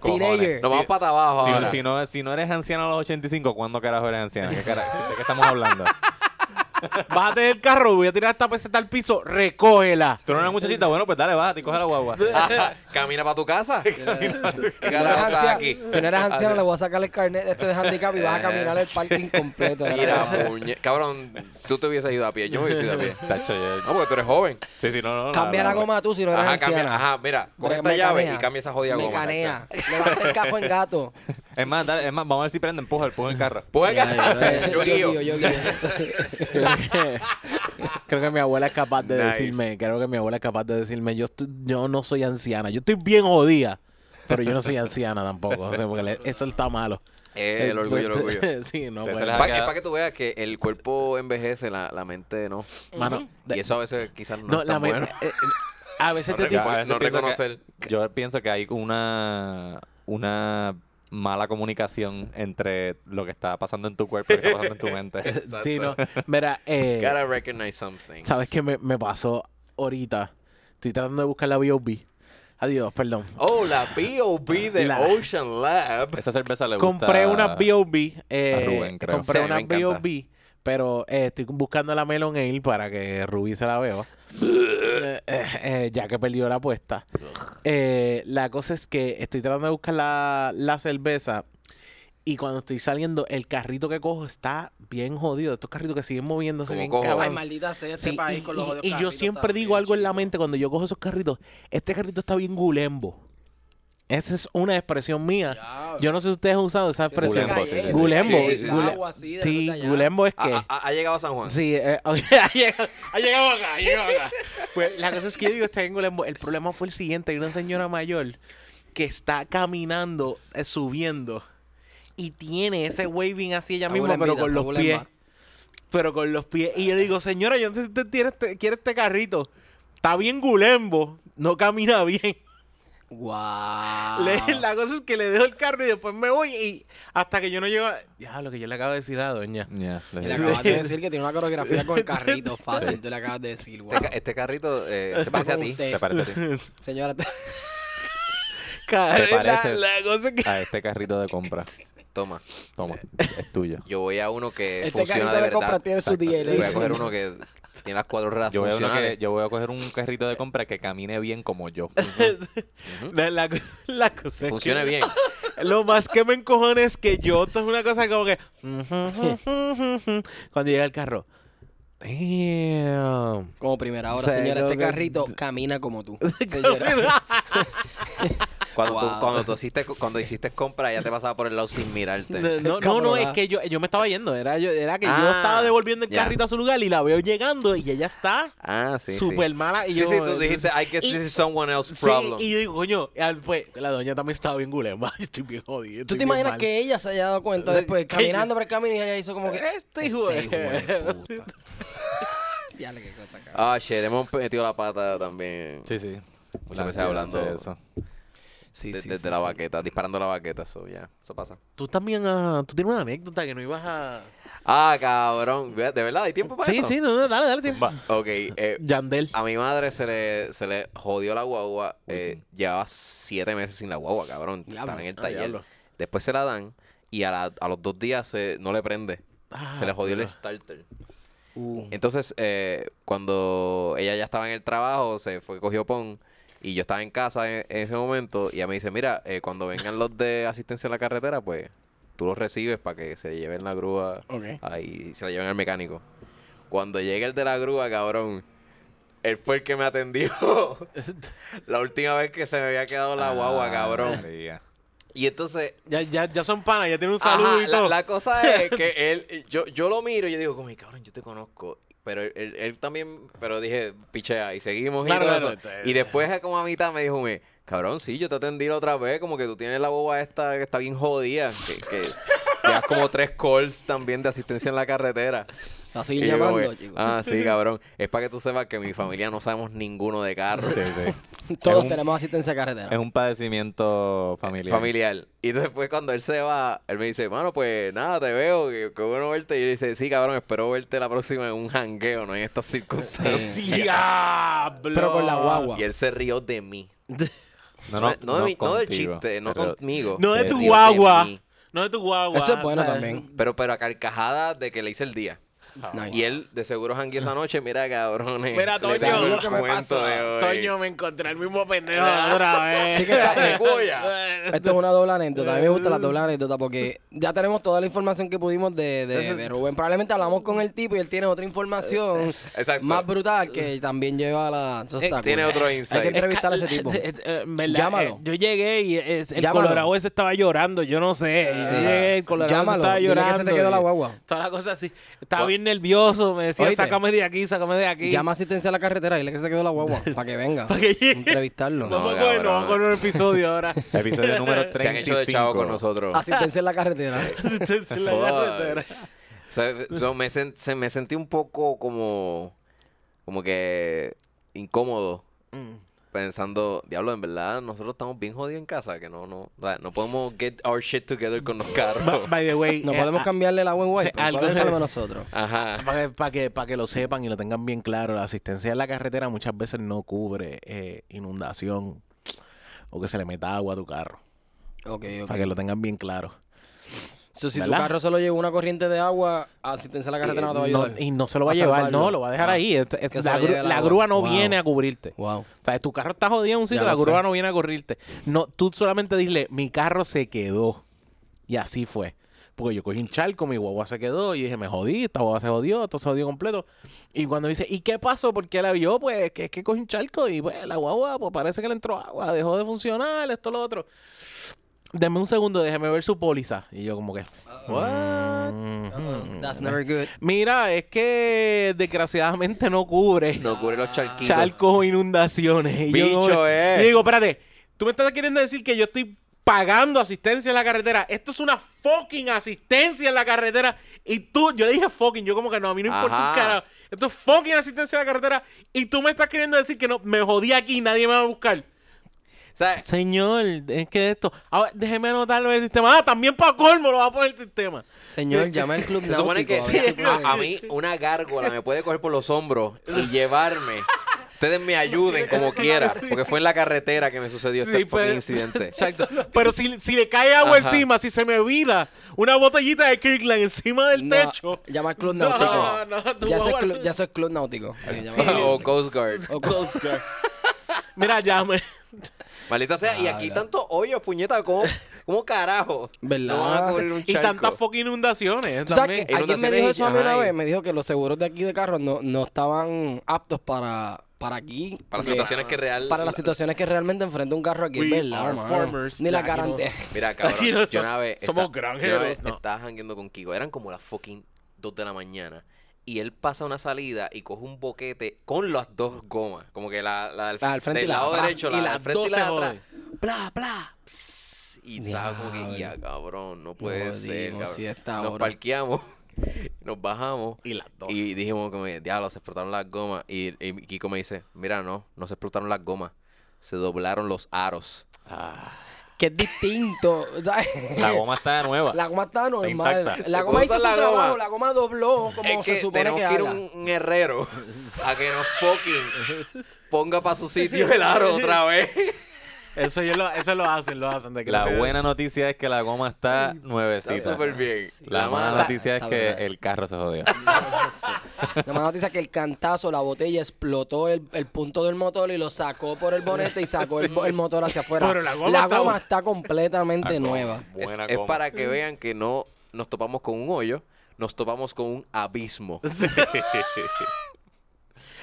Speaker 4: Teenager.
Speaker 2: Nos vamos para abajo
Speaker 1: Si,
Speaker 2: ahora.
Speaker 1: si no, si no eres anciano a los 85, ¿cuándo carajo eres anciana? ¿Qué cara- ¿De qué estamos hablando?
Speaker 3: Bájate del carro, voy a tirar esta peseta al piso,
Speaker 1: (laughs)
Speaker 3: recógela. (laughs)
Speaker 1: Tú eres una muchachita, bueno, pues dale, bájate y coge la guagua.
Speaker 2: Ajá, (laughs) Camina para tu
Speaker 4: (laughs)
Speaker 2: casa.
Speaker 4: Si
Speaker 2: ¿Qué
Speaker 4: no, eres
Speaker 2: carajo estás
Speaker 4: anciano,
Speaker 2: aquí?
Speaker 4: si no eres anciano, le voy a sacar el carnet de este de handicap y vas a caminar el parking completo. de la
Speaker 2: Eh. Mira,
Speaker 4: casa.
Speaker 2: muñe... Cabrón, tú te hubieses ido a pie. Yo me hubiese ido a
Speaker 4: (laughs)
Speaker 2: pie.
Speaker 1: (laughs) Tacho, yo-
Speaker 2: No, porque tú eres joven.
Speaker 1: Sí, sí, no, no, no,
Speaker 4: Cambia la goma tú si no eres
Speaker 2: Ajá,
Speaker 4: anciana.
Speaker 2: cambia, ajá, mira, coge
Speaker 4: Bre-
Speaker 2: esta
Speaker 4: me
Speaker 2: llave y
Speaker 4: canea.
Speaker 2: cambia esa jodida goma.
Speaker 4: Me canea. (laughs) Levanta el cajo
Speaker 2: (laughs)
Speaker 4: en gato.
Speaker 1: Es más, dale, es más, vamos a ver si prende, empuja, empuja el carro.
Speaker 2: Pues, (laughs) yo
Speaker 4: (laughs) yo
Speaker 2: guío.
Speaker 4: guío,
Speaker 3: (laughs)
Speaker 4: yo guío.
Speaker 3: creo que mi abuela es capaz de
Speaker 2: Nice.
Speaker 3: decirme, creo que mi abuela es capaz de decirme, yo, estoy- yo no soy anciana, yo estoy bien jodida, pero yo no soy anciana tampoco, o sea, porque le- eso está malo.
Speaker 2: Eh, el orgullo, el orgullo.
Speaker 3: (laughs)
Speaker 4: (laughs)
Speaker 3: sí, no,
Speaker 1: Te
Speaker 3: pues,
Speaker 1: se la-
Speaker 2: Pa- es para que tú veas que el cuerpo envejece, la, la mente no.
Speaker 3: mano,
Speaker 2: Y eso a veces quizás no,
Speaker 3: no,
Speaker 2: es
Speaker 3: la
Speaker 2: tan
Speaker 3: me-
Speaker 2: bueno.
Speaker 4: (laughs)
Speaker 3: eh, eh, a veces te
Speaker 2: Recu-
Speaker 1: Ya, a
Speaker 3: tipo,
Speaker 2: no
Speaker 1: veces pienso que-
Speaker 2: reconocer.
Speaker 1: yo pienso que hay una, una mala comunicación entre lo que está pasando en tu cuerpo y lo que está pasando en tu (laughs) mente.
Speaker 3: sí, no, mira,
Speaker 2: (laughs)
Speaker 3: eh,
Speaker 2: Gotta recognize something.
Speaker 3: ¿Sabes qué me, me pasó ahorita? Estoy tratando de buscar la B.O.B. Adiós, perdón.
Speaker 2: Oh, la B.O.B. de
Speaker 3: La-
Speaker 2: Ocean Lab.
Speaker 1: Esa cerveza le gusta.
Speaker 3: Compré unas B.O.B. eh,
Speaker 1: a Rubén, creo.
Speaker 3: Compré
Speaker 2: Sí, me
Speaker 3: unas
Speaker 2: encanta.
Speaker 3: B.O.B. Pero eh, estoy buscando la Melon Ale para que Rubí se la
Speaker 4: (laughs)
Speaker 3: beba. Eh, eh, eh, ya que perdió la apuesta. Eh, la cosa es que estoy tratando de buscar la, la cerveza. Y cuando estoy saliendo, el carrito que cojo está bien jodido. Estos carritos que siguen moviéndose
Speaker 2: Como
Speaker 3: bien
Speaker 2: cojo.
Speaker 3: cabrón.
Speaker 4: Ay, maldita sea este
Speaker 3: Sí,
Speaker 4: país
Speaker 3: y,
Speaker 4: con los
Speaker 3: y-
Speaker 4: odios
Speaker 3: y yo
Speaker 4: carritos
Speaker 3: siempre
Speaker 4: también,
Speaker 3: digo algo en la
Speaker 4: chico.
Speaker 3: mente cuando yo cojo esos carritos. Este carrito está bien gulembo. Esa es una expresión mía.
Speaker 4: Diablo.
Speaker 3: Yo no sé si ustedes han usado esa
Speaker 4: Sí, eso es
Speaker 1: Gulembo,
Speaker 3: expresión.
Speaker 1: Gulembo,
Speaker 4: de calle,
Speaker 1: sí, sí,
Speaker 2: sí, sí.
Speaker 3: Gulembo.
Speaker 4: eso es de calle, agua así de
Speaker 3: Sí,
Speaker 4: verdad, ya.
Speaker 3: gulembo es que...
Speaker 4: Ah,
Speaker 2: Ha, ha- ha llegado a San Juan.
Speaker 3: Sí, eh, (laughs) ok, ha llegado, ha llegado acá, ha llegado acá. Pues la cosa es que yo digo, está en Gulembo. El problema fue el siguiente. Hay una señora mayor que está caminando, eh, subiendo, y tiene ese waving así ella
Speaker 4: Está
Speaker 3: misma, pero
Speaker 4: bulembita,
Speaker 3: con
Speaker 4: está
Speaker 3: los pies.
Speaker 4: bulemba.
Speaker 3: Pero con los pies. Y yo le digo, señora, yo no sé si usted tiene este- quiere este carrito. Está bien gulembo, no camina bien.
Speaker 4: Guau.
Speaker 3: Le- la cosa es que le dejo el carro y después me voy. Y hasta que yo no llego. a- Ya, lo que yo le acabo de decir a la doña.
Speaker 1: Yeah,
Speaker 4: Y
Speaker 1: le-
Speaker 4: Le acabas de decir que tiene una coreografía con el carrito fácil. Tú le acabas de decir, guau.
Speaker 2: Este, ca- este carrito
Speaker 4: (laughs)
Speaker 2: eh, se
Speaker 4: Va
Speaker 2: parece a
Speaker 4: con
Speaker 2: ti.
Speaker 4: usted.
Speaker 1: ¿Te parece a
Speaker 2: (laughs)
Speaker 1: ti?
Speaker 4: Señora, te-
Speaker 3: Cara,
Speaker 1: ¿Te
Speaker 3: la-
Speaker 1: pareces?
Speaker 3: la cosa es que.
Speaker 1: A este carrito de compra.
Speaker 2: Toma,
Speaker 1: Toma, es (laughs) tuyo.
Speaker 2: yo voy a uno que
Speaker 4: este
Speaker 2: funciona
Speaker 4: carrito
Speaker 2: de
Speaker 4: de compra
Speaker 2: verdad.
Speaker 4: tiene su
Speaker 1: Exacto.
Speaker 4: DNA.
Speaker 2: Voy a coger uno que tiene las cuatro ruedas
Speaker 1: Yo voy, a uno que-
Speaker 2: funcionales.
Speaker 1: yo voy a coger un carrito de compra que camine bien como yo.
Speaker 3: La, la co- la cosa es que-
Speaker 2: Funcione bien.
Speaker 3: Lo más que me encojona es que yo, esto es una cosa como que. Cuando llega el carro. Damn.
Speaker 4: Como primera hora,
Speaker 3: O sea,
Speaker 4: señora, este
Speaker 3: como que-
Speaker 4: carrito camina como
Speaker 3: (laughs)
Speaker 4: tú. Señora.
Speaker 2: Cuando, tú,
Speaker 4: Wow.
Speaker 2: cuando tú hiciste, cuando hiciste compra, ya te pasaba por el lado sin mirarte.
Speaker 3: No, no, no, es que yo, yo me estaba yendo. Era, yo, era que yo
Speaker 2: Ah,
Speaker 3: estaba devolviendo el
Speaker 2: ya.
Speaker 3: carrito a su lugar y la veo llegando y ella está
Speaker 2: Ah, sí. sí.
Speaker 3: súper mala. Y
Speaker 2: Sí,
Speaker 3: yo,
Speaker 2: sí, tú dijiste, I guess
Speaker 3: Y-
Speaker 2: this is someone else's
Speaker 3: Sí,
Speaker 2: problem.
Speaker 3: y yo digo, coño, ah, pues la doña también estaba bien (laughs) gulemba. Yo estoy bien jodido. estoy
Speaker 4: ¿Tú te
Speaker 3: bien
Speaker 4: imaginas
Speaker 3: mal.
Speaker 4: que ella se haya dado cuenta después,
Speaker 3: Que-
Speaker 4: caminando por el camino y ella hizo como que...
Speaker 3: Este hijo
Speaker 4: Este hijo
Speaker 3: (laughs)
Speaker 4: de
Speaker 3: de.
Speaker 4: puta. Diablo, qué cosa, cabrón.
Speaker 2: Ah, shit, hemos metido la pata también.
Speaker 1: (laughs) Sí, sí.
Speaker 2: Muchas veces
Speaker 1: Nacional
Speaker 2: hablando
Speaker 1: hace eso.
Speaker 4: Sí,
Speaker 2: de-
Speaker 4: sí,
Speaker 2: desde
Speaker 4: sí,
Speaker 2: la
Speaker 4: sí.
Speaker 2: baqueta, disparando la baqueta, eso ya, eso pasa.
Speaker 3: Tú también, ah, tú tienes una anécdota que no ibas a.
Speaker 2: Ah, cabrón, ve- de verdad, ¿hay tiempo para
Speaker 3: Sí,
Speaker 2: eso?
Speaker 3: sí, no, no, dale, dale tiempo.
Speaker 2: Ok, eh,
Speaker 3: Yandel.
Speaker 2: a mi madre se le, se le jodió la guagua, eh,
Speaker 1: Uy,
Speaker 2: llevaba siete meses sin la guagua, cabrón,
Speaker 4: Diablo.
Speaker 2: estaba en el
Speaker 3: Ah,
Speaker 2: taller.
Speaker 3: diablo.
Speaker 2: Después se la dan y a, la- a los dos días se, no le prende.
Speaker 3: Ah.
Speaker 2: se le jodió el starter.
Speaker 4: Uh.
Speaker 2: Entonces, eh, cuando ella ya estaba en el trabajo, se fue, cogió PON. Y yo estaba en casa en, en ese momento. Y ella me dice: Mira, eh, cuando vengan los de asistencia a la carretera, pues tú los recibes para que se lleven la grúa
Speaker 4: Ok.
Speaker 2: ahí y se la lleven al mecánico. Cuando llega el de la grúa, cabrón, él fue el que me atendió. la última vez que se me había quedado la
Speaker 1: Ah.
Speaker 2: guagua, cabrón.
Speaker 1: María.
Speaker 2: Y entonces
Speaker 3: Ya, ya, ya son panas, ya tienen un
Speaker 2: Ajá,
Speaker 3: saludo y
Speaker 2: la-
Speaker 3: todo.
Speaker 2: La, cosa
Speaker 3: (laughs)
Speaker 2: es que él, yo, yo lo miro y yo digo, como, "Ay, cabrón, yo te conozco. Pero él, él- él también, pero dije, pichea, y seguimos y
Speaker 3: Claro,
Speaker 2: todo
Speaker 3: claro,
Speaker 2: eso.
Speaker 3: te-
Speaker 2: Y después, eh, como a mitad, me dijo, me, cabrón, sí, yo te atendí la otra vez, como que tú tienes la boba esta que está bien jodida, que, que llevas como tres calls también de asistencia en la carretera.
Speaker 4: La siguen
Speaker 2: Y yo como
Speaker 4: llamando,
Speaker 2: que,
Speaker 4: chicos.
Speaker 2: ah, sí, cabrón. Es para que tú sepas que mi familia no sabemos ninguno de carros.
Speaker 4: Todos
Speaker 1: es un-
Speaker 4: tenemos asistencia de carretera.
Speaker 1: Es un padecimiento familiar.
Speaker 2: familiar. Y después cuando él se va, él me dice, mano, pues nada, te veo, que, que bueno verte. Y él dice, sí, cabrón, espero verte la próxima en un jangueo, no en estas
Speaker 3: (laughs)
Speaker 2: circunstancias.
Speaker 3: ¡Diablo!
Speaker 4: Pero con la guagua.
Speaker 2: Y él se rió de mí.
Speaker 1: No, no,
Speaker 2: No, no de mi- no del
Speaker 1: contigo.
Speaker 2: chiste, no
Speaker 1: Se rió-
Speaker 2: conmigo.
Speaker 3: No de
Speaker 2: Se
Speaker 3: tu
Speaker 2: rió
Speaker 3: guagua.
Speaker 2: mí.
Speaker 3: No de tu guagua.
Speaker 4: Eso es bueno
Speaker 3: o sea,
Speaker 4: también.
Speaker 2: Pero, pero a carcajadas de que le hice el día.
Speaker 4: Nice.
Speaker 2: Y él de seguro jangueó esa noche, mira, cabrones.
Speaker 3: Mira,
Speaker 2: les
Speaker 3: Toño,
Speaker 2: hago el
Speaker 4: lo que me
Speaker 2: cuento
Speaker 4: pasó.
Speaker 2: de hoy. (laughs)
Speaker 3: Toño, me encontré el mismo pendejo otra vez.
Speaker 4: Ah. Sí que está-
Speaker 3: Cebolla.
Speaker 4: Esto es una doble anécdota. A mí me gustan las dobles
Speaker 2: (laughs)
Speaker 4: anécdotas porque ya tenemos toda la información que pudimos de, de- de Rubén. Probablemente hablamos con el tipo y él tiene otra información
Speaker 2: Exacto. Eh,
Speaker 4: más brutal que también lleva a la. eso está
Speaker 2: Tiene
Speaker 4: cool.
Speaker 2: otro
Speaker 4: Hay que
Speaker 2: insight.
Speaker 4: entrevistar a
Speaker 2: (laughs)
Speaker 4: ese tipo.
Speaker 6: Eh, eh, en verdad,
Speaker 4: Llámalo.
Speaker 6: eh, yo llegué y eh, es- el
Speaker 4: Llámalo.
Speaker 6: Colorado ese estaba llorando, yo no sé. Yo
Speaker 4: Sí.
Speaker 6: llegué, el Colorado ese
Speaker 4: Llámalo,
Speaker 6: estaba
Speaker 4: dile
Speaker 6: llorando.
Speaker 4: que se te quedó la
Speaker 6: y-
Speaker 4: guagua.
Speaker 6: Toda la cosa así. Estaba
Speaker 2: Gua-
Speaker 6: bien nervioso, me decía,
Speaker 4: Oíste.
Speaker 6: sácame de aquí, sácame de aquí.
Speaker 4: Llama a asistencia a la carretera y dile que se te quedó la guagua para que venga.
Speaker 6: Para que llegue.
Speaker 4: Entrevistarlo.
Speaker 2: No,
Speaker 6: Vamos a
Speaker 2: cabrón.
Speaker 6: coger- vamos a coger un episodio
Speaker 4: (laughs)
Speaker 6: ahora. (laughs)
Speaker 1: (laughs) Episodio número 35.
Speaker 2: Se han hecho de chavo con nosotros.
Speaker 4: Asistencia en la carretera.
Speaker 6: Entonces, la
Speaker 2: Fuck.
Speaker 6: carretera.
Speaker 2: O sea, yo me, sen- se- me sentí un poco como. Como que. Incómodo.
Speaker 3: Mm.
Speaker 2: Pensando, diablo, en verdad, nosotros estamos bien jodidos en casa. Que no, no. o sea, no podemos get our shit together con los
Speaker 3: Ba-
Speaker 2: carros.
Speaker 3: By the way,
Speaker 4: No
Speaker 3: eh,
Speaker 4: podemos
Speaker 3: a-
Speaker 4: cambiarle la buen wife.
Speaker 3: sí, algo-
Speaker 4: ¿Cuál es el problema de nosotros?
Speaker 2: Ajá.
Speaker 3: Para que, pa' que, pa' que lo sepan y lo tengan bien claro, la asistencia en la carretera muchas veces no cubre eh, inundación o que se le meta agua a tu carro.
Speaker 4: Ok, ok.
Speaker 3: Para que lo tengan bien claro.
Speaker 4: So, si
Speaker 3: ¿Verdad?
Speaker 4: tu carro solo lleva una corriente de agua, asistencia a la carretera no te va a
Speaker 3: Y no-
Speaker 4: ayudar.
Speaker 3: y no se lo va a,
Speaker 4: A
Speaker 3: llevar,
Speaker 4: salvarlo.
Speaker 3: no, lo va a dejar
Speaker 4: Ah.
Speaker 3: ahí. este, Es- es-
Speaker 4: Que se
Speaker 3: la,
Speaker 4: lo
Speaker 3: gru-
Speaker 4: lleve la
Speaker 3: la
Speaker 4: agua.
Speaker 3: grúa no
Speaker 4: Wow.
Speaker 3: viene a cubrirte.
Speaker 4: Wow.
Speaker 3: O sea, tu carro está jodido en un sitio,
Speaker 4: Ya
Speaker 3: la
Speaker 4: lo
Speaker 3: grúa
Speaker 4: sé.
Speaker 3: no viene a corrirte. No, tú solamente dile, mi carro se quedó. Y así fue. Porque yo cogí un charco, mi guagua se quedó. Y dije, me jodí, esta guagua se jodió, esto se jodió completo. Y cuando dice, ¿y qué pasó? ¿Por qué la vio? Pues que es que cogí un charco y pues la guagua, pues parece que le entró agua, dejó de funcionar, esto, lo otro. Deme un segundo, déjeme ver su póliza. Y yo como que...
Speaker 4: What?
Speaker 3: "Mm,
Speaker 4: Uh-uh. That's never good.
Speaker 3: Mira, es que desgraciadamente no cubre
Speaker 2: No cubre los charquitos.
Speaker 3: charcos o inundaciones. Y yo como-
Speaker 2: Ah. Bicho, eh.
Speaker 3: yo digo, espérate, tú me estás queriendo decir que yo estoy pagando asistencia en la carretera. Esto es una fucking asistencia en la carretera. Y tú, yo le dije fucking, yo como que no, a mí no importa un
Speaker 2: Ajá.
Speaker 3: carajo. Esto es fucking asistencia en la carretera. Y tú me estás queriendo decir que no, me jodí aquí, nadie me va a buscar.
Speaker 2: O sea,
Speaker 3: Señor, es que esto. Ahora, déjeme anotarlo en el sistema. Ah, también para colmo lo va a poner el sistema.
Speaker 4: Señor, llama al club
Speaker 2: (laughs) se supone que
Speaker 4: náutico, a ver si
Speaker 2: (laughs)
Speaker 4: puede.
Speaker 2: a, a mí una gárgola me puede coger por los hombros y llevarme. Ustedes me ayuden como quiera. Porque fue en la carretera que me sucedió este
Speaker 3: Sí,
Speaker 2: fucking
Speaker 3: pero-
Speaker 2: incidente.
Speaker 3: (laughs) Exacto.
Speaker 4: (laughs)
Speaker 3: Pero si, si le cae agua
Speaker 2: Ajá.
Speaker 3: encima, si se me vira una botellita de Kirkland encima del
Speaker 4: No,
Speaker 3: techo.
Speaker 4: Llama al club
Speaker 3: No,
Speaker 4: náutico.
Speaker 3: no, no, tu
Speaker 4: ya, eso es
Speaker 3: guagua-
Speaker 4: club, ya eso es club náutico. Sí,
Speaker 2: (laughs)
Speaker 4: llama al club
Speaker 2: o
Speaker 4: náutico.
Speaker 2: Coast Guard.
Speaker 4: O club-
Speaker 2: (laughs)
Speaker 3: Mira, llame.
Speaker 2: Maldita sea, y aquí
Speaker 4: Habla.
Speaker 2: tanto hoyo, puñeta, ¿cómo, cómo carajo?
Speaker 4: Ah, ¿Verdad?
Speaker 2: No van a cubrir un
Speaker 3: Y
Speaker 2: charco.
Speaker 3: tantas fucking inundaciones.
Speaker 4: ¿Tú
Speaker 3: también.
Speaker 4: sabes que alguien me
Speaker 2: Inundaciones
Speaker 4: dijo
Speaker 2: y-
Speaker 4: eso a mí una
Speaker 2: ajá, y-
Speaker 4: vez? Me dijo que los seguros de aquí de carro no, no estaban aptos para, para aquí.
Speaker 2: Para las
Speaker 4: porque-
Speaker 2: situaciones que real...
Speaker 4: Para las situaciones que realmente enfrenta un carro aquí,
Speaker 3: We
Speaker 4: ¿verdad?
Speaker 3: are
Speaker 4: mano?
Speaker 3: farmers,
Speaker 4: Ni la
Speaker 3: like, you know.
Speaker 4: garantía.
Speaker 2: Mira,
Speaker 3: (laughs) Aquí
Speaker 2: cabrón,
Speaker 3: no
Speaker 2: yo una
Speaker 3: somos-
Speaker 2: vez... esta-
Speaker 3: somos
Speaker 2: yo una
Speaker 3: granjeros,
Speaker 2: vez
Speaker 3: no.
Speaker 2: Estaba jangueando con Kiko. Eran como las fucking 2 de la mañana. Y él pasa una salida y coge un boquete con las dos gomas. Como que la, la del,
Speaker 4: La del frente y la de
Speaker 2: lado
Speaker 4: atrás.
Speaker 2: derecho,
Speaker 3: Y
Speaker 2: la
Speaker 3: las
Speaker 2: del frente
Speaker 3: dos
Speaker 2: y la
Speaker 3: se
Speaker 2: de atrás.
Speaker 3: Bla, bla.
Speaker 2: Psss, Y estaba como que, ya, cabrón, no puede
Speaker 4: Jodimos,
Speaker 2: ser, cabrón.
Speaker 4: sí, esta
Speaker 2: Nos
Speaker 4: hora.
Speaker 2: parqueamos, (laughs) nos bajamos.
Speaker 3: Y las dos.
Speaker 2: Y dijimos como, que, diablo, se explotaron las gomas. Y, y Kiko me dice, mira, no, no se explotaron las gomas. Se doblaron los aros.
Speaker 4: Que es distinto. (laughs) ¿sabes?
Speaker 1: La goma está nueva.
Speaker 4: La goma está normal.
Speaker 1: intacta.
Speaker 4: La
Speaker 2: Se
Speaker 4: goma
Speaker 2: puede
Speaker 4: hizo su
Speaker 2: usar la goma.
Speaker 4: trabajo, la goma dobló como
Speaker 2: es que
Speaker 4: se supone
Speaker 2: tenemos
Speaker 4: que
Speaker 2: que, ir
Speaker 4: haga.
Speaker 2: a un, un herrero
Speaker 1: (laughs)
Speaker 2: (laughs) a que nos fucking ponga para su sitio el aro otra vez.
Speaker 3: Eso, yo lo, eso lo hacen, lo hacen. De que
Speaker 1: La
Speaker 3: no se- (laughs)
Speaker 1: buena noticia es que la goma está nuevecita.
Speaker 2: (laughs) Está súper bien.
Speaker 1: La mala noticia es
Speaker 4: está
Speaker 1: que
Speaker 4: brutal.
Speaker 1: el carro se jodió.
Speaker 4: La mala noticia es que el cantazo, la botella explotó el, el punto del motor y lo sacó por el bonete y
Speaker 2: (laughs)
Speaker 4: sacó el, bo- el motor hacia afuera.
Speaker 3: Pero la goma está
Speaker 4: está,
Speaker 3: bu- (laughs)
Speaker 4: completamente nueva.
Speaker 2: Es,
Speaker 1: Buena
Speaker 2: es
Speaker 1: goma.
Speaker 2: para que vean que no nos topamos con un hoyo, nos topamos con un
Speaker 1: (laughs)
Speaker 2: abismo.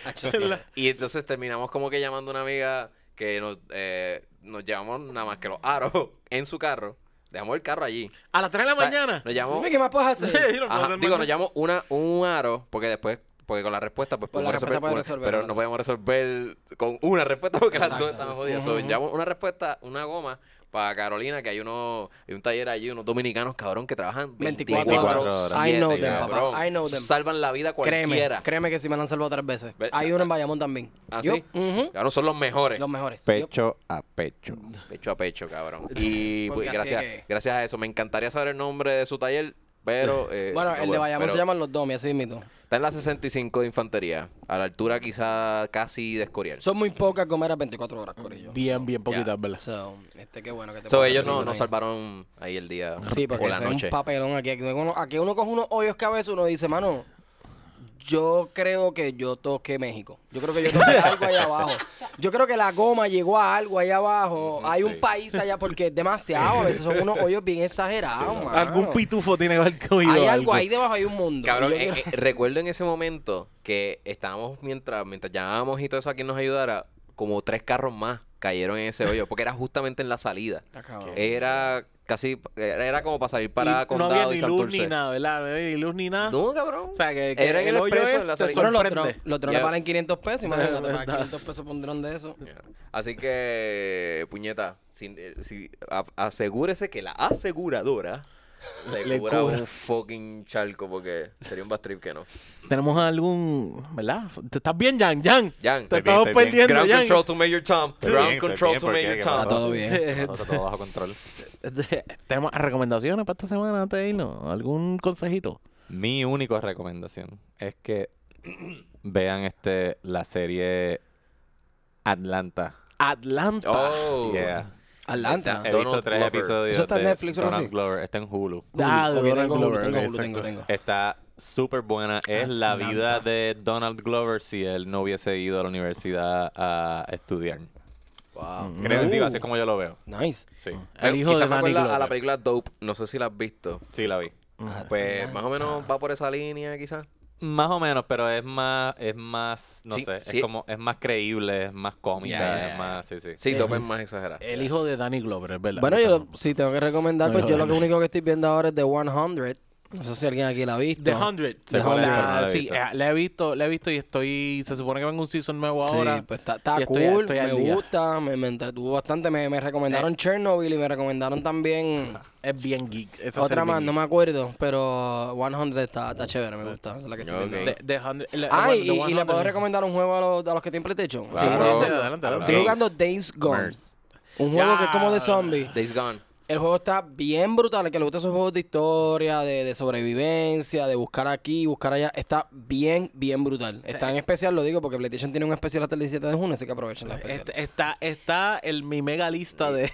Speaker 4: Hacho, sí.
Speaker 2: Y entonces terminamos como que llamando a una amiga que nos, eh, nos llevamos nada más que los aros (laughs) en su carro. Dejamos el carro allí.
Speaker 3: A las 3 de la
Speaker 2: O sea,
Speaker 3: mañana.
Speaker 2: Nos llamamos.
Speaker 4: Dime, ¿Qué más puedes
Speaker 2: (laughs)
Speaker 3: (laughs)
Speaker 4: hacer?
Speaker 3: Yo no puedo
Speaker 2: Ajá,
Speaker 3: hacer
Speaker 2: digo,
Speaker 3: más
Speaker 2: nos llamamos una, un aro, porque después, porque con la respuesta, pues
Speaker 4: Con la
Speaker 2: podemos resolver,
Speaker 4: respuesta puedes
Speaker 2: una,
Speaker 4: resolver,
Speaker 2: Pero no
Speaker 4: ¿verdad?
Speaker 2: podemos resolver con una respuesta (laughs) porque las dos
Speaker 4: Exacto.
Speaker 2: están jodidas. So,
Speaker 4: Ujú.
Speaker 2: llamamos una respuesta, una goma para Carolina, que hay uno, hay un taller allí, unos dominicanos cabrón que trabajan 24,
Speaker 4: 24
Speaker 1: horas.
Speaker 2: horas.
Speaker 4: I know
Speaker 2: siete,
Speaker 1: them,
Speaker 4: papá.
Speaker 2: cabrón.
Speaker 4: I know them.
Speaker 2: Salvan la vida a
Speaker 4: Créeme,
Speaker 2: cualquiera.
Speaker 4: créeme que si me la han salvado tres veces.
Speaker 2: Ve- ¿Ah,
Speaker 4: Hay uno en Bayamón también.
Speaker 2: Así.
Speaker 4: Yo, ujú,
Speaker 2: Cabrón, son los mejores.
Speaker 4: Los mejores. Yo-
Speaker 1: Pecho a pecho.
Speaker 2: Pecho a pecho, cabrón. Y
Speaker 4: Porque
Speaker 2: pues,
Speaker 4: así
Speaker 2: gracias,
Speaker 4: es que-
Speaker 2: gracias a eso. Me encantaría saber el nombre de su taller, pero. eh,
Speaker 4: (laughs) Bueno,
Speaker 2: no
Speaker 4: el de
Speaker 2: puedo.
Speaker 4: Bayamón
Speaker 2: Pero
Speaker 4: se llaman los Domi, así mismo.
Speaker 2: Está en la 65 de infantería. A la altura, quizá casi de Escorial.
Speaker 4: Son muy pocas comeras 24 horas, Corillo.
Speaker 3: Bien, bien poquitas, ¿verdad?
Speaker 4: So, este, qué bueno que te
Speaker 2: So,
Speaker 4: puedo
Speaker 2: ellos
Speaker 4: decir
Speaker 2: no,
Speaker 4: por
Speaker 2: no
Speaker 4: ahí.
Speaker 2: salvaron ahí el día
Speaker 4: Sí, porque
Speaker 2: o la
Speaker 4: ese es
Speaker 2: noche.
Speaker 4: un papelón aquí. Aquí uno, aquí uno coge unos hoyos cabeza y uno dice, mano, yo creo que yo toqué México. Yo creo que yo toqué algo allá abajo. Yo creo que la goma llegó a algo allá abajo. Hay un país allá porque es demasiado. A veces son unos hoyos bien exagerados, mano.
Speaker 3: Algún pitufo tiene que haber cogido
Speaker 4: Hay
Speaker 3: algo.
Speaker 4: algo ahí debajo, hay un mundo.
Speaker 2: Cabrón,
Speaker 4: Y yo
Speaker 2: eh,
Speaker 4: quiero-
Speaker 2: eh, recuerdo en ese momento que estábamos mientras, mientras llamábamos y todo eso a quien nos ayudara, como tres carros más cayeron en ese hoyo, porque era justamente en la salida.
Speaker 4: Está cabrón.
Speaker 2: Era casi, era, era como para salir
Speaker 3: Y
Speaker 2: para
Speaker 3: no
Speaker 2: Condado
Speaker 3: había
Speaker 2: y
Speaker 3: ni luz
Speaker 2: Santurce.
Speaker 3: ni nada, ¿verdad? No había ni luz ni nada.
Speaker 2: No, cabrón.
Speaker 3: O sea, que, que
Speaker 2: Era en el
Speaker 3: hoyo este
Speaker 2: expreso,
Speaker 3: es,
Speaker 2: en la
Speaker 3: te
Speaker 2: salida.
Speaker 4: Bueno, los,
Speaker 3: sorprende.
Speaker 4: dron- los drones
Speaker 2: Ya.
Speaker 4: valen 500 pesos. Imagínate, te pagas
Speaker 3: Verdad.
Speaker 4: 500 pesos por un dron de eso.
Speaker 2: Yeah. Así que, puñeta, sin- eh, si- a- asegúrese que la aseguradora le,
Speaker 3: Le
Speaker 2: cubra
Speaker 3: cubra.
Speaker 2: un fucking charco porque sería un bad trip que no.
Speaker 3: Tenemos algún, ¿verdad? ¿Te estás bien, Jan? Jan.
Speaker 2: Jan,
Speaker 3: Te
Speaker 1: Estoy bien,
Speaker 3: estamos
Speaker 1: estoy bien.
Speaker 3: perdiendo,
Speaker 2: ground
Speaker 3: Jan.
Speaker 2: control to Mayor Tom.
Speaker 1: Estoy
Speaker 2: Ground
Speaker 1: bien, estoy
Speaker 2: control
Speaker 1: bien,
Speaker 2: to
Speaker 1: ¿por qué?
Speaker 2: Mayor
Speaker 1: ¿Qué
Speaker 2: Tom.
Speaker 1: pasó?
Speaker 4: Está todo bien.
Speaker 1: Está todo bajo control.
Speaker 3: (laughs) Tenemos recomendaciones para esta semana antes de irnos. ¿Algún consejito?
Speaker 1: Mi única recomendación es que vean este la serie Atlanta.
Speaker 3: Atlanta.
Speaker 2: Oh.
Speaker 1: Yeah.
Speaker 4: Atlanta.
Speaker 3: Eh,
Speaker 1: He
Speaker 2: Donald
Speaker 1: visto tres
Speaker 2: Glover.
Speaker 1: episodios
Speaker 4: ¿Eso está en
Speaker 1: de
Speaker 4: Netflix o algo
Speaker 1: Donald
Speaker 4: así?
Speaker 1: Glover. Está en Hulu.
Speaker 3: Ah, de
Speaker 4: Ok,
Speaker 3: Donald
Speaker 4: tengo, Hulu,
Speaker 3: Glover,
Speaker 4: tengo, Hulu,
Speaker 3: exacto.
Speaker 4: tengo, tengo.
Speaker 1: Está súper buena. Es la vida de Donald Glover si él no hubiese ido a la universidad a estudiar.
Speaker 2: Wow.
Speaker 1: Mm-hmm.
Speaker 3: Mm.
Speaker 1: Creo,
Speaker 3: Uh.
Speaker 1: digo, así es como yo lo veo.
Speaker 4: Nice.
Speaker 1: Sí.
Speaker 3: El hijo
Speaker 2: eh, Quizás me
Speaker 3: de Danny
Speaker 2: acuerda a la
Speaker 3: Glover.
Speaker 2: película Dope. No sé si la has visto.
Speaker 1: Sí, la vi.
Speaker 2: Pues más o menos va por esa línea, quizás.
Speaker 1: Más o menos, pero es más, es más, no
Speaker 2: Sí,
Speaker 1: sé,
Speaker 2: sí.
Speaker 1: es como, es más creíble, es más cómica,
Speaker 2: Yes.
Speaker 1: es más, sí, sí.
Speaker 2: Sí, Dope Eh, es más exagerada.
Speaker 3: El hijo de Danny Glover, es verdad.
Speaker 4: Bueno, yo lo- si tengo que recomendar, pues
Speaker 3: No,
Speaker 4: yo
Speaker 3: no,
Speaker 4: lo
Speaker 3: no.
Speaker 4: único que estoy viendo ahora es The 100. No sé si alguien aquí la ha visto.
Speaker 3: The Hundred.
Speaker 1: Se
Speaker 3: La-
Speaker 1: puede ver, pero no la he
Speaker 3: sí,
Speaker 1: visto.
Speaker 3: eh, la he visto, la he visto y estoy. Se supone que vengo un season nuevo
Speaker 4: Sí,
Speaker 3: ahora.
Speaker 4: pues está, está
Speaker 3: Y
Speaker 4: cool,
Speaker 3: estoy- estoy al
Speaker 4: me
Speaker 3: día. Eh.
Speaker 4: gusta, me, me entretuvo bastante. Me, me recomendaron Chernobyl y me recomendaron
Speaker 3: (laughs)
Speaker 4: también
Speaker 3: Es bien geek. esa serie
Speaker 4: otra
Speaker 3: es
Speaker 4: más,
Speaker 3: bien
Speaker 4: no me acuerdo, pero 100 está, está chévere, me gusta. Esa es la que estoy
Speaker 2: Ok.
Speaker 4: viendo.
Speaker 3: geek. The- The Hundred- la-
Speaker 4: Ah,
Speaker 3: Eh, bueno,
Speaker 4: y,
Speaker 3: The
Speaker 4: y le puedo
Speaker 3: 100.
Speaker 4: recomendar un juego a los, a los que tienen PlayStation.
Speaker 2: Claro.
Speaker 4: Sí,
Speaker 3: Puedo
Speaker 4: puede
Speaker 2: Claro.
Speaker 4: ser.
Speaker 3: hacerlo, adelante, adelante.
Speaker 4: Estoy jugando Days Gone. Un juego que es como de zombies.
Speaker 2: Days Gone.
Speaker 4: El juego está bien brutal. El que le gusta esos juegos de historia, de, de sobrevivencia, de buscar aquí, buscar allá, está bien, bien brutal. Está en especial, lo digo, porque PlayStation tiene un especial hasta el 17 de junio, así que aprovechen la especial.
Speaker 3: Est- este, Está, está el, mi mega lista de,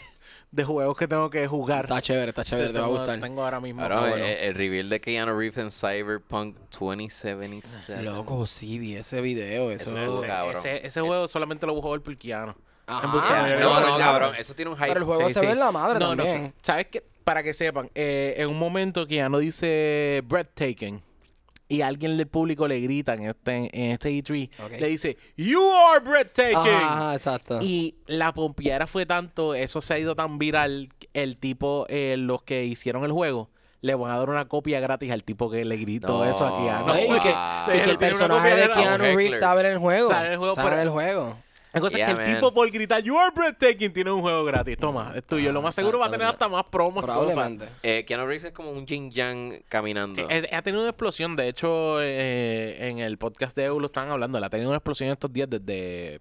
Speaker 3: de juegos que tengo que jugar.
Speaker 4: Está chévere, está chévere,
Speaker 3: Sí,
Speaker 4: te va a
Speaker 3: tengo-
Speaker 4: gustar.
Speaker 3: Tengo ahora mismo.
Speaker 2: Ahora,
Speaker 3: Ah,
Speaker 2: eh,
Speaker 3: bueno.
Speaker 2: eh, el reveal de Keanu Reeves en Cyberpunk 2077.
Speaker 4: Loco, sí, vi ese video, eso.
Speaker 2: Eso
Speaker 4: es-
Speaker 2: estuvo cabrón.
Speaker 3: Ese, ese juego solamente lo jugó el pulquiano.
Speaker 4: Ajá.
Speaker 2: Ah,
Speaker 4: pero-
Speaker 2: no, no, cabrón. Eso tiene un hype.
Speaker 4: Pero el juego
Speaker 3: Sí,
Speaker 4: se
Speaker 3: sí.
Speaker 4: ve en la madre
Speaker 3: No, no,
Speaker 4: también.
Speaker 3: ¿Sabes qué? Para que sepan, eh, en un momento que ya no dice breathtaking y alguien del público le grita en este, en este E3,
Speaker 4: Ok.
Speaker 3: le dice, You are breathtaking.
Speaker 4: Ajá, ajá, exacto.
Speaker 3: Y la pompiera fue tanto, eso se ha ido tan viral, el tipo, eh, los que hicieron el juego, le van a dar una copia gratis al tipo que le gritó
Speaker 2: No.
Speaker 3: eso a Keanu.
Speaker 4: No, y,
Speaker 2: wow.
Speaker 4: que, y que
Speaker 3: Tiene una
Speaker 4: el personaje
Speaker 3: copia de
Speaker 4: de
Speaker 3: la-
Speaker 4: Keanu
Speaker 2: un
Speaker 4: Reeves
Speaker 2: heckler.
Speaker 4: sabe en el juego.
Speaker 3: Sabe en el juego,
Speaker 4: Sabe
Speaker 3: pero-
Speaker 4: en el juego.
Speaker 3: La cosa
Speaker 2: Yeah,
Speaker 3: es que el
Speaker 2: man.
Speaker 3: tipo por gritar You are breathtaking tiene un juego gratis. Toma, es tuyo. Lo más seguro va a tener hasta más promos. cosas.
Speaker 4: Probablemente.
Speaker 2: Eh, Keanu Reeves es como un Jin Yang caminando.
Speaker 3: Eh, eh, Ha tenido una explosión. De hecho, eh, en el podcast de Eulo estaban hablando. La ha tenido una explosión estos días desde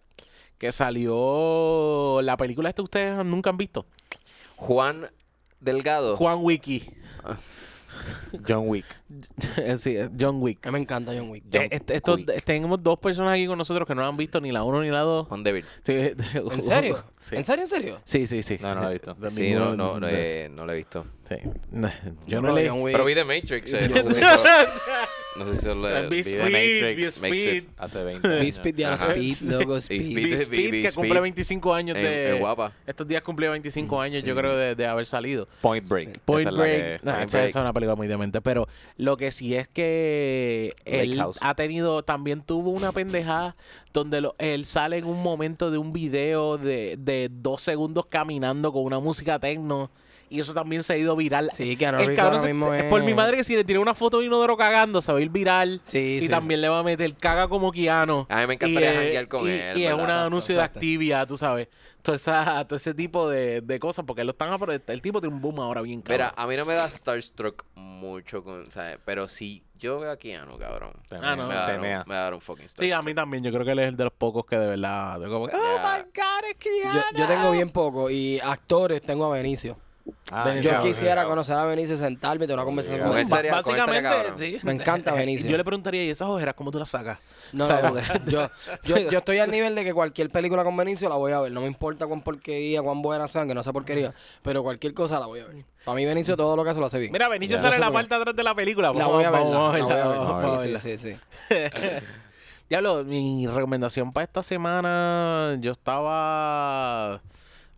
Speaker 3: que salió la película esta que ustedes nunca han visto.
Speaker 2: Juan Delgado.
Speaker 3: Juan Wiki.
Speaker 1: (laughs) John Wick.
Speaker 3: (laughs) sí, es John Wick.
Speaker 4: A mí me encanta John Wick.
Speaker 1: John
Speaker 3: Eh, est- estos-
Speaker 1: Wick.
Speaker 3: eh, tenemos dos personas aquí con nosotros que no han visto ni la uno ni la dos.
Speaker 2: Juan Devil.
Speaker 3: Sí, (laughs)
Speaker 4: ¿En serio?
Speaker 3: Sí.
Speaker 4: ¿En serio, en serio?
Speaker 3: Sí, sí, sí.
Speaker 1: No, no la he visto.
Speaker 2: Sí, no, no, no, eh, no lo he visto.
Speaker 3: Sí. No, Yo
Speaker 4: Bro,
Speaker 3: no le
Speaker 4: John Wick.
Speaker 2: Pero vi The Matrix. eh, no sé si eso- no sé si eso lo
Speaker 3: Be
Speaker 2: vi The
Speaker 3: Speed, Be
Speaker 2: Matrix. makes
Speaker 3: Speed.
Speaker 2: it-
Speaker 1: Hace 20 años.
Speaker 4: Be Speed, Diana
Speaker 2: Ajá.
Speaker 4: Speed, loco, Speed.
Speaker 2: Speed.
Speaker 3: Big
Speaker 2: Big
Speaker 3: Speed, que
Speaker 2: Speed.
Speaker 3: cumple 25 años
Speaker 2: En-
Speaker 3: de...
Speaker 2: en guapa.
Speaker 3: Estos días cumple 25 años, yo
Speaker 4: Sí.
Speaker 3: creo, de, de haber salido.
Speaker 1: Point Break.
Speaker 3: Point
Speaker 1: Esa es la que-
Speaker 3: Break. no,
Speaker 1: Point
Speaker 3: esa,
Speaker 1: Break.
Speaker 3: esa es una película muy demente. Pero lo que sí es que
Speaker 1: Lake
Speaker 3: él
Speaker 1: House.
Speaker 3: ha tenido, también tuvo una pendejada donde lo- él sale en un momento de un video de, de dos segundos caminando con una música techno. Y eso también se ha ido viral.
Speaker 4: Sí, que
Speaker 3: El cabrón
Speaker 4: ahora
Speaker 3: se-
Speaker 4: mismo es...
Speaker 3: Por mi madre que si le tiré una foto de Inodoro cagando, se va a ir viral.
Speaker 4: Sí,
Speaker 3: y
Speaker 4: sí,
Speaker 3: también le va a meter caga como Keanu.
Speaker 2: A mí me encantaría
Speaker 3: Y, eh,
Speaker 2: janguear con
Speaker 3: y-
Speaker 2: él.
Speaker 3: Y es
Speaker 2: ¿verdad?
Speaker 3: un anuncio de
Speaker 4: exacto.
Speaker 3: actividad, tú sabes. Todo, esa- todo ese tipo de, de cosas, porque lo están apro- El tipo tiene un boom ahora bien caro.
Speaker 2: Mira, a mí no me da Starstruck mucho, con, ¿sabes? Pero si yo veo a Keanu, cabrón.
Speaker 1: Te
Speaker 3: Ah,
Speaker 1: mea,
Speaker 3: no,
Speaker 2: me,
Speaker 1: te
Speaker 2: va a dar un,
Speaker 1: mea.
Speaker 2: me va a dar un fucking
Speaker 3: sí, ah, a
Speaker 2: Starstruck.
Speaker 3: mí también. Yo creo que él es el de los pocos que de verdad. yo como que, oh
Speaker 2: Ya.
Speaker 3: my god, es Keanu.
Speaker 4: Yo, yo tengo bien poco y actores tengo a Benicio.
Speaker 1: Ah,
Speaker 3: Dennis
Speaker 4: Yo
Speaker 3: Chao,
Speaker 4: quisiera
Speaker 2: chao.
Speaker 4: conocer a Benicio, sentarme y tener una conversación
Speaker 2: Con
Speaker 4: con este
Speaker 2: él
Speaker 4: él.
Speaker 2: sería-
Speaker 3: Ba-
Speaker 2: con él estaría cabrón.
Speaker 3: sí. Eh, (laughs)
Speaker 4: Me encanta Benicio.
Speaker 3: Yo le preguntaría, ¿y esas ojeras cómo tú las sacas?
Speaker 4: No,
Speaker 3: ¿Sabes?
Speaker 4: no, no. yo, yo, yo estoy al nivel de que cualquier película con Benicio la voy a ver. No me importa cuán porquería, cuán buena sean, que no sea porquería, pero cualquier cosa la voy a ver. Para mí Benicio todo lo que hace lo hace bien.
Speaker 3: Mira, Benicio
Speaker 4: Ya.
Speaker 3: sale en
Speaker 4: No
Speaker 3: la
Speaker 4: sé por qué.
Speaker 3: parte atrás de la película.
Speaker 4: la
Speaker 3: Vamos-
Speaker 4: voy a ver.
Speaker 3: vamos a
Speaker 4: la voy
Speaker 3: verla,
Speaker 4: a ver.
Speaker 3: vamos a
Speaker 4: Sí,
Speaker 3: verla.
Speaker 4: Sí, sí, sí.
Speaker 3: Diablo, mi recomendación para esta semana, yo estaba...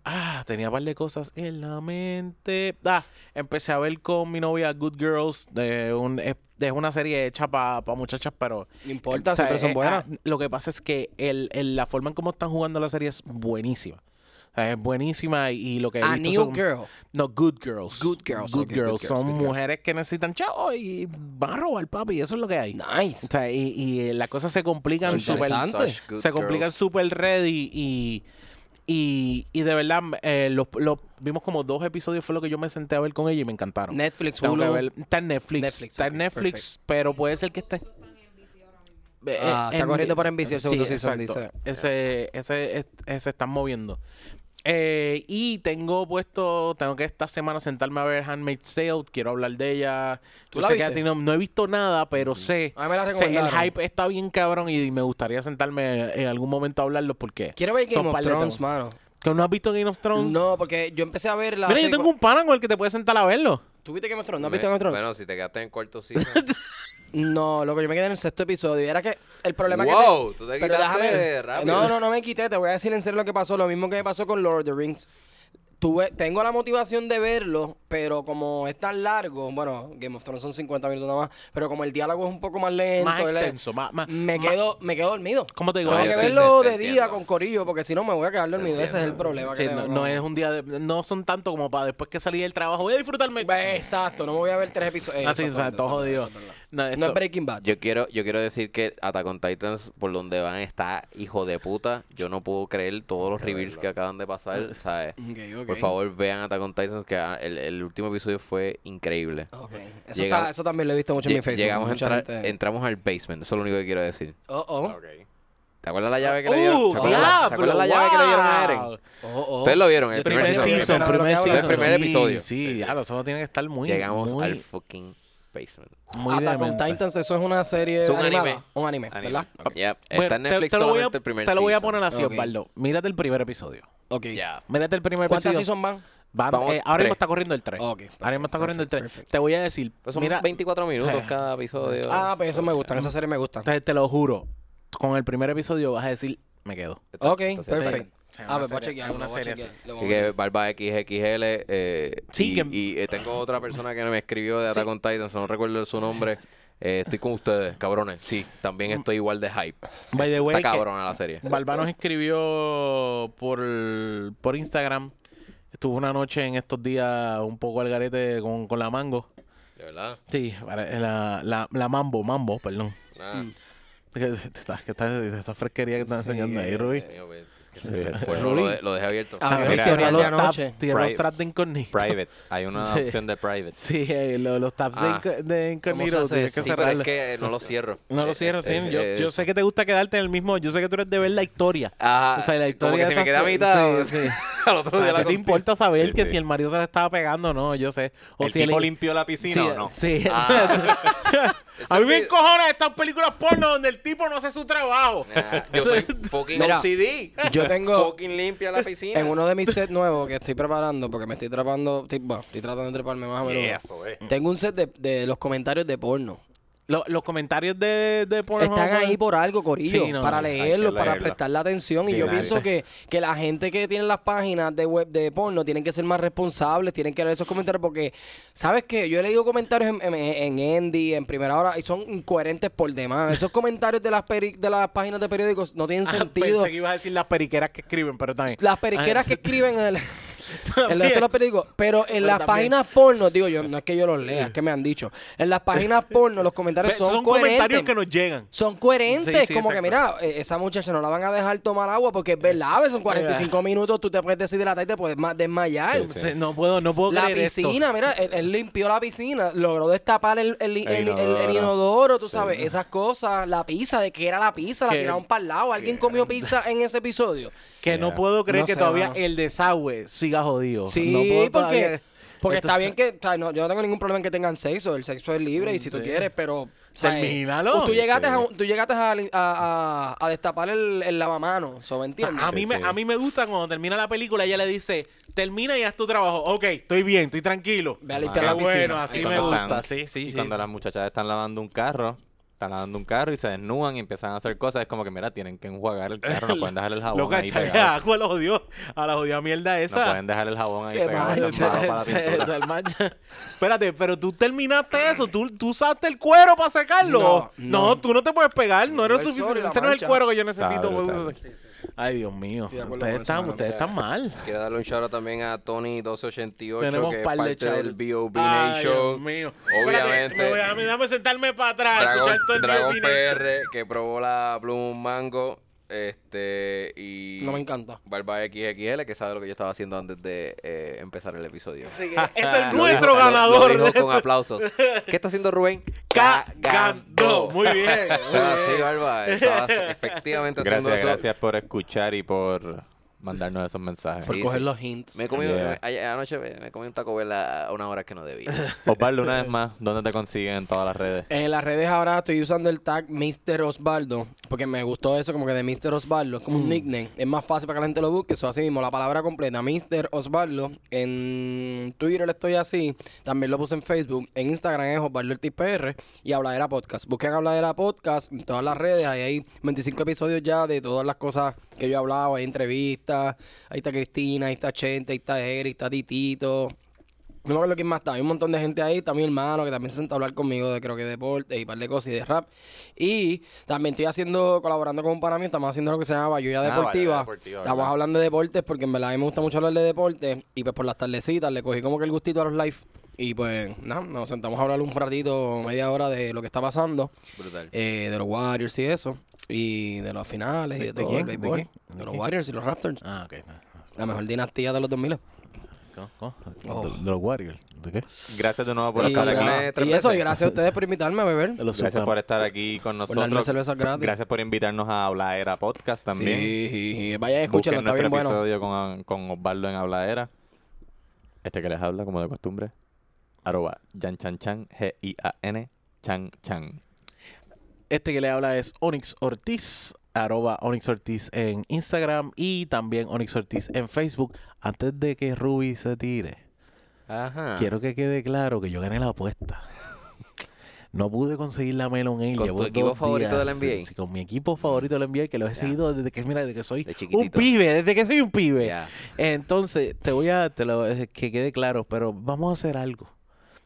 Speaker 3: Ah, tenía un par de cosas en la mente. Ah, empecé a ver con mi novia Good Girls. De un, es, es una serie hecha para muchachas, pero...
Speaker 4: No importa,
Speaker 3: o sea,
Speaker 4: siempre son
Speaker 3: eh,
Speaker 4: buenas.
Speaker 3: ah, lo que pasa es que el, el- la forma en cómo están jugando la serie es buenísima. O sea, Es buenísima y, y lo que he
Speaker 4: A
Speaker 3: visto
Speaker 4: New
Speaker 3: son-
Speaker 4: Girl.
Speaker 3: no, Good Girls.
Speaker 4: Good girls,
Speaker 3: Good
Speaker 4: ok, good
Speaker 3: Girls.
Speaker 4: girls,
Speaker 3: Son
Speaker 4: good girls.
Speaker 3: mujeres que necesitan chavo y van a robar, papi. Eso es lo que hay.
Speaker 4: Nice.
Speaker 3: O sea, y, y, eh, las cosas se complican
Speaker 4: Son
Speaker 3: súper.
Speaker 4: interesantes.
Speaker 2: Such good
Speaker 3: Se complican
Speaker 2: girls.
Speaker 3: súper ready y. Y, y de verdad, eh, los, los- vimos como dos episodios, fue lo que yo me senté a ver con ella y me encantaron.
Speaker 4: Netflix,
Speaker 3: Tengo que
Speaker 4: Hulu.
Speaker 3: ver- Está en Netflix.
Speaker 4: Netflix,
Speaker 3: está
Speaker 4: ok,
Speaker 3: en Netflix, pero puede ser que esté.
Speaker 5: Eso está en NBC ahora mismo.
Speaker 3: Eh,
Speaker 4: Ah,
Speaker 3: eh,
Speaker 4: está
Speaker 3: en-
Speaker 4: corriendo por NBC
Speaker 3: sí,
Speaker 4: el segundo season,
Speaker 3: exacto. Ese, ese, es- ese, se están moviendo. Eh, y tengo puesto, tengo que esta semana sentarme a ver Handmaid's Tale, quiero hablar de ella.
Speaker 4: ¿Tú
Speaker 3: Yo
Speaker 4: la
Speaker 3: sé que a
Speaker 4: viste?
Speaker 3: ti no, no he visto nada, pero sé,
Speaker 4: A mí me la
Speaker 3: sé, el
Speaker 4: recomendaron.
Speaker 3: hype está bien cabrón y me gustaría sentarme en algún momento a hablarlo porque
Speaker 4: Quiero ver
Speaker 3: son
Speaker 4: Game of
Speaker 3: par de
Speaker 4: Thrones,
Speaker 3: temas.
Speaker 4: mano.
Speaker 3: ¿Que no has visto Game of Thrones?
Speaker 4: No, porque yo empecé a ver la
Speaker 3: Mira, yo
Speaker 4: serie-
Speaker 3: tengo un pana con el que te puedes sentar a verlo.
Speaker 4: ¿Tú viste Game of Thrones? ¿No has
Speaker 2: Me-
Speaker 4: visto Game of Thrones?
Speaker 2: Bueno, si te quedaste en cuarto season.
Speaker 4: No, loco, yo me quedé en el sexto episodio. Era que el problema
Speaker 2: Wow,
Speaker 4: que.
Speaker 2: tú te
Speaker 4: pero
Speaker 2: quitaste
Speaker 4: déjame-
Speaker 2: rápido.
Speaker 4: No, no, no me quité. Te voy a decir en serio lo que pasó. Lo mismo que me pasó con Lord of the Rings. Tuve, tengo la motivación de verlo, pero como es tan largo, bueno, Game of Thrones son 50 minutos nada más, pero como el diálogo es un poco más lento,
Speaker 3: más
Speaker 4: él es-
Speaker 3: extenso, más, más-
Speaker 4: me
Speaker 3: más-
Speaker 4: quedo, me quedo dormido.
Speaker 3: ¿Cómo te digo?
Speaker 4: Tengo
Speaker 2: No,
Speaker 4: que
Speaker 2: yo sí,
Speaker 4: verlo
Speaker 2: te- te
Speaker 4: de día
Speaker 2: entiendo.
Speaker 4: con corillo, porque si no me voy a quedar dormido. Ese es el
Speaker 2: entiendo.
Speaker 4: problema
Speaker 3: Sí,
Speaker 4: que
Speaker 3: no,
Speaker 4: tengo.
Speaker 3: no es un día de, no son tanto como para después que salí del trabajo voy a disfrutarme
Speaker 4: Ve, Exacto, no me voy a ver tres episodios.
Speaker 3: Ah, sí, exacto, jodido. No,
Speaker 4: No es
Speaker 3: esto-
Speaker 4: Breaking Bad.
Speaker 2: Yo quiero, yo quiero decir que Attack on Titans, por donde van, está hijo de puta. Yo no puedo creer todos los reveals que acaban de pasar, ¿sabes?
Speaker 3: Mm,
Speaker 4: Ok, ok.
Speaker 2: Por favor, vean Attack on Titans, que ah, el, el último episodio fue increíble.
Speaker 4: Ok. Eso,
Speaker 2: Llega-
Speaker 4: está- eso también lo he visto mucho en mi
Speaker 2: Lle-
Speaker 4: Facebook.
Speaker 2: Llegamos a
Speaker 4: mucha
Speaker 2: entrar,
Speaker 4: gente-
Speaker 2: entramos al basement, eso es lo único que quiero decir.
Speaker 4: Oh, oh.
Speaker 1: Ok.
Speaker 2: ¿Te acuerdas la llave que
Speaker 3: Uh,
Speaker 2: le dieron? ¿Se acuerdan la- ¿Se
Speaker 3: diablo,
Speaker 2: acuerdan la llave que le dieron a
Speaker 3: wow.
Speaker 2: Eren?
Speaker 4: oh, oh.
Speaker 2: Ustedes lo vieron, el
Speaker 4: Yo
Speaker 2: primer
Speaker 3: Primer
Speaker 4: estoy
Speaker 2: season.
Speaker 3: season,
Speaker 4: Ahora lo
Speaker 3: primer
Speaker 4: que hablan.
Speaker 3: season.
Speaker 2: El primer
Speaker 3: sí,
Speaker 2: episodio.
Speaker 3: Sí, ya, los ojos tienen que estar muy.
Speaker 2: Llegamos
Speaker 3: muy,
Speaker 2: al fucking basement.
Speaker 3: muy
Speaker 4: Attack on
Speaker 3: demente.
Speaker 4: Titans, eso es una serie
Speaker 2: Es un
Speaker 4: animada.
Speaker 2: anime.
Speaker 4: Un anime,
Speaker 1: Anime.
Speaker 4: ¿verdad?
Speaker 2: Yep, Está
Speaker 3: Bueno,
Speaker 2: en Netflix
Speaker 3: te, te lo voy a,
Speaker 2: solamente el primer
Speaker 3: te lo voy a
Speaker 2: season.
Speaker 3: poner así,
Speaker 4: Ok.
Speaker 3: Osvaldo. Mírate el primer episodio.
Speaker 4: Ok.
Speaker 2: Ya. Oh.
Speaker 3: Mírate el primer
Speaker 4: ¿Cuántas
Speaker 3: episodio.
Speaker 4: season van?
Speaker 3: Van-
Speaker 2: Vamos,
Speaker 3: eh, ahora
Speaker 2: tres.
Speaker 3: mismo está corriendo el 3.
Speaker 4: Ok,
Speaker 3: ahora mismo está corriendo el 3. Te voy a decir.
Speaker 2: Pues son
Speaker 3: mira,
Speaker 2: 24 minutos
Speaker 3: (laughs) Sí.
Speaker 2: cada episodio.
Speaker 4: Ah, pues eso me gusta. Esa serie me gusta.
Speaker 3: te, te lo juro. Con el primer episodio vas a decir, me quedo.
Speaker 4: Ok,
Speaker 2: Esta- esta-
Speaker 4: perfecto.
Speaker 3: Sí,
Speaker 4: Ah,
Speaker 3: una
Speaker 4: pues voy a
Speaker 3: serie-
Speaker 4: chequearlo,
Speaker 3: una
Speaker 4: voy a
Speaker 3: serie así.
Speaker 4: chequearlo.
Speaker 2: Así que Barba XXL. Eh,
Speaker 3: Sí,
Speaker 2: y,
Speaker 3: que-
Speaker 2: y, eh, tengo otra persona que me escribió de Attack on Titan, no recuerdo su nombre. Eh, estoy con ustedes, cabrones. Sí, también estoy igual de hype.
Speaker 3: By the way,
Speaker 2: Está
Speaker 3: Mm. que-
Speaker 2: cabrona la serie.
Speaker 3: Balba nos escribió por, por Instagram. Estuvo una noche en estos días un poco al garete con, con la mango.
Speaker 2: De verdad.
Speaker 3: Sí, para- la, la, la mambo, mambo, perdón.
Speaker 2: Nah,
Speaker 3: Mm. Que- que Esta, que esta- esa fresquería que están
Speaker 4: Sí.
Speaker 3: enseñando ahí, Rubí.
Speaker 2: Dios mío, pues,
Speaker 1: Sí,
Speaker 3: (laughs)
Speaker 1: fue.
Speaker 2: Lo, lo, de- lo dejé abierto.
Speaker 4: Ah,
Speaker 1: Mira,
Speaker 4: el historial de
Speaker 3: los tabs,
Speaker 4: anoche.
Speaker 3: tiene los
Speaker 1: Private.
Speaker 3: tabs de incognito.
Speaker 1: Private. Hay una
Speaker 3: Sí.
Speaker 1: opción de private.
Speaker 3: (laughs) Sí, eh, lo- los tabs de
Speaker 2: Ah.
Speaker 3: inco- de incognito
Speaker 4: ¿Cómo se hace
Speaker 3: tienes que
Speaker 2: sí, pero es
Speaker 3: cerrarlos.
Speaker 2: que eh, (laughs) no lo cierro.
Speaker 3: No lo
Speaker 2: Eh,
Speaker 3: cierro,
Speaker 2: es-
Speaker 3: Tim.
Speaker 2: es-
Speaker 3: Yo,
Speaker 2: es-
Speaker 3: yo sé que te gusta quedarte en el mismo. Yo sé que tú eres de ver la historia.
Speaker 2: Ajá,
Speaker 3: O sea, la
Speaker 2: Ah, como
Speaker 3: historia
Speaker 2: que si me
Speaker 3: está-
Speaker 2: queda a mitad,
Speaker 3: sí, sí.
Speaker 2: (laughs) al otro día
Speaker 3: ¿A
Speaker 2: la
Speaker 3: ti Ah, te
Speaker 2: conté.
Speaker 3: importa saber
Speaker 1: Sí,
Speaker 3: que
Speaker 1: sí.
Speaker 3: si el marido se la estaba pegando o no? Yo sé. O
Speaker 1: ¿El
Speaker 3: si
Speaker 1: tipo
Speaker 3: el-
Speaker 1: limpió la
Speaker 3: Sí,
Speaker 1: piscina o no?
Speaker 3: sí. (laughs)
Speaker 2: Ah,
Speaker 3: A mí me
Speaker 2: Ese-
Speaker 3: encojonan estas películas porno donde el tipo no hace su trabajo.
Speaker 2: Nah, yo
Speaker 3: (laughs)
Speaker 2: soy fucking
Speaker 4: Mira,
Speaker 2: OCD.
Speaker 4: yo tengo-
Speaker 2: Fucking limpia la piscina.
Speaker 4: En uno de mis sets nuevos que estoy preparando, porque me estoy trepando, estoy, bueno, estoy tratando de treparme más o menos.
Speaker 2: Yeah,
Speaker 1: eh.
Speaker 2: eso es.
Speaker 4: Tengo un set de, de los comentarios de porno.
Speaker 3: Lo- los comentarios de, de porno.
Speaker 4: Están ahí por algo, Corillo,
Speaker 3: Sí, no,
Speaker 4: para
Speaker 3: sí, hay
Speaker 1: que
Speaker 4: leerlos, para
Speaker 1: leerlo.
Speaker 4: prestarle atención.
Speaker 1: Sí,
Speaker 4: y yo
Speaker 1: nadie.
Speaker 3: (laughs)
Speaker 4: pienso que, que la gente que tiene las páginas de web de porno tienen que ser más responsables, tienen que leer esos comentarios, porque, ¿sabes qué? Yo he leído comentarios en, en, en Andy, en Primera Hora, y son incoherentes por demás. Esos comentarios de las, peri- de las páginas de periódicos no tienen
Speaker 3: Ah,
Speaker 4: sentido.
Speaker 3: (laughs) Pensé que ibas a decir las periqueras que escriben, pero también.
Speaker 4: Las periqueras
Speaker 3: Ah,
Speaker 4: que escriben
Speaker 3: (laughs)
Speaker 4: en el... En
Speaker 3: También.
Speaker 4: los- los periódicos, pero en
Speaker 3: Pero
Speaker 4: las
Speaker 3: también-
Speaker 4: páginas porno, digo yo, no es que yo los lea, es que me han dicho. En las páginas porno los comentarios
Speaker 3: Ve,
Speaker 4: son,
Speaker 3: comentarios
Speaker 4: coherentes.
Speaker 3: que nos llegan.
Speaker 4: Son coherentes,
Speaker 3: Sí, sí,
Speaker 4: como que
Speaker 3: exacto.
Speaker 4: mira, eh, esa muchacha no la van a dejar tomar agua porque es verdad, a veces son 45 minutos, tú te puedes deshidratar y te puedes ma- desmayar.
Speaker 1: Sí, sí.
Speaker 3: Sí, No puedo, no puedo
Speaker 4: La
Speaker 3: creer esto.
Speaker 4: piscina, mira, él, él limpió la piscina, logró destapar el, el,
Speaker 1: El
Speaker 4: el- el- el- el
Speaker 1: inodoro.
Speaker 4: inodoro, tú
Speaker 1: Sí.
Speaker 4: sabes, esas cosas, la pizza, de que era la pizza, la
Speaker 3: Que-
Speaker 4: tiraron para el lado, alguien comió pizza en ese episodio.
Speaker 3: Que no
Speaker 1: Yeah.
Speaker 3: puedo creer
Speaker 4: No
Speaker 3: que
Speaker 4: sé,
Speaker 3: todavía
Speaker 4: mano.
Speaker 3: el desagüe siga jodido.
Speaker 4: Sí,
Speaker 3: No puedo
Speaker 4: porque,
Speaker 3: todavía-
Speaker 4: porque
Speaker 3: Esto-
Speaker 4: está bien que, o sea, no, yo no tengo ningún problema en que tengan sexo, el sexo es libre y si tú quieres, pero... o sea, eh,
Speaker 3: Termínalo.
Speaker 4: Tú llegaste,
Speaker 1: Sí.
Speaker 4: a, un- tú llegaste a, li- a- a- a destapar el, el lavamano, ¿so me entiendes?
Speaker 3: A mí,
Speaker 1: Sí,
Speaker 3: me,
Speaker 1: sí.
Speaker 3: a mí me gusta cuando termina la película, ella le dice, termina y haz tu trabajo. Ok, estoy bien, estoy tranquilo.
Speaker 4: Ve a limpiar
Speaker 3: Qué
Speaker 4: la piscina.
Speaker 3: ah, bueno, así
Speaker 1: Y
Speaker 3: me
Speaker 1: cuando
Speaker 3: gusta.
Speaker 1: están-
Speaker 3: Sí, sí,
Speaker 1: y
Speaker 3: sí.
Speaker 1: cuando las muchachas están lavando un carro, están lavando un carro y se desnudan y empiezan a hacer cosas, es como que, mira, tienen que enjuagar el carro,
Speaker 3: (laughs)
Speaker 1: no pueden dejar el jabón
Speaker 3: Loca,
Speaker 1: ahí
Speaker 3: echarle
Speaker 1: pegado.
Speaker 3: agua a la jodió, a la jodida mierda
Speaker 1: No
Speaker 3: ah, esa.
Speaker 1: pueden dejar el jabón ahí
Speaker 3: (laughs)
Speaker 4: Se
Speaker 1: pegado,
Speaker 4: mancha,
Speaker 1: eso es malo para la
Speaker 3: se- (laughs)
Speaker 1: pintura.
Speaker 3: se mancha. Espérate, pero tú terminaste eso, tú, tú usaste el cuero para secarlo. No,
Speaker 4: No, no.
Speaker 3: tú no te puedes pegar, no, eres
Speaker 4: el sol y
Speaker 3: suficiente.
Speaker 4: la
Speaker 3: Ese no es el
Speaker 4: mancha.
Speaker 3: cuero que yo necesito.
Speaker 1: Está brutal.
Speaker 3: pues. Ay, Dios mío.
Speaker 4: de acuerdo
Speaker 3: Ustedes
Speaker 4: con eso,
Speaker 3: están,
Speaker 4: mano.
Speaker 3: ustedes están mal.
Speaker 2: Quiero darle un shout out también a Tony1288,
Speaker 3: Tenemos
Speaker 2: que es
Speaker 3: par de
Speaker 2: parte del
Speaker 3: shout-outs.
Speaker 2: B.O.B.
Speaker 3: Ay, Dios
Speaker 2: Nation.
Speaker 3: mío. Espérate, me voy a,
Speaker 2: Obviamente,
Speaker 3: déjame sentarme para atrás, a
Speaker 2: Dragon,
Speaker 3: escuchar todo el
Speaker 2: Dragon
Speaker 3: B.O.B. Nation.
Speaker 2: PR, que probó la Bloom Mango. Este, y.
Speaker 4: No me encanta.
Speaker 2: Barba XXL, que sabe lo que yo estaba haciendo antes de eh, empezar el episodio.
Speaker 3: Es
Speaker 4: (laughs)
Speaker 3: el
Speaker 2: Lo
Speaker 3: nuestro
Speaker 2: dijo- lo-
Speaker 3: ganador.
Speaker 2: Lo, dijo con aplausos. ¿Qué está haciendo Rubén?
Speaker 3: Cagando. Muy bien.
Speaker 2: O sea, sí, Barba, estabas efectivamente haciendo
Speaker 1: Gracias,
Speaker 2: eso.
Speaker 1: gracias por escuchar y por mandarnos esos mensajes.
Speaker 4: Por
Speaker 2: Sí,
Speaker 4: coger
Speaker 2: sí.
Speaker 4: los hints.
Speaker 2: Me he comido,
Speaker 1: Yeah.
Speaker 2: a- a- anoche me, me comí un Taco Bell a a una hora que no debía.
Speaker 1: Osvaldo, una vez más, ¿dónde te consiguen en todas las redes?
Speaker 4: En las redes ahora estoy usando el tag Mr. Osvaldo, porque me gustó eso, como que de Mr. Osvaldo, es como un nickname. Es más fácil para que la gente lo busque, eso así mismo, la palabra completa, Mr. Osvaldo. En Twitter estoy así, también lo puse en Facebook, en Instagram es Osvaldo el TPR y Habladera Podcast. Busquen Habladera Podcast en todas las redes, ahí hay 25 episodios ya de todas las cosas que yo he hablado, hay entrevistas, ahí está Cristina, ahí está Chente, ahí está Eric, está Titito, no me acuerdo quién más está. Hay un montón de gente ahí. Está mi hermano que también se sentó a hablar conmigo de creo que deporte y un par de cosas y de rap. Y también estoy haciendo, colaborando con un pana mío. Estamos haciendo lo que se llama Bayuya
Speaker 2: Bayuya
Speaker 4: Deportiva.
Speaker 2: Ah, Deportiva,
Speaker 4: Estamos
Speaker 2: ¿verdad?
Speaker 4: hablando de deportes porque en verdad a mí me gusta mucho hablar de deportes. Y pues por las tardecitas le cogí como que el gustito a los live. Y pues nada, nos sentamos a hablar un ratito, media hora de lo que está pasando.
Speaker 2: Brutal.
Speaker 4: eh, de los Warriors y eso. Y de las finales y de, todo.
Speaker 3: quién?
Speaker 4: el
Speaker 3: ¿De
Speaker 4: béisbol.
Speaker 3: quién?
Speaker 4: ¿De, los Warriors y los Raptors.
Speaker 3: Ah, ok.
Speaker 4: La mejor dinastía de los 2000.
Speaker 3: ¿Cómo? ¿Cómo?
Speaker 4: Oh.
Speaker 3: De, de los Warriors. ¿De qué?
Speaker 1: Gracias de nuevo por
Speaker 4: y,
Speaker 1: estar aquí.
Speaker 2: nada. tres
Speaker 4: y eso,
Speaker 2: veces.
Speaker 4: y gracias a ustedes por invitarme a beber.
Speaker 3: De los
Speaker 1: Gracias
Speaker 3: Super-
Speaker 1: por estar aquí con
Speaker 4: Por darme
Speaker 1: nosotros.
Speaker 4: cervezas gratis.
Speaker 1: Gracias por invitarnos a Habladera Podcast también.
Speaker 4: Sí, sí, sí. vayan a
Speaker 1: Busquen
Speaker 4: escucharlo, está bien
Speaker 1: nuestro
Speaker 4: bueno.
Speaker 1: episodio con, con Osvaldo en Habladera. Este que les habla, como de costumbre. Arroba Yan Chan Chan, G-I-A-N, Chan Chan.
Speaker 3: Este que le habla es Onyx Ortiz, arroba Onyx Ortiz en Instagram y también Onyx Ortiz en Facebook. Antes de que Ruby se tire,
Speaker 2: Ajá.
Speaker 3: quiero que quede claro que yo gané la apuesta. (laughs) No pude conseguir la Melon Ale.
Speaker 2: ¿Con
Speaker 3: llevo
Speaker 2: tu equipo
Speaker 3: dos
Speaker 2: favorito
Speaker 3: días,
Speaker 2: de la NBA?
Speaker 3: sí, sí, con mi equipo favorito de la NBA, que los he seguido desde que, mira, desde que soy
Speaker 2: De
Speaker 3: un
Speaker 2: chiquitito.
Speaker 3: pibe, desde que soy un pibe.
Speaker 2: Ya.
Speaker 3: Entonces, te voy a te lo, eh, que quede claro, pero vamos a hacer algo.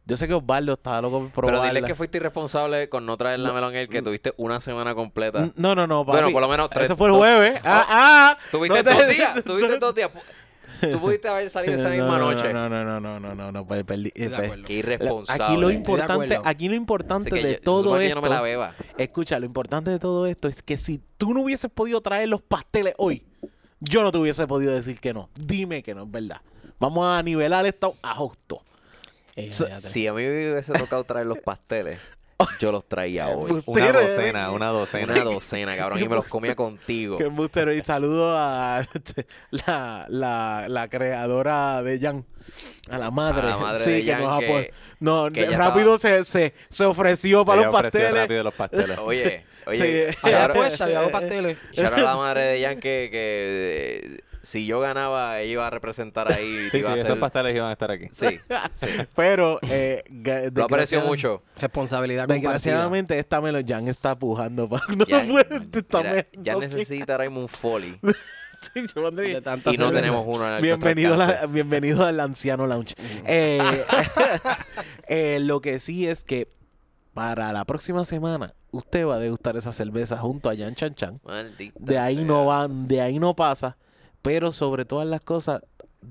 Speaker 3: Yo sé que Osvaldo estaba loco por
Speaker 2: Pero
Speaker 3: probarla.
Speaker 2: dile que fuiste irresponsable con no traer la melón el que tuviste una semana completa.
Speaker 3: N- No, no, no, papi.
Speaker 2: Bueno, por lo menos tres-
Speaker 3: Ese fue el
Speaker 2: dos-
Speaker 3: jueves. Ah, ah.
Speaker 2: Tuviste
Speaker 3: No te- (laughs)
Speaker 2: dos días, tuviste dos días. Tú pudiste haber salido esa
Speaker 3: No,
Speaker 2: misma
Speaker 3: no,
Speaker 2: noche.
Speaker 3: No, no, no, no, no, no, no, per- perdí- eh,
Speaker 4: de
Speaker 3: per-
Speaker 4: acuerdo.
Speaker 2: Qué
Speaker 3: la-
Speaker 2: irresponsable.
Speaker 3: Aquí lo
Speaker 4: de
Speaker 3: importante,
Speaker 4: acuerdo.
Speaker 3: aquí lo importante
Speaker 2: Así que
Speaker 3: de
Speaker 2: yo- se
Speaker 3: todo
Speaker 2: supone que
Speaker 3: esto.
Speaker 2: yo no me la beba.
Speaker 3: Escucha, lo importante de todo esto es que si tú no hubieses podido traer los pasteles hoy, yo no te hubiese podido decir que no. Dime que no es verdad. Vamos a nivelar esto a justo.
Speaker 4: Eh,
Speaker 3: So-
Speaker 4: fíjate.
Speaker 2: Si a mí me hubiese tocado traer los
Speaker 3: (laughs)
Speaker 2: pasteles, yo los traía hoy.
Speaker 1: Una
Speaker 3: Tere, (laughs)
Speaker 1: docena, una docena.
Speaker 2: Una docena, cabrón, y me los comía contigo.
Speaker 3: Que embustero. Y saludo a (laughs) la, la, la creadora de Jan. A la madre.
Speaker 2: A la madre
Speaker 3: sí,
Speaker 2: de
Speaker 3: que
Speaker 2: Jan,
Speaker 3: nos apo-
Speaker 2: que-
Speaker 3: No,
Speaker 2: que ella
Speaker 3: rápido se, se, se ofreció para
Speaker 1: Ella
Speaker 3: los
Speaker 1: ofreció
Speaker 3: pasteles.
Speaker 1: rápido los
Speaker 2: (laughs)
Speaker 1: pasteles.
Speaker 2: Oye, oye,
Speaker 3: Sí. (laughs)
Speaker 4: Hay
Speaker 2: shout out-
Speaker 4: apuesta, yo hago pasteles.
Speaker 2: shout out a la madre de Jan que, que eh, si yo ganaba, ella iba a representar ahí.
Speaker 1: Sí,
Speaker 2: te iba a
Speaker 1: sí, esos
Speaker 2: hacer-
Speaker 1: pasteles iban a estar aquí.
Speaker 2: sí,
Speaker 3: (laughs) Pero eh, ga-
Speaker 2: lo aprecio
Speaker 3: desgraciadamente-
Speaker 2: mucho.
Speaker 4: Responsabilidad compartida.
Speaker 3: Desgraciadamente esta Melo Jan está pujando para (laughs) (laughs) no
Speaker 2: Jan,
Speaker 3: puede- está
Speaker 2: mira,
Speaker 3: me-
Speaker 2: Jan
Speaker 3: no
Speaker 2: necesita ahora mismo un
Speaker 3: (laughs)
Speaker 2: folly
Speaker 3: sé, yo pondría-
Speaker 4: De tanta
Speaker 2: y no
Speaker 4: cerveza.
Speaker 2: tenemos uno en el
Speaker 3: Bienvenido, a la-
Speaker 2: nuestro alcance.
Speaker 3: bienvenido al Anciano Lounge. Eh, (laughs) eh, lo que sí es que para la próxima semana usted va a degustar esa cerveza junto a Jan Chan Chan.
Speaker 2: Maldita
Speaker 3: De ahí
Speaker 2: sea.
Speaker 3: no van, de ahí no pasa. Pero sobre todas las cosas,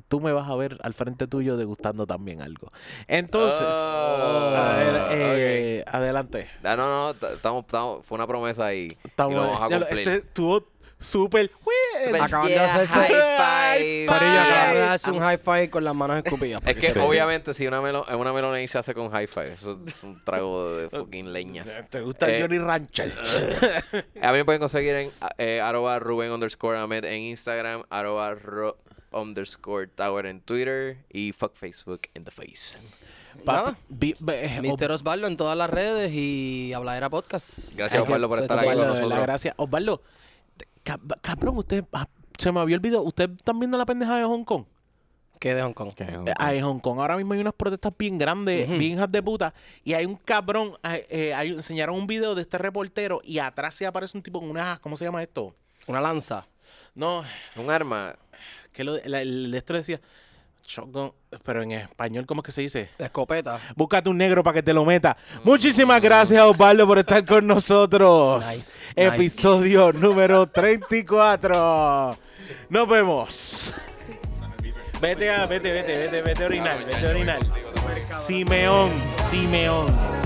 Speaker 3: tú me vas a ver al frente tuyo degustando también algo. Entonces,
Speaker 2: Oh,
Speaker 3: a ver, eh, adelante.
Speaker 2: Ah, no, no, t- estamos, estamos- fue una promesa ahí.
Speaker 3: Estamos-
Speaker 2: y lo vamos a
Speaker 3: ya lo-
Speaker 2: cumplir.
Speaker 3: este estuvo súper.
Speaker 2: Super-
Speaker 4: Acaban de
Speaker 2: yeah,
Speaker 4: hacerse-
Speaker 2: high five.
Speaker 4: Corillo, acabamos de
Speaker 2: Bye.
Speaker 4: darse un high five con las manos escupidas.
Speaker 2: Es que
Speaker 1: Sí.
Speaker 2: obviamente si una, melo, una melonade se hace con high five, eso es un trago
Speaker 3: (laughs)
Speaker 2: de fucking leña.
Speaker 3: ¿Te gusta
Speaker 2: Eh,
Speaker 3: Johnny Rancher? (laughs)
Speaker 2: A mí me pueden conseguir en eh, arroba Rubén underscore Ahmed en Instagram, arroba ro- underscore Tower en Twitter y fuck Facebook in the face.
Speaker 3: Papi, vi- ve- eh,
Speaker 4: Mister Osvaldo en todas las redes y Habladera Podcast.
Speaker 2: Gracias,
Speaker 4: Hay que
Speaker 2: Osvaldo, por estar ahí
Speaker 4: sostenerlo.
Speaker 2: con
Speaker 3: Osvaldo, de verdad,
Speaker 2: nosotros.
Speaker 3: gracias. Osvaldo, te- cab- cabrón, usted ah, se me había olvidado. ¿Usted están viendo la pendeja de Hong Kong?
Speaker 4: ¿Qué de Hong Kong?
Speaker 3: Eh, ah, en Hong Kong ahora mismo hay unas protestas bien grandes, bien hijas de puta. Y hay un cabrón, ah, eh, hay- enseñaron un video de este reportero y atrás se aparece un tipo con una, ¿cómo se llama esto?
Speaker 4: Una lanza.
Speaker 3: No,
Speaker 2: Un arma,
Speaker 3: que lo, la- el de esto decía, shotgun, pero en español, ¿cómo es que se dice?
Speaker 4: La escopeta.
Speaker 3: Búscate un negro para que te lo meta.
Speaker 4: Mm.
Speaker 3: Muchísimas gracias, Osvaldo, por estar con nosotros.
Speaker 4: Nice, nice. (laughs)
Speaker 3: Episodio número 34. Nos vemos. Vete, a, vete, vete, vete, vete a orinar, vete a orinar. Simeón, Simeón.